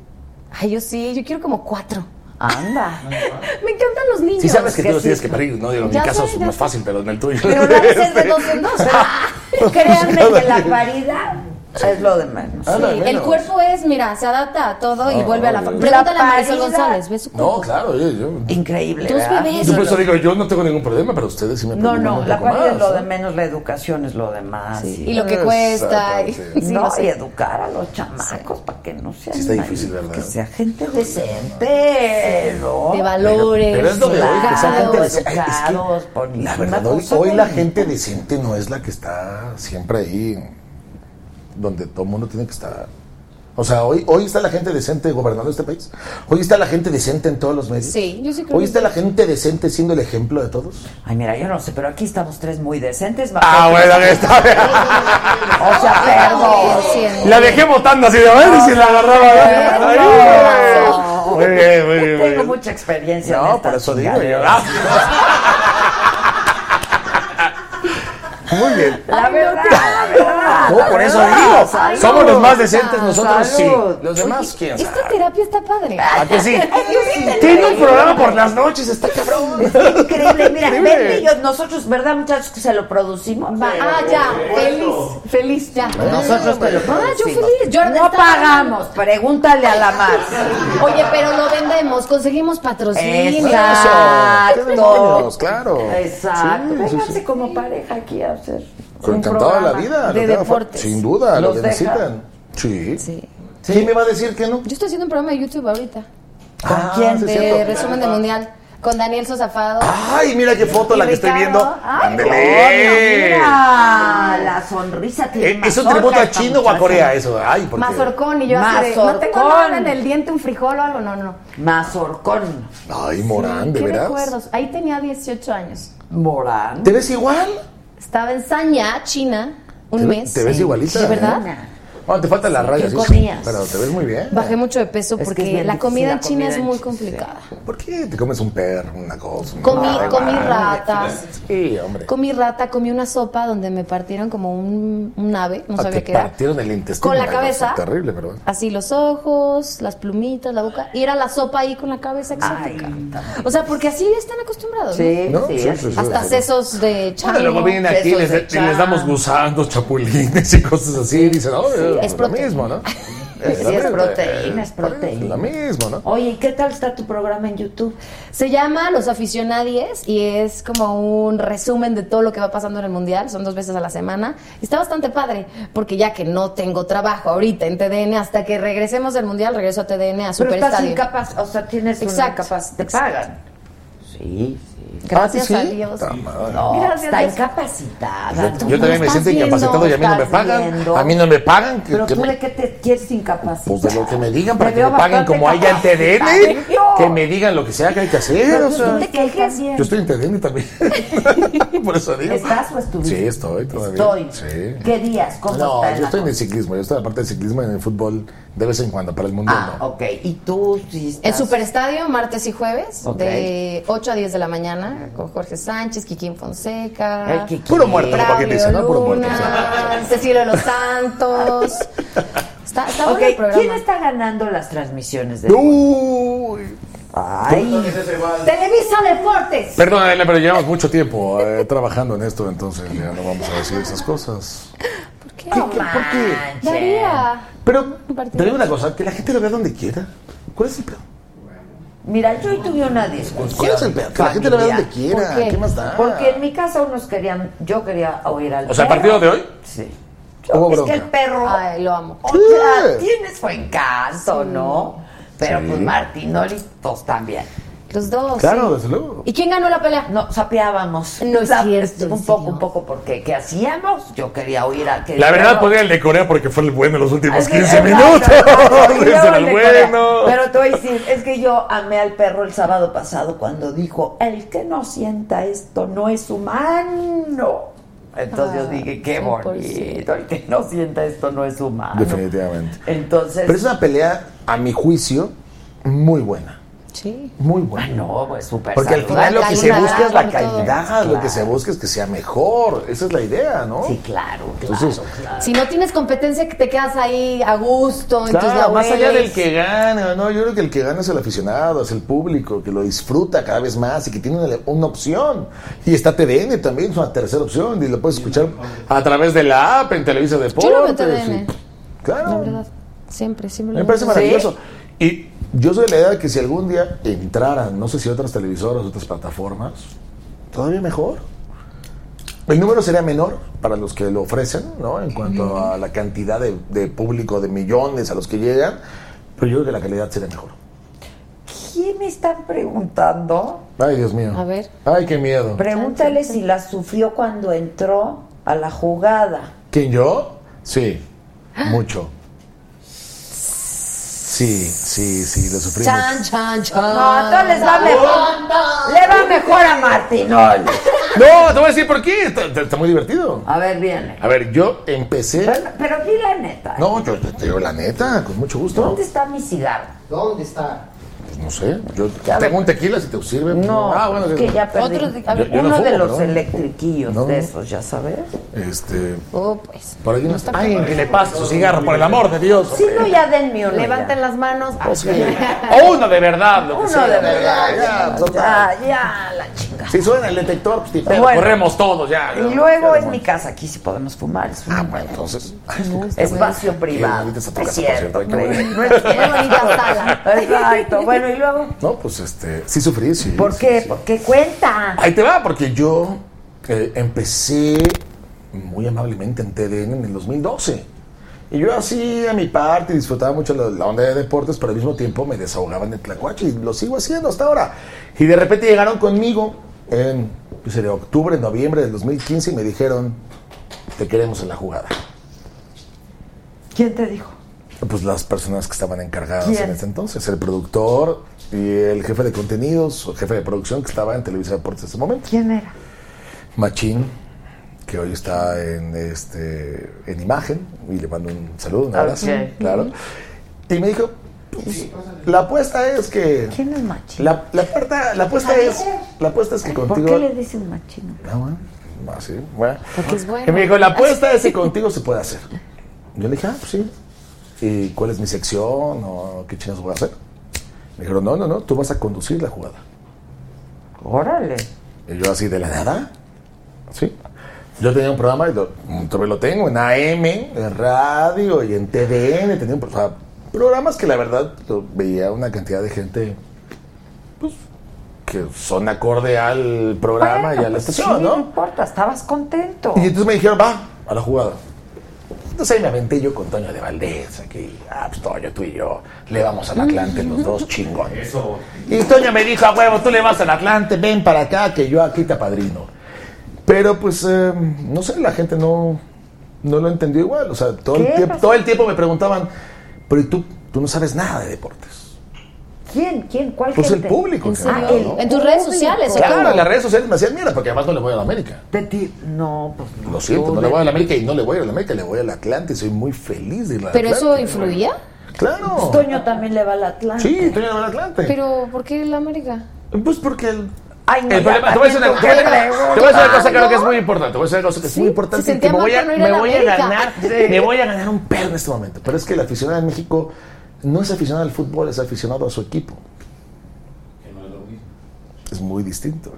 Speaker 12: Ay, yo sí, yo quiero como cuatro.
Speaker 2: Anda.
Speaker 12: Me encantan los niños.
Speaker 17: Sí sabes que tú los
Speaker 12: sí.
Speaker 17: tienes que parir, ¿no? Digo, en mi
Speaker 12: Ya
Speaker 17: caso
Speaker 12: sé,
Speaker 17: es
Speaker 12: ya
Speaker 17: más
Speaker 12: sé.
Speaker 17: fácil, pero en el tuyo.
Speaker 12: Pero la vez es de dos en dos.
Speaker 17: pues,
Speaker 2: Créanme que la paridad es lo de menos.
Speaker 17: Ah,
Speaker 12: Sí, el cuerpo es, mira, se adapta a todo y
Speaker 17: No,
Speaker 12: vuelve a la
Speaker 17: no,
Speaker 12: familia.
Speaker 17: no.
Speaker 12: Pregúntale a
Speaker 2: La
Speaker 12: Marisol
Speaker 2: parida-
Speaker 12: González, ve su cuerpo.
Speaker 17: No, claro, yo, yo.
Speaker 2: Increíble.
Speaker 12: Tus ¿verdad? bebés.
Speaker 17: Yo por eso digo, yo no tengo ningún problema, pero ustedes sí me
Speaker 2: No,
Speaker 17: preocupan
Speaker 2: no,
Speaker 17: un
Speaker 2: la
Speaker 17: poco
Speaker 2: paridad es
Speaker 17: más, ¿eh?
Speaker 2: lo
Speaker 17: ¿no?
Speaker 2: de menos, la educación es lo de más.
Speaker 12: Y lo que cuesta, y- Exactamente. sí,
Speaker 2: no,
Speaker 12: lo sé.
Speaker 2: y educar a los chamacos para que no sean.
Speaker 17: Sí está
Speaker 2: mal-
Speaker 17: difícil, ¿verdad?
Speaker 2: Que sea gente decente, ¿no?
Speaker 12: De valores,
Speaker 17: Pero es lo de hoy, que sea gente
Speaker 2: Claro,
Speaker 17: decente. Ay, es que,
Speaker 2: educados, bonitos,
Speaker 17: La
Speaker 2: una
Speaker 17: verdad, hoy,
Speaker 2: cosa
Speaker 17: hoy la
Speaker 2: bonita.
Speaker 17: gente decente no es la que está siempre ahí, donde todo el mundo tiene que estar. O sea, hoy, hoy está la gente decente gobernando este país. Hoy está la gente decente en todos los medios.
Speaker 12: Sí, yo sí creo
Speaker 17: Hoy
Speaker 12: que
Speaker 17: está
Speaker 12: sí.
Speaker 17: la gente decente siendo el ejemplo de todos.
Speaker 2: Ay, mira, yo no sé, pero aquí estamos tres muy decentes.
Speaker 18: Ah, bueno, que está.
Speaker 2: O sea, perdón.
Speaker 18: La dejé votando así de a ver si la agarraba.
Speaker 2: Ay,
Speaker 18: Muy bien, muy bien, muy
Speaker 2: Tengo
Speaker 18: bien.
Speaker 2: mucha experiencia. en
Speaker 18: No,
Speaker 2: esta
Speaker 18: por eso digo yo.
Speaker 2: chingadera.
Speaker 17: ah. Muy bien.
Speaker 2: La verdad, la verdad.
Speaker 17: No,
Speaker 2: la
Speaker 17: por eso
Speaker 2: verdad.
Speaker 17: digo.
Speaker 2: Salud.
Speaker 17: Somos los más decentes nosotros,
Speaker 2: Salud.
Speaker 17: sí. Los demás, quién sabe.
Speaker 12: Esta terapia está padre.
Speaker 17: ¿A que sí?
Speaker 2: sí.
Speaker 17: Tiene un programa por las noches, está cabrón.
Speaker 2: Es increíble, mira,
Speaker 17: Increíble.
Speaker 2: ven y yo- nosotros, ¿verdad, muchachos, que se lo producimos?
Speaker 12: Ah, ya, feliz, feliz, ya.
Speaker 2: Nosotros te lo
Speaker 12: Ah, yo
Speaker 2: producimos.
Speaker 12: feliz. Yo
Speaker 2: No pagamos, pregúntale a la Mar.
Speaker 12: Oye, pero lo vendemos, conseguimos patrocinio.
Speaker 2: Exacto.
Speaker 17: Niños, claro.
Speaker 2: Exacto.
Speaker 17: Sí, sí,
Speaker 2: Vénganse
Speaker 17: sí.
Speaker 2: como pareja aquí a hacer.
Speaker 17: Con
Speaker 2: un
Speaker 17: encantado de la
Speaker 2: programa
Speaker 17: vida.
Speaker 2: De
Speaker 17: lo que-
Speaker 2: deportes.
Speaker 17: Sin duda, lo
Speaker 2: Los deja.
Speaker 17: necesitan. Sí. ¿Quién me va a decir que no? Ah,
Speaker 12: Yo estoy haciendo un programa de YouTube ahorita.
Speaker 17: ¿Con
Speaker 12: de resumen de mundial. Con Daniel Sosafado.
Speaker 17: Ay, mira qué foto la que estoy viendo. Ándele.
Speaker 12: Ah,
Speaker 2: Mira, la sonrisa tiene
Speaker 17: Eh, ¿Es un tributo a chino o a Corea eso? Ay, ¿por qué?
Speaker 12: Mazorcón y yo así de, no tengo
Speaker 2: Mazorcón.
Speaker 12: nada en el diente, un frijol o algo, no, no.
Speaker 2: Mazorcón.
Speaker 17: Ay, Morán,
Speaker 12: ¿Qué
Speaker 17: de veras.
Speaker 12: recuerdos? Ahí tenía 18 años.
Speaker 2: Morán.
Speaker 17: ¿Te ves igual?
Speaker 12: Estaba en Sanya, China, un
Speaker 17: ¿Te ve-
Speaker 12: mes.
Speaker 17: te ves
Speaker 12: Sí.
Speaker 17: igualita,
Speaker 12: Sí,
Speaker 17: ¿eh?
Speaker 12: ¿verdad?
Speaker 17: Bueno, te faltan las
Speaker 12: ¿Qué
Speaker 17: rayas, sí,
Speaker 12: comías?
Speaker 17: pero te ves muy bien.
Speaker 12: Bajé mucho de peso
Speaker 17: que es
Speaker 12: porque
Speaker 17: bien
Speaker 12: la
Speaker 17: difícil
Speaker 12: comida
Speaker 17: la
Speaker 12: en China
Speaker 17: comida
Speaker 12: es
Speaker 17: en
Speaker 12: muy
Speaker 17: China,
Speaker 12: complicada.
Speaker 17: ¿Por qué te comes un perro, una cosa? una
Speaker 12: Comí-
Speaker 17: madre,
Speaker 12: comí
Speaker 17: madre?
Speaker 12: ratas.
Speaker 17: Sí, hombre.
Speaker 12: Comí rata, comí una sopa donde me partieron como un, un ave, no
Speaker 17: Ah,
Speaker 12: sabía
Speaker 17: te
Speaker 12: qué era.
Speaker 17: partieron el intestino.
Speaker 12: Con la
Speaker 17: una cosa
Speaker 12: cabeza.
Speaker 17: Terrible, pero bueno.
Speaker 12: Así los ojos, las plumitas, la boca. Y era la sopa ahí con la cabeza exótica. o sea, porque así están acostumbrados. ¿no?
Speaker 2: Sí,
Speaker 17: ¿No? sí, Sí, sí, sí.
Speaker 12: Hasta sesos de chango.
Speaker 17: Pero luego vienen aquí y
Speaker 12: sesos
Speaker 17: les,
Speaker 12: de
Speaker 17: y les damos
Speaker 12: chango.
Speaker 17: gusanos, chapulines y cosas así. Y dicen, oh,
Speaker 12: Sí,
Speaker 17: es
Speaker 12: es
Speaker 17: lo
Speaker 12: proteína.
Speaker 17: mismo, ¿no?
Speaker 2: Sí, es proteína,
Speaker 17: eh,
Speaker 2: es proteína.
Speaker 17: Lo mismo, ¿no?
Speaker 2: Oye, ¿y qué tal está tu programa en YouTube?
Speaker 12: Se llama Los Aficionadies y es como un resumen de todo lo que va pasando en el Mundial. Son dos veces a la semana. Y está bastante padre, porque ya que no tengo trabajo ahorita en TDN, hasta que regresemos del Mundial, regreso a TDN a
Speaker 2: Pero estás
Speaker 12: Superestadio.
Speaker 2: incapaz, o sea, tienes una
Speaker 12: Exacto.
Speaker 2: incapacidad. Te pagan. Sí,
Speaker 17: Ah,
Speaker 2: sí.
Speaker 12: Gracias a Dios.
Speaker 17: Ta madre.
Speaker 2: No,
Speaker 12: Gracias
Speaker 2: está
Speaker 12: a Dios.
Speaker 2: incapacitada.
Speaker 17: Yo, yo también me siento incapacitado y a mí no me pagan. A mí no me pagan. Que,
Speaker 2: Pero
Speaker 17: que
Speaker 2: tú
Speaker 17: me-
Speaker 2: de qué te quieres incapacitar.
Speaker 17: pues de lo que me digan para
Speaker 2: Te
Speaker 17: que
Speaker 2: veo
Speaker 17: me paguen
Speaker 2: bastante
Speaker 17: como haya en TDN.
Speaker 2: capacitado.
Speaker 17: Que me digan lo que sea que hay que hacer.
Speaker 2: Pero
Speaker 17: o
Speaker 2: tú
Speaker 17: sea.
Speaker 2: no te quejes.
Speaker 17: Yo estoy en TDN también. Por eso digo.
Speaker 2: ¿Estás o
Speaker 17: Sí,
Speaker 2: estuviste?
Speaker 17: estoy todavía.
Speaker 2: Estoy.
Speaker 17: Sí.
Speaker 2: ¿Qué días? ¿Cómo
Speaker 17: no,
Speaker 2: está
Speaker 17: yo
Speaker 2: la
Speaker 17: estoy en el ciclismo. Yo estoy en la parte del ciclismo y en el fútbol de vez en cuando para el mundial.
Speaker 2: Ah,
Speaker 17: no.
Speaker 2: ok. ¿Y tú sí
Speaker 12: El
Speaker 2: estás?
Speaker 12: Superestadio, martes y jueves,
Speaker 17: Ok.
Speaker 12: de 8 a 10 de la mañana, con Jorge Sánchez, Kikín Fonseca.
Speaker 17: Ay,
Speaker 2: Ah,
Speaker 17: Kikín. Puro muerto,
Speaker 12: Braulio
Speaker 17: ¿para qué dice, no? Puro muerto,
Speaker 12: Luna, Cecilio de los Santos. Está, está bueno el
Speaker 2: Ok, ¿quién
Speaker 12: programa.
Speaker 2: está ganando las transmisiones de
Speaker 17: Uy.
Speaker 2: Ay. Televisa Deportes.
Speaker 17: Perdón, Adela, pero llevamos mucho tiempo eh, trabajando en esto, entonces ya no vamos a decir esas cosas.
Speaker 2: No manches.
Speaker 12: Daría.
Speaker 17: Pero te digo una cosa, que la gente lo vea donde quiera. ¿Cuál es el pedo?
Speaker 2: Mira, yo hoy tuve una discusión.
Speaker 17: ¿Cuál es el pedo? Que la gente lo vea donde quiera.
Speaker 2: ¿Por
Speaker 17: ¿Qué? más da?
Speaker 2: Porque en mi casa unos querían, yo quería oír al
Speaker 17: O sea, ¿el
Speaker 2: perro.
Speaker 17: partido de hoy?
Speaker 2: Sí.
Speaker 17: Hubo
Speaker 2: Es que
Speaker 17: bronca.
Speaker 2: el perro.
Speaker 12: Ay, lo amo.
Speaker 2: O sea, tienes buen caso, ¿no? Pero pues Martinoli, pues también.
Speaker 12: Los dos.
Speaker 17: Claro,
Speaker 12: Pues sí.
Speaker 17: desde luego.
Speaker 12: ¿Y quién ganó Ah, la pelea?
Speaker 2: No, sapeábamos.
Speaker 12: No es
Speaker 2: Sa-
Speaker 12: cierto.
Speaker 2: Un poco, un poco, porque ¿qué hacíamos? Yo quería oír al que.
Speaker 18: La verdad, pues, podría el de Corea porque fue el bueno los últimos
Speaker 2: Así,
Speaker 18: 15
Speaker 2: exacto,
Speaker 18: minutos.
Speaker 2: exacto. Y luego
Speaker 18: Ese era
Speaker 2: el
Speaker 18: el
Speaker 2: de Corea.
Speaker 18: bueno.
Speaker 2: Pero te voy a decir, es que yo amé al perro el sábado pasado cuando dijo, el que no sienta esto no es humano. Entonces yo
Speaker 17: Ah,
Speaker 2: dije, qué
Speaker 17: sí,
Speaker 3: pues
Speaker 2: bonito,
Speaker 17: pobrecito.
Speaker 2: el que no sienta esto no es humano.
Speaker 17: Definitivamente.
Speaker 2: Entonces...
Speaker 17: Pero es una pelea, a mi juicio, muy buena.
Speaker 2: Sí.
Speaker 17: Muy buena.
Speaker 2: no, pues súper
Speaker 17: Porque al final
Speaker 2: saludable.
Speaker 17: lo que se
Speaker 2: Calidad,
Speaker 17: busca es la
Speaker 2: con todo.
Speaker 17: calidad, lo que
Speaker 2: Claro.
Speaker 17: se busca es que sea mejor. Esa es la idea, ¿no? Sí,
Speaker 2: claro.
Speaker 17: Entonces,
Speaker 12: Si no tienes competencia, que te quedas ahí a gusto, en tus
Speaker 17: Claro, más allá del
Speaker 12: laureles.
Speaker 17: que gana, no, yo creo que el que gana es el aficionado, es el público, que lo disfruta cada vez más y que tiene una, una opción. Y está TDN también, es una tercera opción, y lo puedes escuchar a través de la app en Televisa Deportes.
Speaker 12: Yo lo veo en TDN.
Speaker 17: y- claro.
Speaker 12: La verdad. Siempre, siempre lo
Speaker 17: Me
Speaker 12: veo.
Speaker 17: parece maravilloso. Y yo soy de la idea de que si algún día entraran, no sé si otras televisoras, otras plataformas, todavía mejor. El número sería menor para los que lo ofrecen, ¿no? En cuanto a la cantidad de, de público, de millones a los que llegan, pero yo creo que la calidad sería mejor.
Speaker 2: ¿Quién me están preguntando?
Speaker 17: Ay, Dios mío.
Speaker 2: A ver.
Speaker 17: Ay, qué miedo.
Speaker 2: Pregúntale si la sufrió cuando entró a la jugada.
Speaker 17: ¿Quién yo? Sí, mucho. Sí, sí, sí, lo sufrimos.
Speaker 2: Chan, chan, chan. No, entonces les va mejor. Le va mejor a Martinoli.
Speaker 17: No, te voy a decir por qué. Está, está- está muy divertido.
Speaker 2: A ver, viene.
Speaker 17: A ver, yo empecé.
Speaker 2: Pero di la neta.
Speaker 17: No, yo te digo la neta, con mucho gusto.
Speaker 2: ¿Dónde está mi cigarro? ¿Dónde está?
Speaker 17: No sé, yo tengo un tequila si te sirve.
Speaker 2: No,
Speaker 17: ah, bueno,
Speaker 2: es
Speaker 17: que-
Speaker 2: que ya perdí.
Speaker 17: Otro te- a
Speaker 2: Yo-
Speaker 17: ver,
Speaker 2: uno
Speaker 17: yo no
Speaker 2: de
Speaker 17: fumo,
Speaker 2: los
Speaker 17: ¿no?
Speaker 2: electriquillos
Speaker 17: No.
Speaker 2: de esos, ya sabes.
Speaker 17: Este.
Speaker 12: Oh, pues.
Speaker 17: Por ahí no
Speaker 12: está
Speaker 17: Ay,
Speaker 12: perfecto.
Speaker 17: que le pase su cigarro, por el amor de Dios.
Speaker 2: Si no, ya denme uno.
Speaker 12: Levanten las manos.
Speaker 17: Ah, O uno de verdad, lo que
Speaker 2: Uno
Speaker 17: sea.
Speaker 2: de verdad.
Speaker 17: Ya,
Speaker 2: Ya,
Speaker 17: total.
Speaker 2: ya, la chingada.
Speaker 17: Si suena el detector, pues, ni pedo,
Speaker 2: Bueno.
Speaker 17: corremos todos ya.
Speaker 2: Y luego es mi casa, aquí sí podemos fumar. Es ah,
Speaker 17: bueno, entonces.
Speaker 2: Espacio privado.
Speaker 17: invites a tu
Speaker 2: Es
Speaker 17: casa, por
Speaker 2: cierto.
Speaker 17: cierto, ay, qué bueno.
Speaker 2: no es- qué bonita sala. Exacto. Bueno, y luego,
Speaker 17: No, pues este. Sí sufrí, sí.
Speaker 2: ¿por qué? ¿Por qué cuenta?
Speaker 17: Ahí te va, porque yo eh, empecé muy amablemente en TDN en el 2012. Y yo así a mi parte disfrutaba mucho la, la onda de deportes, pero al mismo tiempo me desahogaban de Tlacuache y lo sigo haciendo hasta ahora. Y de repente llegaron conmigo en ¿qué sería? octubre, noviembre del 2015 y me dijeron, te queremos en la jugada.
Speaker 2: ¿Quién te dijo?
Speaker 17: Pues las personas que estaban encargadas
Speaker 2: ¿Quién?
Speaker 17: en ese entonces, el productor y el jefe de contenidos, o jefe de producción que estaba en Televisa Deportes en ese momento.
Speaker 2: ¿Quién era?
Speaker 17: Machín, que hoy está en este en imagen, y le mando un saludo, un
Speaker 2: Ah,
Speaker 17: abrazo,
Speaker 2: sí.
Speaker 17: claro. Y me dijo, pues, la apuesta es que...
Speaker 2: ¿Quién es Machín?
Speaker 17: La, la, apuesta, la apuesta es la apuesta es que
Speaker 2: ¿Por
Speaker 17: contigo...
Speaker 2: qué le dicen machino?
Speaker 17: Ah, bueno. Ah, sí, bueno.
Speaker 2: Porque es bueno.
Speaker 17: Y me dijo, la apuesta es si contigo se puede hacer. Yo le dije, ah, pues sí. ¿Y cuál es mi sección? ¿O qué chingas voy a hacer? Me dijeron, no, no, no, tú vas a conducir la jugada.
Speaker 2: Órale.
Speaker 17: Y yo así, ¿de la nada? Sí. Yo tenía un programa, y lo, todavía lo tengo, en AM, en radio y en TVN. Tenía un pro- o sea, programas que la verdad lo veía una cantidad de gente pues, que son acorde al programa y a la estación,
Speaker 2: pues, sí,
Speaker 17: ¿no?
Speaker 2: importa, estabas contento.
Speaker 17: Y entonces me dijeron, va, a la jugada. Entonces ahí me aventé yo con Toño de Valdés, aquí, ah, pues Toño, tú y yo, le vamos al Atlante los dos chingones. Eso. Y Toño me dijo, a huevo, tú le vas al Atlante, ven para acá, que yo aquí te apadrino. Pero pues, eh, no sé, la gente no, no lo entendió igual. O sea, todo
Speaker 2: ¿Qué
Speaker 17: el, tiempo,
Speaker 2: pasó?
Speaker 17: todo el tiempo me preguntaban, pero ¿y tú, tú no sabes nada de deportes?
Speaker 2: ¿Quién? ¿Quién? ¿Cuál
Speaker 17: Pues el
Speaker 2: gente?
Speaker 17: público en
Speaker 2: Ah,
Speaker 17: general,
Speaker 2: el
Speaker 17: ¿no?
Speaker 2: público.
Speaker 17: En
Speaker 12: tus redes sociales, ¿o
Speaker 17: Claro, en las redes sociales me hacían mierda, porque además no le voy a la América.
Speaker 2: De ti, no, pues no.
Speaker 17: Lo siento, no
Speaker 2: Tú
Speaker 17: le
Speaker 2: de-
Speaker 17: voy a la América y no le voy a la América, le voy al Atlante y soy muy feliz de ir al
Speaker 12: ¿Pero eso
Speaker 17: Atlante.
Speaker 12: influía?
Speaker 17: Claro.
Speaker 2: Toño también le va al Atlante.
Speaker 17: Sí, Toño le va al Atlante.
Speaker 12: ¿Pero por qué el América?
Speaker 17: Pues porque el...
Speaker 2: Ay, no,
Speaker 17: El problema-
Speaker 2: ya,
Speaker 17: te voy a decir una,
Speaker 2: ¿para
Speaker 17: te voy a
Speaker 2: qué
Speaker 17: decir una-
Speaker 2: preguntas?
Speaker 17: te voy a decir una cosa creo que es muy importante. Te voy a decir una cosa que es muy importante.
Speaker 2: se
Speaker 17: y que
Speaker 2: sentía
Speaker 17: me
Speaker 2: mal
Speaker 17: voy a,
Speaker 2: por no ir a
Speaker 17: me
Speaker 2: la
Speaker 17: voy a
Speaker 2: América.
Speaker 17: ganar,
Speaker 2: Sí.
Speaker 17: me voy a ganar un perro en este momento. Pero es que la aficionada en México no es aficionada al fútbol, es aficionado a su equipo. Es muy distinto.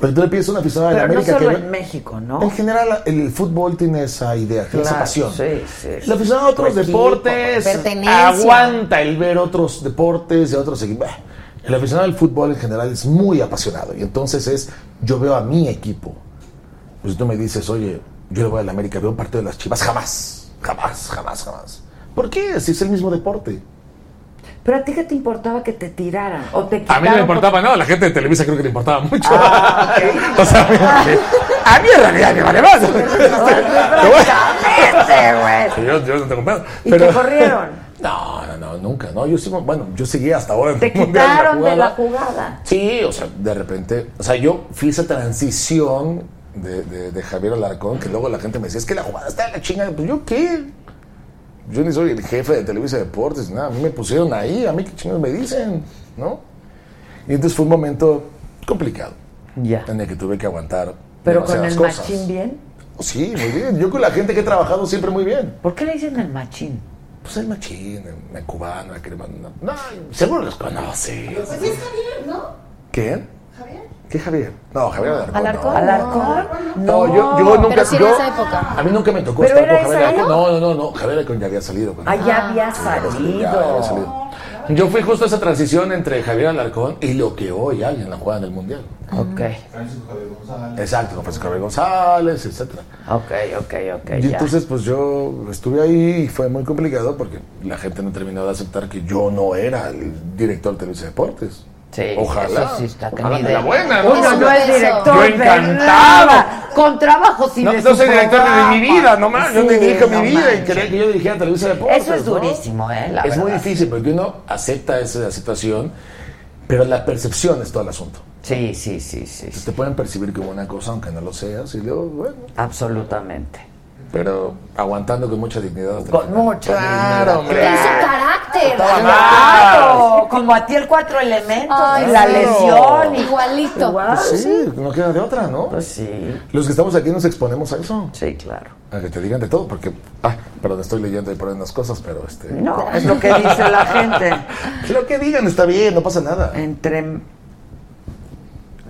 Speaker 17: Pero tú le pides a una aficionada de la
Speaker 2: Pero no
Speaker 17: América
Speaker 2: solo
Speaker 17: que
Speaker 2: en México, ¿no?
Speaker 17: En general, el fútbol tiene esa idea, tiene esa
Speaker 2: Claro,
Speaker 17: pasión.
Speaker 2: sí, sí, sí.
Speaker 17: La afición a otros
Speaker 2: Tu equipo,
Speaker 17: deportes
Speaker 2: pertenencia.
Speaker 17: aguanta el ver otros deportes de otros equipos. Bah, El aficionado al fútbol en general es muy apasionado y entonces es, yo veo a mi equipo. Pues tú me dices, oye, yo le voy a la América, veo un partido de las Chivas, jamás, jamás, jamás, jamás. ¿Por qué? Si es el mismo deporte.
Speaker 2: Pero a ti qué te importaba que te tiraran o te
Speaker 18: A
Speaker 2: quitaran.
Speaker 18: mí no me importaba nada, a la gente de Televisa creo que le importaba mucho.
Speaker 2: Ah,
Speaker 18: o sea, a mí, a mí en realidad me vale más.
Speaker 2: Francamente,
Speaker 17: Yo, yo no tengo pedo.
Speaker 2: ¿Y te corrieron?
Speaker 17: No, no, no, nunca. No, yo sí, bueno, yo seguí hasta ahora. en
Speaker 2: Te
Speaker 17: el Mundial
Speaker 2: quitaron de la
Speaker 17: jugada.
Speaker 2: jugada.
Speaker 17: Sí, o sea, de repente. O sea, yo fui esa transición de, de- de Javier Alarcón que luego la gente me decía, es que la jugada está de la chingada. Pues yo qué. Yo ni soy el jefe de Televisa Deportes, nada. A mí me pusieron ahí, a mí qué chingados me dicen, ¿no? Y entonces fue un momento complicado.
Speaker 2: Ya.
Speaker 17: En el que tuve que aguantar.
Speaker 2: Pero con
Speaker 17: demasiadas
Speaker 2: el
Speaker 17: cosas.
Speaker 2: machín bien.
Speaker 17: Sí, muy bien. Yo con la gente que he trabajado siempre muy bien.
Speaker 2: ¿Por qué le dicen el machín?
Speaker 17: Pues el machín, el, el cubano, el crema. No, no, seguro los conoce.
Speaker 5: Pues es Javier, ¿no?
Speaker 17: ¿Quién?
Speaker 5: Javier.
Speaker 17: ¿Qué Javier? No, Javier Alarcón.
Speaker 5: Alarcón.
Speaker 17: no.
Speaker 12: Ah,
Speaker 2: ¿Alarcón?
Speaker 17: No, yo, yo nunca.
Speaker 2: Pero sí era
Speaker 17: yo-
Speaker 2: esa época.
Speaker 17: A mí nunca me tocó
Speaker 2: ¿Pero
Speaker 17: estar
Speaker 2: era
Speaker 17: con Javier
Speaker 2: esa
Speaker 17: Alarcón. No, no, no, no. Javier Alarcón ya había salido. con
Speaker 2: Ah, ya había
Speaker 17: él. Ya había
Speaker 2: salido.
Speaker 17: salido. Yo fui justo a esa transición entre Javier Alarcón y lo que hoy hay en la jugada del Mundial.
Speaker 2: Ok.
Speaker 4: Francisco Javier González.
Speaker 17: Exacto, con Francisco Javier González, etcétera.
Speaker 2: Ok, ok, ok.
Speaker 17: Y
Speaker 2: ya.
Speaker 17: entonces pues yo estuve ahí y fue muy complicado porque la gente no terminó de aceptar que yo no era el director de Televisa Deportes.
Speaker 2: Sí,
Speaker 17: ojalá.
Speaker 2: eso sí está
Speaker 17: Ojalá
Speaker 2: cañón.
Speaker 17: de la buena, ¿no?
Speaker 2: Uno no es director.
Speaker 17: Yo
Speaker 2: de
Speaker 17: encantaba.
Speaker 2: nada, Con trabajo sin
Speaker 17: No, no soy director de mi vida, nomás. yo dirijo mi vida y quería que yo dirigiera Televisa Deportes.
Speaker 2: Eso es
Speaker 17: ¿no?
Speaker 2: durísimo, ¿eh? La
Speaker 17: es muy
Speaker 2: verdad.
Speaker 17: difícil porque uno acepta esa situación, pero la percepción es todo el asunto. Pues
Speaker 2: Sí, sí, sí, sí.
Speaker 17: Te pueden percibir como una cosa aunque no lo seas y luego, bueno.
Speaker 2: Absolutamente.
Speaker 17: Pero aguantando con mucha dignidad. hasta el
Speaker 2: Con
Speaker 17: final.
Speaker 2: mucha.
Speaker 17: Claro, hombre.
Speaker 2: Claro.
Speaker 12: carácter.
Speaker 17: Estaba
Speaker 2: Claro, como a ti el cuatro elementos,
Speaker 12: Ay,
Speaker 2: la
Speaker 12: sí.
Speaker 2: lesión. y-
Speaker 12: Igualito.
Speaker 2: Igual.
Speaker 17: Pues sí, no queda de otra, ¿no? Pues
Speaker 2: sí.
Speaker 17: Los que estamos aquí nos exponemos a eso.
Speaker 2: Sí, claro.
Speaker 17: A que te digan de todo, porque. Ah, perdón, estoy leyendo y poniendo unas cosas, pero este.
Speaker 2: No, es lo que dice la gente.
Speaker 17: lo que digan está bien, no pasa nada.
Speaker 2: Entre.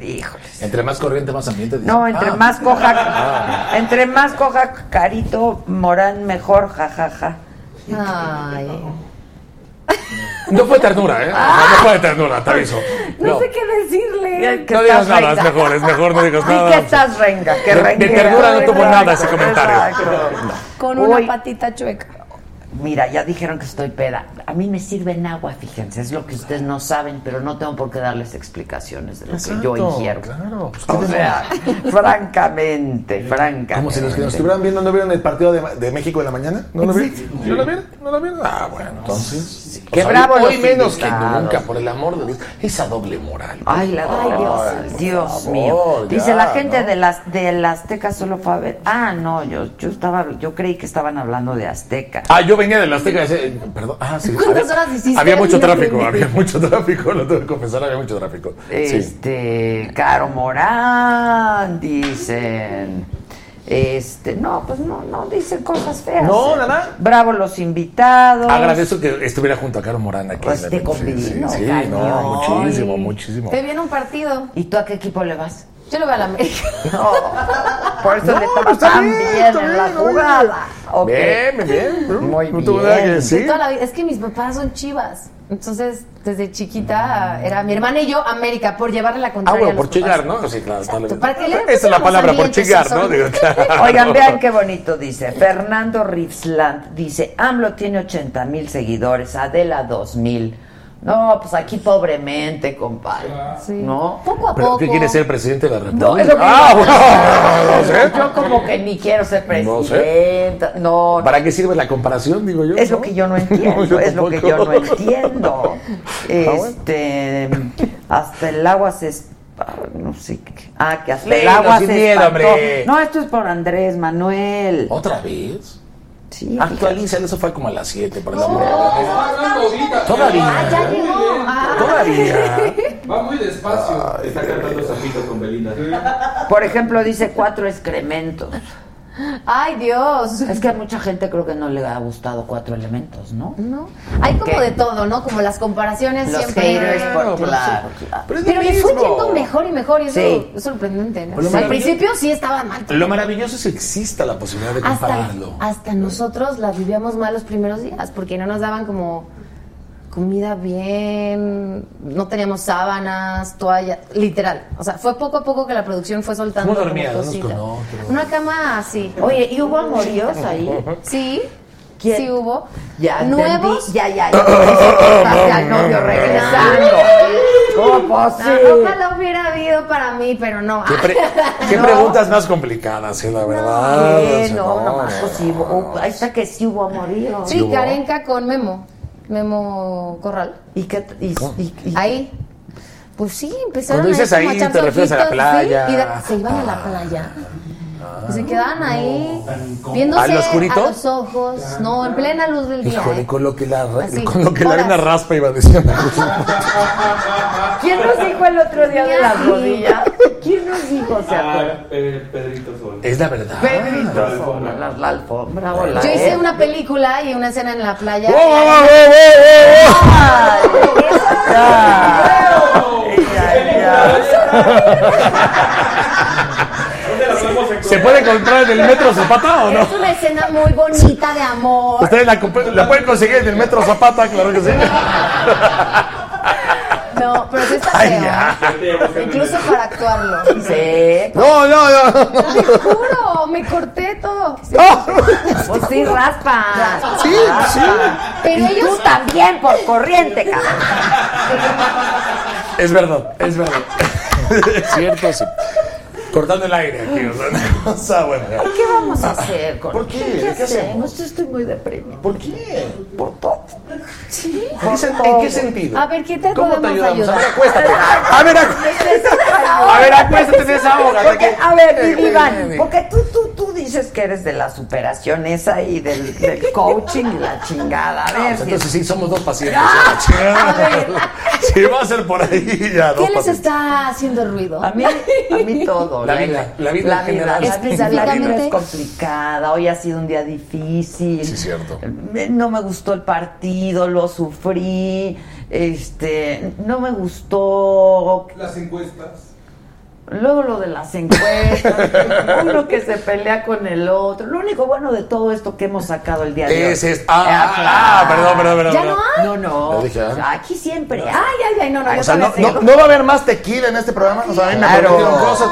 Speaker 2: Híjoles.
Speaker 17: Entre más corriente, más ambiente. dicen.
Speaker 2: No, entre
Speaker 17: Ah.
Speaker 2: más coja,
Speaker 17: Ah.
Speaker 2: entre más coja Carito Morán mejor, jajaja.
Speaker 12: Ay.
Speaker 18: No fue ternura, ¿eh? O sea, no fue ternura, te aviso.
Speaker 12: No, sé qué decirle.
Speaker 2: que
Speaker 18: no digas
Speaker 2: estás
Speaker 18: nada,
Speaker 2: renga.
Speaker 18: es mejor, es mejor no digas
Speaker 2: Di que
Speaker 18: nada.
Speaker 2: estás renga, que
Speaker 18: De- de
Speaker 2: renguea.
Speaker 18: ternura no tuvo nada ese
Speaker 2: Exacto,
Speaker 18: comentario.
Speaker 2: exacto.
Speaker 12: Con una
Speaker 2: Uy.
Speaker 12: patita chueca.
Speaker 2: Mira, ya dijeron que estoy peda. A mí me sirven agua, fíjense, es lo que ustedes no saben, pero no tengo por qué darles explicaciones de lo que pues, yo
Speaker 17: Exacto,
Speaker 2: ingiero.
Speaker 17: Claro, pues,
Speaker 2: O
Speaker 17: ¿qué
Speaker 2: sea, francamente, francamente.
Speaker 17: Como si los que nos estuvieran viendo no vieron el partido de, de México de la mañana. ¿No lo vieron? ¿No lo vieron? ¿No lo vieron? Ah, bueno, entonces.
Speaker 2: Qué
Speaker 17: O sea,
Speaker 2: bravo
Speaker 17: Hoy
Speaker 2: los
Speaker 17: menos que
Speaker 2: invitados.
Speaker 17: nunca, por el amor de Dios. Esa doble moral.
Speaker 2: Ay, la
Speaker 17: Ay,
Speaker 2: Dios,
Speaker 17: por
Speaker 2: Dios
Speaker 17: favor,
Speaker 2: mío.
Speaker 17: ya,
Speaker 2: Dice la gente
Speaker 17: ¿no?
Speaker 2: de las de la Azteca solo fue a ver. Ah, no, yo yo estaba yo creí que estaban hablando de Azteca.
Speaker 18: Ah, yo venía de la Azteca. ese- eh, Perdón. Ah, sí.
Speaker 2: ¿Cuántas
Speaker 18: había-
Speaker 2: horas hiciste?
Speaker 18: Había mucho
Speaker 2: Dime,
Speaker 18: tráfico,
Speaker 2: dime.
Speaker 18: había mucho tráfico, lo tengo que confesar, había mucho tráfico. Sí.
Speaker 2: Este, Caro Morán, dicen. Este, no, pues no, no dicen cosas feas.
Speaker 17: No,
Speaker 2: nada. Bravo los invitados.
Speaker 17: Agradezco que estuviera junto a Caro Morán aquí.
Speaker 2: Pues te
Speaker 17: Sí,
Speaker 2: convino,
Speaker 17: Sí, sí, no,
Speaker 2: cañón.
Speaker 17: muchísimo, muchísimo.
Speaker 12: Te viene un partido.
Speaker 2: ¿Y tú a qué equipo le vas?
Speaker 12: Yo lo veo a la América.
Speaker 2: Por eso
Speaker 12: No,
Speaker 2: le
Speaker 12: pero
Speaker 2: tomas
Speaker 12: está
Speaker 2: tan
Speaker 12: bien,
Speaker 2: bien,
Speaker 12: está
Speaker 2: en
Speaker 12: bien,
Speaker 2: la
Speaker 12: está
Speaker 2: jugada. Ok.
Speaker 17: Bien, bien, bien.
Speaker 2: Muy
Speaker 17: No
Speaker 2: bien.
Speaker 17: tuvo nada que decir.
Speaker 12: De toda la vida. Es que mis papás son chivas. Entonces, desde chiquita era mi hermana y yo América, por llevarle la
Speaker 18: Ah,
Speaker 12: contraria.
Speaker 18: bueno,
Speaker 12: a los
Speaker 18: por chingar,
Speaker 12: papás.
Speaker 18: ¿no? Sí, claro. está bien.
Speaker 12: ¿Para qué le
Speaker 18: Esa es la
Speaker 12: hacemos
Speaker 18: palabra, por
Speaker 12: ambientes,
Speaker 18: chingar,
Speaker 12: son-
Speaker 18: ¿no? Digo, claro.
Speaker 2: Oigan, vean qué bonito dice. Fernando Rifsland dice, AMLO tiene 80 mil seguidores, Adela 2 mil. No, pues aquí pobremente, compadre. ¿No?
Speaker 12: Poco a
Speaker 17: ¿Pero
Speaker 2: poco.
Speaker 17: qué quiere ser presidente de la República?
Speaker 2: No, es lo que
Speaker 17: ah,
Speaker 2: digo.
Speaker 17: bueno, no sé.
Speaker 2: Yo como que ni quiero ser
Speaker 17: No sé.
Speaker 2: presidenta. No,
Speaker 17: ¿Para qué sirve la comparación, digo yo?
Speaker 2: es lo que yo no entiendo.
Speaker 17: No, yo
Speaker 2: es lo que yo
Speaker 17: tampoco. Ah,
Speaker 2: no entiendo. Este, hasta el agua se es- ah, no sé qué. Ah, que hasta el
Speaker 17: Léelo
Speaker 2: agua
Speaker 17: sin
Speaker 2: se
Speaker 17: miedo,
Speaker 2: espantó.
Speaker 17: hombre.
Speaker 2: No, esto es por Andrés Manuel.
Speaker 17: ¿Otra vez?
Speaker 2: Sí.
Speaker 17: Actualiza, eso fue como a las 7, por el amor de Dios.
Speaker 12: Ah, ya llegó. Ah.
Speaker 3: Va muy despacio. Está cantando Zapito con Belinda.
Speaker 2: Por ejemplo, dice cuatro excrementos.
Speaker 12: Ay, Dios.
Speaker 2: Es que a mucha gente creo que no le ha gustado cuatro elementos, ¿no?
Speaker 12: No. Hay como
Speaker 2: Ok.
Speaker 12: de todo, ¿no? Como las comparaciones
Speaker 2: Los
Speaker 12: siempre.
Speaker 2: haters, por
Speaker 12: Pero-
Speaker 2: claro.
Speaker 12: Pero, me fue yendo mejor y mejor y eso
Speaker 17: Sí.
Speaker 12: es sorprendente. ¿no?
Speaker 17: Por lo
Speaker 12: Al
Speaker 17: menos-
Speaker 12: principio sí estaba mal.
Speaker 17: Lo maravilloso es que exista la posibilidad de
Speaker 12: Hasta,
Speaker 17: compararlo.
Speaker 12: hasta nosotros las vivíamos mal los primeros días porque no nos daban como comida bien, no teníamos sábanas, toallas, literal. O sea, fue poco a poco que la producción fue soltando.
Speaker 17: ¿Cómo
Speaker 12: como
Speaker 17: dormía? Danos
Speaker 12: cositas.
Speaker 17: con otro.
Speaker 12: Una cama así.
Speaker 2: Oye, ¿y hubo amoríos ahí?
Speaker 12: Sí. Sí hubo.
Speaker 2: Ya, entendí.
Speaker 12: ¿Nuevos?
Speaker 2: Ya, ya, ya. Pase al novio regresando. ¿Cómo
Speaker 12: No,
Speaker 2: posible?
Speaker 12: ojalá hubiera habido para mí, pero no.
Speaker 17: ¿Qué, pre- qué preguntas más complicadas, eh, la verdad?
Speaker 2: Sí,
Speaker 17: O sea,
Speaker 2: no,
Speaker 17: no,
Speaker 2: nomás, pues, sí hubo- ahí está que sí hubo amorío.
Speaker 12: Sí, Karenka con Memo. Memo Corral.
Speaker 2: ¿Y qué? t- y- y-
Speaker 12: Ahí. Pues sí, empezaron
Speaker 17: Cuando dices ahí,
Speaker 12: como echar
Speaker 17: te refieres a la
Speaker 12: ojitos, sí,
Speaker 17: playa. Ah.
Speaker 12: y da- se iban a la playa. Y se quedaban ahí viéndose
Speaker 17: ¿Al oscurito?
Speaker 12: a los ojos. No, en plena luz del día.
Speaker 17: Híjole,
Speaker 12: ¿eh?
Speaker 17: con lo que la, ra-
Speaker 12: Así,
Speaker 17: con lo que la
Speaker 12: horas.
Speaker 17: arena raspa iba diciendo.
Speaker 2: ¿Quién nos dijo el otro día de las
Speaker 12: Sí.
Speaker 2: rodillas? ¿Quién nos dijo? ¿Se acuerdan?
Speaker 3: Ah, eh, Pedrito Sol.
Speaker 17: Es la verdad.
Speaker 2: Pedrito
Speaker 3: La
Speaker 2: Sola,
Speaker 3: alfombra.
Speaker 2: la, la alfombra o la
Speaker 12: Yo hice
Speaker 17: eh.
Speaker 2: era.
Speaker 12: una película y una escena en la playa.
Speaker 2: ¡Wow, wow, wow,
Speaker 17: ¿Se puede comprar en el metro Zapata o no?
Speaker 12: Es una escena muy bonita de amor.
Speaker 17: Ustedes la, comp- la pueden conseguir en el metro Zapata, claro que sí.
Speaker 12: No, pero sí está
Speaker 17: Ay,
Speaker 12: feo.
Speaker 17: ya.
Speaker 12: ¿eh? Incluso para actuarlo.
Speaker 2: Sí.
Speaker 17: No, no, no. no.
Speaker 12: Te juro, me corté todo.
Speaker 2: Pues sí, raspa.
Speaker 17: Ah. Sí, sí.
Speaker 2: Pero
Speaker 12: Pero
Speaker 2: ellos
Speaker 12: ellos-
Speaker 2: también, por corriente, cabrón.
Speaker 17: Es verdad, es verdad. es cierto, sí. Cortando el aire aquí, o sea, no, o sea, bueno. ya.
Speaker 2: ¿Qué vamos a hacer? con-
Speaker 17: ¿Por qué?
Speaker 2: ¿Qué,
Speaker 17: ¿Qué
Speaker 2: hacemos? Yo estoy muy deprimida.
Speaker 17: ¿Por qué?
Speaker 2: Por todo.
Speaker 12: Sí.
Speaker 17: ¿En qué sen- en qué sentido?
Speaker 12: A ver, ¿qué te
Speaker 17: ¿Cómo te
Speaker 12: podemos
Speaker 17: ayudamos? A
Speaker 12: ayudar?
Speaker 17: ver, acuéstate. A ver, acuéstate. A ver, acuéstate, desahógate.
Speaker 2: Porque, a ver, mi
Speaker 17: Eh,
Speaker 2: diván,
Speaker 17: eh,
Speaker 2: porque tú, tú, tú dices que eres de la superación esa y del, del coaching y la chingada. A ver,
Speaker 17: Pues
Speaker 2: si ¡Ah!
Speaker 17: Entonces sí, somos dos pacientes. Si va a ser por ahí ya, dos
Speaker 12: ¿Qué les
Speaker 17: pacientes.
Speaker 12: está Ah, haciendo ruido?
Speaker 2: A mí, a mí todo.
Speaker 17: La vida, la vida en general.
Speaker 2: la vida- la vida
Speaker 12: Específicamente-
Speaker 2: es complicada. Hoy ha sido un día difícil.
Speaker 17: Sí, cierto.
Speaker 2: Eh, No me gustó el partido, lo sufrí. Este, no me gustó.
Speaker 3: Las encuestas.
Speaker 2: Luego lo de las encuestas, uno que se pelea con el otro. Lo único bueno de todo esto que hemos sacado el día de hoy.
Speaker 17: Ese es. Ah, ah, ah, perdón, perdón, perdón.
Speaker 2: ¿Ya
Speaker 17: perdón.
Speaker 2: no hay? No, no.
Speaker 17: Le dije, ah.
Speaker 2: Aquí siempre. Ay, ay, ay, no, no.
Speaker 17: O
Speaker 2: yo
Speaker 17: sea, no,
Speaker 2: también
Speaker 17: no,
Speaker 2: sigo.
Speaker 17: no va a haber más tequila en este programa. O sea, a mí me
Speaker 2: Claro.
Speaker 17: prometieron cosas.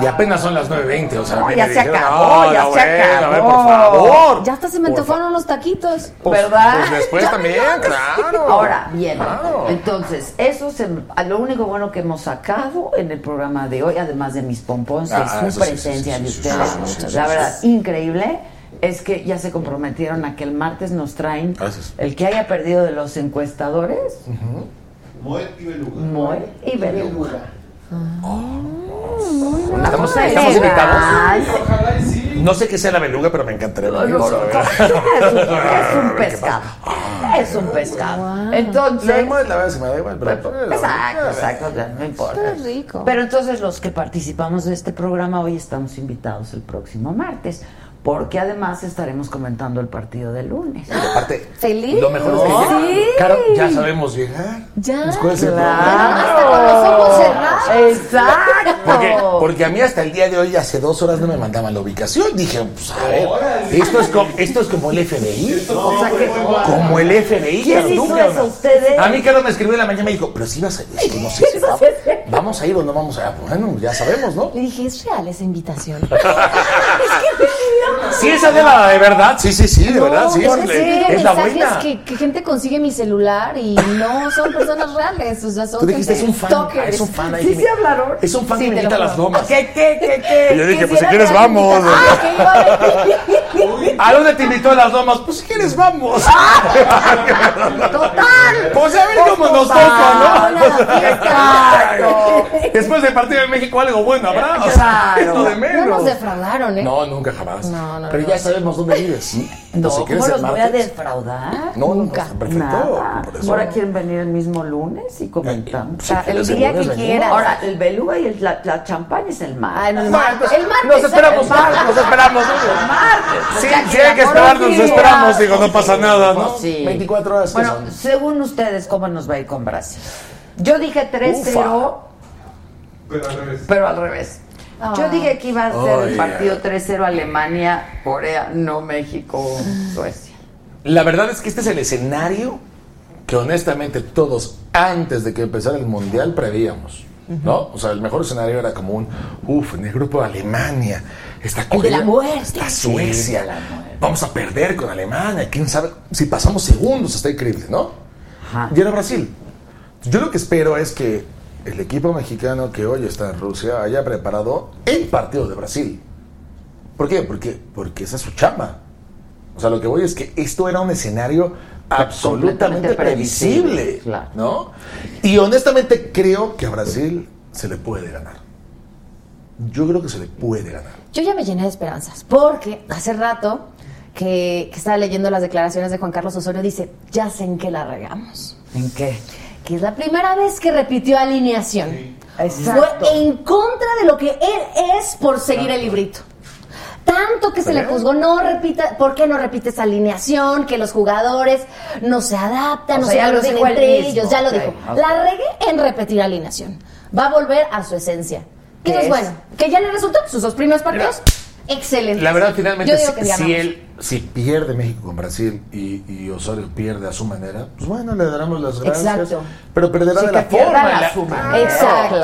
Speaker 17: Y apenas son las 9.20. O sea, a
Speaker 2: No,
Speaker 17: mí
Speaker 2: ya
Speaker 17: me
Speaker 2: se
Speaker 17: dijeron,
Speaker 2: acabó,
Speaker 17: "No,
Speaker 2: ya
Speaker 17: no,
Speaker 2: se
Speaker 17: bueno, A ver, por
Speaker 2: acabó".
Speaker 17: favor.
Speaker 12: Ya hasta se me
Speaker 17: Por
Speaker 12: antojaron unos taquitos.
Speaker 17: Pues-
Speaker 2: ¿Verdad?
Speaker 17: pues después
Speaker 2: Ya
Speaker 17: también,
Speaker 2: me llamas.
Speaker 17: claro.
Speaker 2: Ahora, bien.
Speaker 17: Claro.
Speaker 2: Entonces, eso es el- a lo único bueno que hemos sacado en el programa de hoy, además de mis pompones,
Speaker 17: Ah,
Speaker 2: es su
Speaker 17: eso sí,
Speaker 2: presencia
Speaker 17: sí,
Speaker 2: de
Speaker 17: sí, sí,
Speaker 2: ustedes.
Speaker 17: sí, sí, sí,
Speaker 2: la
Speaker 17: sí,
Speaker 2: verdad,
Speaker 17: sí.
Speaker 2: increíble. Es que ya se comprometieron a que el martes nos traen
Speaker 17: Gracias.
Speaker 2: el que haya perdido de los encuestadores,
Speaker 4: Moed y Beluga.
Speaker 2: Moe y Beluga.
Speaker 17: ¿Estamos,
Speaker 2: Ay,
Speaker 17: estamos
Speaker 2: ay.
Speaker 17: invitados? No sé qué sea la beluga, pero me encantaría. venir, o sea, a ver.
Speaker 2: Es un
Speaker 17: A ver qué pasa.
Speaker 2: pescado. Es un pescado.
Speaker 17: La
Speaker 2: Entonces.
Speaker 17: del Moed, la verdad, se me da igual. pero- pues,
Speaker 2: Exacto, exacto, ya, no importa.
Speaker 12: Está rico.
Speaker 2: Pero entonces los que participamos de este programa hoy estamos invitados el próximo martes, porque además estaremos comentando el partido del lunes.
Speaker 17: Aparte,
Speaker 12: Feliz.
Speaker 17: lo mejor es que
Speaker 2: No.
Speaker 17: ya-
Speaker 12: Sí.
Speaker 17: Claro, ya sabemos llegar.
Speaker 12: Ya.
Speaker 17: ¿Cuál es el
Speaker 2: Claro.
Speaker 17: problema?
Speaker 12: Hasta con los ojos cerrados.
Speaker 2: Exacto.
Speaker 17: Porque, porque a mí hasta el día de hoy, hace dos horas, no me mandaban la ubicación. Dije, pues a ver, esto es, co- esto es como el FBI.
Speaker 2: O sea que-
Speaker 17: Como el FBI.
Speaker 2: ¿Quién
Speaker 17: cabrón,
Speaker 2: hizo
Speaker 17: cabrón.
Speaker 2: eso ustedes?
Speaker 17: A mí Carlos me escribió en la mañana y me dijo, pero si vas a ir, no sé si va- vamos a ir o no vamos a ir. Bueno, ya sabemos, ¿no?
Speaker 12: Le dije, ¿es real esa invitación?
Speaker 17: Sí, esa de la de verdad. Sí, sí, sí, de verdad, sí.
Speaker 12: es,
Speaker 17: es-
Speaker 12: que sí,
Speaker 17: es la
Speaker 12: mensajes
Speaker 17: buena.
Speaker 12: que, que gente consigue mi celular y no son personas reales. O sea, son
Speaker 17: Tú dijiste, es
Speaker 12: gente
Speaker 17: un fan. ah,
Speaker 12: stalkers.
Speaker 17: Es un fan ahí.
Speaker 2: ¿Sí
Speaker 17: que me-
Speaker 2: se hablaron?
Speaker 17: Es un fan
Speaker 12: Sí,
Speaker 17: que me
Speaker 12: te lo
Speaker 17: quita las
Speaker 12: juro.
Speaker 17: gomas.
Speaker 2: ¿Qué, qué, qué, qué?
Speaker 17: Y yo dije,
Speaker 2: ¿Que
Speaker 17: pues, si
Speaker 2: era
Speaker 17: quieres,
Speaker 2: real?
Speaker 17: vamos.
Speaker 2: Ah, que iba a venir.
Speaker 17: ¿A dónde te invitó las domas? Pues si quieres vamos.
Speaker 2: Total.
Speaker 17: Pues a ver cómo nos toca,
Speaker 2: total.
Speaker 17: ¿no?
Speaker 2: Exacto.
Speaker 17: Después del partido de México algo bueno habrá. O sea,
Speaker 2: Claro.
Speaker 17: es lo de
Speaker 12: No
Speaker 17: menos.
Speaker 12: nos defraudaron, ¿eh?
Speaker 17: No, nunca. nunca jamás.
Speaker 2: No, no,
Speaker 17: Pero
Speaker 2: no.
Speaker 17: ya sabemos dónde vives.
Speaker 2: No,
Speaker 17: Entonces, si quieres
Speaker 2: ¿cómo
Speaker 17: el
Speaker 2: los voy a
Speaker 17: martes-
Speaker 2: defraudar?
Speaker 17: No, no, no,
Speaker 2: Nunca.
Speaker 17: está perfecto,
Speaker 2: Nada.
Speaker 17: por eso.
Speaker 2: Ahora quieren venir el mismo lunes y comentamos.
Speaker 17: sí, Ah, el el día lunes que venimos. quieras.
Speaker 2: Ahora, el beluga y el- la, la champaña es el martes.
Speaker 17: el martes. Martes. El martes, Nos esperamos, el martes. nos esperamos.
Speaker 2: El martes.
Speaker 17: Sí,
Speaker 2: Ya
Speaker 17: si hay que
Speaker 2: por
Speaker 17: esperarnos,
Speaker 2: un día.
Speaker 17: esperamos, digo, no pasa nada, ¿no?
Speaker 2: Pues sí.
Speaker 17: 24 horas que
Speaker 2: Bueno,
Speaker 17: son.
Speaker 2: según ustedes, ¿cómo nos va a ir con Brasil? Yo dije 3-0,
Speaker 19: Pero al revés.
Speaker 2: pero al revés. Yo dije que iba a ser
Speaker 17: Ay,
Speaker 2: el partido 3-0 Alemania, Corea, no México, Suecia.
Speaker 17: La verdad es que este es el escenario que honestamente todos antes de que empezara el mundial prevíamos. ¿No? O sea, el mejor escenario era como un, uff, en el grupo de Alemania, está
Speaker 2: El de
Speaker 17: Corea,
Speaker 2: la muerte.
Speaker 17: está
Speaker 2: Sí,
Speaker 17: Suecia,
Speaker 2: de la
Speaker 17: vamos a perder con Alemania, quién sabe, si pasamos segundos está increíble, ¿no? Y era Brasil. Yo lo que espero es que el equipo mexicano que hoy está en Rusia haya preparado el partido de Brasil. ¿Por qué? Porque, porque esa es su chamba. O sea, lo que voy es que esto era un escenario absolutamente previsible, ¿no? Y honestamente creo que a Brasil se le puede ganar. Yo creo que se le puede ganar.
Speaker 12: Yo ya me llené de esperanzas, porque hace rato que, que estaba leyendo las declaraciones de Juan Carlos Osorio, dice, ya sé en qué la regamos.
Speaker 2: ¿En qué?
Speaker 12: Que es la primera vez que repitió alineación.
Speaker 2: Exacto.
Speaker 12: Fue en contra de lo que él es por seguir el librito. Tanto que se le
Speaker 2: ¿Sale?
Speaker 12: juzgó, no repita, ¿por qué no repite esa alineación? Que los jugadores no se adaptan,
Speaker 2: O
Speaker 12: no
Speaker 2: sea,
Speaker 12: se
Speaker 2: ya lo
Speaker 12: ayudan
Speaker 2: dijo él
Speaker 12: entre
Speaker 2: mismo.
Speaker 12: ellos, ya lo
Speaker 2: Ok,
Speaker 12: dijo.
Speaker 2: ok.
Speaker 12: La regué en repetir alineación. Va a volver a su esencia. Que
Speaker 17: ¿Qué
Speaker 12: no es
Speaker 17: es?
Speaker 12: bueno. Que ya le resultó sus dos primeros partidos. Excelente.
Speaker 17: La verdad, finalmente,
Speaker 12: Yo digo que
Speaker 17: si, si
Speaker 12: ganamos.
Speaker 17: él si pierde México con Brasil y, y Osorio pierde a su manera, pues bueno, le daremos las gracias.
Speaker 12: Exacto.
Speaker 17: Pero perderá
Speaker 2: Sí,
Speaker 17: de
Speaker 2: que
Speaker 17: la
Speaker 2: pierda
Speaker 17: forma.
Speaker 2: a
Speaker 17: la-
Speaker 2: su
Speaker 17: Claro.
Speaker 2: manera. Exacto.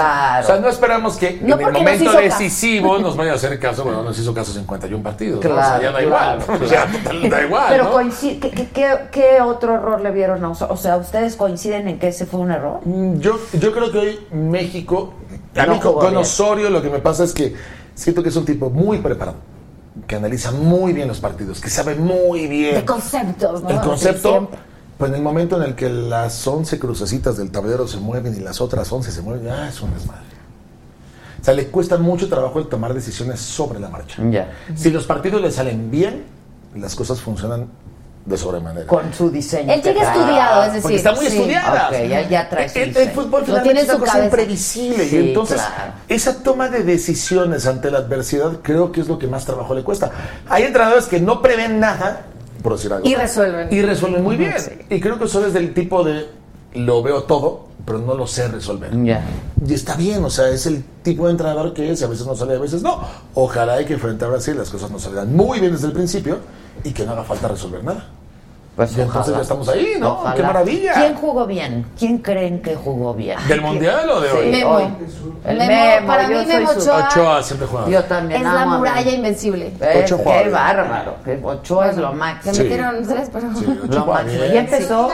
Speaker 17: O sea, no esperamos que
Speaker 2: No
Speaker 17: en el
Speaker 2: porque nos
Speaker 17: momento
Speaker 2: hizo caso.
Speaker 17: decisivo nos vaya a hacer caso. Bueno, nos hizo caso 51 partidos. ¿no? O sea,
Speaker 2: Claro,
Speaker 17: ya da
Speaker 2: claro,
Speaker 17: igual. Ya total, da igual.
Speaker 2: Pero
Speaker 17: ¿no?
Speaker 2: coincide, ¿qué- qué, qué- qué otro error le vieron a Osorio? O sea, ¿ustedes coinciden en que ese fue un error?
Speaker 17: Mm, Yo, yo creo que hoy México, a
Speaker 2: No
Speaker 17: mí con,
Speaker 2: jugó
Speaker 17: con
Speaker 2: bien.
Speaker 17: Osorio lo que me pasa es que siento que es un tipo muy preparado, que analiza muy bien los partidos, que sabe muy bien
Speaker 12: De conceptos, ¿no?
Speaker 17: el
Speaker 12: Siempre.
Speaker 17: concepto. Pues en el momento en el que las 11 crucecitas del tablero se mueven y las otras 11 se mueven, ah, es un desmadre. O sea, le cuesta mucho trabajo el tomar decisiones sobre la marcha. Si los partidos le salen bien, las cosas funcionan de sobremanera.
Speaker 2: Con su diseño.
Speaker 12: Él llega
Speaker 2: integral.
Speaker 12: estudiado, es decir,
Speaker 17: Porque está muy
Speaker 12: sí.
Speaker 17: estudiada.
Speaker 2: Ok, él ya trae su
Speaker 17: el, el
Speaker 2: diseño.
Speaker 17: fútbol
Speaker 2: Lo
Speaker 17: finalmente
Speaker 2: tiene en
Speaker 17: es una
Speaker 2: su
Speaker 17: cosa
Speaker 2: cabeza.
Speaker 17: imprevisible.
Speaker 2: Sí,
Speaker 17: y entonces,
Speaker 2: claro.
Speaker 17: esa toma de decisiones ante la adversidad creo que es lo que más trabajo le cuesta. Hay entrenadores que no prevén nada, por decir algo.
Speaker 12: Y resuelven.
Speaker 17: Y resuelven muy
Speaker 12: Ujú,
Speaker 17: bien.
Speaker 12: sí.
Speaker 17: Y creo que eso es del tipo de lo veo todo, pero no lo sé resolver. Y está bien, o sea, es el tipo de entrenador que es, y a veces no sale, a veces no. Ojalá y que frente a Brasil las cosas nos salgan muy bien desde el principio y que no haga falta resolver nada.
Speaker 2: Pues
Speaker 17: y entonces ya estamos ahí, ¿no? ¡Qué maravilla!
Speaker 2: ¿Quién jugó bien? ¿Quién creen que jugó bien?
Speaker 17: ¿Del mundial o de
Speaker 2: Sí,
Speaker 17: hoy?
Speaker 2: Memo. hoy. El Memo,
Speaker 12: para
Speaker 2: yo
Speaker 12: mí
Speaker 2: soy
Speaker 12: Memo
Speaker 2: su-
Speaker 12: Ochoa-
Speaker 17: Ochoa siempre juega.
Speaker 2: Yo también
Speaker 12: Es
Speaker 2: amo
Speaker 12: la
Speaker 2: a Memo.
Speaker 12: muralla invencible.
Speaker 2: Eh,
Speaker 17: Ochoa juega
Speaker 2: qué
Speaker 17: bien.
Speaker 2: bárbaro. que Ochoa es lo máximo.
Speaker 12: Se metieron tres, pero...
Speaker 2: Lo máximo.
Speaker 12: bien.
Speaker 2: Ya empezó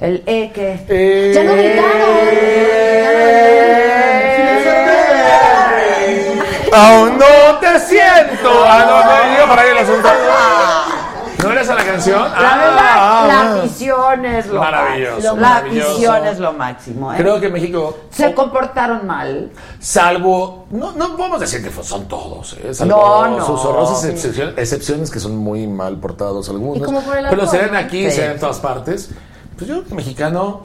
Speaker 2: el E que.
Speaker 17: Eh,
Speaker 12: ¡Ya no
Speaker 17: Aún no te siento. Ah, no, no, digo para ahí el asunto. ¿No eres a la canción?
Speaker 2: La
Speaker 17: Ah,
Speaker 2: verdad,
Speaker 17: ah,
Speaker 2: la
Speaker 17: ah.
Speaker 2: afición es lo
Speaker 17: Maravilloso,
Speaker 2: máximo. La
Speaker 17: maravilloso.
Speaker 2: afición es lo máximo. ¿eh?
Speaker 17: Creo que México,
Speaker 2: Se comportaron mal.
Speaker 17: salvo. No, no podemos decir que son todos, ¿eh? Salvo
Speaker 2: No, no.
Speaker 17: sus horrorosas
Speaker 2: Sí.
Speaker 17: excepciones, excepciones que son muy mal portados algunos.
Speaker 2: Y como por el
Speaker 17: pero
Speaker 2: alcohol,
Speaker 17: se ven
Speaker 2: ¿no?
Speaker 17: aquí,
Speaker 2: Sí.
Speaker 17: se ven en todas partes. Pues yo creo que mexicano.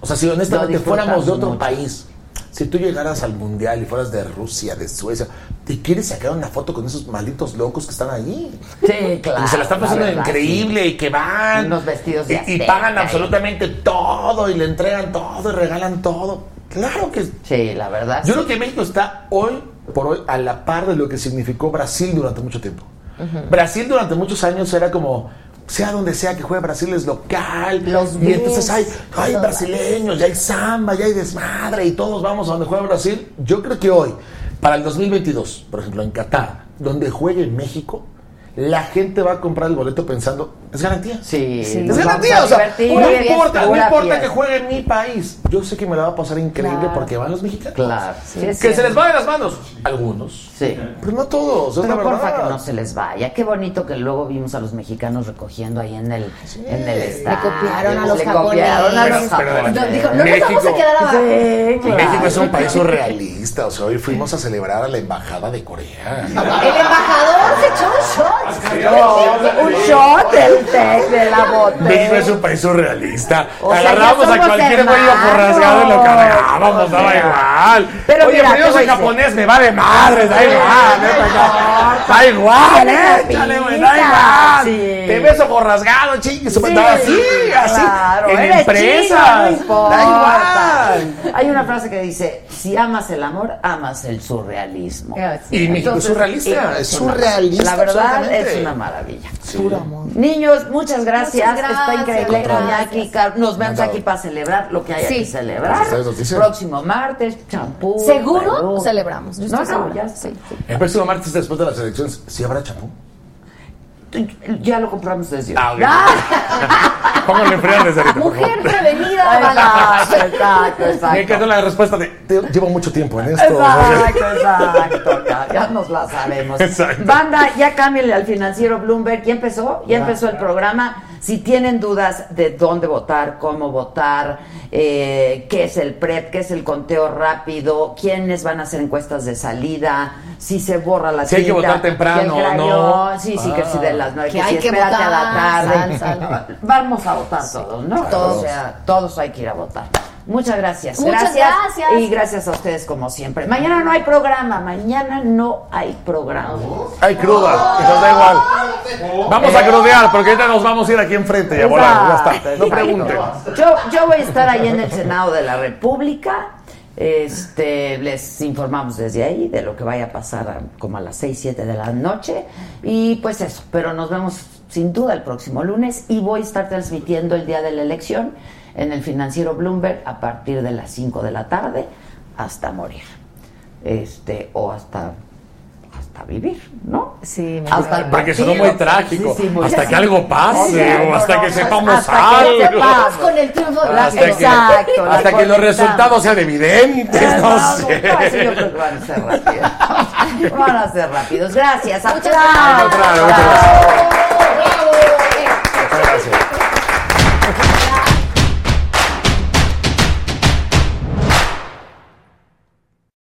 Speaker 17: O sea, si honestamente
Speaker 2: Lo disfrutamos
Speaker 17: fuéramos de otro
Speaker 2: mucho.
Speaker 17: país, si tú llegaras al mundial y fueras de Rusia, de Suecia, ¿te quieres sacar una foto con esos malditos locos que están ahí?
Speaker 2: Sí, claro.
Speaker 17: Y se la están pasando
Speaker 2: verdad,
Speaker 17: increíble y que van.
Speaker 2: Unos vestidos de
Speaker 17: Y, y
Speaker 2: azteca
Speaker 17: pagan
Speaker 2: y-
Speaker 17: absolutamente todo y le entregan todo y regalan todo. Claro que.
Speaker 2: Sí, la verdad.
Speaker 17: Yo creo que México está hoy por hoy a la par de lo que significó Brasil durante mucho tiempo. Brasil durante muchos años era como. Sea donde sea que juegue Brasil es local. y
Speaker 2: ves.
Speaker 17: entonces hay, hay
Speaker 2: Los-
Speaker 17: brasileños, ya hay samba, ya hay desmadre y todos vamos a donde juega Brasil. Yo creo que hoy, para el 2022, por ejemplo, en Qatar, donde juegue México, la gente va a comprar el boleto pensando, es garantía.
Speaker 2: Sí,
Speaker 17: es
Speaker 2: nos
Speaker 17: garantía.
Speaker 2: vamos a
Speaker 17: O sea,
Speaker 2: divertir,
Speaker 17: no
Speaker 2: es
Speaker 17: importa, no
Speaker 2: pura
Speaker 17: importa que
Speaker 2: fiesta.
Speaker 17: juegue en mi país. Yo sé que me la va a pasar increíble
Speaker 2: Claro.
Speaker 17: porque van los mexicanos.
Speaker 2: Claro. Sí,
Speaker 17: que
Speaker 2: es
Speaker 17: se
Speaker 2: cierto.
Speaker 17: les va de las manos. Algunos.
Speaker 2: Sí.
Speaker 17: Pero no todos, es
Speaker 2: Pero
Speaker 17: la
Speaker 2: porfa
Speaker 17: verdad.
Speaker 2: que no se les vaya. Qué bonito que luego vimos a los mexicanos recogiendo ahí en el, en el
Speaker 17: Le
Speaker 2: estadio.
Speaker 12: copiaron a los
Speaker 2: Le copiaron a los
Speaker 17: japoneses. Pero- pero-
Speaker 2: japoneses.
Speaker 17: Dijo, no nos vamos a quedar
Speaker 12: abajo.
Speaker 2: Sí, claro.
Speaker 17: México es un país surrealista. O sea, hoy fuimos a celebrar a la embajada de Corea.
Speaker 12: El embajador
Speaker 2: se echó un shot?
Speaker 17: Ah, No.
Speaker 2: un shot del té, de la botella.
Speaker 18: México es un país surrealista.
Speaker 2: O sea,
Speaker 18: Agarrábamos
Speaker 2: ya
Speaker 18: a
Speaker 2: somos
Speaker 18: cualquier güey porrasgado y lo cargábamos,
Speaker 2: O
Speaker 18: daba
Speaker 2: sea,
Speaker 18: igual.
Speaker 2: pero
Speaker 18: Oye,
Speaker 2: mira,
Speaker 18: pero yo
Speaker 2: te voy
Speaker 18: soy
Speaker 2: a decir.
Speaker 18: japonés, me va de madre, da igual, neta, ya. Da igual,
Speaker 2: Tiene
Speaker 18: eh, échale, güey, da igual.
Speaker 2: Sí.
Speaker 18: Te beso porrasgado, chingue, su
Speaker 2: Sí,
Speaker 18: madre, así, así.
Speaker 2: claro,
Speaker 18: en
Speaker 2: eres
Speaker 18: empresas.
Speaker 2: chino, no
Speaker 18: da
Speaker 2: importa.
Speaker 18: igual.
Speaker 2: Hay una frase que dice, si amas el amor, amas el surrealismo.
Speaker 17: Y México es surrealista,
Speaker 2: eh,
Speaker 17: es surrealista
Speaker 2: La verdad
Speaker 17: absolutamente.
Speaker 2: es una maravilla.
Speaker 17: Puro amor.
Speaker 2: Niños, muchas gracias.
Speaker 17: Muchas gracias,
Speaker 2: Está increíble.
Speaker 17: gracias.
Speaker 2: Iñaki, Car- Nos vemos
Speaker 17: Encantado.
Speaker 2: aquí para celebrar lo que haya
Speaker 17: Sí.
Speaker 2: que celebrar.
Speaker 17: Pues ustedes nos dicen.
Speaker 2: Próximo martes, champú.
Speaker 17: ¿Seguro?
Speaker 2: perú.
Speaker 17: Celebramos, yo
Speaker 2: No,
Speaker 17: estoy
Speaker 2: no,
Speaker 17: segura.
Speaker 2: ya sé.
Speaker 17: El próximo martes después de las elecciones, ¿sí habrá chapú?
Speaker 2: Ya lo compramos desde
Speaker 17: hoy. Ah, Pónganle frío desde ahorita, por favor.
Speaker 2: prevenida. Exacto, exacto,
Speaker 17: Me
Speaker 2: exacto.
Speaker 17: encantó la respuesta de, "Te- llevo mucho tiempo en esto.
Speaker 2: Exacto, exacto, ya, ya nos la sabemos.
Speaker 17: Exacto.
Speaker 2: Banda, ya cámbiale al financiero Bloomberg. ¿Ya empezó?
Speaker 17: Ya.
Speaker 2: Ya empezó el programa. Si tienen dudas de dónde votar, cómo votar, eh, qué es el PREP, qué es el conteo rápido, quiénes van a hacer encuestas de salida, si se borra la
Speaker 17: Si hay que
Speaker 2: tinta,
Speaker 17: votar temprano,
Speaker 2: si el
Speaker 17: no.
Speaker 2: crayón, Sí, sí, que
Speaker 17: Ah.
Speaker 2: si de las nueve,
Speaker 17: Que hay
Speaker 2: si
Speaker 17: que
Speaker 2: espérate a la
Speaker 17: votar,
Speaker 2: tarde.
Speaker 17: sal, sal.
Speaker 2: Vamos a votar todos, ¿no?
Speaker 17: Todos.
Speaker 2: O sea, todos hay que ir a votar. Muchas gracias.
Speaker 17: Muchas gracias.
Speaker 2: Y gracias a ustedes como siempre. Mañana no hay programa, mañana no hay programa.
Speaker 17: Hay cruda, entonces da igual. Vamos a crudear, porque ahorita nos vamos a ir aquí enfrente y a volar. Ya está. No pregunten.
Speaker 2: Yo, yo voy a estar ahí en el Senado de la República. Este, les informamos desde ahí de lo que vaya a pasar a- como a las 6, 7 de la noche. Y pues eso, pero nos vemos sin duda el próximo lunes y voy a estar transmitiendo el día de la elección en el financiero Bloomberg a partir de las 5 de la tarde hasta morir. Este, o hasta hasta vivir, ¿no? Sí, hasta
Speaker 18: Porque sonó muy trágico. hasta que algo pase, o hasta que sepamos
Speaker 2: hasta que
Speaker 18: algo.
Speaker 2: sepamos.
Speaker 12: Con el triunfo de
Speaker 2: La-
Speaker 18: Hasta que,
Speaker 2: Exacto, la
Speaker 18: hasta que los
Speaker 2: conectamos.
Speaker 18: resultados sean evidentes. No,
Speaker 2: sí, yo creo
Speaker 18: sé.
Speaker 2: que van a ser rápidos. Van a ser rápidos. Gracias. Muchas
Speaker 18: Al contrario, muchas gracias.